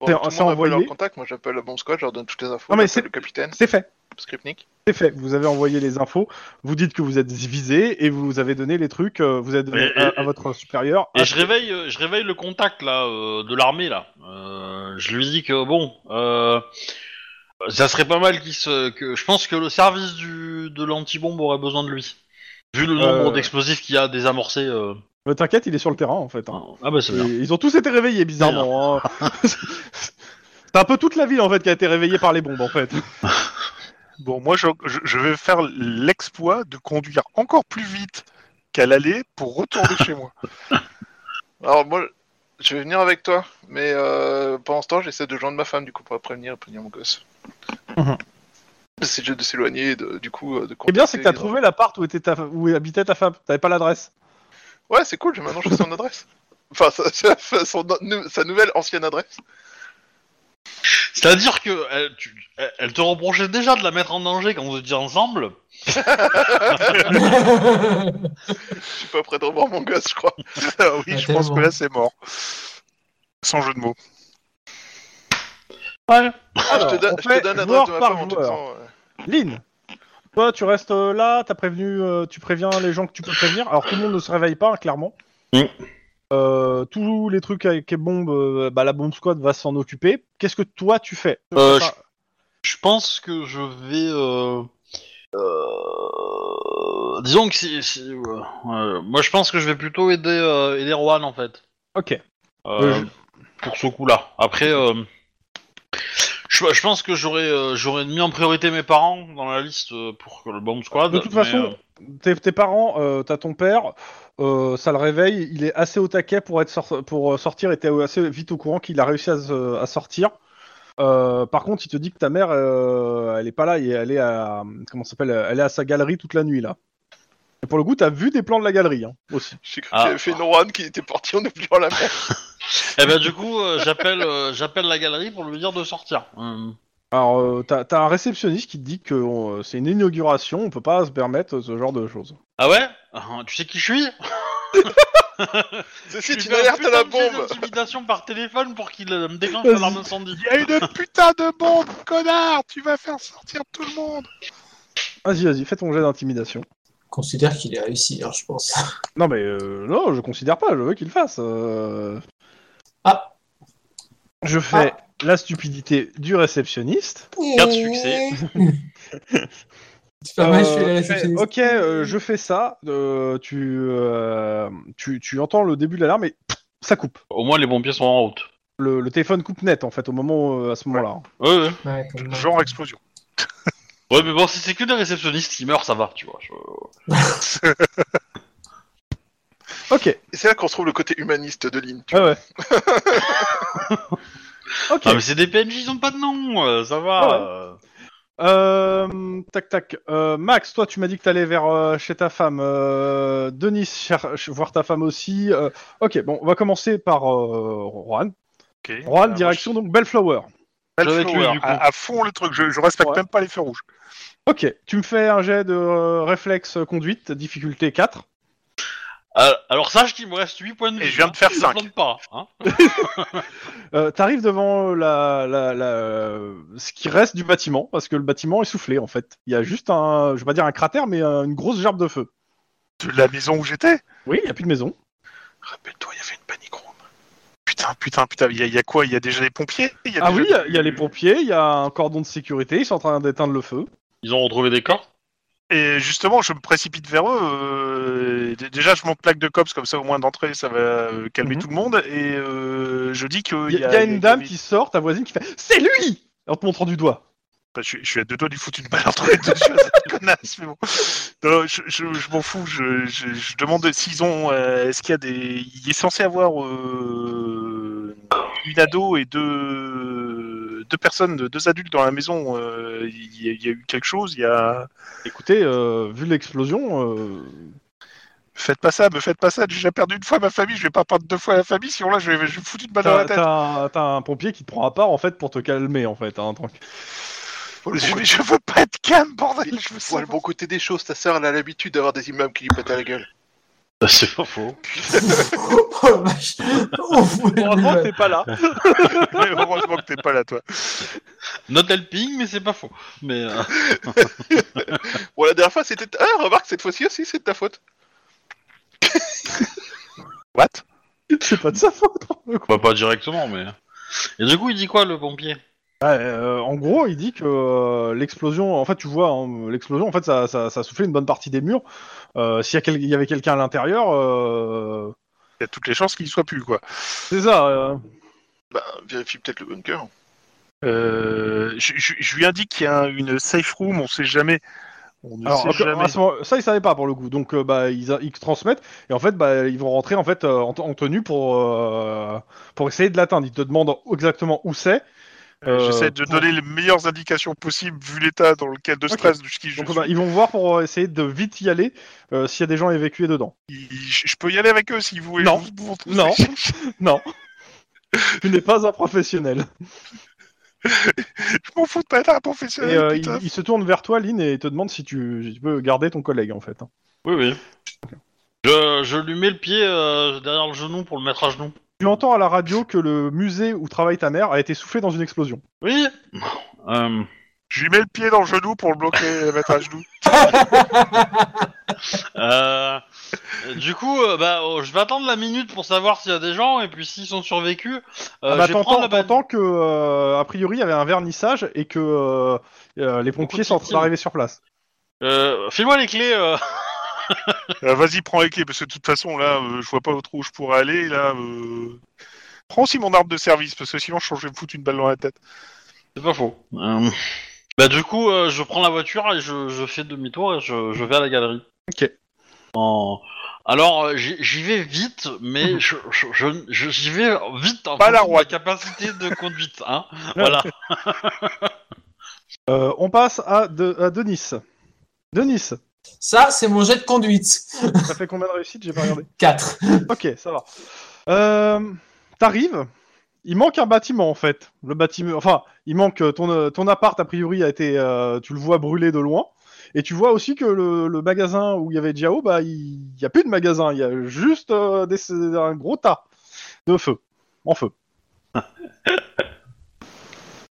[SPEAKER 5] Bon,
[SPEAKER 2] C'est-
[SPEAKER 5] tout le
[SPEAKER 2] c'est
[SPEAKER 5] monde appelle
[SPEAKER 2] envoyé.
[SPEAKER 5] leur contact, moi j'appelle le bon squad, je leur donne toutes les infos.
[SPEAKER 2] Non, mais
[SPEAKER 5] j'appelle
[SPEAKER 2] c'est-
[SPEAKER 5] le capitaine,
[SPEAKER 2] c'est fait.
[SPEAKER 5] Skripnik.
[SPEAKER 2] C'est fait, vous avez envoyé les infos, vous dites que vous êtes visé et vous avez donné les trucs, euh, vous avez donné
[SPEAKER 6] Et-
[SPEAKER 2] à,
[SPEAKER 6] et-
[SPEAKER 2] à votre supérieur.
[SPEAKER 6] Et je réveille euh, je réveille le contact là euh, de l'armée là. Euh, je lui dis que bon euh, ça serait pas mal qu'il se que je pense que le service du de l'antibombe aurait besoin de lui. Vu le nombre
[SPEAKER 2] Euh.
[SPEAKER 6] d'explosifs qu'il y a désamorcés. euh.
[SPEAKER 2] Mais T'inquiète, il est sur le terrain en fait. hein.
[SPEAKER 6] Ah bah c'est
[SPEAKER 2] Et
[SPEAKER 6] bien.
[SPEAKER 2] Ils ont tous été réveillés bizarrement. hein. C'est un peu toute la ville en fait qui a été réveillée par les bombes en fait.
[SPEAKER 3] Bon, moi, je, je- je vais faire l'exploit de conduire encore plus vite qu'à l'aller pour retourner chez moi.
[SPEAKER 5] Alors moi, je vais venir avec toi, mais euh, pendant ce temps, j'essaie de joindre ma femme du coup pour la prévenir et prévenir mon gosse.
[SPEAKER 2] Mhm.
[SPEAKER 5] C'est juste de s'éloigner et de- du coup euh, de
[SPEAKER 2] Eh bien, c'est que t'as
[SPEAKER 5] contacter-
[SPEAKER 2] trouvé l'appart où, était ta... où habitait ta femme, t'avais pas l'adresse.
[SPEAKER 5] Ouais, c'est cool, je- maintenant je sais son adresse. Enfin, sa, sa- son- nou- sa nouvelle ancienne adresse.
[SPEAKER 6] C'est-à-dire que elle, tu- elle- elle te reprochait déjà de la mettre en danger quand vous étiez ensemble.
[SPEAKER 5] Je suis pas prêt de revoir mon gosse, je crois.
[SPEAKER 3] Ah oui,
[SPEAKER 4] Ah,
[SPEAKER 3] je pense
[SPEAKER 4] tellement.
[SPEAKER 3] que là, c'est mort. Sans jeu de mots.
[SPEAKER 6] Ouais.
[SPEAKER 5] Ah, je te,
[SPEAKER 2] Alors,
[SPEAKER 5] donne-
[SPEAKER 2] on
[SPEAKER 5] je
[SPEAKER 2] fait
[SPEAKER 5] te donne l'adresse
[SPEAKER 2] joueur
[SPEAKER 5] de ma
[SPEAKER 2] par
[SPEAKER 5] femme en euh, tout
[SPEAKER 2] joueur.
[SPEAKER 5] temps. ouais.
[SPEAKER 2] Lynn, toi tu restes euh, là, t'as prévenu, euh, tu préviens les gens que tu peux prévenir. Alors tout le monde ne se réveille pas, hein, clairement.
[SPEAKER 6] Mm.
[SPEAKER 2] Euh, tous les trucs avec les bombes, euh, bah, la bombe squad va s'en occuper. Qu'est-ce que toi tu fais
[SPEAKER 6] Euh,
[SPEAKER 2] Enfin,
[SPEAKER 6] Je pense que je vais. euh, euh, disons que si. si- ouais, ouais. moi, je pense que je vais plutôt aider, euh, aider Rohan en fait.
[SPEAKER 2] Ok.
[SPEAKER 6] Euh,
[SPEAKER 2] Euh, je-
[SPEAKER 6] Pour ce coup-là. Après, euh, je, je pense que j'aurais euh, j'aurais mis en priorité mes parents dans la liste euh, pour que le bomb squad.
[SPEAKER 2] De toute
[SPEAKER 6] mais,
[SPEAKER 2] façon,
[SPEAKER 6] euh,
[SPEAKER 2] Tes, tes parents, euh, t'as ton père, euh, ça le réveille, il est assez au taquet pour, être sor- pour euh, sortir et t'es assez vite au courant qu'il a réussi à, se- à sortir. Euh, par contre, il te dit que ta mère, euh, elle est pas là, et elle est à, comment ça s'appelle, elle est à sa galerie toute la nuit là. Et pour le coup, t'as vu des plans de la galerie hein, aussi.
[SPEAKER 5] J'ai cru
[SPEAKER 6] Ah.
[SPEAKER 5] qu'il avait fait une run qui était partie en oubliant la mer.
[SPEAKER 6] eh ben, du coup, euh, j'appelle euh, j'appelle la galerie pour lui dire de sortir. Hum.
[SPEAKER 2] Alors, euh, t'as t'as un réceptionniste qui te dit que euh, c'est une inauguration, on peut pas se permettre ce genre de choses.
[SPEAKER 6] Ah ouais Ah, Tu sais qui je suis
[SPEAKER 5] Ceci
[SPEAKER 6] Je
[SPEAKER 5] est
[SPEAKER 6] lui
[SPEAKER 5] une
[SPEAKER 6] fais un
[SPEAKER 5] alerte à
[SPEAKER 6] putain
[SPEAKER 5] la
[SPEAKER 6] de jet
[SPEAKER 5] bombe.
[SPEAKER 6] d'intimidation par téléphone pour qu'il euh, me déclenche
[SPEAKER 2] Vas-y.
[SPEAKER 6] l'alarme incendie.
[SPEAKER 3] Il y a une putain de bombe, connard Tu vas faire sortir tout le monde
[SPEAKER 2] Vas-y, vas-y, fais ton jet d'intimidation.
[SPEAKER 4] Considère qu'il est réussi, alors je pense.
[SPEAKER 2] Non mais euh, non, je considère pas, je veux qu'il le fasse. euh.
[SPEAKER 4] Ah.
[SPEAKER 2] Je fais la stupidité du réceptionniste.
[SPEAKER 6] Quatre succès.
[SPEAKER 4] C'est pas mal, Ah je
[SPEAKER 2] Euh,
[SPEAKER 4] fais la
[SPEAKER 2] je fais,
[SPEAKER 4] réceptionniste.
[SPEAKER 2] ok, euh, je fais ça. euh, tu, euh, tu, tu entends le début de l'alarme et pff, ça coupe.
[SPEAKER 6] Au moins, les pompiers sont en route.
[SPEAKER 2] Le, le téléphone coupe net en fait au moment euh, à ce moment-là.
[SPEAKER 6] Ouais, ouais.
[SPEAKER 4] Ouais, comme moi.
[SPEAKER 3] Genre explosion.
[SPEAKER 6] Ouais, mais bon, si c'est que des réceptionnistes qui meurent, ça va, tu vois. je-
[SPEAKER 2] Ok.
[SPEAKER 5] Et c'est là qu'on retrouve le côté humaniste de Lynn. tu
[SPEAKER 2] Ouais, ouais. ok.
[SPEAKER 6] Ah, mais c'est des PNJ, ils ont pas de nom, euh, ça va.
[SPEAKER 2] Ouais.
[SPEAKER 6] euh.
[SPEAKER 2] Euh, tac tac. Euh, Max, toi tu m'as dit que t'allais vers euh, chez ta femme. Euh, Denis, cher- ch- voir ta femme aussi. Euh, ok, bon, on va commencer par euh, Juan.
[SPEAKER 3] Ok. bah,
[SPEAKER 2] Juan, direction donc Bellflower.
[SPEAKER 6] Je vais avec lui, du coup.
[SPEAKER 3] à, à fond le truc, je, je respecte
[SPEAKER 2] Ouais.
[SPEAKER 3] même pas les feux rouges.
[SPEAKER 2] Ok, tu me fais un jet de euh, réflexe conduite, difficulté 4.
[SPEAKER 6] Euh, alors, sache qu'il me reste 8 points de vie.
[SPEAKER 3] Et je viens de faire
[SPEAKER 6] hein,
[SPEAKER 3] cinq.
[SPEAKER 6] me plante pas. hein.
[SPEAKER 2] Euh, T'arrives devant la, la, la- ce qui reste du bâtiment, parce que le bâtiment est soufflé en fait. Il y a juste un, je vais pas dire un cratère, mais euh, une grosse gerbe de feu.
[SPEAKER 3] De la maison où j'étais
[SPEAKER 2] Oui, il n'y a plus de maison.
[SPEAKER 3] Rappelle-toi, il y avait une panique room. Putain, putain, putain, il y, a- il y a quoi Il y a déjà les pompiers Il y a
[SPEAKER 2] Ah
[SPEAKER 3] déjà
[SPEAKER 2] oui, il y a- il y, a
[SPEAKER 3] du-
[SPEAKER 2] les pompiers, il y a un cordon de sécurité, ils sont en train d'éteindre le feu.
[SPEAKER 6] Ils ont retrouvé des corps
[SPEAKER 3] Et justement, je me précipite vers eux. euh, d- déjà, je monte plaque de cops, comme ça, au moins d'entrée, ça va euh, calmer
[SPEAKER 2] Mhm.
[SPEAKER 3] tout le monde. Et euh, je dis que.
[SPEAKER 2] Il y, a- il y a une dame qui sort, ta voisine qui fait C'est lui En te montrant du doigt.
[SPEAKER 3] Bah, je, je suis à deux doigts de lui foutre une balle entre les deux yeux, cette connasse, mais bon. Non, je je- je m'en fous, je, je, je demande s'ils ont. euh, Est-ce qu'il y a des. Il est censé avoir euh, une ado et deux, deux personnes, deux adultes dans la maison. euh, Il y, a- il y a eu quelque chose, il y a.
[SPEAKER 2] Écoutez, euh, vu l'explosion, euh,
[SPEAKER 3] Faites pas ça, me faites pas ça, j'ai déjà perdu une fois ma famille, je vais pas perdre deux fois la famille, sinon là je vais, je vais me foutre une balle dans
[SPEAKER 2] t'as
[SPEAKER 3] la tête.
[SPEAKER 2] t'as un, t'as un pompier qui te prend à part en fait pour te calmer en fait. Hein, tranquille.
[SPEAKER 3] Je, je veux pas être calme, bordel, je veux
[SPEAKER 5] Ouais, le
[SPEAKER 3] savoir.
[SPEAKER 5] bon côté des choses, ta sœur, elle a l'habitude d'avoir des imams qui lui pètent à la gueule.
[SPEAKER 1] C'est pas faux.
[SPEAKER 4] Oh la vache Oh, vous voulez
[SPEAKER 6] Heureusement
[SPEAKER 4] le-
[SPEAKER 6] que t'es pas là.
[SPEAKER 3] Mais heureusement que t'es pas là, toi.
[SPEAKER 1] Not helping, mais c'est pas faux. Mais euh,
[SPEAKER 5] Bon, la dernière fois, c'était. Ah, remarque, cette fois-ci aussi, c'est de ta faute.
[SPEAKER 3] What
[SPEAKER 2] C'est pas de sa faute. pour le coup.
[SPEAKER 1] bah, pas directement, mais. Et du coup, il dit quoi le pompier
[SPEAKER 2] Ouais, euh, en gros, il dit que euh, l'explosion, en fait, tu vois, hein, l'explosion, en fait, ça, ça, ça a soufflé une bonne partie des murs. Euh, S'il y, a quel- il y avait quelqu'un à l'intérieur, euh,
[SPEAKER 3] Il y a toutes les chances qu'il y soit plus, quoi.
[SPEAKER 2] c'est ça. euh.
[SPEAKER 5] Bah, vérifie peut-être le bunker.
[SPEAKER 3] Euh, je, je- je lui indique qu'il y a une safe room, on sait jamais. On ne
[SPEAKER 2] Alors, ah,
[SPEAKER 3] sait
[SPEAKER 2] ok,
[SPEAKER 3] jamais.
[SPEAKER 2] à ce moment- ça, ils savaient pas pour le coup. Donc, euh, bah, ils, ils transmettent et en fait, bah, ils vont rentrer en fait euh, en, en tenue pour euh, pour essayer de l'atteindre. Ils te demandent exactement où c'est.
[SPEAKER 3] Euh, J'essaie
[SPEAKER 2] euh,
[SPEAKER 3] de
[SPEAKER 2] pour-
[SPEAKER 3] donner les meilleures indications possibles vu l'état dans lequel de
[SPEAKER 2] Ok.
[SPEAKER 3] stress de ce qui je,
[SPEAKER 2] Donc, bah, ils vont voir pour euh, essayer de vite y aller euh, s'il y a des gens évacués dedans.
[SPEAKER 3] suis. Il- je je peux y aller avec eux si vous voulez.
[SPEAKER 2] Non.
[SPEAKER 3] Je vous montre-
[SPEAKER 2] Non. Non, tu n'es pas un professionnel.
[SPEAKER 3] je m'en fous de pas être un
[SPEAKER 2] Et
[SPEAKER 3] professionnel.
[SPEAKER 2] euh, il,
[SPEAKER 3] putain.
[SPEAKER 2] il se tourne vers toi, Lynn, et te demande si tu, si tu peux garder ton collègue en fait. hein.
[SPEAKER 1] Oui, oui. Je, je lui mets le pied euh, derrière le genou pour le mettre à genoux.
[SPEAKER 2] Tu entends à la radio que le musée où travaille ta mère a été soufflé dans une explosion.
[SPEAKER 1] Oui. Euh,
[SPEAKER 3] Je lui mets le pied dans le genou pour le bloquer et le mettre à genoux.
[SPEAKER 1] euh, du coup, euh, bah, oh, je vais attendre la minute pour savoir s'il y a des gens et puis s'ils sont survécus. euh,
[SPEAKER 2] Ah bah,
[SPEAKER 1] je vais prendre
[SPEAKER 2] t'entends,
[SPEAKER 1] la balle.
[SPEAKER 2] t'entends que euh, a priori il y avait un vernissage et que euh, euh, les pompiers sont en train d'arriver sur place.
[SPEAKER 1] Euh, File-moi les clés. euh.
[SPEAKER 3] Euh, Vas-y, prends les clés parce que de toute façon là, euh, je vois pas trop où je pourrais aller. Là, euh. prends aussi mon arme de service parce que sinon je vais me foutre une balle dans la tête.
[SPEAKER 1] C'est pas faux. Euh, Bah du coup, euh, je prends la voiture et je, je fais demi-tour et je, je vais à la galerie.
[SPEAKER 2] Ok.
[SPEAKER 1] En- Alors, euh, j'y j'y vais vite,
[SPEAKER 6] Mhm.
[SPEAKER 1] mais je je- je- je- j'y vais vite en
[SPEAKER 3] Pas la
[SPEAKER 1] fonction de
[SPEAKER 3] roue.
[SPEAKER 1] ma capacité de conduite. Hein. voilà.
[SPEAKER 2] Euh, on passe à, de, à Denis. Denis, ça
[SPEAKER 4] Ça, c'est mon jet de conduite.
[SPEAKER 2] fait combien de réussites J'ai pas regardé.
[SPEAKER 4] 4.
[SPEAKER 2] Ok, ça va. Euh, T'arrives. Il manque un bâtiment en fait. Le bâtiment, enfin, il manque euh, ton euh, ton appart a priori a été, euh, tu le vois brûler de loin. Et tu vois aussi que le, le magasin où il y avait Jao, bah il y a plus de magasin, il y a juste euh, des- un gros tas de feu, en feu.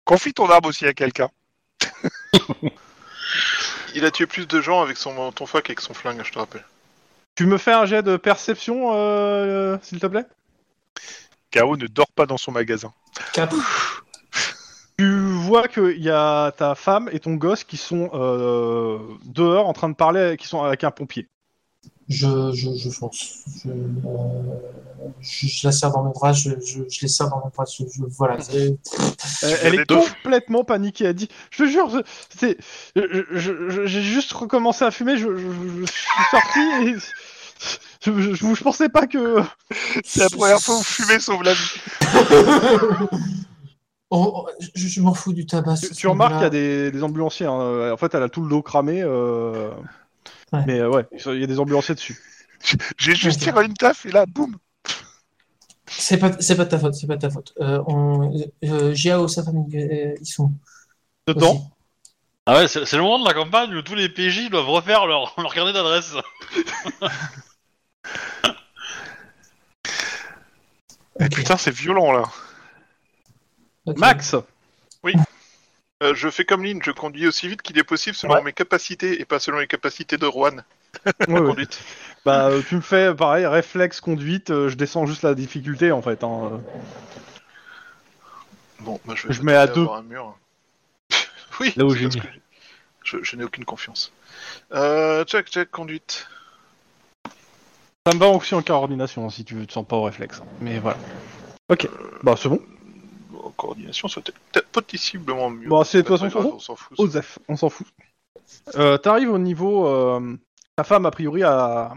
[SPEAKER 3] Confie ton arme aussi à quelqu'un.
[SPEAKER 5] Il a tué plus de gens avec son ton fac qu'avec son flingue, hein, je te rappelle.
[SPEAKER 2] Tu me fais un jet de perception, euh, euh, s'il te plaît
[SPEAKER 3] K.O. ne dort pas dans son magasin.
[SPEAKER 4] 4.
[SPEAKER 2] Tu vois qu'il y a ta femme et ton gosse qui sont euh, dehors en train de parler, qui sont avec un pompier.
[SPEAKER 4] Je, je, je fonce. Je, euh, je, je la serre dans mes bras, je, je, je les serre dans mes bras. Je, je- voilà. C'est-
[SPEAKER 2] Euh, elle
[SPEAKER 3] venais
[SPEAKER 2] est
[SPEAKER 3] de-
[SPEAKER 2] complètement paniquée. Elle dit Je te jure, je- c'est, je- je- je- j'ai juste recommencé à fumer, je, je- je- je suis sorti et. Je, je, je- je pensais pas que.
[SPEAKER 3] C'est la première fois où fumer sauve la vie.
[SPEAKER 4] Oh, oh, je je m'en fous du tabac.
[SPEAKER 2] Tu, tu remarques qu'il y a des, des ambulanciers. hein. En fait, elle a tout le dos cramé. euh,
[SPEAKER 4] Ouais.
[SPEAKER 2] Mais euh, ouais, il y a des ambulanciers dessus.
[SPEAKER 3] J'ai juste tiré une taf et là, boum.
[SPEAKER 4] C'est pas, c'est pas de ta faute, c'est pas de ta faute. Euh, on, euh, Jiao, sa famille, euh, ils sont.
[SPEAKER 2] Dedans,
[SPEAKER 4] aussi.
[SPEAKER 1] Ah ouais, c'est c'est le moment de la campagne où tous les PJ doivent refaire leur, leur carnet d'adresse.
[SPEAKER 3] Eh,
[SPEAKER 4] Ok,
[SPEAKER 3] Putain, c'est violent là.
[SPEAKER 4] ok.
[SPEAKER 2] Max
[SPEAKER 5] Euh, je fais comme Lynn, je conduis aussi vite qu'il est possible selon mes capacités et pas selon les capacités de Juan.
[SPEAKER 2] Ouais, ouais.
[SPEAKER 5] Conduite.
[SPEAKER 2] Bah, euh, tu me fais pareil, réflexe, conduite, euh, je descends juste la difficulté en fait. hein.
[SPEAKER 5] Bon, moi, je, vais
[SPEAKER 2] Je mets à
[SPEAKER 5] tenter
[SPEAKER 2] deux.
[SPEAKER 5] d'avoir un mur. oui,
[SPEAKER 6] Là où
[SPEAKER 5] c'est
[SPEAKER 6] j'ai
[SPEAKER 5] parce que Je, je n'ai aucune confiance. Euh, check, check, conduite.
[SPEAKER 2] Ça me va aussi en coordination si tu veux, te sens pas au réflexe. hein. Mais voilà. Ok, hein. bah c'est bon.
[SPEAKER 5] Bon,
[SPEAKER 3] en coordination, soit peut-être possiblement mieux.
[SPEAKER 2] Bon, c'est de toute
[SPEAKER 3] Après,
[SPEAKER 2] façon,
[SPEAKER 3] grave, on s'en fout.
[SPEAKER 2] Osef, on s'en fout. Euh, T'arrives au niveau. euh, ta femme, a priori, a...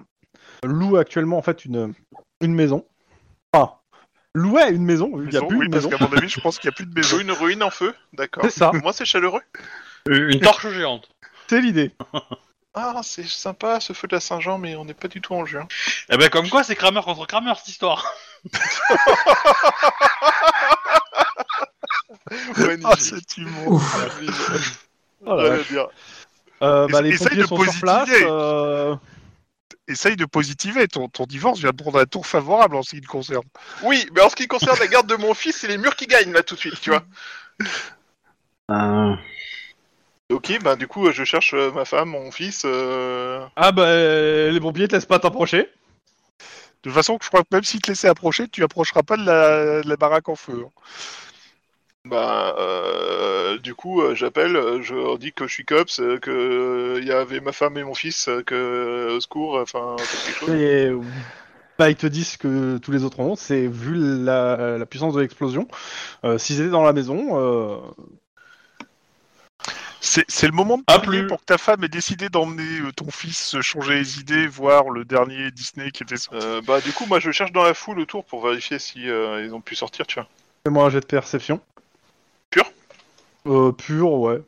[SPEAKER 2] loue actuellement en fait une, une maison. Enfin, louait une maison, vu qu'il n'y a
[SPEAKER 3] Maison,
[SPEAKER 2] plus
[SPEAKER 3] oui,
[SPEAKER 2] une
[SPEAKER 3] parce
[SPEAKER 2] maison.
[SPEAKER 3] qu'à mon avis, je pense qu'il n'y a plus de maison.
[SPEAKER 5] Une ruine en feu, d'accord.
[SPEAKER 2] C'est ça,
[SPEAKER 5] Moi, c'est chaleureux.
[SPEAKER 6] Euh, Une torche géante.
[SPEAKER 2] c'est l'idée.
[SPEAKER 5] Ah, c'est sympa ce feu de la Saint-Jean, mais on n'est pas du tout en juin.
[SPEAKER 6] Eh ben comme quoi c'est Kramer contre Kramer cette histoire.
[SPEAKER 5] Magnifique.
[SPEAKER 3] Ah, c'est humour.
[SPEAKER 4] Ouf.
[SPEAKER 2] Oh la
[SPEAKER 5] Rien à
[SPEAKER 2] vache.
[SPEAKER 5] dire.
[SPEAKER 2] Euh, bah,
[SPEAKER 3] Essaye
[SPEAKER 2] les pompiers sont
[SPEAKER 3] de
[SPEAKER 2] sur
[SPEAKER 3] positiver.
[SPEAKER 2] place. euh,
[SPEAKER 3] Essaye de positiver. Ton, ton divorce vient de prendre un tour favorable en ce qui te concerne.
[SPEAKER 5] Oui, mais en ce qui concerne la garde de mon fils, c'est les murs qui gagnent là tout de suite, tu vois.
[SPEAKER 6] Euh,
[SPEAKER 5] Ok, bah du coup, euh, je cherche euh, ma femme, mon fils. euh,
[SPEAKER 2] Ah bah, les pompiers te laissent pas t'approcher.
[SPEAKER 3] De toute façon, je crois que même s'il te laissait approcher, tu approcheras pas de la, de la baraque en feu. hein.
[SPEAKER 5] Bah, euh, du coup, euh, j'appelle, euh, je leur dis que je suis cops, euh, que euh, il y avait ma femme et mon fils, euh, que euh, au secours, enfin quelque chose.
[SPEAKER 2] Et, euh, bah, ils te disent ce que tous les autres ont, c'est vu la, la puissance de l'explosion, euh, s'ils étaient dans la maison, euh,
[SPEAKER 3] C'est c'est le moment de
[SPEAKER 6] Ah,
[SPEAKER 3] prier
[SPEAKER 6] plus.
[SPEAKER 3] pour que ta femme ait décidé d'emmener euh, ton fils se changer les idées, voir le dernier Disney qui était sorti.
[SPEAKER 5] Euh, bah, du coup, moi, je cherche dans la foule autour pour vérifier si euh, ils ont pu sortir, tu vois.
[SPEAKER 2] fais-moi un jet de perception.
[SPEAKER 5] Pur
[SPEAKER 2] euh, Pur, ouais.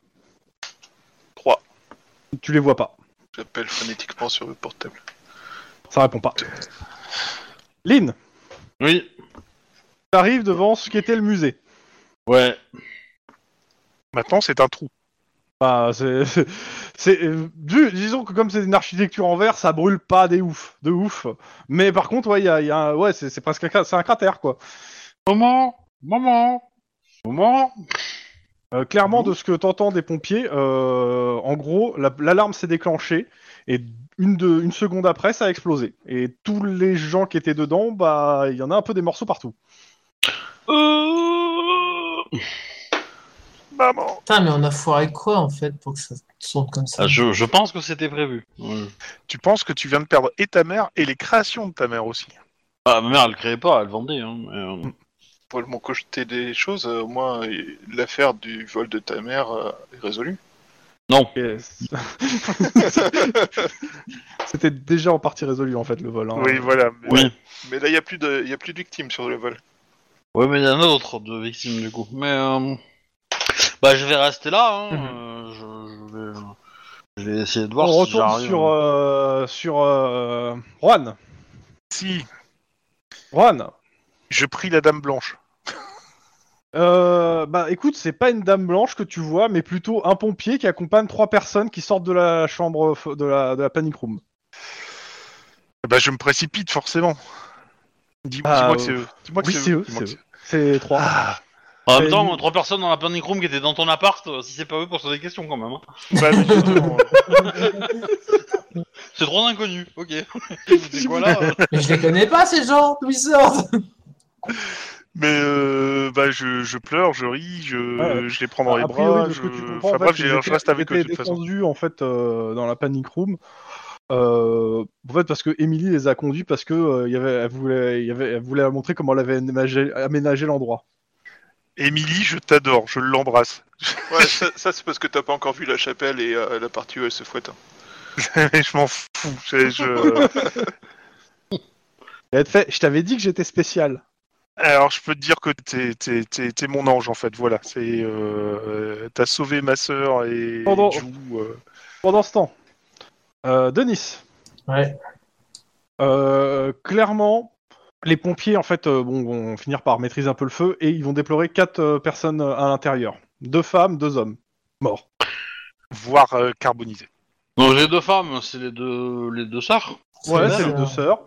[SPEAKER 5] Trois.
[SPEAKER 2] Tu les vois pas,
[SPEAKER 5] J'appelle phonétiquement sur le portable.
[SPEAKER 2] ça répond pas. Lynn,
[SPEAKER 6] Oui.
[SPEAKER 2] t'arrives devant ce qu'était le musée.
[SPEAKER 6] Ouais.
[SPEAKER 3] Maintenant, c'est un trou.
[SPEAKER 2] Bah, c'est, c'est- c'est- euh, dis- disons que comme c'est une architecture en verre, ça brûle pas des ouf, de ouf. Mais par contre, ouais, il y a, il y a un- ouais, c'est, c'est presque, un cra- c'est un cratère quoi.
[SPEAKER 6] Maman, maman, maman.
[SPEAKER 2] Euh, clairement, de ce que t'entends des pompiers, euh, en gros, la- l'alarme s'est déclenchée et une, de, une seconde après, ça a explosé. Et tous les gens qui étaient dedans, bah, il y en a un peu des morceaux partout.
[SPEAKER 1] Euh.
[SPEAKER 3] Maman
[SPEAKER 4] Putain, mais on a foiré quoi en fait pour que ça tourne comme ça
[SPEAKER 6] Ah, je, je pense que c'était prévu.
[SPEAKER 3] Tu penses que tu viens de perdre et ta mère et les créations de ta mère aussi.
[SPEAKER 6] Bah ma mère elle créait pas, elle vendait. Hein.
[SPEAKER 2] Mm.
[SPEAKER 6] Euh,
[SPEAKER 5] Pour m'en cojeter des choses, euh, au moins, euh, l'affaire du vol de ta mère euh, est résolue.
[SPEAKER 6] Non.
[SPEAKER 2] Et c'est- C'était déjà en partie résolu en fait le
[SPEAKER 6] Ah.
[SPEAKER 2] vol. hein.
[SPEAKER 3] Oui, voilà. mais-
[SPEAKER 6] Oui.
[SPEAKER 5] Mais là, il y a plus de, il y a plus de victimes sur le vol.
[SPEAKER 6] Ouais mais il y en a d'autres de victimes du coup. Mais euh, bah je vais rester là. Hein.
[SPEAKER 2] Mhm.
[SPEAKER 6] Euh, je, je vais, je vais essayer de voir.
[SPEAKER 2] On
[SPEAKER 6] si
[SPEAKER 2] retourne
[SPEAKER 6] j'arrive. hein.
[SPEAKER 2] sur euh, sur euh, Juan.
[SPEAKER 3] Si,
[SPEAKER 2] Juan.
[SPEAKER 3] je prie la Dame Blanche.
[SPEAKER 2] Euh, bah écoute, c'est pas une dame blanche que tu vois, mais plutôt un pompier qui accompagne trois personnes qui sortent de la chambre f- de la, de la panic room.
[SPEAKER 3] Eh ben, je me précipite, forcément. Dis- Dis-moi
[SPEAKER 2] Ah,
[SPEAKER 3] que c'est
[SPEAKER 2] euh,
[SPEAKER 3] eux. Dis-moi que
[SPEAKER 2] oui, c'est eux,
[SPEAKER 3] Dis-moi que
[SPEAKER 2] eux. C'est trois.
[SPEAKER 3] Ah,
[SPEAKER 6] En même
[SPEAKER 2] Euh,
[SPEAKER 6] temps,
[SPEAKER 2] il-
[SPEAKER 6] trois personnes dans la panic room qui étaient dans ton appart, euh, si c'est pas eux pour se des questions quand même. hein.
[SPEAKER 3] bah, mais justement,
[SPEAKER 6] C'est trois inconnus. Ok. C'est quoi là euh
[SPEAKER 4] Mais je les connais pas ces gens, d'où ils sortent
[SPEAKER 3] Mais euh, bah, je, je pleure, je ris, je,
[SPEAKER 2] Ouais.
[SPEAKER 3] je les prends dans les
[SPEAKER 2] a
[SPEAKER 3] bras.
[SPEAKER 2] priori, de ce
[SPEAKER 3] je...
[SPEAKER 2] que tu comprends,
[SPEAKER 3] enfin,
[SPEAKER 2] en fait,
[SPEAKER 3] bref,
[SPEAKER 2] c'est
[SPEAKER 3] j'ai-
[SPEAKER 2] qu'ils
[SPEAKER 3] je
[SPEAKER 2] étaient-
[SPEAKER 3] reste avec eux
[SPEAKER 2] ils
[SPEAKER 3] de
[SPEAKER 2] étaient
[SPEAKER 3] toute façon.
[SPEAKER 2] descendus, en fait euh, dans la panic room. Euh, en fait, parce que Emily les a conduits parce que euh, il y avait, elle voulait, il y avait, elle voulait leur montrer comment elle avait aménagé, aménagé l'endroit.
[SPEAKER 3] Émilie, je t'adore, je l'embrasse.
[SPEAKER 5] Ouais, ça, ça, c'est parce que t'as pas encore vu la chapelle et euh, la partie où elle se fouette. hein.
[SPEAKER 3] je m'en fous. c'est- je-
[SPEAKER 2] Et elle te fait, je t'avais dit que j'étais spécial.
[SPEAKER 3] Alors, je peux te dire que t'es, t'es, t'es, t'es mon ange, en fait. Voilà, c'est, euh, t'as sauvé ma sœur et
[SPEAKER 2] Pendant-
[SPEAKER 3] Jou, euh.
[SPEAKER 2] Pendant ce temps, euh, Denis,
[SPEAKER 4] Ouais.
[SPEAKER 2] euh, clairement, les pompiers en fait euh, bon, vont finir par maîtriser un peu le feu et ils vont déplorer quatre euh, personnes à l'intérieur, deux femmes, deux hommes, morts.
[SPEAKER 3] voire euh, carbonisé.
[SPEAKER 6] Non, j'ai deux femmes, c'est les deux, les deux sœurs.
[SPEAKER 2] Ouais,
[SPEAKER 4] Sœurs.
[SPEAKER 2] c'est les
[SPEAKER 5] hein.
[SPEAKER 2] deux sœurs.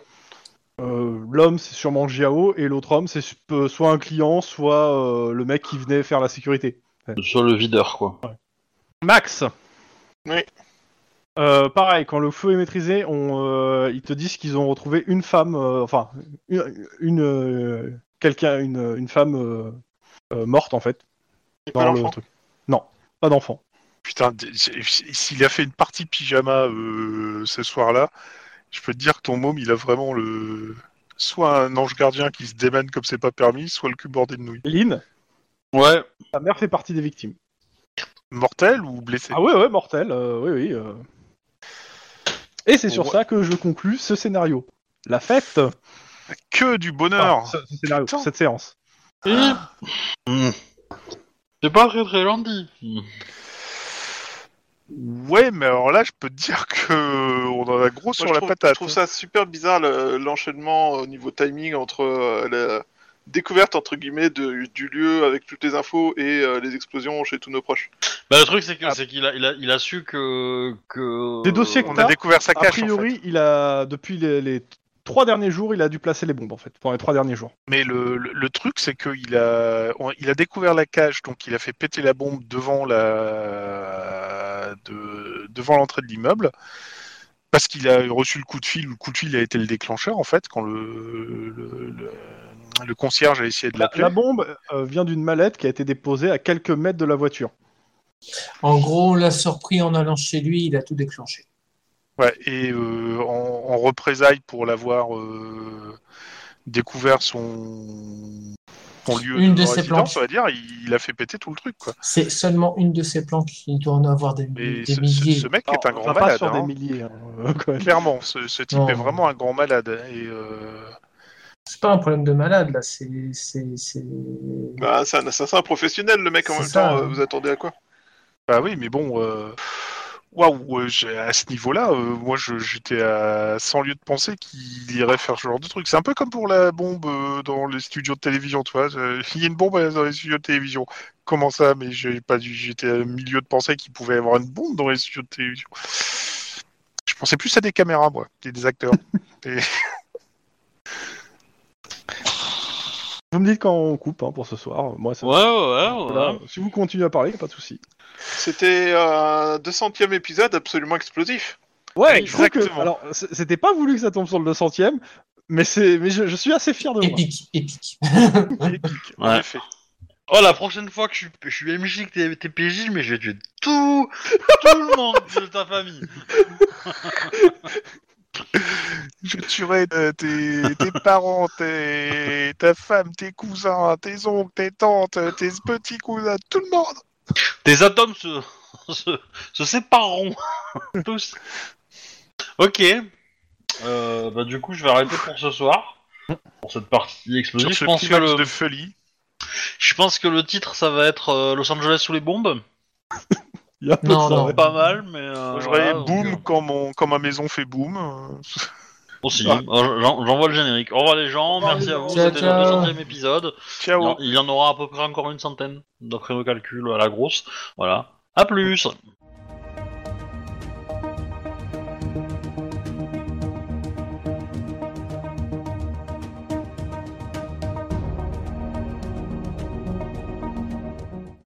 [SPEAKER 2] Euh, L'homme, c'est sûrement Jiao, et l'autre homme, c'est su- euh, soit un client, soit euh, le mec qui venait faire la sécurité.
[SPEAKER 6] Sur le videur, quoi.
[SPEAKER 2] Max
[SPEAKER 5] Oui.
[SPEAKER 2] Euh, pareil, quand le feu est maîtrisé, on, euh, ils te disent qu'ils ont retrouvé une femme, euh, enfin, une, une, euh, quelqu'un, une, une femme euh, euh, morte en fait.
[SPEAKER 5] Et
[SPEAKER 2] dans
[SPEAKER 5] pas
[SPEAKER 2] le
[SPEAKER 5] l'enfant.
[SPEAKER 2] truc. Non, pas d'enfant.
[SPEAKER 3] Putain, d- j'ai- s'il a fait une partie pyjama euh, ce soir-là, je peux te dire que ton môme, il a vraiment le. Soit un ange gardien qui se démène comme c'est pas permis, soit le cul bordé de nouilles.
[SPEAKER 2] Lynn
[SPEAKER 6] Ouais.
[SPEAKER 2] Sa mère fait partie des victimes.
[SPEAKER 3] Mortel ou blessé
[SPEAKER 2] Ah ouais, ouais, mortel, euh, oui, oui. euh. Et c'est sur
[SPEAKER 3] Ouais.
[SPEAKER 2] ça que je conclus ce scénario. La fête
[SPEAKER 3] Que du
[SPEAKER 5] Ah,
[SPEAKER 2] Enfin,
[SPEAKER 3] bonheur
[SPEAKER 2] ce- ce scénario,
[SPEAKER 3] Putain.
[SPEAKER 2] cette séance.
[SPEAKER 6] Et... Hmm. C'est pas très très gentil. Hmm.
[SPEAKER 3] Ouais, mais alors là, je peux te dire que euh, on en a gros sur
[SPEAKER 5] je
[SPEAKER 3] la
[SPEAKER 5] trouve,
[SPEAKER 3] patate.
[SPEAKER 5] Je trouve ça super bizarre le- l'enchaînement au niveau timing entre euh, la découverte entre guillemets de- du lieu avec toutes les infos et euh, les explosions chez tous nos proches.
[SPEAKER 6] Bah, le truc, c'est que-
[SPEAKER 3] Ah.
[SPEAKER 6] c'est qu'il a, il a, il a su que. que...
[SPEAKER 2] Des dossiers que
[SPEAKER 3] On
[SPEAKER 2] t'as-
[SPEAKER 3] a découvert sa
[SPEAKER 2] A
[SPEAKER 3] cache. en fait.
[SPEAKER 2] priori, il a, depuis les, les trois derniers jours, il a dû placer les bombes, en fait, pendant les trois derniers jours.
[SPEAKER 3] Mais le, le- le truc, c'est qu'il a, on- il a découvert la cage, donc il a fait péter la bombe devant la, de- devant l'entrée de l'immeuble, parce qu'il a reçu le coup de fil. Le coup de fil a été le déclencheur, en fait, quand le, le, le- le concierge a essayé de
[SPEAKER 2] La,
[SPEAKER 3] l'appeler.
[SPEAKER 2] la bombe euh, vient d'une mallette qui a été déposée à quelques mètres de la voiture.
[SPEAKER 4] En gros, on l'a surpris en allant chez lui, il a tout déclenché.
[SPEAKER 3] Ouais, et euh, en, en représailles pour l'avoir euh, découvert son, son lieu
[SPEAKER 4] Une de
[SPEAKER 3] de
[SPEAKER 4] ses
[SPEAKER 3] résidence,
[SPEAKER 4] planques.
[SPEAKER 3] on va dire, il, il a fait péter tout le truc, quoi.
[SPEAKER 4] C'est seulement une de ses planques, il doit en avoir des,
[SPEAKER 3] Mais
[SPEAKER 4] des
[SPEAKER 3] ce, ce-
[SPEAKER 4] milliers.
[SPEAKER 3] ce mec est un
[SPEAKER 2] Alors,
[SPEAKER 3] grand
[SPEAKER 2] enfin, pas
[SPEAKER 3] malade.
[SPEAKER 2] sur des
[SPEAKER 3] hein.
[SPEAKER 2] milliers. hein, euh, quand même.
[SPEAKER 3] Clairement, ce, ce type
[SPEAKER 4] Non.
[SPEAKER 3] est vraiment un grand malade. Et, euh,
[SPEAKER 4] C'est pas un problème de malade, là, c'est. c'est- c'est-
[SPEAKER 5] Bah, c'est un assassin professionnel le mec en
[SPEAKER 4] C'est
[SPEAKER 5] même
[SPEAKER 4] ça,
[SPEAKER 5] temps.
[SPEAKER 4] hein.
[SPEAKER 5] euh, vous attendez à quoi
[SPEAKER 3] bah oui, mais bon, euh, waouh, euh, j'ai- à ce niveau-là, euh, moi je- j'étais à 100 lieues de penser qu'il irait faire ce genre de truc. C'est un peu comme pour la bombe euh, dans les studios de télévision, tu vois. Euh, Il y a une bombe euh, dans les studios de télévision. Comment ça Mais j'ai pas dû- j'étais à milieu de penser qu'il pouvait y avoir une bombe dans les studios de télévision. Je pensais plus à des caméras, moi, et des acteurs.
[SPEAKER 2] Vous me dites quand on coupe hein, pour ce soir. Moi, ça-
[SPEAKER 6] Ouais, ouais, ouais.
[SPEAKER 2] Voilà.
[SPEAKER 6] ouais.
[SPEAKER 2] Si vous continuez à parler, y a pas de souci.
[SPEAKER 5] C'était euh, un 200e épisode absolument explosif.
[SPEAKER 2] Ouais,
[SPEAKER 3] je trouve que-
[SPEAKER 2] alors, c- c'était pas voulu que ça tombe sur le 200 e mais, c'est- mais je, je suis assez fier de moi.
[SPEAKER 4] Épique, épique.
[SPEAKER 3] Épique, en
[SPEAKER 6] Ouais.
[SPEAKER 3] effet.
[SPEAKER 6] Oh, la prochaine fois que je suis, je suis MJ, que t'es- t'es PJ, mais je vais tuer tout, tout le monde de ta famille.
[SPEAKER 3] Je tuerai euh, tes, tes parents, tes, ta femme, tes cousins, tes oncles, tes tantes, tes petits cousins, tout le monde.
[SPEAKER 6] Tes atomes se, se, se sépareront. Tous. Ok. Euh, bah, du coup, je vais arrêter pour ce soir. Pour cette partie explosive.
[SPEAKER 3] Sur
[SPEAKER 6] Je
[SPEAKER 3] ce
[SPEAKER 6] pense, que
[SPEAKER 3] climax
[SPEAKER 6] le,
[SPEAKER 3] de folie.
[SPEAKER 6] je pense que le titre, ça va être euh, Los Angeles sous les bombes.
[SPEAKER 2] Y a pas de
[SPEAKER 4] Non,
[SPEAKER 2] ça,
[SPEAKER 4] non.
[SPEAKER 2] ouais.
[SPEAKER 6] Pas mal, mais. Euh,
[SPEAKER 3] J'aurais
[SPEAKER 6] voilà, donc,
[SPEAKER 3] boum
[SPEAKER 6] euh,
[SPEAKER 3] quand, mon, quand ma maison fait boum. euh,
[SPEAKER 6] Aussi,
[SPEAKER 3] Ah.
[SPEAKER 6] j'en- j'envoie le générique. Au revoir les gens,
[SPEAKER 4] revoir
[SPEAKER 6] merci
[SPEAKER 4] les
[SPEAKER 6] à
[SPEAKER 4] gens.
[SPEAKER 6] vous,
[SPEAKER 4] Ciao,
[SPEAKER 6] c'était le
[SPEAKER 4] ciao.
[SPEAKER 6] 200 e épisode. Il y
[SPEAKER 3] Ciao.
[SPEAKER 6] en- il y en aura à peu près encore une centaine, d'après nos calculs à la grosse. Voilà, à plus